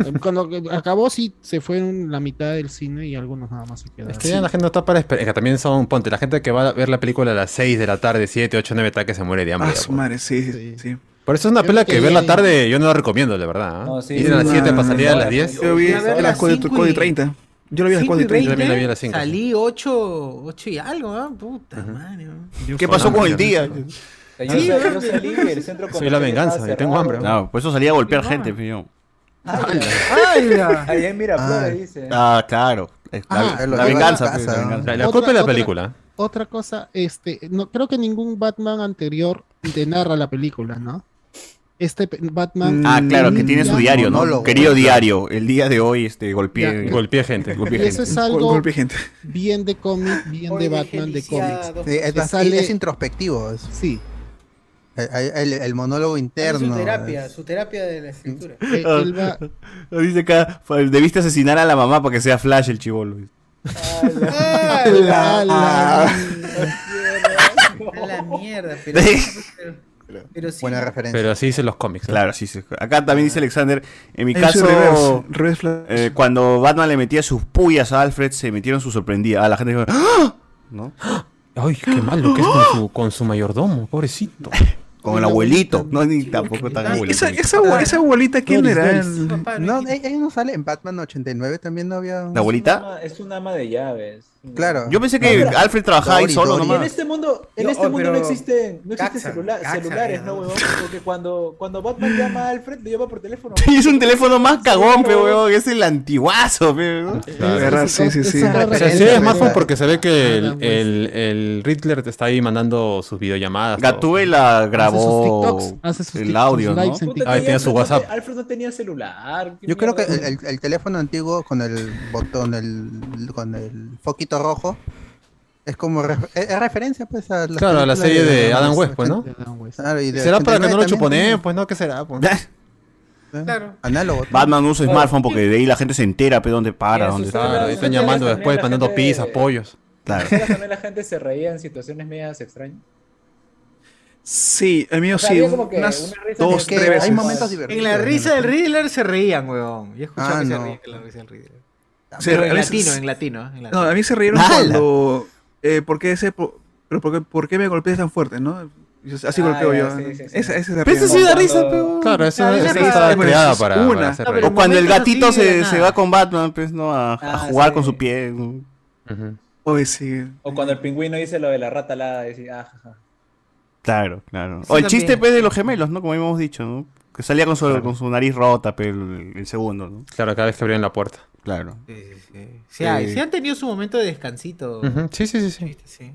Eh, Cuando acabó sí se fueron la mitad del cine y algunos nada más se quedaron.
Es que ya la gente no está para esperar. Es que también son, ponte, la gente que va a ver la película a las 6 de la tarde, 7, 8, 9, tal, que se muere de hambre.
Ah,
ya,
su
pues.
madre, sí, sí. sí.
Por eso es una
Yo
pela
creo
que
que
ver la
ya-
tarde yo no la recomiendo, la verdad. ¿ah?
No, sí.
Ir a las
No,
7,
no,
pasaría a
no.
las 10.
Yo vi a las 4
cinco y-
30. Yo la vi a las 4 y 30.
Yo
también la vi a las cinco,
Salí 8, 8 y algo, ¿ah? Puta madre. ¿no?
¿Qué pasó con el día?
O sea,
Sí,
yo, yo
¿verdad?
salí y el centro
Soy la
comercial
venganza,
estaba
yo tengo
cerrado.
hambre. No, por eso salía a golpear gente, pues, yo.
Ahí en Miraflores
Ay.
dice.
Ah, claro. La,
Ah,
la
lo que
venganza,
va a
pues,
casa,
la
¿no?
venganza.
La- la culpa Otra- es la otra- película. Otra cosa, este, no creo que ningún Batman anterior te narra la película, ¿no? Este pe- Batman.
Ah, claro, que tiene su
Ya,
diario, ¿no?
monólogo.
Querido diario, el día de hoy este, golpeé,
Ya.
Golpeé gente.
Golpeé
Y eso
gente.
es algo
Golpe gente.
bien de cómic, bien de Batman de cómics.
Sí, es,
Que
bas-
sale-
es introspectivo. es-
Sí.
El, el- el monólogo interno.
Su terapia,
es-
su terapia de la escritura.
Ah.
Eh, él va-
Ah, Dice acá, fue- debiste asesinar a la mamá para que sea Flash el chivolo.
¡Ala!
Ah.
A la mierda, pero, pero, pero sí.
Buena referencia.
Pero así dicen los cómics.
Claro, sí, sí. Acá también dice Alexander, en mi
Ahí hizo
caso,
reverse, reverse Flash.
eh, cuando Batman le metía sus pullas a Alfred, se metieron sus sorprendidas. A la gente dijo, ¡Ah! ¿no?
Ay, qué malo que es con su, con su mayordomo, pobrecito.
Con el abuelito, no ni tampoco tan abuelito.
Esa, esa, abue- esa abuelita, ¿quién
Doris,
era?
Doris.
El-
No, ahí ahí no sale. En Batman 89 también no había. un-
¿La abuelita?
Ah, Es un ama de llaves.
Claro.
Yo pensé que Alfred trabajaba ahí
Dory,
solo
Dory.
Y en
nomás.
este mundo, en
Yo-
este
oh,
mundo no
pero-
existen, no existen
Caxa,
celula-
caxa,
celulares,
ya.
¿no, huevón? Porque cuando, cuando Batman llama a Alfred, le llama por teléfono.
Y es un teléfono más cagón,
Sí,
pe,
no.
weón. Es el antiguazo, pe, weón.
Verdad, sí, sí, sí.
O sea, sí es Malcolm porque se ve
Ah,
que el,
pues.
el, el Riddler te está ahí mandando sus videollamadas.
Gatuela grabó
TikToks, hace sus
el
TikToks,
audio, ¿no?
lives en
Puta,
Ahí
que
tenía su
Alfred no te-
WhatsApp.
Alfred no tenía celular. ¿qué
Yo creo que
eh,
mierda?
el, el- el teléfono antiguo con el botón, el, con el foquito rojo, es como ref- es, es referencia pues a la,
Claro, a la serie
película
de Adam West, pues, ¿no?
Ah, de Adam West.
Claro, y de
¿Será para que no
89
lo
también
chuponeen?
tiene-
Pues no, ¿qué será? Pues?
Claro.
Análogo.
Batman usa smartphone porque de ahí la gente se entera, pe, dónde para,
Mira,
dónde
sus
está.
celulares,
Claro, ahí están
sus
llamando
celulares
después,
también la
mandando
gente-
pizzas, pollos.
Claro.
Sus celulares también la gente se reía en situaciones medias extrañas.
Sí, el mío
O sea,
sí.
había como que
Unas
una risa
dos,
de que
tres veces.
hay momentos
En la risa del Riddler se reían, weón. Yo escuchaba
Ah,
que
no.
se reían en la risa del Riddler.
Se-
Pero
a
en
veces-
latino, en latino, en
No,
latino.
a mí se rieron
¡Hala!
cuando. Eh, ¿Por qué ese.? po- pero por qué, por qué me golpeas tan fuerte, no? Yo- Así
Ah,
golpeo
ya,
yo.
sí, sí, sí.
Esa, esa es la
Pero esa
primera.
sí da risa,
Cuando-
pe, weón.
Claro, eso,
Claro,
eso
esa
está
es-
creada
es
para,
una.
para hacer
O
No, pero-
reír.
en
cuando el
momentos así
gatito
de la
se,
nada.
se va con Batman, pues, ¿no? A, a
Ah,
jugar
sí.
con su pie. ¿no?
Ujú.
Oye, sí.
O cuando el pingüino dice lo de la rata alada, decía, ah, jaja.
Claro, claro.
Eso
O el
también.
chiste, pues, de los gemelos, ¿no? Como hemos dicho, ¿no? Que salía con su, con su nariz rota, pe, el, el segundo, ¿no?
Claro, cada vez que abrían la puerta.
Claro. Eh,
Sí, sí, sí. Sí, hay-
Sí.
sí han tenido su momento de descansito.
Eh, Ujú, Sí, sí, sí, sí.
¿viste? Sí.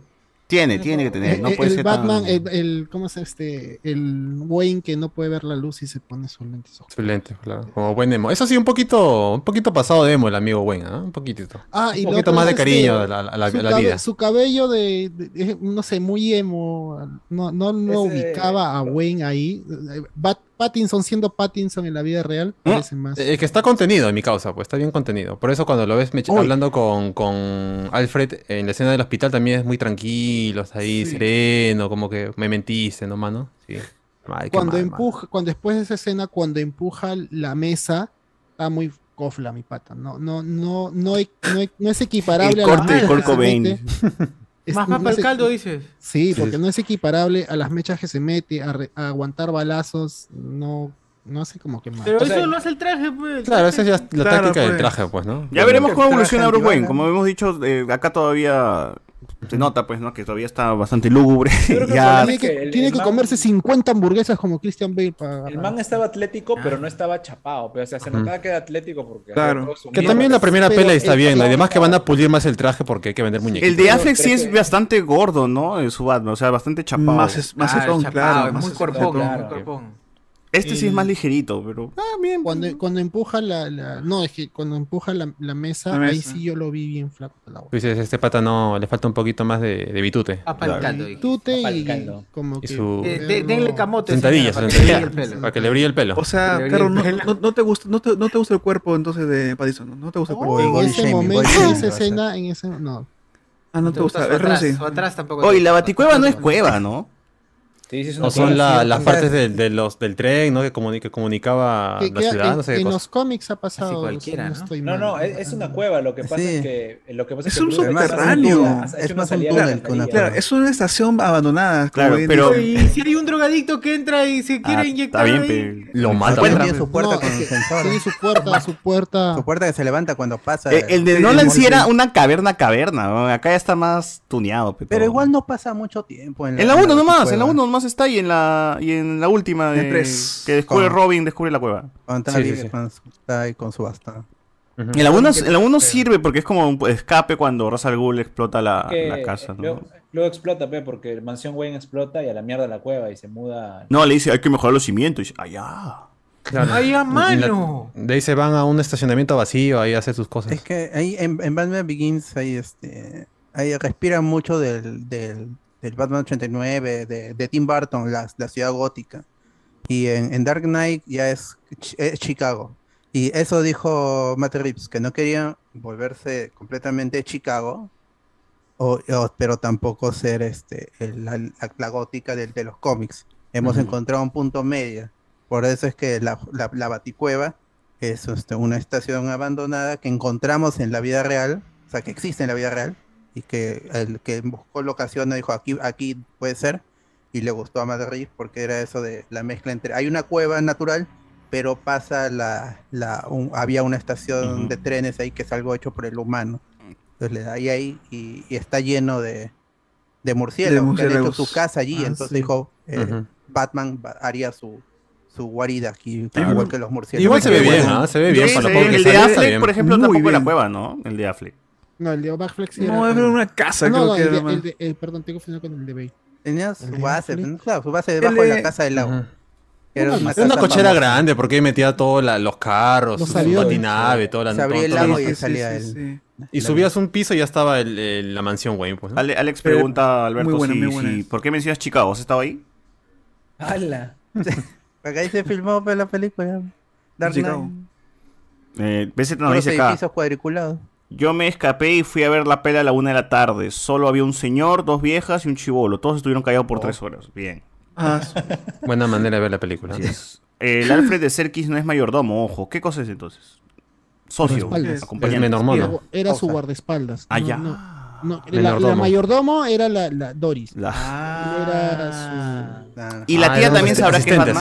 Tiene, tiene que
Eh,
tener. No
eh,
puede
el
ser tan-
Batman, el, el- ¿cómo se este? El Wayne que no puede ver la luz y se pone sus lentes. oscuros.
Excelente, claro. Como buen emo. Eso sí, un poquito, un poquito pasado de emo el amigo buen, ¿ah? Un poquitito.
Ah, y
un
lo
poquito
otro
más
es
de
este,
cariño a la, a la- a
su,
la
cabe-
vida.
su cabello de, de- eh, no sé, muy emo. No, no, no
Ese-
ubicaba a Wayne ahí. Eh, Bat- Pattinson siendo Pattinson en la vida real
Ah.
parece más.
Eh, Es que está contenido en mi causa, pues está bien contenido. Por eso cuando lo ves me-
Uy.
hablando con, con Alfred en la escena del hospital también es muy tranquilo, está ahí sereno, como que me mentiste, ¿no, mano? Sí. Ay, qué
cuando
mal, mano.
empuja, cuando después de esa escena, cuando empuja la mesa, está muy cofla mi pata. No, no, no, no, e- no, e- no es equiparable
El
a la
corte de
mesa
Kurt
que se
Cobain.
mete. Es-
Más
no
más para
se-
el caldo, dices.
Sí,
Sí,
porque
sí.
no es equiparable a las mechas que se mete, a, re- a aguantar balazos, no, no hace como que más.
Pero
O
eso
sea,
lo hace el traje, pues. el
Claro, esa
traje.
es ya la
Claro,
táctica del
pues.
traje, pues, ¿no?
Ya veremos cómo
Traje
evoluciona Bruce Wayne.
antibala.
Como hemos dicho, eh, acá todavía se nota, pues, ¿no? Que todavía está bastante lúgubre.
creo que
ya.
solamente-
tiene que,
el- el
tiene que
man-
comerse 50 hamburguesas como Christian Bale para
El
Ah,
man estaba atlético, pero no estaba chapado. Pero, o sea, se
Ujú.
notaba que era atlético porque.
Claro.
Que también la primera
Pero
pela está
el-
bien, la
pero-
demás que van a pulir más el traje porque hay que vender muñequitos.
El de
Pero
Affleck sí
creo
es
que-
bastante gordo, ¿no? Eh, Su Batman, o sea, bastante chapado.
Más, es, más
Ah,
etón,
chapado,
claro.
es
más
muy
etón,
corpón,
claro.
muy corpón.
Este sí es
el-
más ligerito, pero.
Cuando, cuando empuja la, la- No, es que cuando empuja la, la mesa,
La
ahí
mesa.
sí yo lo vi bien flaco. La
Tú dices, este pata no, le falta un poquito más de, de virtute.
Ah, Tute y como
Y
que.
su-
eh,
de- denle camote.
Sentadilla,
señora,
sentadilla,
para que le brille el pelo.
Para que le brille el pelo.
O sea, claro, no, no, no te gusta, no, te, no te gusta el cuerpo entonces de Pattinson, no, no te gusta el
Oh,
cuerpo.
en ese momento, en esa escena, en ese. No.
Ah, no te gusta.
Su
Es
atrás,
Renzi.
su atrás tampoco.
Oye, la baticueva no es cueva, ¿no?
O son la- las partes del- de los, del tren, ¿no? Que, comuni- que comunicaba
Que-
Ah, la
que
ciudad,
en,
no sé qué
en
cosa.
los cómics ha pasado. no sé, no estoy
No,
mal.
no, es, es una cueva. Lo que pasa es que. Lo que pasa
Es
que
un
Bruce ha hecho una
subterráneo.
salida, ha hecho una salida a la alcantarilla.
Claro, es una estación abandonada.
Claro,
bien
pero-
dice.
Y si hay un drogadicto que entra y se quiere
Ah,
inyectar. ahí,
Lo
mata. Tiene su puerta
No,
con
es
el
que-
sensor.
Tiene su puerta, su puerta.
Su puerta que se levanta cuando pasa.
Eh, el de
Sí,
Nolan sí era
sí.
una caverna caverna. ¿no? Acá ya está más tuneado. pe,
Pero
todo.
igual no pasa mucho tiempo. En la,
En la 1 nomás, en la
cueva.
1 nomás está y en la y en la última de
En tres.
que descubre
Con-
Robin, descubre la cueva.
Cuando está, bien, cuando está ahí con su bastón.
En la 1 en la uno sirve porque es como un escape cuando Ra's al Ghul explota la,
Ah,
que
la casa, ¿no?
luego, luego explota, pe, porque el mansión Wayne explota y a la mierda la cueva y se muda.
No, le dice, hay que mejorar los cimientos. Y dice, "Ah, allá.
Claro.
Ay, a
En la-
mano.
de ahí se van a un estacionamiento vacío ahí a hacer sus cosas.
Es que ahí en, en Batman Begins ahí este ahí respira mucho del, del, del Batman 89 de, de Tim Burton, la, la ciudad gótica. Y en, en Dark Knight ya es, Ch- es Chicago. Y eso dijo Matt Reeves, que no quería volverse completamente Chicago, o- o- pero tampoco ser este el- la, la- la gótica del- de los cómics. Hemos
Ujú.
encontrado un punto medio. Por eso es que la, la- la Baticueva es este, una estación abandonada que encontramos en la vida real, o sea, que existe en la vida real, y que el que buscó locación dijo, aquí, aquí puede ser, y le gustó a Madrid porque era eso de la mezcla entre... Hay una cueva natural, pero pasa la... la un- había una estación de trenes ahí que es algo hecho por el humano. Entonces le da ahí, ahí y, y está lleno de, de murciélagos. que han hecho
murciélagos.
su casa allí,
Ah,
entonces
sí.
dijo, eh,
Ujú.
Batman va- haría su, su guarida aquí,
Ah,
igual que los murciélagos.
¿ah? Se ve bien,
Sí,
para
sí,
lo poco que
El de
sale,
Affleck,
bien.
por ejemplo,
Muy
tampoco era
bien.
cueva, ¿no? El de Affleck.
No, el de Batflex sí
No,
era
era una casa,
no,
creo
no,
que
el
era
de-
más.
el de- eh, Perdón, tengo confusión con el de Bay.
Tenía
El
su
de
base,
Affleck.
¿no? claro, su base debajo de la casa del lago. Era
Una,
casa
cochera
famosa.
grande, porque ahí metía todos los carros,
Los
su
aviones.
patinave, toda la
Se abría el
todo- todo-
lago y
sí, sí,
salía
sí,
él.
sí.
La-
Y subías un piso y ya estaba el- el- la mansión Wayne, pues. ¿no?
Ale- Alex pregunta a Alberto
buena,
si,
muy buena
si- ¿por qué mencionas Chicago? ¿Has estado ahí?
¡Hala!
Acá ahí se filmó pues, la película. Dark
Chicago.
Knight.
Eh, ves esta
Todos los
noticia acá.
edificios cuadriculados.
Yo me escapé y fui a ver la pela a la una de la tarde. Solo había un señor, dos viejas y un chivolo. Todos estuvieron callados por tres horas. Bien.
Ah,
Oh. Buena manera de ver la película.
El Alfred de Serkis no es mayordomo, ojo. ¿Qué cosa es entonces? Socio,
Guardaespaldas.
acompañante.
Era- Era su guardaespaldas.
Ah,
No,
ya.
no, no, la- la,
Menordomo.
mayordomo era la, la Doris.
La-
pues,
Era su-
Ah.
Y la tía también sabrá que es Batman.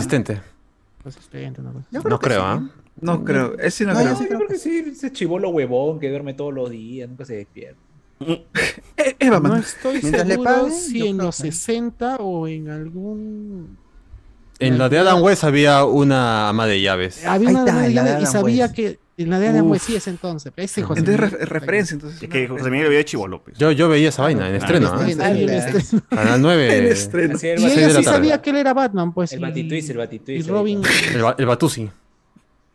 pues,
Asistente, una cosa.
No creo,
¿eh?
¿ah?
Mm.
No creo, ese no,
No,
creo.
yo sí creo que sí, ese chivolo huevón que duerme todos los días, nunca se despierta.
Eh,
No estoy
Mientras le
seguro
paguen, yo
si en los 60 o en algún.
En la de Adam West había una ama de llaves.
Había
Ahí
una
está,
de
en la de
y
Adam
sabía
West.
que. En la de Adam
Uf.
West sí es entonces. pero Ese José
Entonces,
Miguel.
re- referencia, entonces.
Es que José Miguel lo vio de chivolo. pues.
Yo, yo veía esa vaina en estreno, ¿ah?
Ah, en el estreno.
Canal 9.
En estreno.
Así
Y
Seis de
ella
la
sí
tarde.
sabía que él era Batman, pues.
El
y-
batituis, el batituis.
Y Robin.
El, ba- el Batusi.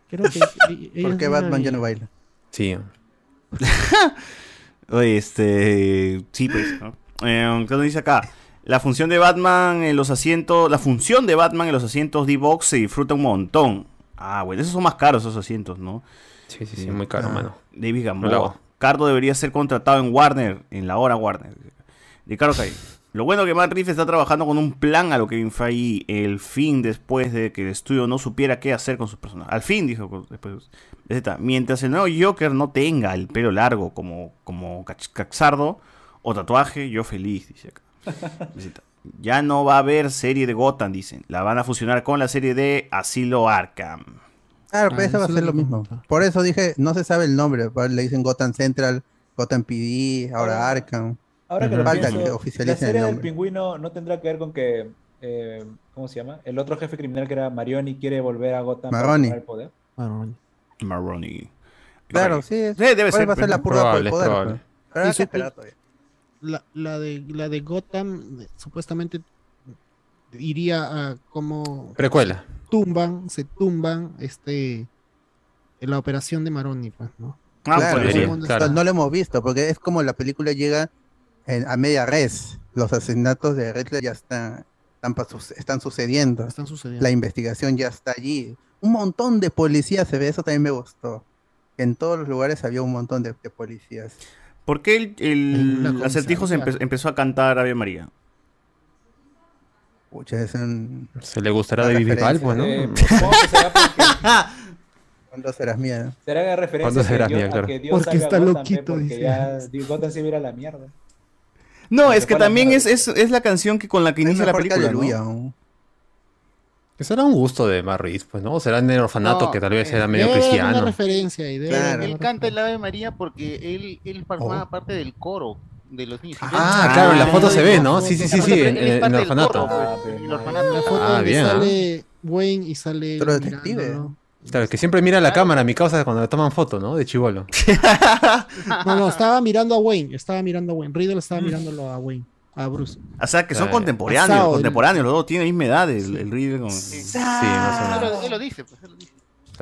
Creo que.
¿Por qué Batman ya no baila?
Sí.
Oye, este. Sí, pues. ¿no? Eh, ¿Qué nos dice acá? La función de Batman en los asientos. La función de Batman en los asientos D-Box se disfruta un montón. Ah, bueno, esos son más caros esos asientos, ¿no? Eh, ah,
Sí, sí, sí, muy caro, mano.
David
No lo
Gamboa.
hago.
Cardo debería ser contratado en Warner, en la hora Warner. Ricardo Caín. Lo bueno que Matt Reeves está trabajando con un plan a lo Kevin Feige. El fin después de que el estudio no supiera qué hacer con sus personajes. Al fin, dijo con- después. Zeta, Mientras el nuevo Joker no tenga el pelo largo como, como Cach- Caxardo o tatuaje, yo feliz, dice acá. Zeta, Ya no va a haber serie de Gotham, dicen. La van a fusionar con la serie de Asilo Arkham.
Claro, pero
Ah,
eso va a
eso
ser
lo
lo mismo. Por eso dije, no se sabe el nombre. pa- Le dicen Gotham Central, Gotham PD, ahora Arkham.
Ahora que lo
Falta
pienso,
que
la
oficialicen
serie
el
del
nombre.
pingüino no tendrá que ver con que, eh, ¿cómo se llama? El otro jefe criminal que era Marioni quiere volver a Gotham para
Maroni.
tomar el poder.
Maroni.
Claro, sí. es-
Sí, debe
puede
ser,
pasar
pues,
la purga por el
probable,
poder.
probable.
pues. Pero hay
Y
que
su-
esperar todavía.
la, la de la de Gotham eh, supuestamente iría a como
Precuela.
tumban, se tumban este la operación de Maroni, pues, ¿no?
Ah,
Claro,
Todo el
sí,
mundo
claro.
está-
No lo hemos visto, porque es como la película llega en- a media res. Los asesinatos de Redler ya están, están, pa- su- están sucediendo.
Están sucediendo.
La investigación ya está allí. Un montón de policías se ve, eso también me gustó. En todos los lugares había un montón de, de policías.
¿Por qué el, el
La comisaría.
acertijo se empe- empezó a cantar Ave María?
Pucha, es un-
Se le gustará
una
David Bisbal,
referencia.
pues, ¿no?
Eh,
supongo que será
¿Cuándo serás mía?
Será la referencia
¿Cuándo
a que
serás
Dios-
mía,
a
claro.
que Dios
Porque
salve a
está
Gotham,
loquito,
pe, Porque
dice.
ya Dios- Gotham se mira a la mierda.
No, es que también es, es, es la canción que con la que inicia la
mejor que
película.
Aleluya,
¿no?
Que será un gusto de Mar Ruiz, pues, ¿no? O será en el orfanato,
No,
que tal vez era
Debe
medio
haber
cristiano.
alguna referencia ahí, debe
Él-
haber
Él
alguna
canta el Ave María porque él, él formaba parte del coro de los niños.
Oh. Ah, claro, en la foto se ve, ¿no? Sí, sí, sí, sí, en, Eh, en- en el orfanato.
La foto
Ah,
donde
bien, ¿ah?
sale Wayne y sale él mirándolo.
Claro, que siempre mira a la cámara, mi causa, cuando le toman foto, ¿no? De chivolo.
No, no, estaba mirando a Wayne, estaba mirando a Wayne. Riddle estaba
Mm.
mirándolo a Wayne, a Bruce.
O sea, que son
Eh,
contemporáneos,
pasado, el-
contemporáneos, los dos tienen la misma edad, el, el Riddle con...
más o menos.
Él lo dice, pues.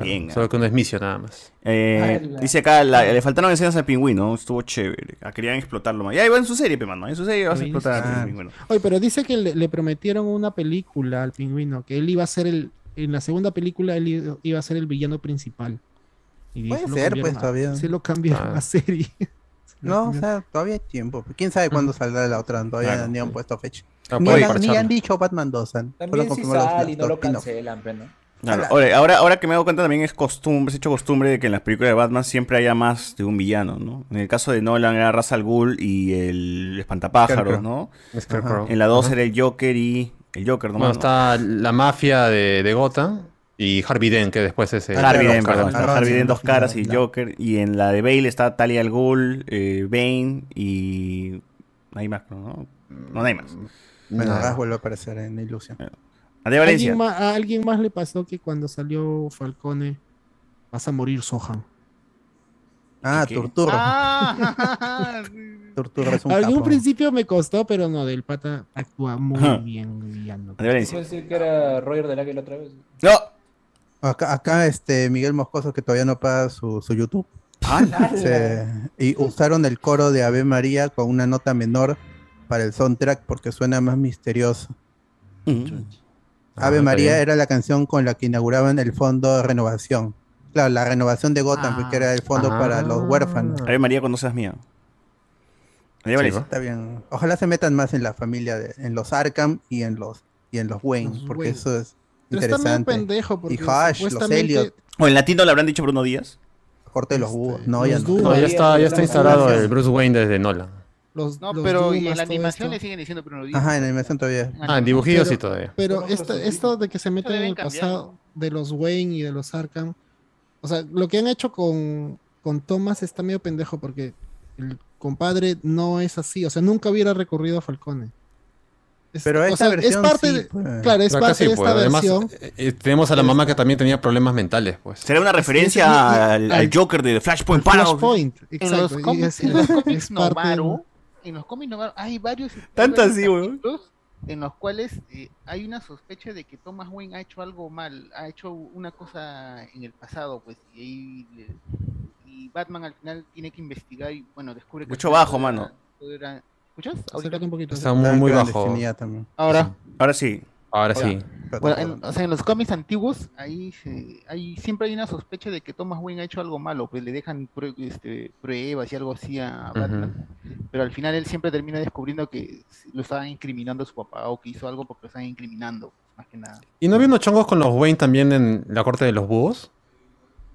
Bien,
Solo que uno es misio nada más.
Eh,
Ala.
dice acá, la- le faltaron escenas al pingüino, estuvo chévere. Ah, querían explotarlo más. Ya iba en su serie, pe, mano. En su serie vas a explotar al pingüino.
Oye, pero dice que le, le prometieron una película al pingüino, que él iba a ser el. En la segunda película él i- iba a ser el villano principal. Y
Puede
se lo
ser,
cambiaron
pues,
a-
todavía.
Se lo cambiaron
Ah.
a serie.
No, o sea, todavía hay tiempo. ¿Quién sabe cuándo saldrá la otra? Todavía
Claro.
ni han puesto fecha.
Ah,
ni,
puede
han, ni
parcharla.
han dicho Batman 2. han- solo
También si
confirmó los-
sale y no
los
lo
spin-off.
cancelan, pe, ¿no?
Claro. Ahora, ahora, ahora que me hago cuenta también es costumbre, se ha hecho costumbre de que en las películas de Batman siempre haya más de un villano, ¿no? En el caso de Nolan era Ra's al Ghul y el Espantapájaros,
Scarecrow.
¿no?
Scarecrow.
En la 2
Ajá.
era el Joker y... El Joker, ¿no?
Bueno,
mano?
está la mafia de, de Gotham y Harvey Dent, que después es eh, el...
Harvey Dent, perdón. está
Ah,
Harvey
sí.
Dent, dos caras y
Claro.
Joker. Y en la de Bale está Talia al Ghul, eh, Bane y. No hay más, ¿no? No, no hay más.
Bueno, Ras vuelve a aparecer en Ilusión.
De Valencia.
¿Alguien ma- a alguien más le pasó que cuando salió Falcone vas a morir, Sohan.
Ah, Turturro.
Ah,
Turturro es un
Algún
capo.
principio me costó, pero no, del pata actúa muy bien villano.
De Valencia.
Puede decir que era Roger del Águila otra vez.
No.
Acá, acá, este Miguel Moscoso que todavía no paga su, su YouTube. Se- y usaron el coro de Ave María con una nota menor para el soundtrack porque suena más misterioso.
Ah,
Ave
está
María
bien.
era la canción con la que inauguraban el fondo de renovación. Claro, la renovación de Gotham,
Ah.
Ah.
porque era el fondo para los huérfanos.
Ave María cuando seas mía. De
Sí,
Valencia.
está bien. Ojalá se metan más en la familia, de, en los Arkham y en los y en los Wayne, porque
Wayne.
eso es
Pero está medio
interesante.
pendejo, porque
y Hash, los
supuestamente-
Elliot,
O en latino le habrán dicho Bruno Díaz.
corte los búhos. No, ya
los
no.
No, ya está, ya está instalado el Bruce Wayne desde Nolan.
no, pero y en
Dumas,
la
todo
animación
esto.
le siguen diciendo Bruno Díaz.
Ajá, en animación todavía.
Ah, en dibujillos sí
Pero-
todavía.
Pero esto, esto de que se meten en el pasado de los Wayne y de los Arkham, o sea, lo que han hecho con, con Thomas está medio pendejo porque el compadre no es así, o sea, nunca hubiera recurrido a Falcone. Es-
Pero
o
esta
sea,
versión
es parte
sí,
de-
pues.
claro, es
Pero acá
parte
sí,
de esta
pues, además,
versión.
eh, eh, tenemos a la mamá que también tenía problemas mentales, pues.
Será una referencia al, al Joker de Flashpoint Paradox.
Flashpoint,
En los
exacto. y
cómics,
es-
en los
es
cómics
parte de-
Novaro, en los cómics Novaro hay varios
Tanto
varios
así, weón.
capítulos en los cuales eh, hay una sospecha de que Thomas Wayne ha hecho algo mal, ha hecho una cosa en el pasado, pues, y, ahí le- y Batman al final tiene que investigar y, bueno, descubre que...
Mucho
al final
bajo,
todo
mano.
era- todo era- ¿Escuchas?
Acércate un poquito.
Está muy, muy
Gran
bajo.
Destiny ya también.
Ahora.
Ahora sí.
Ahora
Ahora.
sí.
Bueno, en- o sea, en los cómics antiguos, ahí se- ahí siempre hay una sospecha de que Thomas Wayne ha hecho algo malo, pues le dejan prue- este, pruebas y algo así a Batman, pero al final él siempre termina descubriendo que lo estaban incriminando a su papá o que hizo algo porque lo estaban incriminando, pues, más que nada.
¿Y no había unos chongos con los Wayne también en la corte de los búhos?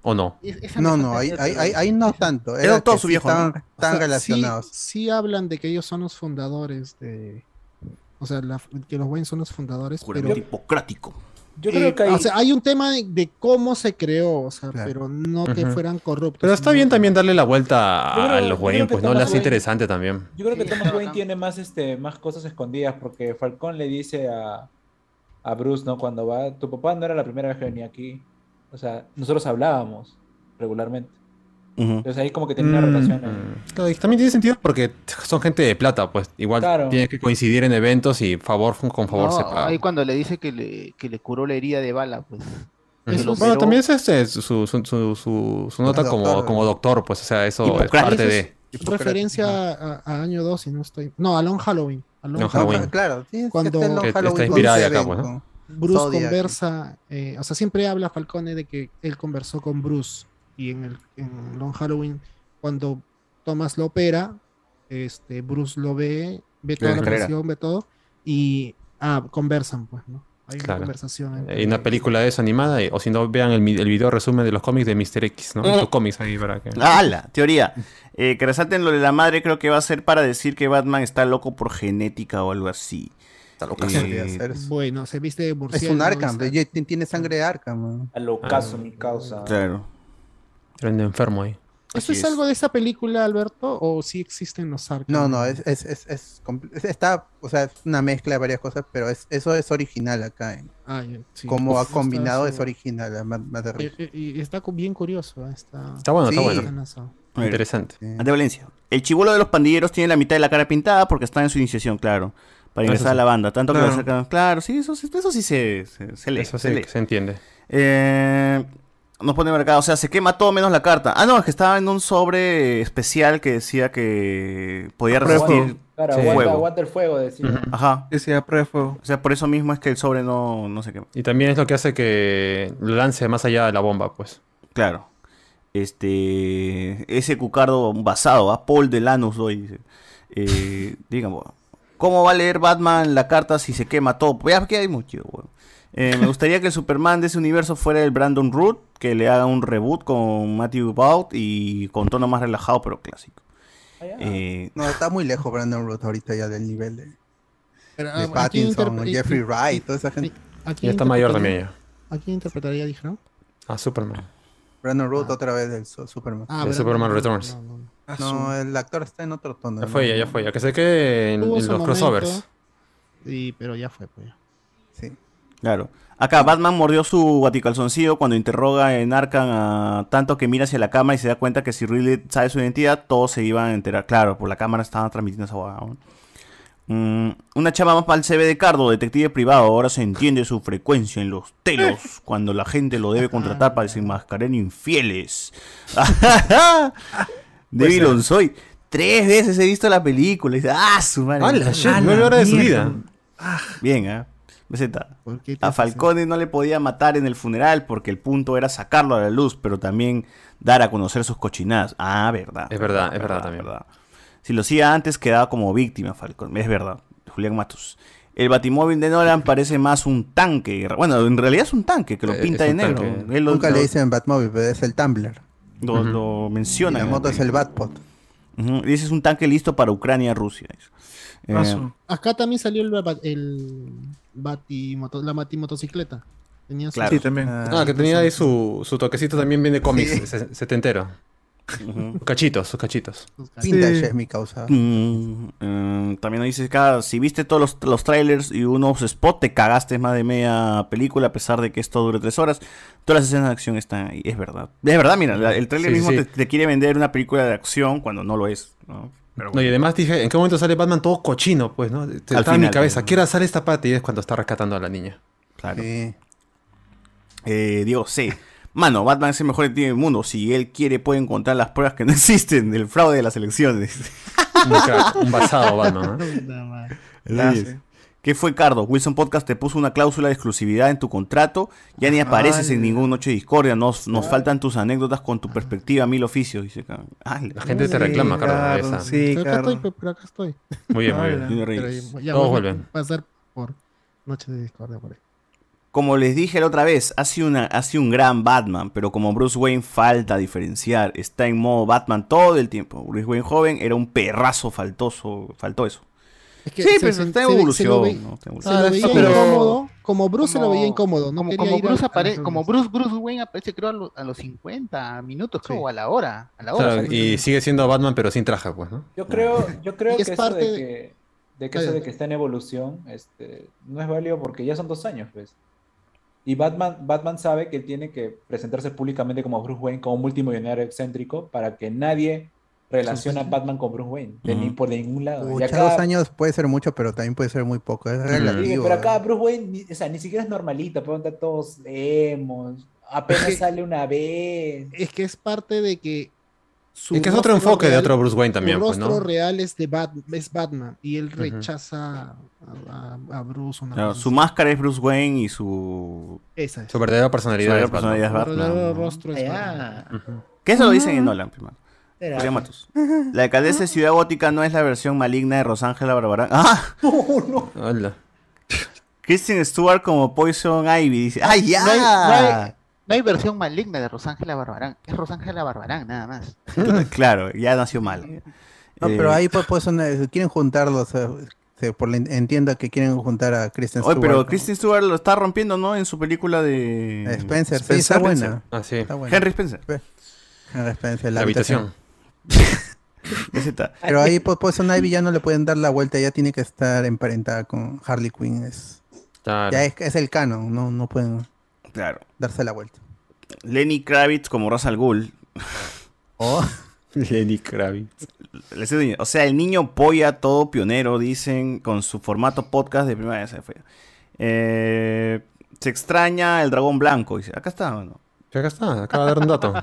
¿O no?
Es- esa
No,
me
no, ahí,
falta
ahí,
de-
ahí, ahí no tanto. Era que sí Estaban, estaban
O sea,
relacionados.
Sí, sí hablan de que ellos son los fundadores de. O sea, la- que los Wayne son los fundadores.
Juramento
pero-
hipocrático.
Yo creo
Eh,
que ahí-
O sea, hay un tema de, de cómo se creó, o sea,
Claro.
pero no que
Ujú.
fueran corruptos.
Pero está bien también darle la vuelta a,
Pues Yo creo-
a
yo
los
creo
Wayne,
que
pues no,
Thomas
le hace
Wayne-
interesante también.
Yo creo que Thomas Wayne tiene más, este, más cosas escondidas porque Falcón le dice a, a Bruce, ¿no? Cuando va, tu papá no era la primera vez que venía aquí. O sea, nosotros hablábamos regularmente. Entonces ahí como que tenía una relación. ahí.
Mm, Claro, y también tiene sentido porque son gente de plata, pues igual
Claro.
tiene que coincidir en eventos y favor con favor se
No,
paga.
ahí cuando le dice que le, que le curó la herida de bala, pues. que
Ujú.
lo
bueno,
operó.
también es este, su, su, su, su- su nota como
Doctor.
doctor. como doctor, pues, o sea, eso es
Hipócrates.
parte de...
Es Referencia a, a Año 2, si no estoy. No, a Long Halloween. A
Long Halloween.
Claro, sí, es que
cuando
está en Long
Que está Halloween inspirada con de acá, Seven, pues, ¿no?
con
Bruce
Zodiac.
conversa. eh, o sea, siempre habla Falcone de que él conversó con Bruce. Y en, el, en Long Halloween, cuando Thomas lo opera, este, Bruce lo ve, ve
la
toda la
escalera.
operación, ve todo. Y ah, conversan, pues, ¿no? Hay una
Claro.
conversación. ¿eh? entre-
Hay una película de eso animada, y- o si no, vean el, mi- el video resumen de los cómics de Mr. X, ¿no?
Mm.
Sus cómics ahí para que...
¡Hala! Teoría. Eh, que resalten lo de la madre, creo que va a ser para decir que Batman está loco por genética o algo así. Eh, Está
loca.
Bueno, se viste de
Es
murciélago.
un Arkham,
está-
de- tiene- tiene sangre de Arkham. ¿no?
A lo
Ah,
caso, mi causa.
Claro.
Tremendo enfermo ahí.
¿Eso es, algo de esa película, Alberto? ¿O sí existen los Arkham?
No, no, es, es, es, es compl- es- está, o sea, es una mezcla de varias cosas, pero es, eso es original acá. ¿eh?
Ah, ya, sí.
Como
Eso
ha
está
combinado es
su-
original, a Ma- Ma- de
Y,
Reeves.
y- y está co- bien curioso. ¿eh? Está,
Está bueno, está
Sí.
bueno.
Buenazo.
Interesante.
De Valencia. El chibolo de los pandilleros tiene la mitad de la cara pintada porque está en su iniciación, claro. Para ingresar
Eso sí.
a la banda. Tanto que
Claro.
lo sacan- Claro, sí, eso, sí- eso sí se, se, se lee.
Eso
se
sí
lee.
que se entiende.
Eh, nos pone marcado, o sea, se quema todo menos la carta. Ah, no, es que estaba en un sobre especial que decía que podía
Prueba de
resistir
fuego. Claro, aguanta- aguanta el fuego, decía. Ujú.
Ajá.
Decía prueba de fuego.
O sea, por eso mismo es que el sobre no, no se quema.
Y también es lo que hace que lo lance más allá de la bomba, pues.
Claro. Este. Ese cucardo basado, a Paul Delanus hoy. dice. Eh, digamos, ¿cómo va a leer Batman la carta si se quema todo? Pues, Ya que hay mucho, weón. Eh, me gustaría que el Superman de ese universo fuera el Brandon Root, que le haga un reboot con Matthew Bout y con tono más relajado, pero clásico. Eh,
No, está muy lejos Brandon Roth ahorita ya del nivel de,
Pero,
de
ah, ¿a quién
Pattinson,
interpre-
Jeffrey
y-
Wright, toda esa gente.
¿A quién interpretaría- ¿A quién interpretaría, dijeron?
A Ah, Superman.
Brandon Roth otra vez del Su- Superman.
Ah,
De
Brandon
Superman
Roth,
Returns.
No, el actor está en otro tono.
Ya
¿no?
fue, ya, ya fue, ya que se quede en,
Tuvo
en
su
los
momento.
crossovers.
Sí, pero ya fue, pues. ya.
Claro. Acá Batman mordió su baticalzoncillo cuando interroga en Arkham a tanto que mira hacia la cámara y se da cuenta que si Ridley sabe su identidad, todos se iban a enterar. Claro, por la cámara estaban transmitiendo esa huevada, ¿no? Mm, una chama más para el CV de Cardo, detective privado. Ahora se entiende su frecuencia en los telos cuando la gente lo debe contratar para desenmascarar infieles. David Lonzoy, tres veces he visto la película. y dice, ¡Ah, su madre!
¡Hala, shit!
¡Hala,
Nueve horas de su
mierda!
vida.
Bien, ¿ah? BZ. A Falcone no le podía matar en el funeral porque el punto era sacarlo a la luz, pero también dar a conocer sus cochinadas. Ah, verdad. Es verdad, es verdad, también. Si lo hacía antes, quedaba como víctima Falcone. Es verdad. Julián Matus. El batimóvil de Nolan parece más un tanque. Bueno, en realidad es un tanque que lo
Eh,
pinta
es
de
un
negro.
tanque.
Él lo-
Nunca
lo-
le dicen Batmobile, pero es el Tumblr.
lo, lo menciona.
Y la moto es el Batpod.
Dice es un tanque listo para Ucrania, Rusia. dice. Eh,
Acá también salió el, ba- el batimoto- la batimotocicleta. Tenía su-
Claro. Ah, que tenía ahí su, su toquecito también bien de cómics,
Sí.
se- setentero. Sus Cachitos, sus cachitos.
Vintage es mi causa.
Mm, eh, también dice acá, si viste todos los, los trailers y unos spots, te cagaste más de media película, a pesar de que esto dure tres horas. Todas las escenas de acción están ahí, es verdad. Es verdad, mira, la- el trailer
Sí,
mismo
sí.
Te, te quiere vender una película de acción cuando no lo es. ¿no? Pero
No, y además dije, ¿en qué momento sale Batman todo cochino? Pues, ¿no? Te- Estaba en mi
final,
cabeza. ¿Qué hora sale esta parte? Y es cuando está rescatando a la niña.
Claro. Eh, Diego C. Mano, Batman es el mejor detective del mundo. Si él quiere, puede encontrar las pruebas que no existen del fraude de las elecciones.
Un crack, un basado Batman, ¿eh?
Así es. ¿Qué fue, Cardo? Wilson Podcast te puso una cláusula de exclusividad en tu contrato. Ya ni apareces en ningún Noche de Discordia. Nos, nos faltan tus anécdotas con tu perspectiva, mil oficios. Dice, cabrón. Ay,
La gente te reclama, Cardo, por esa. Sí,
Pero acá
Cardo.
estoy, pero acá estoy.
Muy bien, muy
Hola.
bien.
Pero
Pero ya
Todos
voy a
vuelven.
pasar por Noche de Discordia por ahí.
Como les dije la otra vez, ha sido, una, ha sido un gran Batman, pero como Bruce Wayne falta diferenciar. Está en modo Batman todo el tiempo. Bruce Wayne joven era un perrazo faltoso. Faltó eso. sí, pero está en evolución. ¿no? Está en
Se
evolución. Ah,
lo veía
pero-
incómodo, como Bruce se lo veía
Como-
incómodo. No
como,
quería
como
ir a-
Bruce
a
apare-
las
como
reuniones.
Bruce, Bruce Wayne aparece creo a, lo- a los 50 minutos creo, o a la hora, a la hora.
Claro, y sigue siendo Batman, pero sin traje, pues, ¿no?
Yo creo, yo creo
Y
que
es
eso
parte
de
de-
que, de que eso de que está en evolución, este, no es válido porque ya son dos años, pues. Y Batman, Batman sabe que tiene que presentarse públicamente como Bruce Wayne, como un multimillonario excéntrico, para que nadie relacione a Batman con Bruce Wayne, de ni por ningún lado. Y
Pucha,
acá-
dos años puede ser mucho, pero también puede ser muy poco.
Mm.
Es
Sí,
relativo. ¿eh?
pero acá Bruce Wayne, ni, o sea, ni siquiera es normalita, pueden estar todos emos, apenas sale una vez.
Es que es parte de que su
Es que es otro
rostro
enfoque de otro Bruce Wayne
su
también, pues, ¿no?
rostro real es, de Bat- es Batman y él rechaza a, a- a Bruce. Una
Claro,
cosa
su máscara es Bruce Wayne y su.
Esa es.
Su verdadera personalidad
Su
es
verdadera
Batman.
personalidad es
así. Su
Batman.
verdadero rostro es
Ah.
Batman.
Que eso lo dicen en Nolan, prima.
Será.
Julia Matos. La alcaldesa de Ciudad Gótica no es la versión maligna de Rosángela Barbarán. ¡Ah! Kristen Stewart como Poison Ivy dice. ¡Ah, ya!
No hay, no hay- no hay versión maligna de Rosángela Barbarán. Es Rosángela Barbarán, nada más.
claro, ya nació mal.
No,
Eh,
pero ahí pues, pues, son, eh, quieren juntarlos. eh, se- por la, entiendo que quieren juntar a Kristen
Oye,
Stewart.
pero Kristen Stewart lo está rompiendo, ¿no? En su película de.
Spencer, sí, está buena.
Ah, sí.
Está buena.
Henry Spencer.
Henry Spencer,
La habitación.
Ese está.
Pero ahí pues, pues son Ivy ya no le pueden dar la vuelta, ya tiene que estar emparentada con Harley Quinn. Es,
Claro.
Ya es, es el canon, no, no pueden
Claro.
darse la vuelta.
Lenny Kravitz como Ra's al Ghul.
Oh. Lenny Kravitz.
Les he dicho, O sea, el niño polla, todo pionero, dicen, con su formato podcast de primera vez. se fue. Eh, se extraña el dragón blanco. Dice, acá está, mano.
Acá está, acaba de dar un dato.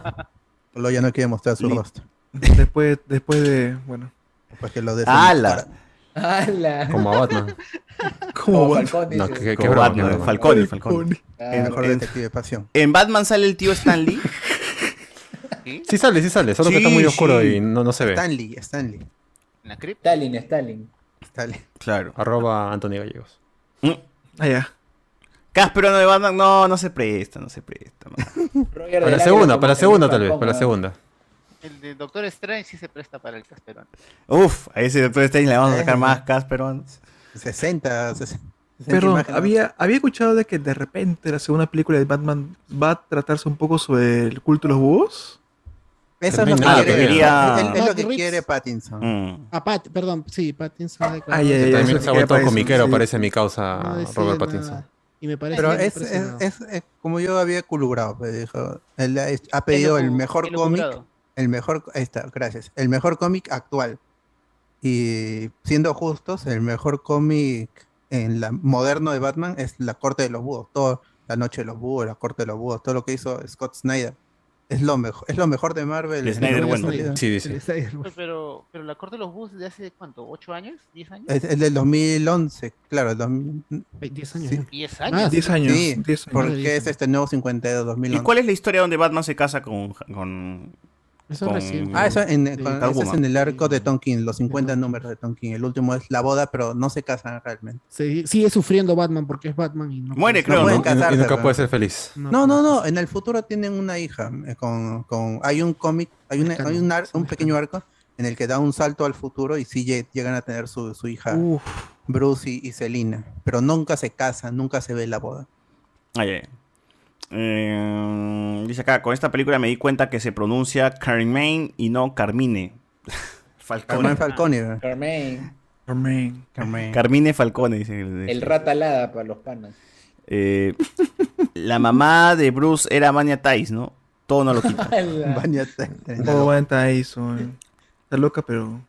Lo ya no quiere mostrar su
Li-
rostro.
Después, después de. Bueno.
Después que lo
¡Hala!
¡Hala!
Como a Batman.
Como Falcón,
No,
dice.
qué- qué
Como
broma, qué
Batman,
broma.
Falcone, Falcone.
El mejor detective de pasión.
En Batman sale el tío Stan Lee.
Sí sale, sí sale, solo que está
Sí,
muy oscuro
sí.
y no, no se ve.
Stanley, Stanley.
La cripta.
Stalin, Stalin.
Stanley.
Claro.
Arroba Antonio Gallegos.
Ah, ya.
Cáspero no de Batman. No, no se presta, no se presta. mano.
Roger
Para
del
la
Águila
segunda,
como
para la
que
segunda
Luis
tal vez,
Falcón,
para la
¿no?
segunda.
El de Doctor Strange sí se presta para el casperón.
Uf, a ese doctor Strange le vamos a sacar más Casperón.
60, 60.
Perdón,
imágenes.
había, había escuchado de que de repente la segunda película de Batman va a tratarse un poco sobre el culto de los búhos.
Eso es lo que
Ah,
quiere.
quería-
es- es lo que
Matt Reeves.
quiere Pattinson.
A Pat, perdón, sí, Pattinson. ha declarado.
Ay, ay, ay,
También se
eso es
ha
que
vuelto
aparece,
comiquero,
sí.
parece mi causa,
No decide
Robert
nada.
Pattinson.
Y me parece
Pero
que no
es,
parece
es-
nada.
es- es como yo había culubrado, pues, dijo, él ha, hecho- ha pedido el
cu-
mejor
qué lo
cómic,
cubrado?
el mejor, ahí está, gracias, el mejor cómic actual. Y siendo justos, el mejor cómic en la moderno de Batman es La Corte de los Búhos, todo, La Noche de los Búhos, La Corte de los Búhos, todo lo que hizo Scott Snyder. Es lo mejor, es lo mejor de Marvel.
De
en
Snyder,
lo que ha
bueno.
salido.
Sí, dice.
pues.
Pero, pero la corte de los bus de hace cuánto, ¿8 años? ¿10 años?
Es, es del 2011, claro, el 2000...
10 años.
Sí.
10 años.
Ah,
10 años,
Sí,
10 años.
porque es este nuevo 52, 2011.
¿Y cuál es la historia donde Batman se casa con. con
Eso
con-
recién.
Ah, eso en,
Sí.
con-
Catwoman.
ese es en el arco de Tonkin, los 50 números de Tonkin. El último es la boda, pero no se casan realmente.
Se- sigue sufriendo Batman porque es Batman y no
Muere,
puede-
creo,
No pueden
¿no?
casarse.
Y nunca
¿no?
puede ser feliz.
No, no, no. En el futuro tienen una hija. eh, Con, con, hay un cómic, hay, una- hay un, ar- un pequeño arco en el que da un salto al futuro y sí lle- llegan a tener su, su hija Bruce y, y Selina. Pero nunca se casan, nunca se ve la boda.
Ah, ya, ya. Eh, dice acá, con esta película me di cuenta que se pronuncia Carmine y no Carmine. Falcone.
Carmen Falcone. ¿verdad?
Carmen,
Carmen.
Carmine Falcone, dice. el-
el ratalada para los panas.
Eh, la mamá de Bruce era Mania Tice, ¿no? Todo no lo quita.
Vania T- T-
Oh, aguanta eso. eh. Está loca, pero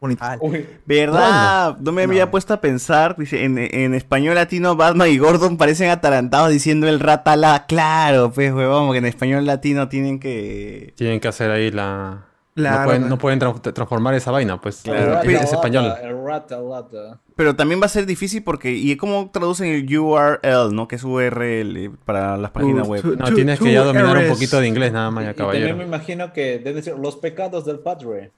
bonita.
¿Verdad? No me había puesto a pensar. Dice, en, en español latino, Batman y Gordon parecen atarantados diciendo el ratala. Claro, pues, huevón, porque en español latino tienen que.
Tienen que hacer ahí la.
La
no pueden,
arma.
no pueden tra- transformar esa vaina, pues.
Claro.
Es, es español.
El ratalada.
Pero también va a ser difícil porque. ¿Y cómo traducen el URL, no? Que es URL eh, para las páginas
Uh,
web.
tú- No, tú- tienes que ya tú dominar un eres- poquito de inglés nada más, ya,
Y- y
caballero.
también me imagino que deben ser los pecados del padre.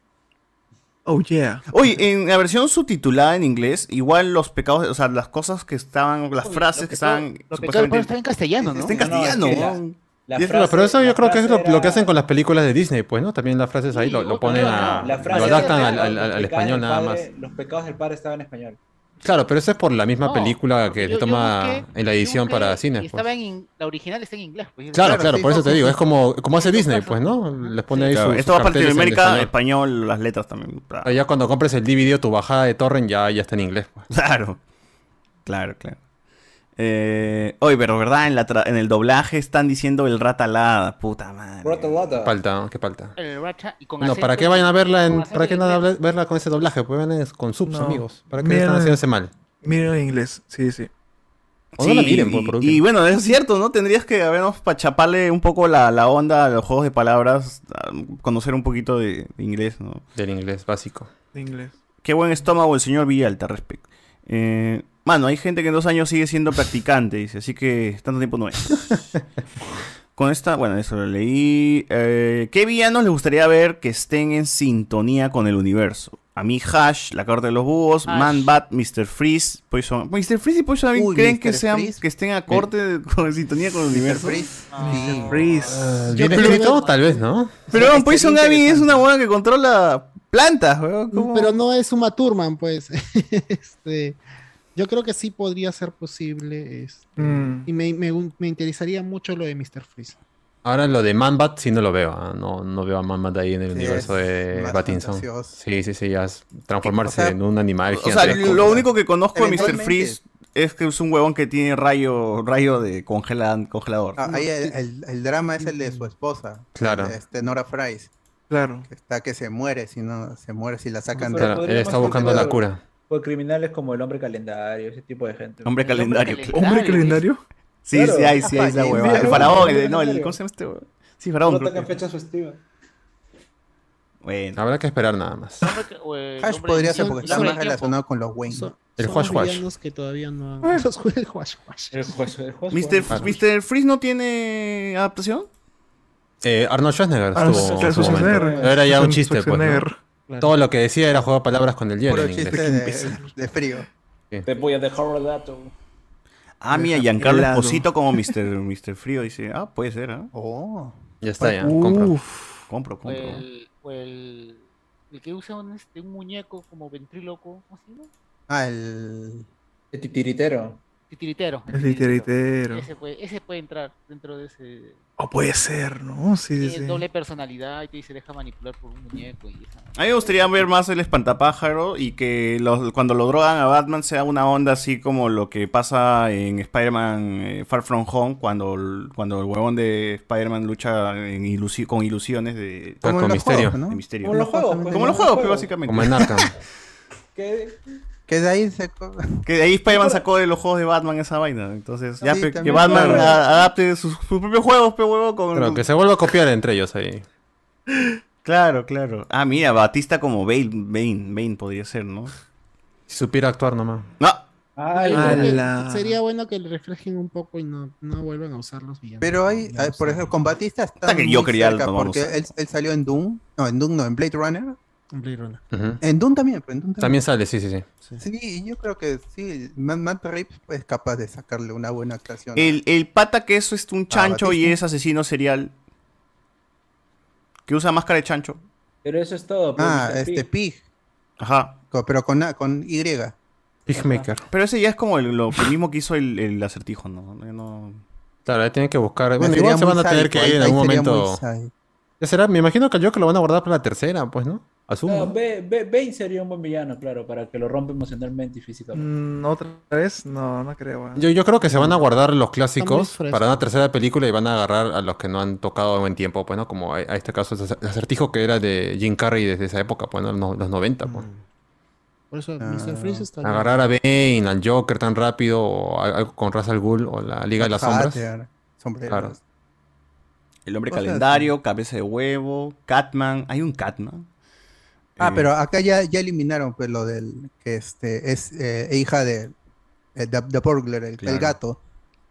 Oh, yeah.
Oye, en la versión subtitulada en inglés, igual los pecados, o sea, las cosas que estaban, las frases que estaban.
Los pecados
supuestamente-
pueden estar en castellano, ¿no?
Está en
No, no, es
castellano,
que la-
huevón.
La
Y es- pero-
frase-
pero eso
la
yo creo que es lo,
frase
lo que
era-
hacen con las películas de Disney, pues, ¿no? También las frases ahí lo, lo ponen a.
La
lo
frase
adaptan
era,
al, al-
los
al- al
pecados
español
del
nada más.
padre- Los pecados del padre estaban en español.
Claro, pero eso es por la misma
No,
película que
yo-
se
yo
toma
busqué-
en la edición para cines.
Y
pues.
estaba en in- la original está en inglés. pues.
Claro, claro, por eso
sí, no,
te
sí,
digo,
sí.
es como, como hace Disney, pues, ¿no? Les pone ahí
Claro,
sus-
esto
sus
va para
carteles en
Latinoamérica,
español.
español, las letras también.
Ah, Ya cuando compres el DVD o tu bajada de torrent ya, ya está en inglés. pues.
Claro, claro, claro. Eh, oye, pero verdad, en, la tra- en el doblaje están diciendo el ratalada, puta madre.
Falta, ¿qué falta?
El Racha y con
No, ¿para
acento-
qué vayan a verla en,
con
para qué
acento
nada habla- verla con ese doblaje? Pues ven con subs,
No.
amigos. ¿Para qué
Miren-
están haciéndose mal?
Miren en inglés, sí, sí.
O no la
Sí,
miren, pues, por, por último.
Y bueno, es cierto, ¿no? Tendrías que habernos para chaparle un poco la, la onda a los juegos de palabras, a conocer un poquito de, de inglés, ¿no?
Del inglés básico.
De inglés.
Qué buen estómago el señor Villalta, respecto. Eh, mano, hay gente que en dos años sigue siendo practicante, dice, así que tanto tiempo no es. Con esta, bueno, eso lo leí. Eh, ¿Qué villanos les gustaría ver que estén en sintonía con el universo? A mí, Hash, La Corte de los Búhos,
Hash.
Manbat, Mr. Freeze, Poison. Mr. Freeze y Poison Ivy
Uy,
creen
Mr.
que, sean,
Freeze.
que estén a corte de- con en sintonía con el universo. Ah,
Mr.
Ah, Freeze.
Yo
Bien
creo-
escrito, tal vez, ¿no?
Pero pues.
Sí,
weón, Poison
estaría
Ivy es una buena que controla plantas, weón. ¿cómo?
Pero no es Uma Thurman, pues. este, yo creo que sí podría ser posible. este,
Mm.
Y me, me- me interesaría mucho lo de Mr. Freeze.
Ahora lo de Manbat sí no lo veo. ah, No, no veo a Manbat ahí en el
Sí,
universo
es
de
más
Batinson.
fantasioso.
Sí, sí, sí, ya es transformarse
O sea,
en un animal
O sea,
gigantesco.
lo único que conozco de Mr.
Eventualmente.
Freeze es que es un huevón que tiene rayo, rayo de congela- congelador.
Ah, ahí el, el- el drama es el de su esposa.
Claro.
Este, Nora Fries.
Claro.
Que está que se muere, si no se muere, si la sacan
eh,
Pero podríamos
la
considerar Por criminales como el hombre calendario, ese tipo de gente.
Hombre calendario.
¿Hombre calendario?
Sí, sí, hay, sí, hay esa huevada. El faraón, el- no, el, ¿cómo se llama este huevón? Sí, faraón. creo que-
fecha festiva.
Bueno.
Habrá que esperar nada más.
Hash podría ser porque está más relacionado con los Wayne.
El
Son
Huash Huash.
villanos que todavía no han- Los jue- el Huash Huash.
Eh,
pues,
Mr. F- Mr. Freeze no tiene adaptación.
Eh, Arnold Schwarzenegger
Arnold
estuvo en
Schwarzenegger.
su momento.
Schwarzenegger.
Era ya un chiste, pues. ¿no?
Schwarzenegger.
Todo lo que decía era jugar palabras con el hielo
Puro
en
chiste
inglés.
de frío.
Te voy a dejar el dato.
Ah, mira, Giancarlo
Helado.
Esposito como Mr. Mr. Frío. Dice, ah, puede ser, ¿ah?
Oh.
Ya está, ya.
Uf.
Compro.
Compro,
O
compro.
el, o el, el que usa un, este, un muñeco como ventríloco, ¿cómo se llama?
Ah, el.
El titiritero.
Titiritero.
El titiritero.
Ese puede, ese puede entrar dentro de ese.
O Oh, puede ser, ¿no? Sí,
Tiene
sí, sí.
doble personalidad y te dice deja manipular por un muñeco y esa.
A mí me gustaría ver más el espantapájaro y que los- cuando lo drogan a Batman sea una onda así como lo que pasa en Spider-Man eh, Far From Home cuando, el- cuando el huevón de Spider-Man lucha en ilusi- con ilusiones de...
Como en Con los misterio.
juegos, ¿no?
de misterio.
Como en los juegos, pues,
Como en los
como en los
juegos, pues,
juegos.
básicamente.
Como en Arkham.
Que de ahí se. co-
que de ahí Spider-Man sacó de los juegos de Batman esa vaina. Entonces, ya
Sí,
pe- que
también.
Batman
Claro.
a- adapte sus, sus propios juegos, pe huevo, con...
Pero que se vuelva a copiar entre ellos ahí.
Claro, claro. Ah, mira, Batista como Bane, Bane, Bane podría ser, ¿no?
Si supiera actuar nomás.
No.
Yo creo que
Ala.
Sería bueno que le reflejen un poco y no, no vuelvan a usar los villanos.
Pero hay, hay- por ejemplo, con Batista está.
Hasta que yo
muy
quería
cerca,
lo vamos a
Porque
usar.
él, él salió en Doom. No, en Doom no, en Blade Runner.
Blade Runner.
Ujú.
En Doom también. pues, en Doom
También sale, sí, sí, sí.
Sí, y yo creo que sí. Matt, Matt Reeves es capaz de sacarle una buena actuación.
El, el pata que eso es un chancho y
Batista.
es asesino serial. Que usa máscara de chancho.
Pero eso es todo. pues,
Ah,
Mr.
este
Pig.
Pig.
Ajá.
Pero con, A- con Y.
Pigmaker.
Pero ese ya es como el- lo que mismo que hizo el, el acertijo, ¿no? Yo no-
Claro, ahí tienen que buscar. Bueno,
sería
igual se
muy
van a tener
sádico,
que
ahí-
ir en
ahí
algún
sería muy
momento.
sádico.
Ya será, me imagino que yo que lo van a guardar para la tercera, pues, ¿no? Asumo.
No, Ba- Ba- Bane sería un buen villano, claro, para que lo rompa emocionalmente y físicamente.
Mm, ¿Otra vez? No, no creo. ah.
Yo, yo creo ¿eh? que se van a guardar los clásicos
frescos.
para una tercera película y van a agarrar a los que no han tocado en tiempo, pues, ¿no? Como a, a este caso, el acertijo que era de Jim Carrey desde esa época, pues, ¿no? los, los 90, pues.
Mm.
Por eso Mr. Freeze está.
Agarrar a Bane, al Joker tan rápido, o a- algo con Ra's al Ghul, o la Liga de
Ah,
las Sombras.
Hatter, sombreros.
Claro.
El hombre
O sea,
calendario, cabeza de huevo, Catman. Hay un Catman.
Ah,
Eh,
pero acá ya, ya eliminaron pues, lo del que este es eh, hija de, eh, de, de Burglar, el, el
Claro.
gato. Acá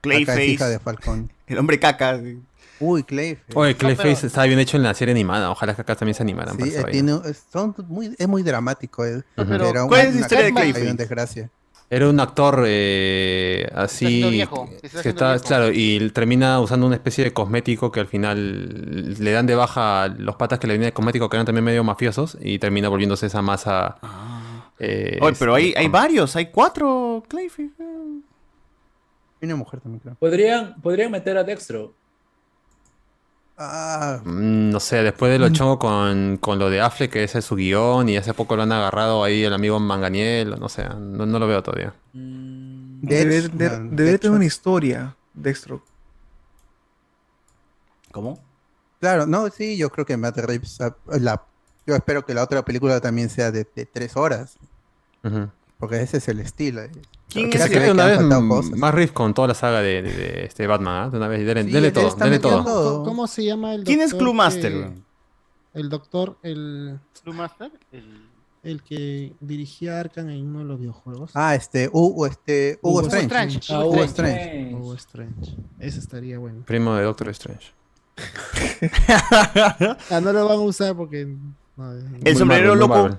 Clayface.
es hija de Falcón.
El hombre caca. sí.
Uy, Clayface.
Oye, Clayface estaba bien hecho en la serie animada. Ojalá que acá también se animaran.
Sí,
para esa
eh,
vaina.
tiene, es, son muy, es muy dramático. eh.
Ujú.
Pero
Pero,
una-
¿cuál es la
una
historia de
caída y
Clayface?
una desgracia.
Era un actor eh, así.
haciendo viejo,
que
se está haciendo
está-
viejo.
claro, y termina usando una especie de cosmético que al final le dan de baja a los patas que le venían de cosmético, que eran también medio mafiosos, y termina volviéndose esa masa. eh,
Ah. Oye, pero hay,
este,
hay varios, hay cuatro Clayface.
Tiene mujer también, creo.
Podrían, podrían meter a Dextro.
Ah,
mm, No sé, después de lo chongo con, con lo de Affle, que ese es su guión, y hace poco lo han agarrado ahí el amigo Manganiel, no sé, no, no lo veo todavía.
Debe,
Death-
de-
Man,
debe
Deathstroke.
tener una historia, Deathstroke.
¿Cómo?
Claro, no, sí, yo creo que Matt Reeves, ah, la, yo espero que la otra película también sea de, de tres horas, porque ese es el estilo. eh.
¿Quién
Ya
es
se ve
que de una
han
vez
faltado
mm,
cosas.
más riff con toda la saga de, de- de este Batman, ¿ah? De una vez, dele,
Sí,
dele
él
todo,
está
dele
metiendo-
todo.
¿cómo- ¿Cómo se llama el
¿Quién es
doctor
Cluemaster,
que-
weón?
El doctor, el,
Cluemaster, el,
el que dirigía Arkham en uno de los videojuegos.
Ah, este, Hugo, este, Hugo, Strange.
Ah,
Hugo Strange.
Hugo Strange. Ese estaría bueno.
Primo de Doctor Strange.
Ah, no lo van a usar porque. no, es-
Muy Marvel, muy Marvel.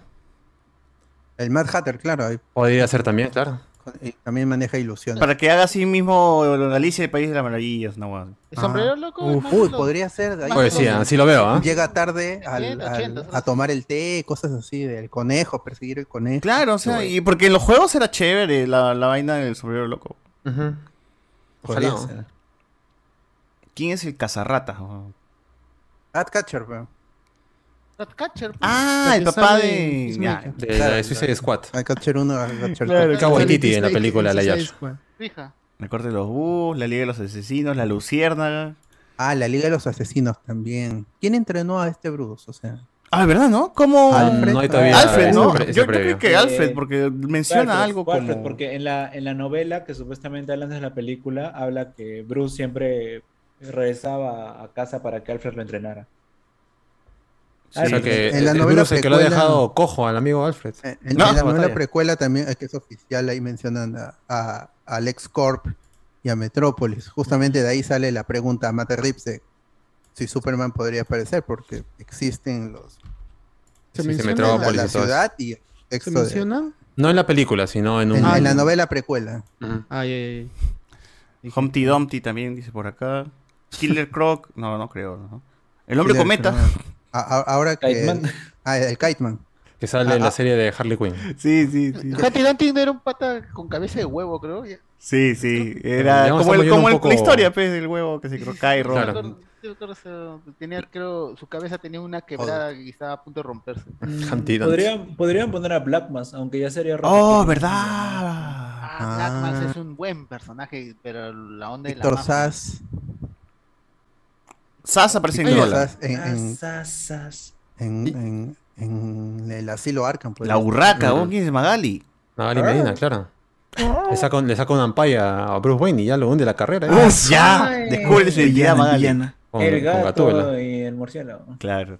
El Mad Hatter, claro. ahí-
Podría ser también, claro.
y eh, También maneja ilusiones.
Para que haga así mismo Alicia el País de las Maravillas,
Ah.
una hueá.
¿El sombrero
loco?
Uy,
Marvel, lo-
podría ser. de ahí.
Oye, sí, así lo veo, ¿ah?
Llega tarde al-
70,
al-
80,
a tomar el té, cosas así, del conejo, perseguir el conejo.
Claro, o sea, y porque en los juegos era chévere la, la vaina del sombrero loco. Ojalá.
Podría
¿no?
ser.
¿Quién es el cazarratas? weón?
Ratcatcher, weón.
Ratcatcher. pues.
Ah, el papá de. Ya,
De la de Suicide Squad.
Ratcatcher 1, Ratcatcher
Claro,
2.
Kawaii Titi en la película, la Yash.
Fija.
La corte de los bus, la Liga de los Asesinos, la Luciérnaga.
Ah, la Liga de los Asesinos también. ¿Quién entrenó a este Bruce? O sea.
Ah, ¿verdad, no? ¿Cómo?
Alfred.
No hay todavía
Alfred, ¿no?
ese
Yo-
pre- ese
yo creo
previo.
que Alfred, porque menciona
eh, Alfred,
algo
fue Alfred,
como-
porque en la, en la novela que supuestamente hablan de la película, habla que Bruce siempre regresaba a casa para que Alfred lo entrenara.
Sí, o sea
Alfred.
que
En la
el
novela
Bruce, el que lo ha
precuela-
dejado cojo al amigo Alfred.
En, en la novela precuela también, es que es oficial, ahí mencionan a, a, al ex Corp y a Metrópolis. Justamente de ahí sale la pregunta a Matt Reeves de si Superman podría aparecer, porque existen los...
Se
existe
menciona
la,
Metrópolis
la
y todo
ciudad
eso.
y el texto
¿Se
de-
menciona?
No en la película, sino en
en,
un.
en la novela precuela.
Ay, ay,
Humpty Dumpty también dice por acá. Killer Croc. No, no creo. ¿no? El hombre
Killer
cometa.
Croc. A- a- ahora que...
Kiteman.
Ah, el Kiteman.
Que sale en
Ah,
la
ah.
serie de Harley Quinn.
Sí, sí, sí.
Humpty Dumpty no era un pata con cabeza de huevo, creo. ya.
Sí, sí. Era
Ya
como,
estamos
el,
yendo
como
un
el-
poco-
la historia, pues, del huevo que se cro- cae y rompe.
Claro.
Yo creo que se- Tenía, creo, su cabeza tenía una quebrada y estaba a punto de romperse.
Mm.
Humpty Dumpty.
Podrían, podrían poner a Blackmas, aunque ya sería raro.
¡Oh, verdad!
Ah, Blackman es un buen personaje, pero la onda de la
Víctor
mafia.
Sass.
Sass aparece en
Víctor
Lola.
Sass en- en-
Sas, sas.
en, en- en el asilo Arkham. pues.
La urraca,
Ujú.
¿vos quién es Magali?
Mm.
Ah.
Magali Medina, claro. Le saca, un- le saca una ampalla a Bruce Wayne y ya lo hunde la carrera.
Ah, ya. Ay. Descubre su identidad, Magali.
Con-
el
con Gatúbela.
gato y el murciélago.
Claro.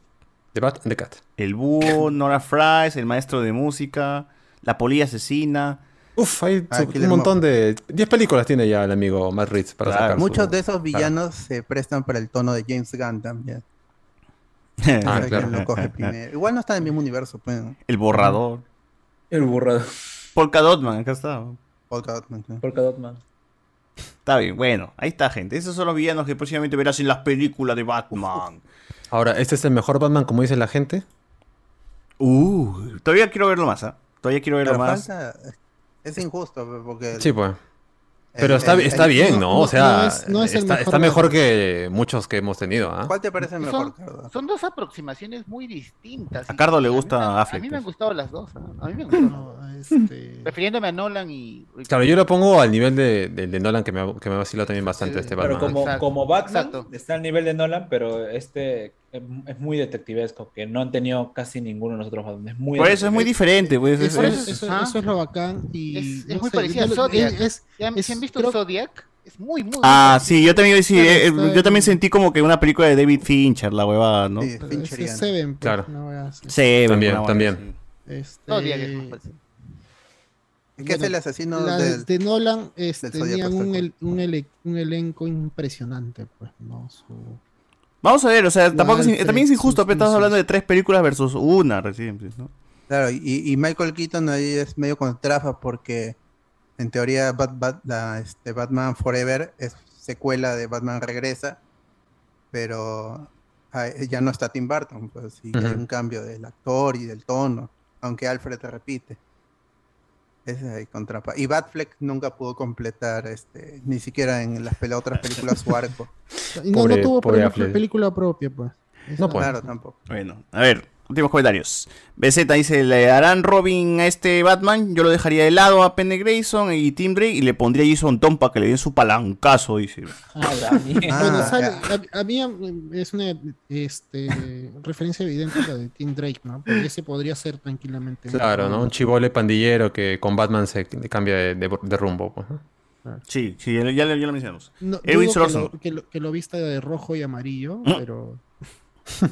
The Bat and the Cat.
El búho, Nora Fries, el maestro de música, la polilla asesina.
Uf, hay
Ah,
su-
Killer
un montón de. 10 películas tiene ya el amigo Matt Reeves para sacar. su-
Muchos de esos villanos se prestan para el tono de James Gunn también.
Ah,
Hay
claro.
quien lo coge primero. Igual no está en el mismo universo. Pues.
El borrador.
El borrador.
Polka Dotman, acá está.
Polka Dotman. claro.
Polka Dotman.
Está bien, bueno, ahí está, gente. Esos son los villanos que próximamente verás en las películas de Batman.
Ahora, ¿este es el mejor Batman, como dice la gente?
Uh, todavía quiero verlo más, ¿ah? Todavía quiero verlo
Pero
más.
falta- Es injusto pues, porque... el-
Sí, pues. Pero está,
el-
está
el-
bien, ¿no? O sea,
no es- no es el
está,
mejor
está mejor
Batman.
que muchos que hemos tenido. ¿ah?
¿Cuál te parece el mejor?
Son, son dos aproximaciones muy distintas.
A Cardo le
mí
gusta
me-
Affleck,
A mí me
pues.
han gustado las dos. ¿ah? A mí me han gustado. Refiriéndome a Nolan y.
Claro, yo lo pongo al nivel de, del de Nolan, que me, ha- que me ha vacilado también bastante este
Pero
Batman.
como,
Exacto.
como Batman está al nivel de Nolan, pero este es, es muy detectivesco, que no han tenido casi ninguno de nosotros Batman. Es muy
Por eso es muy diferente. Pues,
Eso,
es-
es-
es-
eso-
Ajá.
eso es lo bacán. Y
Es,
no
es muy
sé,
parecida a
yo lo-
Zodiac.
es- es-
¿Ya han-
es-
¿Se han visto
creo-
Zodiac? Es muy, muy.
Ah, sí, yo también, sí,
Claro,
eh, eh,
está
yo
en-
también sentí como que una película de David Fincher, la huevada, ¿no?
Pero ese es Seven, pues,
Claro.
una wea así.
Sí,
También,
bueno,
también.
bueno,
Este,
Zodiac es más parecido.
Es que es el asesino
la de-
del-
de Nolan es-
del Zodíaco,
tenían
tal
un,
cual.
el- un, ele- un elenco impresionante, pues, ¿no? Su-
Vamos a ver, o sea, tampoco es,
Alfred,
también es injusto,
sus-
pero estamos
sus-
hablando de tres películas versus una recién, pues, ¿no?
Claro, y, y Michael Keaton ahí es medio con trafa porque en teoría Bat- Bat- la, este, Batman Forever es secuela de Batman Regresa, pero ah, ya no está Tim Burton, pues sí que hay
Ujú.
un cambio del actor y del tono, aunque Alfred te repite. Ese es ahí con trampa. Y Batfleck nunca pudo completar, este, ni siquiera en las pel- otras películas su arco.
Y no, no tuvo por ejemplo, película propia, pues.
No, pues.
Claro, tampoco.
Bueno, a ver, Últimos comentarios. BZ dice, ¿le harán Robin a este Batman? Yo lo dejaría de lado a Penny Grayson y Tim Drake y le pondría a Jason Tom para que le den su palancazo, dice. Ah,
Bueno, sale- a, a mí mm, es una este, referencia evidente la de Tim Drake, ¿no? Porque ese podría ser tranquilamente.
Claro, ¿no? Un chivole pandillero que con Batman se cambia de, de- de rumbo. Pues, ¿no?
Sí, sí, ya, lo- ya lo mencionamos.
No,
Edwin
dudo que,
Sorson.
lo, que, lo- que lo vista de rojo y amarillo, pero.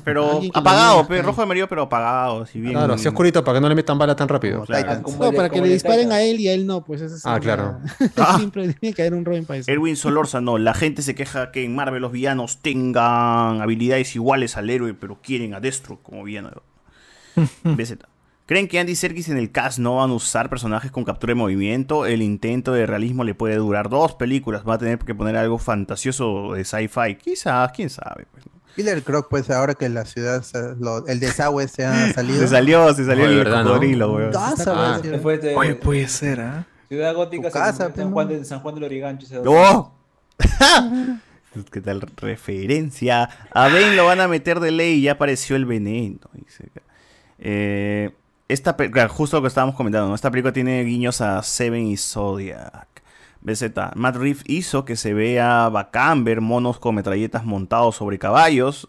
Pero
Alguien que lo
apagado,
dirija,
pe, rojo de amarillo, pero apagado, si bien.
Claro, así oscurito para que no le metan bala tan rápido.
Claro.
No, para que le disparen a él y a él no, pues ese es
Ah,
el-
claro.
Siempre tiene que haber un Robin para eso.
Erwin Solórzano, la gente se queja que en Marvel los villanos tengan habilidades iguales al héroe, pero quieren a Destro como villano. BZ. ¿Creen que Andy Serkis en el cast no van a usar personajes con captura de movimiento? El intento de realismo le puede durar dos películas. Va a tener que poner algo fantasioso de sci-fi. Quizás, quién sabe. pues.
Killer Croc, pues ahora que la ciudad, se- lo- el desagüe se ha salido.
Se salió, se salió
Oye,
el
¿verdad, no?
cocodrilo, weón.
Casa,
Ah.
pues,
Después de-
Oye, puede ser, ¿ah?
Ciudad Gótica,
Tu casa,
San, San Juan de, San Juan del Origancho. ese-
¡No! ¡Oh! ¿Qué tal referencia? A Bane lo van a meter de ley y ya apareció el veneno. dice acá. Eh, esta pe- claro, justo lo que estábamos comentando, ¿no? Esta película tiene guiños a Seven y Zodiac. BZ, Matt Reeves hizo que se vea bacán ver monos con metralletas montados sobre caballos.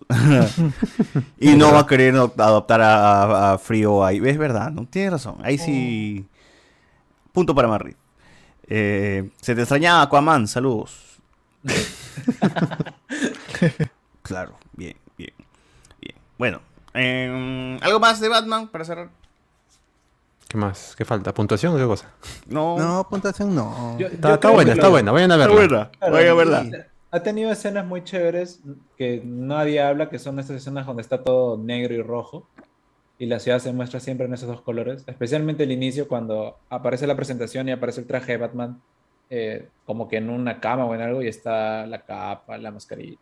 y no va a querer no- adoptar a, a- a Frío ahí. Es verdad, ¿no? Tienes razón. Ahí sí. Punto para Matt Reeves. Eh, se te extrañaba Aquaman, saludos. claro, bien, bien, bien. Bueno, em, ¿algo más de Batman para cerrar?
¿Qué más? ¿Qué falta? ¿Puntuación o qué cosa?
No.
No, puntuación no.
Yo-
Está- está buena, está buena, vayan a verla.
Claro,
Vayan a
y
verla.
Ha tenido escenas muy chéveres que nadie habla, que son estas escenas donde está todo negro y rojo. Y la ciudad se muestra siempre en esos dos colores. Especialmente el inicio, cuando aparece la presentación y aparece el traje de Batman, eh, como que en una cama o en algo, y está la capa, la mascarilla.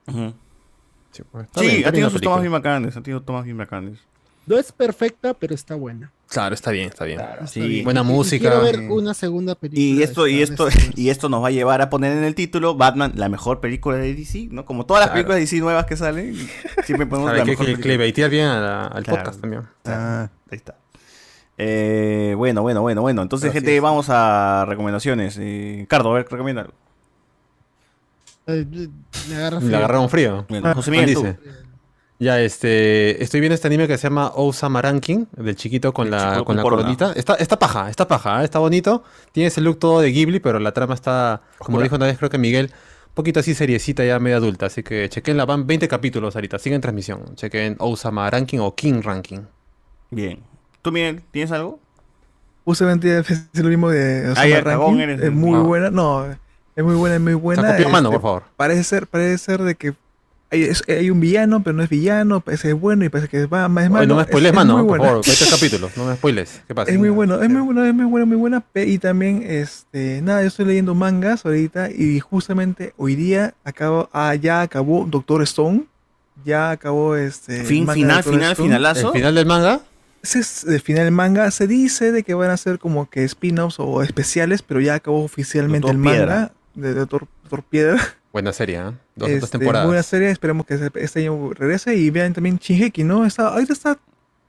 Sí,
Sí, ha tenido sus tomas bien bacanes, ha tenido tomas bien bacanes.
No es perfecta, pero está buena.
Claro, está bien, está bien.
Sí. bien.
Buena
Y- y
música.
Quiero ver una segunda película.
Y esto, y
de esta-
esto,
de esta-
y esto nos va a llevar a poner en el título Batman, la mejor película de DC, ¿no? Como todas las
Claro.
películas de DC nuevas que salen, siempre ponemos
Para
la
que
mejor
cl-
película.
clickbaitear bien a la-
Claro.
al
Ah,
podcast también.
Ahí está. Eh, bueno, bueno, bueno, bueno. Entonces, gente, vamos a recomendaciones. Eh, Cardo, a ver, recomienda algo.
eh, Me agarra
Le agarraron frío. Ah,
Bueno, José Miguel, tú.
Ya, este. Estoy viendo este anime que se llama Osama Ranking, del chiquito con la,
chico
con
con
la
corona.
coronita. Está, está paja, está paja, ¿eh? está bonito. Tiene ese look todo de Ghibli, pero la trama está, como
Oscura.
dijo una vez, creo que Miguel, un poquito así seriecita, ya medio adulta. Así que chequenla, van 20 capítulos ahorita, siguen en transmisión. Chequen Osama Ranking o King Ranking.
Bien. ¿Tú, Miguel, tienes algo?
Justamente es lo mismo de
Ay,
Osama
el cagón
Rankin.
eres.
Es muy
No.
buena. No, es muy buena, es muy buena.
copió a mano,
Este,
por favor.
Parece ser, parece ser de que hay, es- hay un villano, pero no es villano, parece que es bueno y parece que va más
Oye,
malo.
no me
Es-
spoiles,
es
mano,
muy
por
buena.
favor, este capítulo, no me spoiles. ¿Qué pasa?
Es muy bueno, es muy bueno, es muy bueno, muy buena. pe- Y también, este, nada, yo estoy leyendo mangas ahorita y justamente hoy día acabo, ah, ya acabó Doctor Stone, ya acabó este. el
Fin,
manga de
final,
Doctor
final,
Stone.
finalazo. ¿El final
del manga?
Ese es el final del manga. Se dice de que van a ser como que spin-offs o especiales, pero ya acabó oficialmente
Doctor
el manga
Piedra.
de Doctor, Doctor Piedra.
Buena serie, ¿eh? Dos, dos
Este,
temporadas.
Buena serie, esperemos que se- este año regrese y vean también Shinheki, ¿no? Está, ahorita está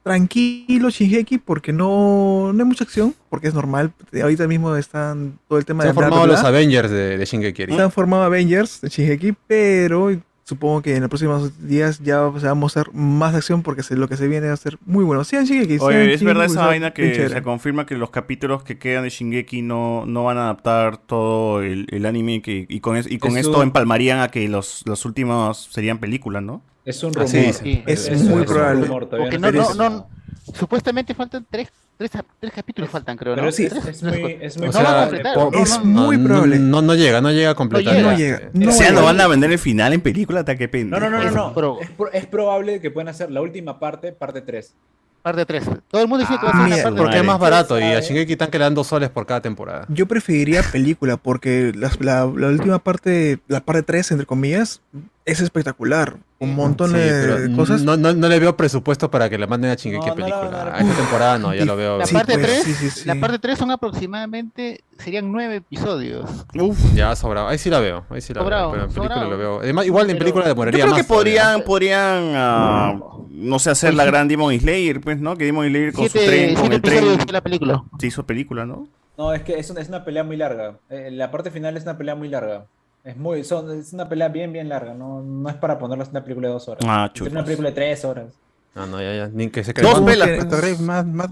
tranquilo Shinheki porque no, no hay mucha acción, porque es normal. Ahorita mismo están todo el tema
Se
de...
han formado
bla, bla,
los
bla.
Avengers de, de Shingeki.
Se han formado Avengers de Shinheki, pero supongo que en los próximos días ya se va a mostrar más acción porque se- lo que se viene va a ser muy bueno. Sean Shingeki, sean
Oye, es
Shingeki,
verdad
o
esa
sea,
vaina
bien
que
chévere.
se confirma que los capítulos que quedan de Shingeki no, no van a adaptar todo el, el anime que, y con, es- y con
Eso-
esto empalmarían a que los, los últimos serían películas, ¿no?
Es un
Así
rumor.
dice.
Sí,
Es
un
muy
rumor,
probable.
todavía
Porque
no
no,
se
no,
dice.
no- supuestamente faltan tres, tres, tres capítulos faltan, creo,
Pero
¿no?
sí,
Tres-
es
tres
muy-
cosas.
es
no
muy
van a
probable.
completar.
Por-
no, no,
no,
Ah, no.
Mm,
no, No, no llega, no llega a completar.
llega.
No llega,
o
no
sea,
llega.
no van a vender el final en película, hasta qué pena.
No, no, no, no. no. Es, pro- es probable que puedan hacer la última parte, parte 3.
Parte 3. Todo el mundo dice que
Ah,
va a ser una
Mierda,
parte
porque es
tres.
más barato y a Shingeki están quedando soles por cada temporada.
Yo preferiría película porque las- la, la última parte, la parte 3, entre comillas, es espectacular. Un montón de
pero
eh,
mm,
cosas.
No, no, no le veo presupuesto para que le manden a chingue qué película. a esta temporada no, ya lo veo.
La parte 3, la parte 3 son aproximadamente, serían 9 episodios.
Uf, ya sobrado. Ahí sí la veo. Ahí sí la veo.
Sobrado,
Pero en película
sobrado.
lo veo. Además, igual en película demoraría
Yo creo
más.
que podrían, podrían ah, no sé, hacer la gran Demon Slayer, pues, ¿no? Que Demon Slayer con
Siete-
su tren, con
siete
el tren.
episodios de la película.
Se hizo película, ¿no?
No, es que es una, es una pelea muy larga. Eh, la parte final es una pelea muy larga. Es muy, son, es una pelea bien, bien larga. No, no es para ponerlos en una película de dos horas.
Ah,
es
chutas.
una película de tres horas.
No, Ah, no, ya, ya. Ni que se
Dos
caiga.
velas,
Que-
Torre, más, más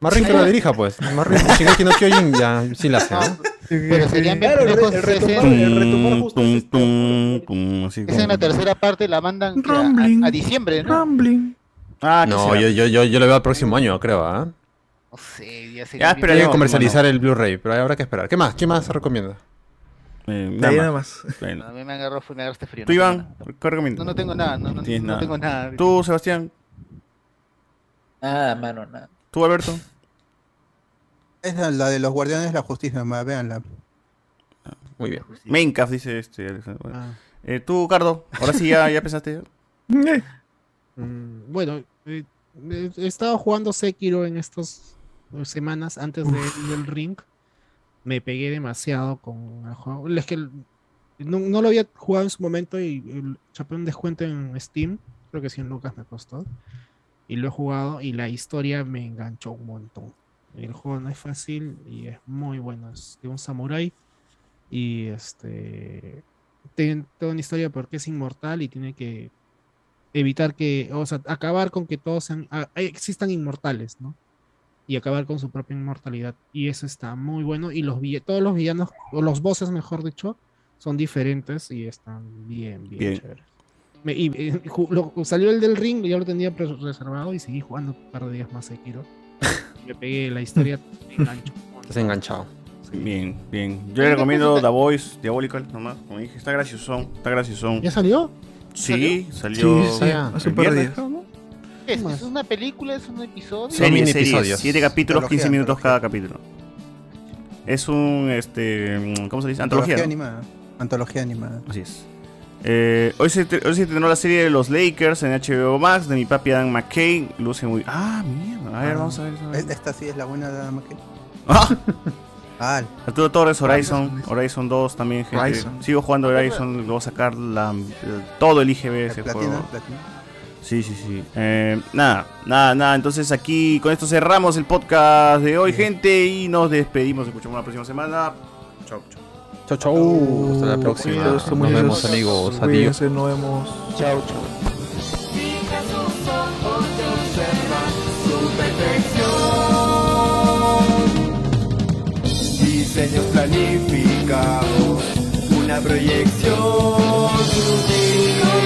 Marrin que la dirija, pues. Marrin, Shingeki no Kyojin, ya sí la hace. ¿no?
Pero serían
Claro, el re- el retumbar- el retumbar
justo
Tum, tum, tum, así
Esa en
como-
la tercera parte la mandan a- a, a diciembre, ¿no?
Ah, que
No,
sea.
yo, yo, yo, yo lo veo al próximo año, creo, ¿ah?
Sí, ya sería
Ya
bien.
Hay que comercializar el Blu-ray, pero habrá que esperar. ¿Qué más? ¿Qué más se recomienda?
Eh, nada ahí nada más.
No, A mí me agarró, fue- me agarraste frío.
Tú,
no
Iván,
tengo nada.
¿qué recomiendas?
No, no tengo nada, no, no,
Tienes
no
nada.
tengo nada.
Tú, Sebastián.
Nada, mano, nada.
Tú, Alberto.
Es la- la de los guardianes de la justicia, más, véanla.
Muy bien.
Maincaf, dice este. Alexander. Bueno. Eh, tú, Cardo, ahora sí ya, ya pensaste.
Eh, Mm, Bueno, eh, eh, he estado jugando Sekiro en estas eh, semanas antes de- del ring. Me pegué demasiado con el juego. Es que el- no, no lo había jugado en su momento y el, chapé un descuento en Steam. Creo que 100 lucas me costó. Y lo he jugado y la historia me enganchó un montón. El juego no es fácil y es muy bueno. Es de un samurái y este tiene toda una historia porque es inmortal y tiene que evitar que, o sea, acabar con que todos sean, a- existan inmortales, ¿no? Y acabar con su propia inmortalidad. Y eso está muy bueno. Y los vill- todos los villanos, o los bosses, mejor dicho, son diferentes y están bien, bien,
Bien.
chéveres. Me- y, eh, ju- lo- salió el del ring, yo lo tenía pre- reservado y seguí jugando un par de días más Sekiro. Me pegué la historia, me enganchó.
Estás enganchado.
Bien, bien. Yo le recomiendo The Voice, Diabolical, nomás. Como dije, está graciosón, está graciosón.
¿Ya salió?
Sí, salió.
Sí, sí, hace
el
un par de
viernes,
días.
creo, ¿no?
¿Qué es? ¿Es una película? ¿Es un episodio?
Serie,
mini
serie,
episodios.
Siete capítulos,
Antología,
15 minutos cada capítulo. Es un, este, ¿cómo se dice? Antología. ¿no?
animada. Antología animada.
Así es. Eh, hoy, se te- hoy se estrenó la serie de los Lakers en HBO Max de mi papi Adam McKay. Luce muy. Ah, mierda. A ver, vamos a ver.
Esta sí es la buena de Adam McKay.
Ah. Arturo Torres, Horizon, Horizon 2 también, gente.
Horizon.
Sigo jugando Horizon, lo voy a sacar la- eh, todo el IGB de ese
Platino,
juego.
platino.
Sí, sí, sí. Eh, nada, nada, nada. Entonces aquí con esto cerramos el podcast de hoy, gente, y nos despedimos. Escuchamos la próxima semana. Chau, chau.
Chau, chau. Hasta la próxima.
Cuídense,
Nos vemos,
muchachos.
amigos. Adiós.
Cuídense, nos vemos. Chao, chao.
sus ojos y observa su perfección. Diseños planificados, una proyección sutil.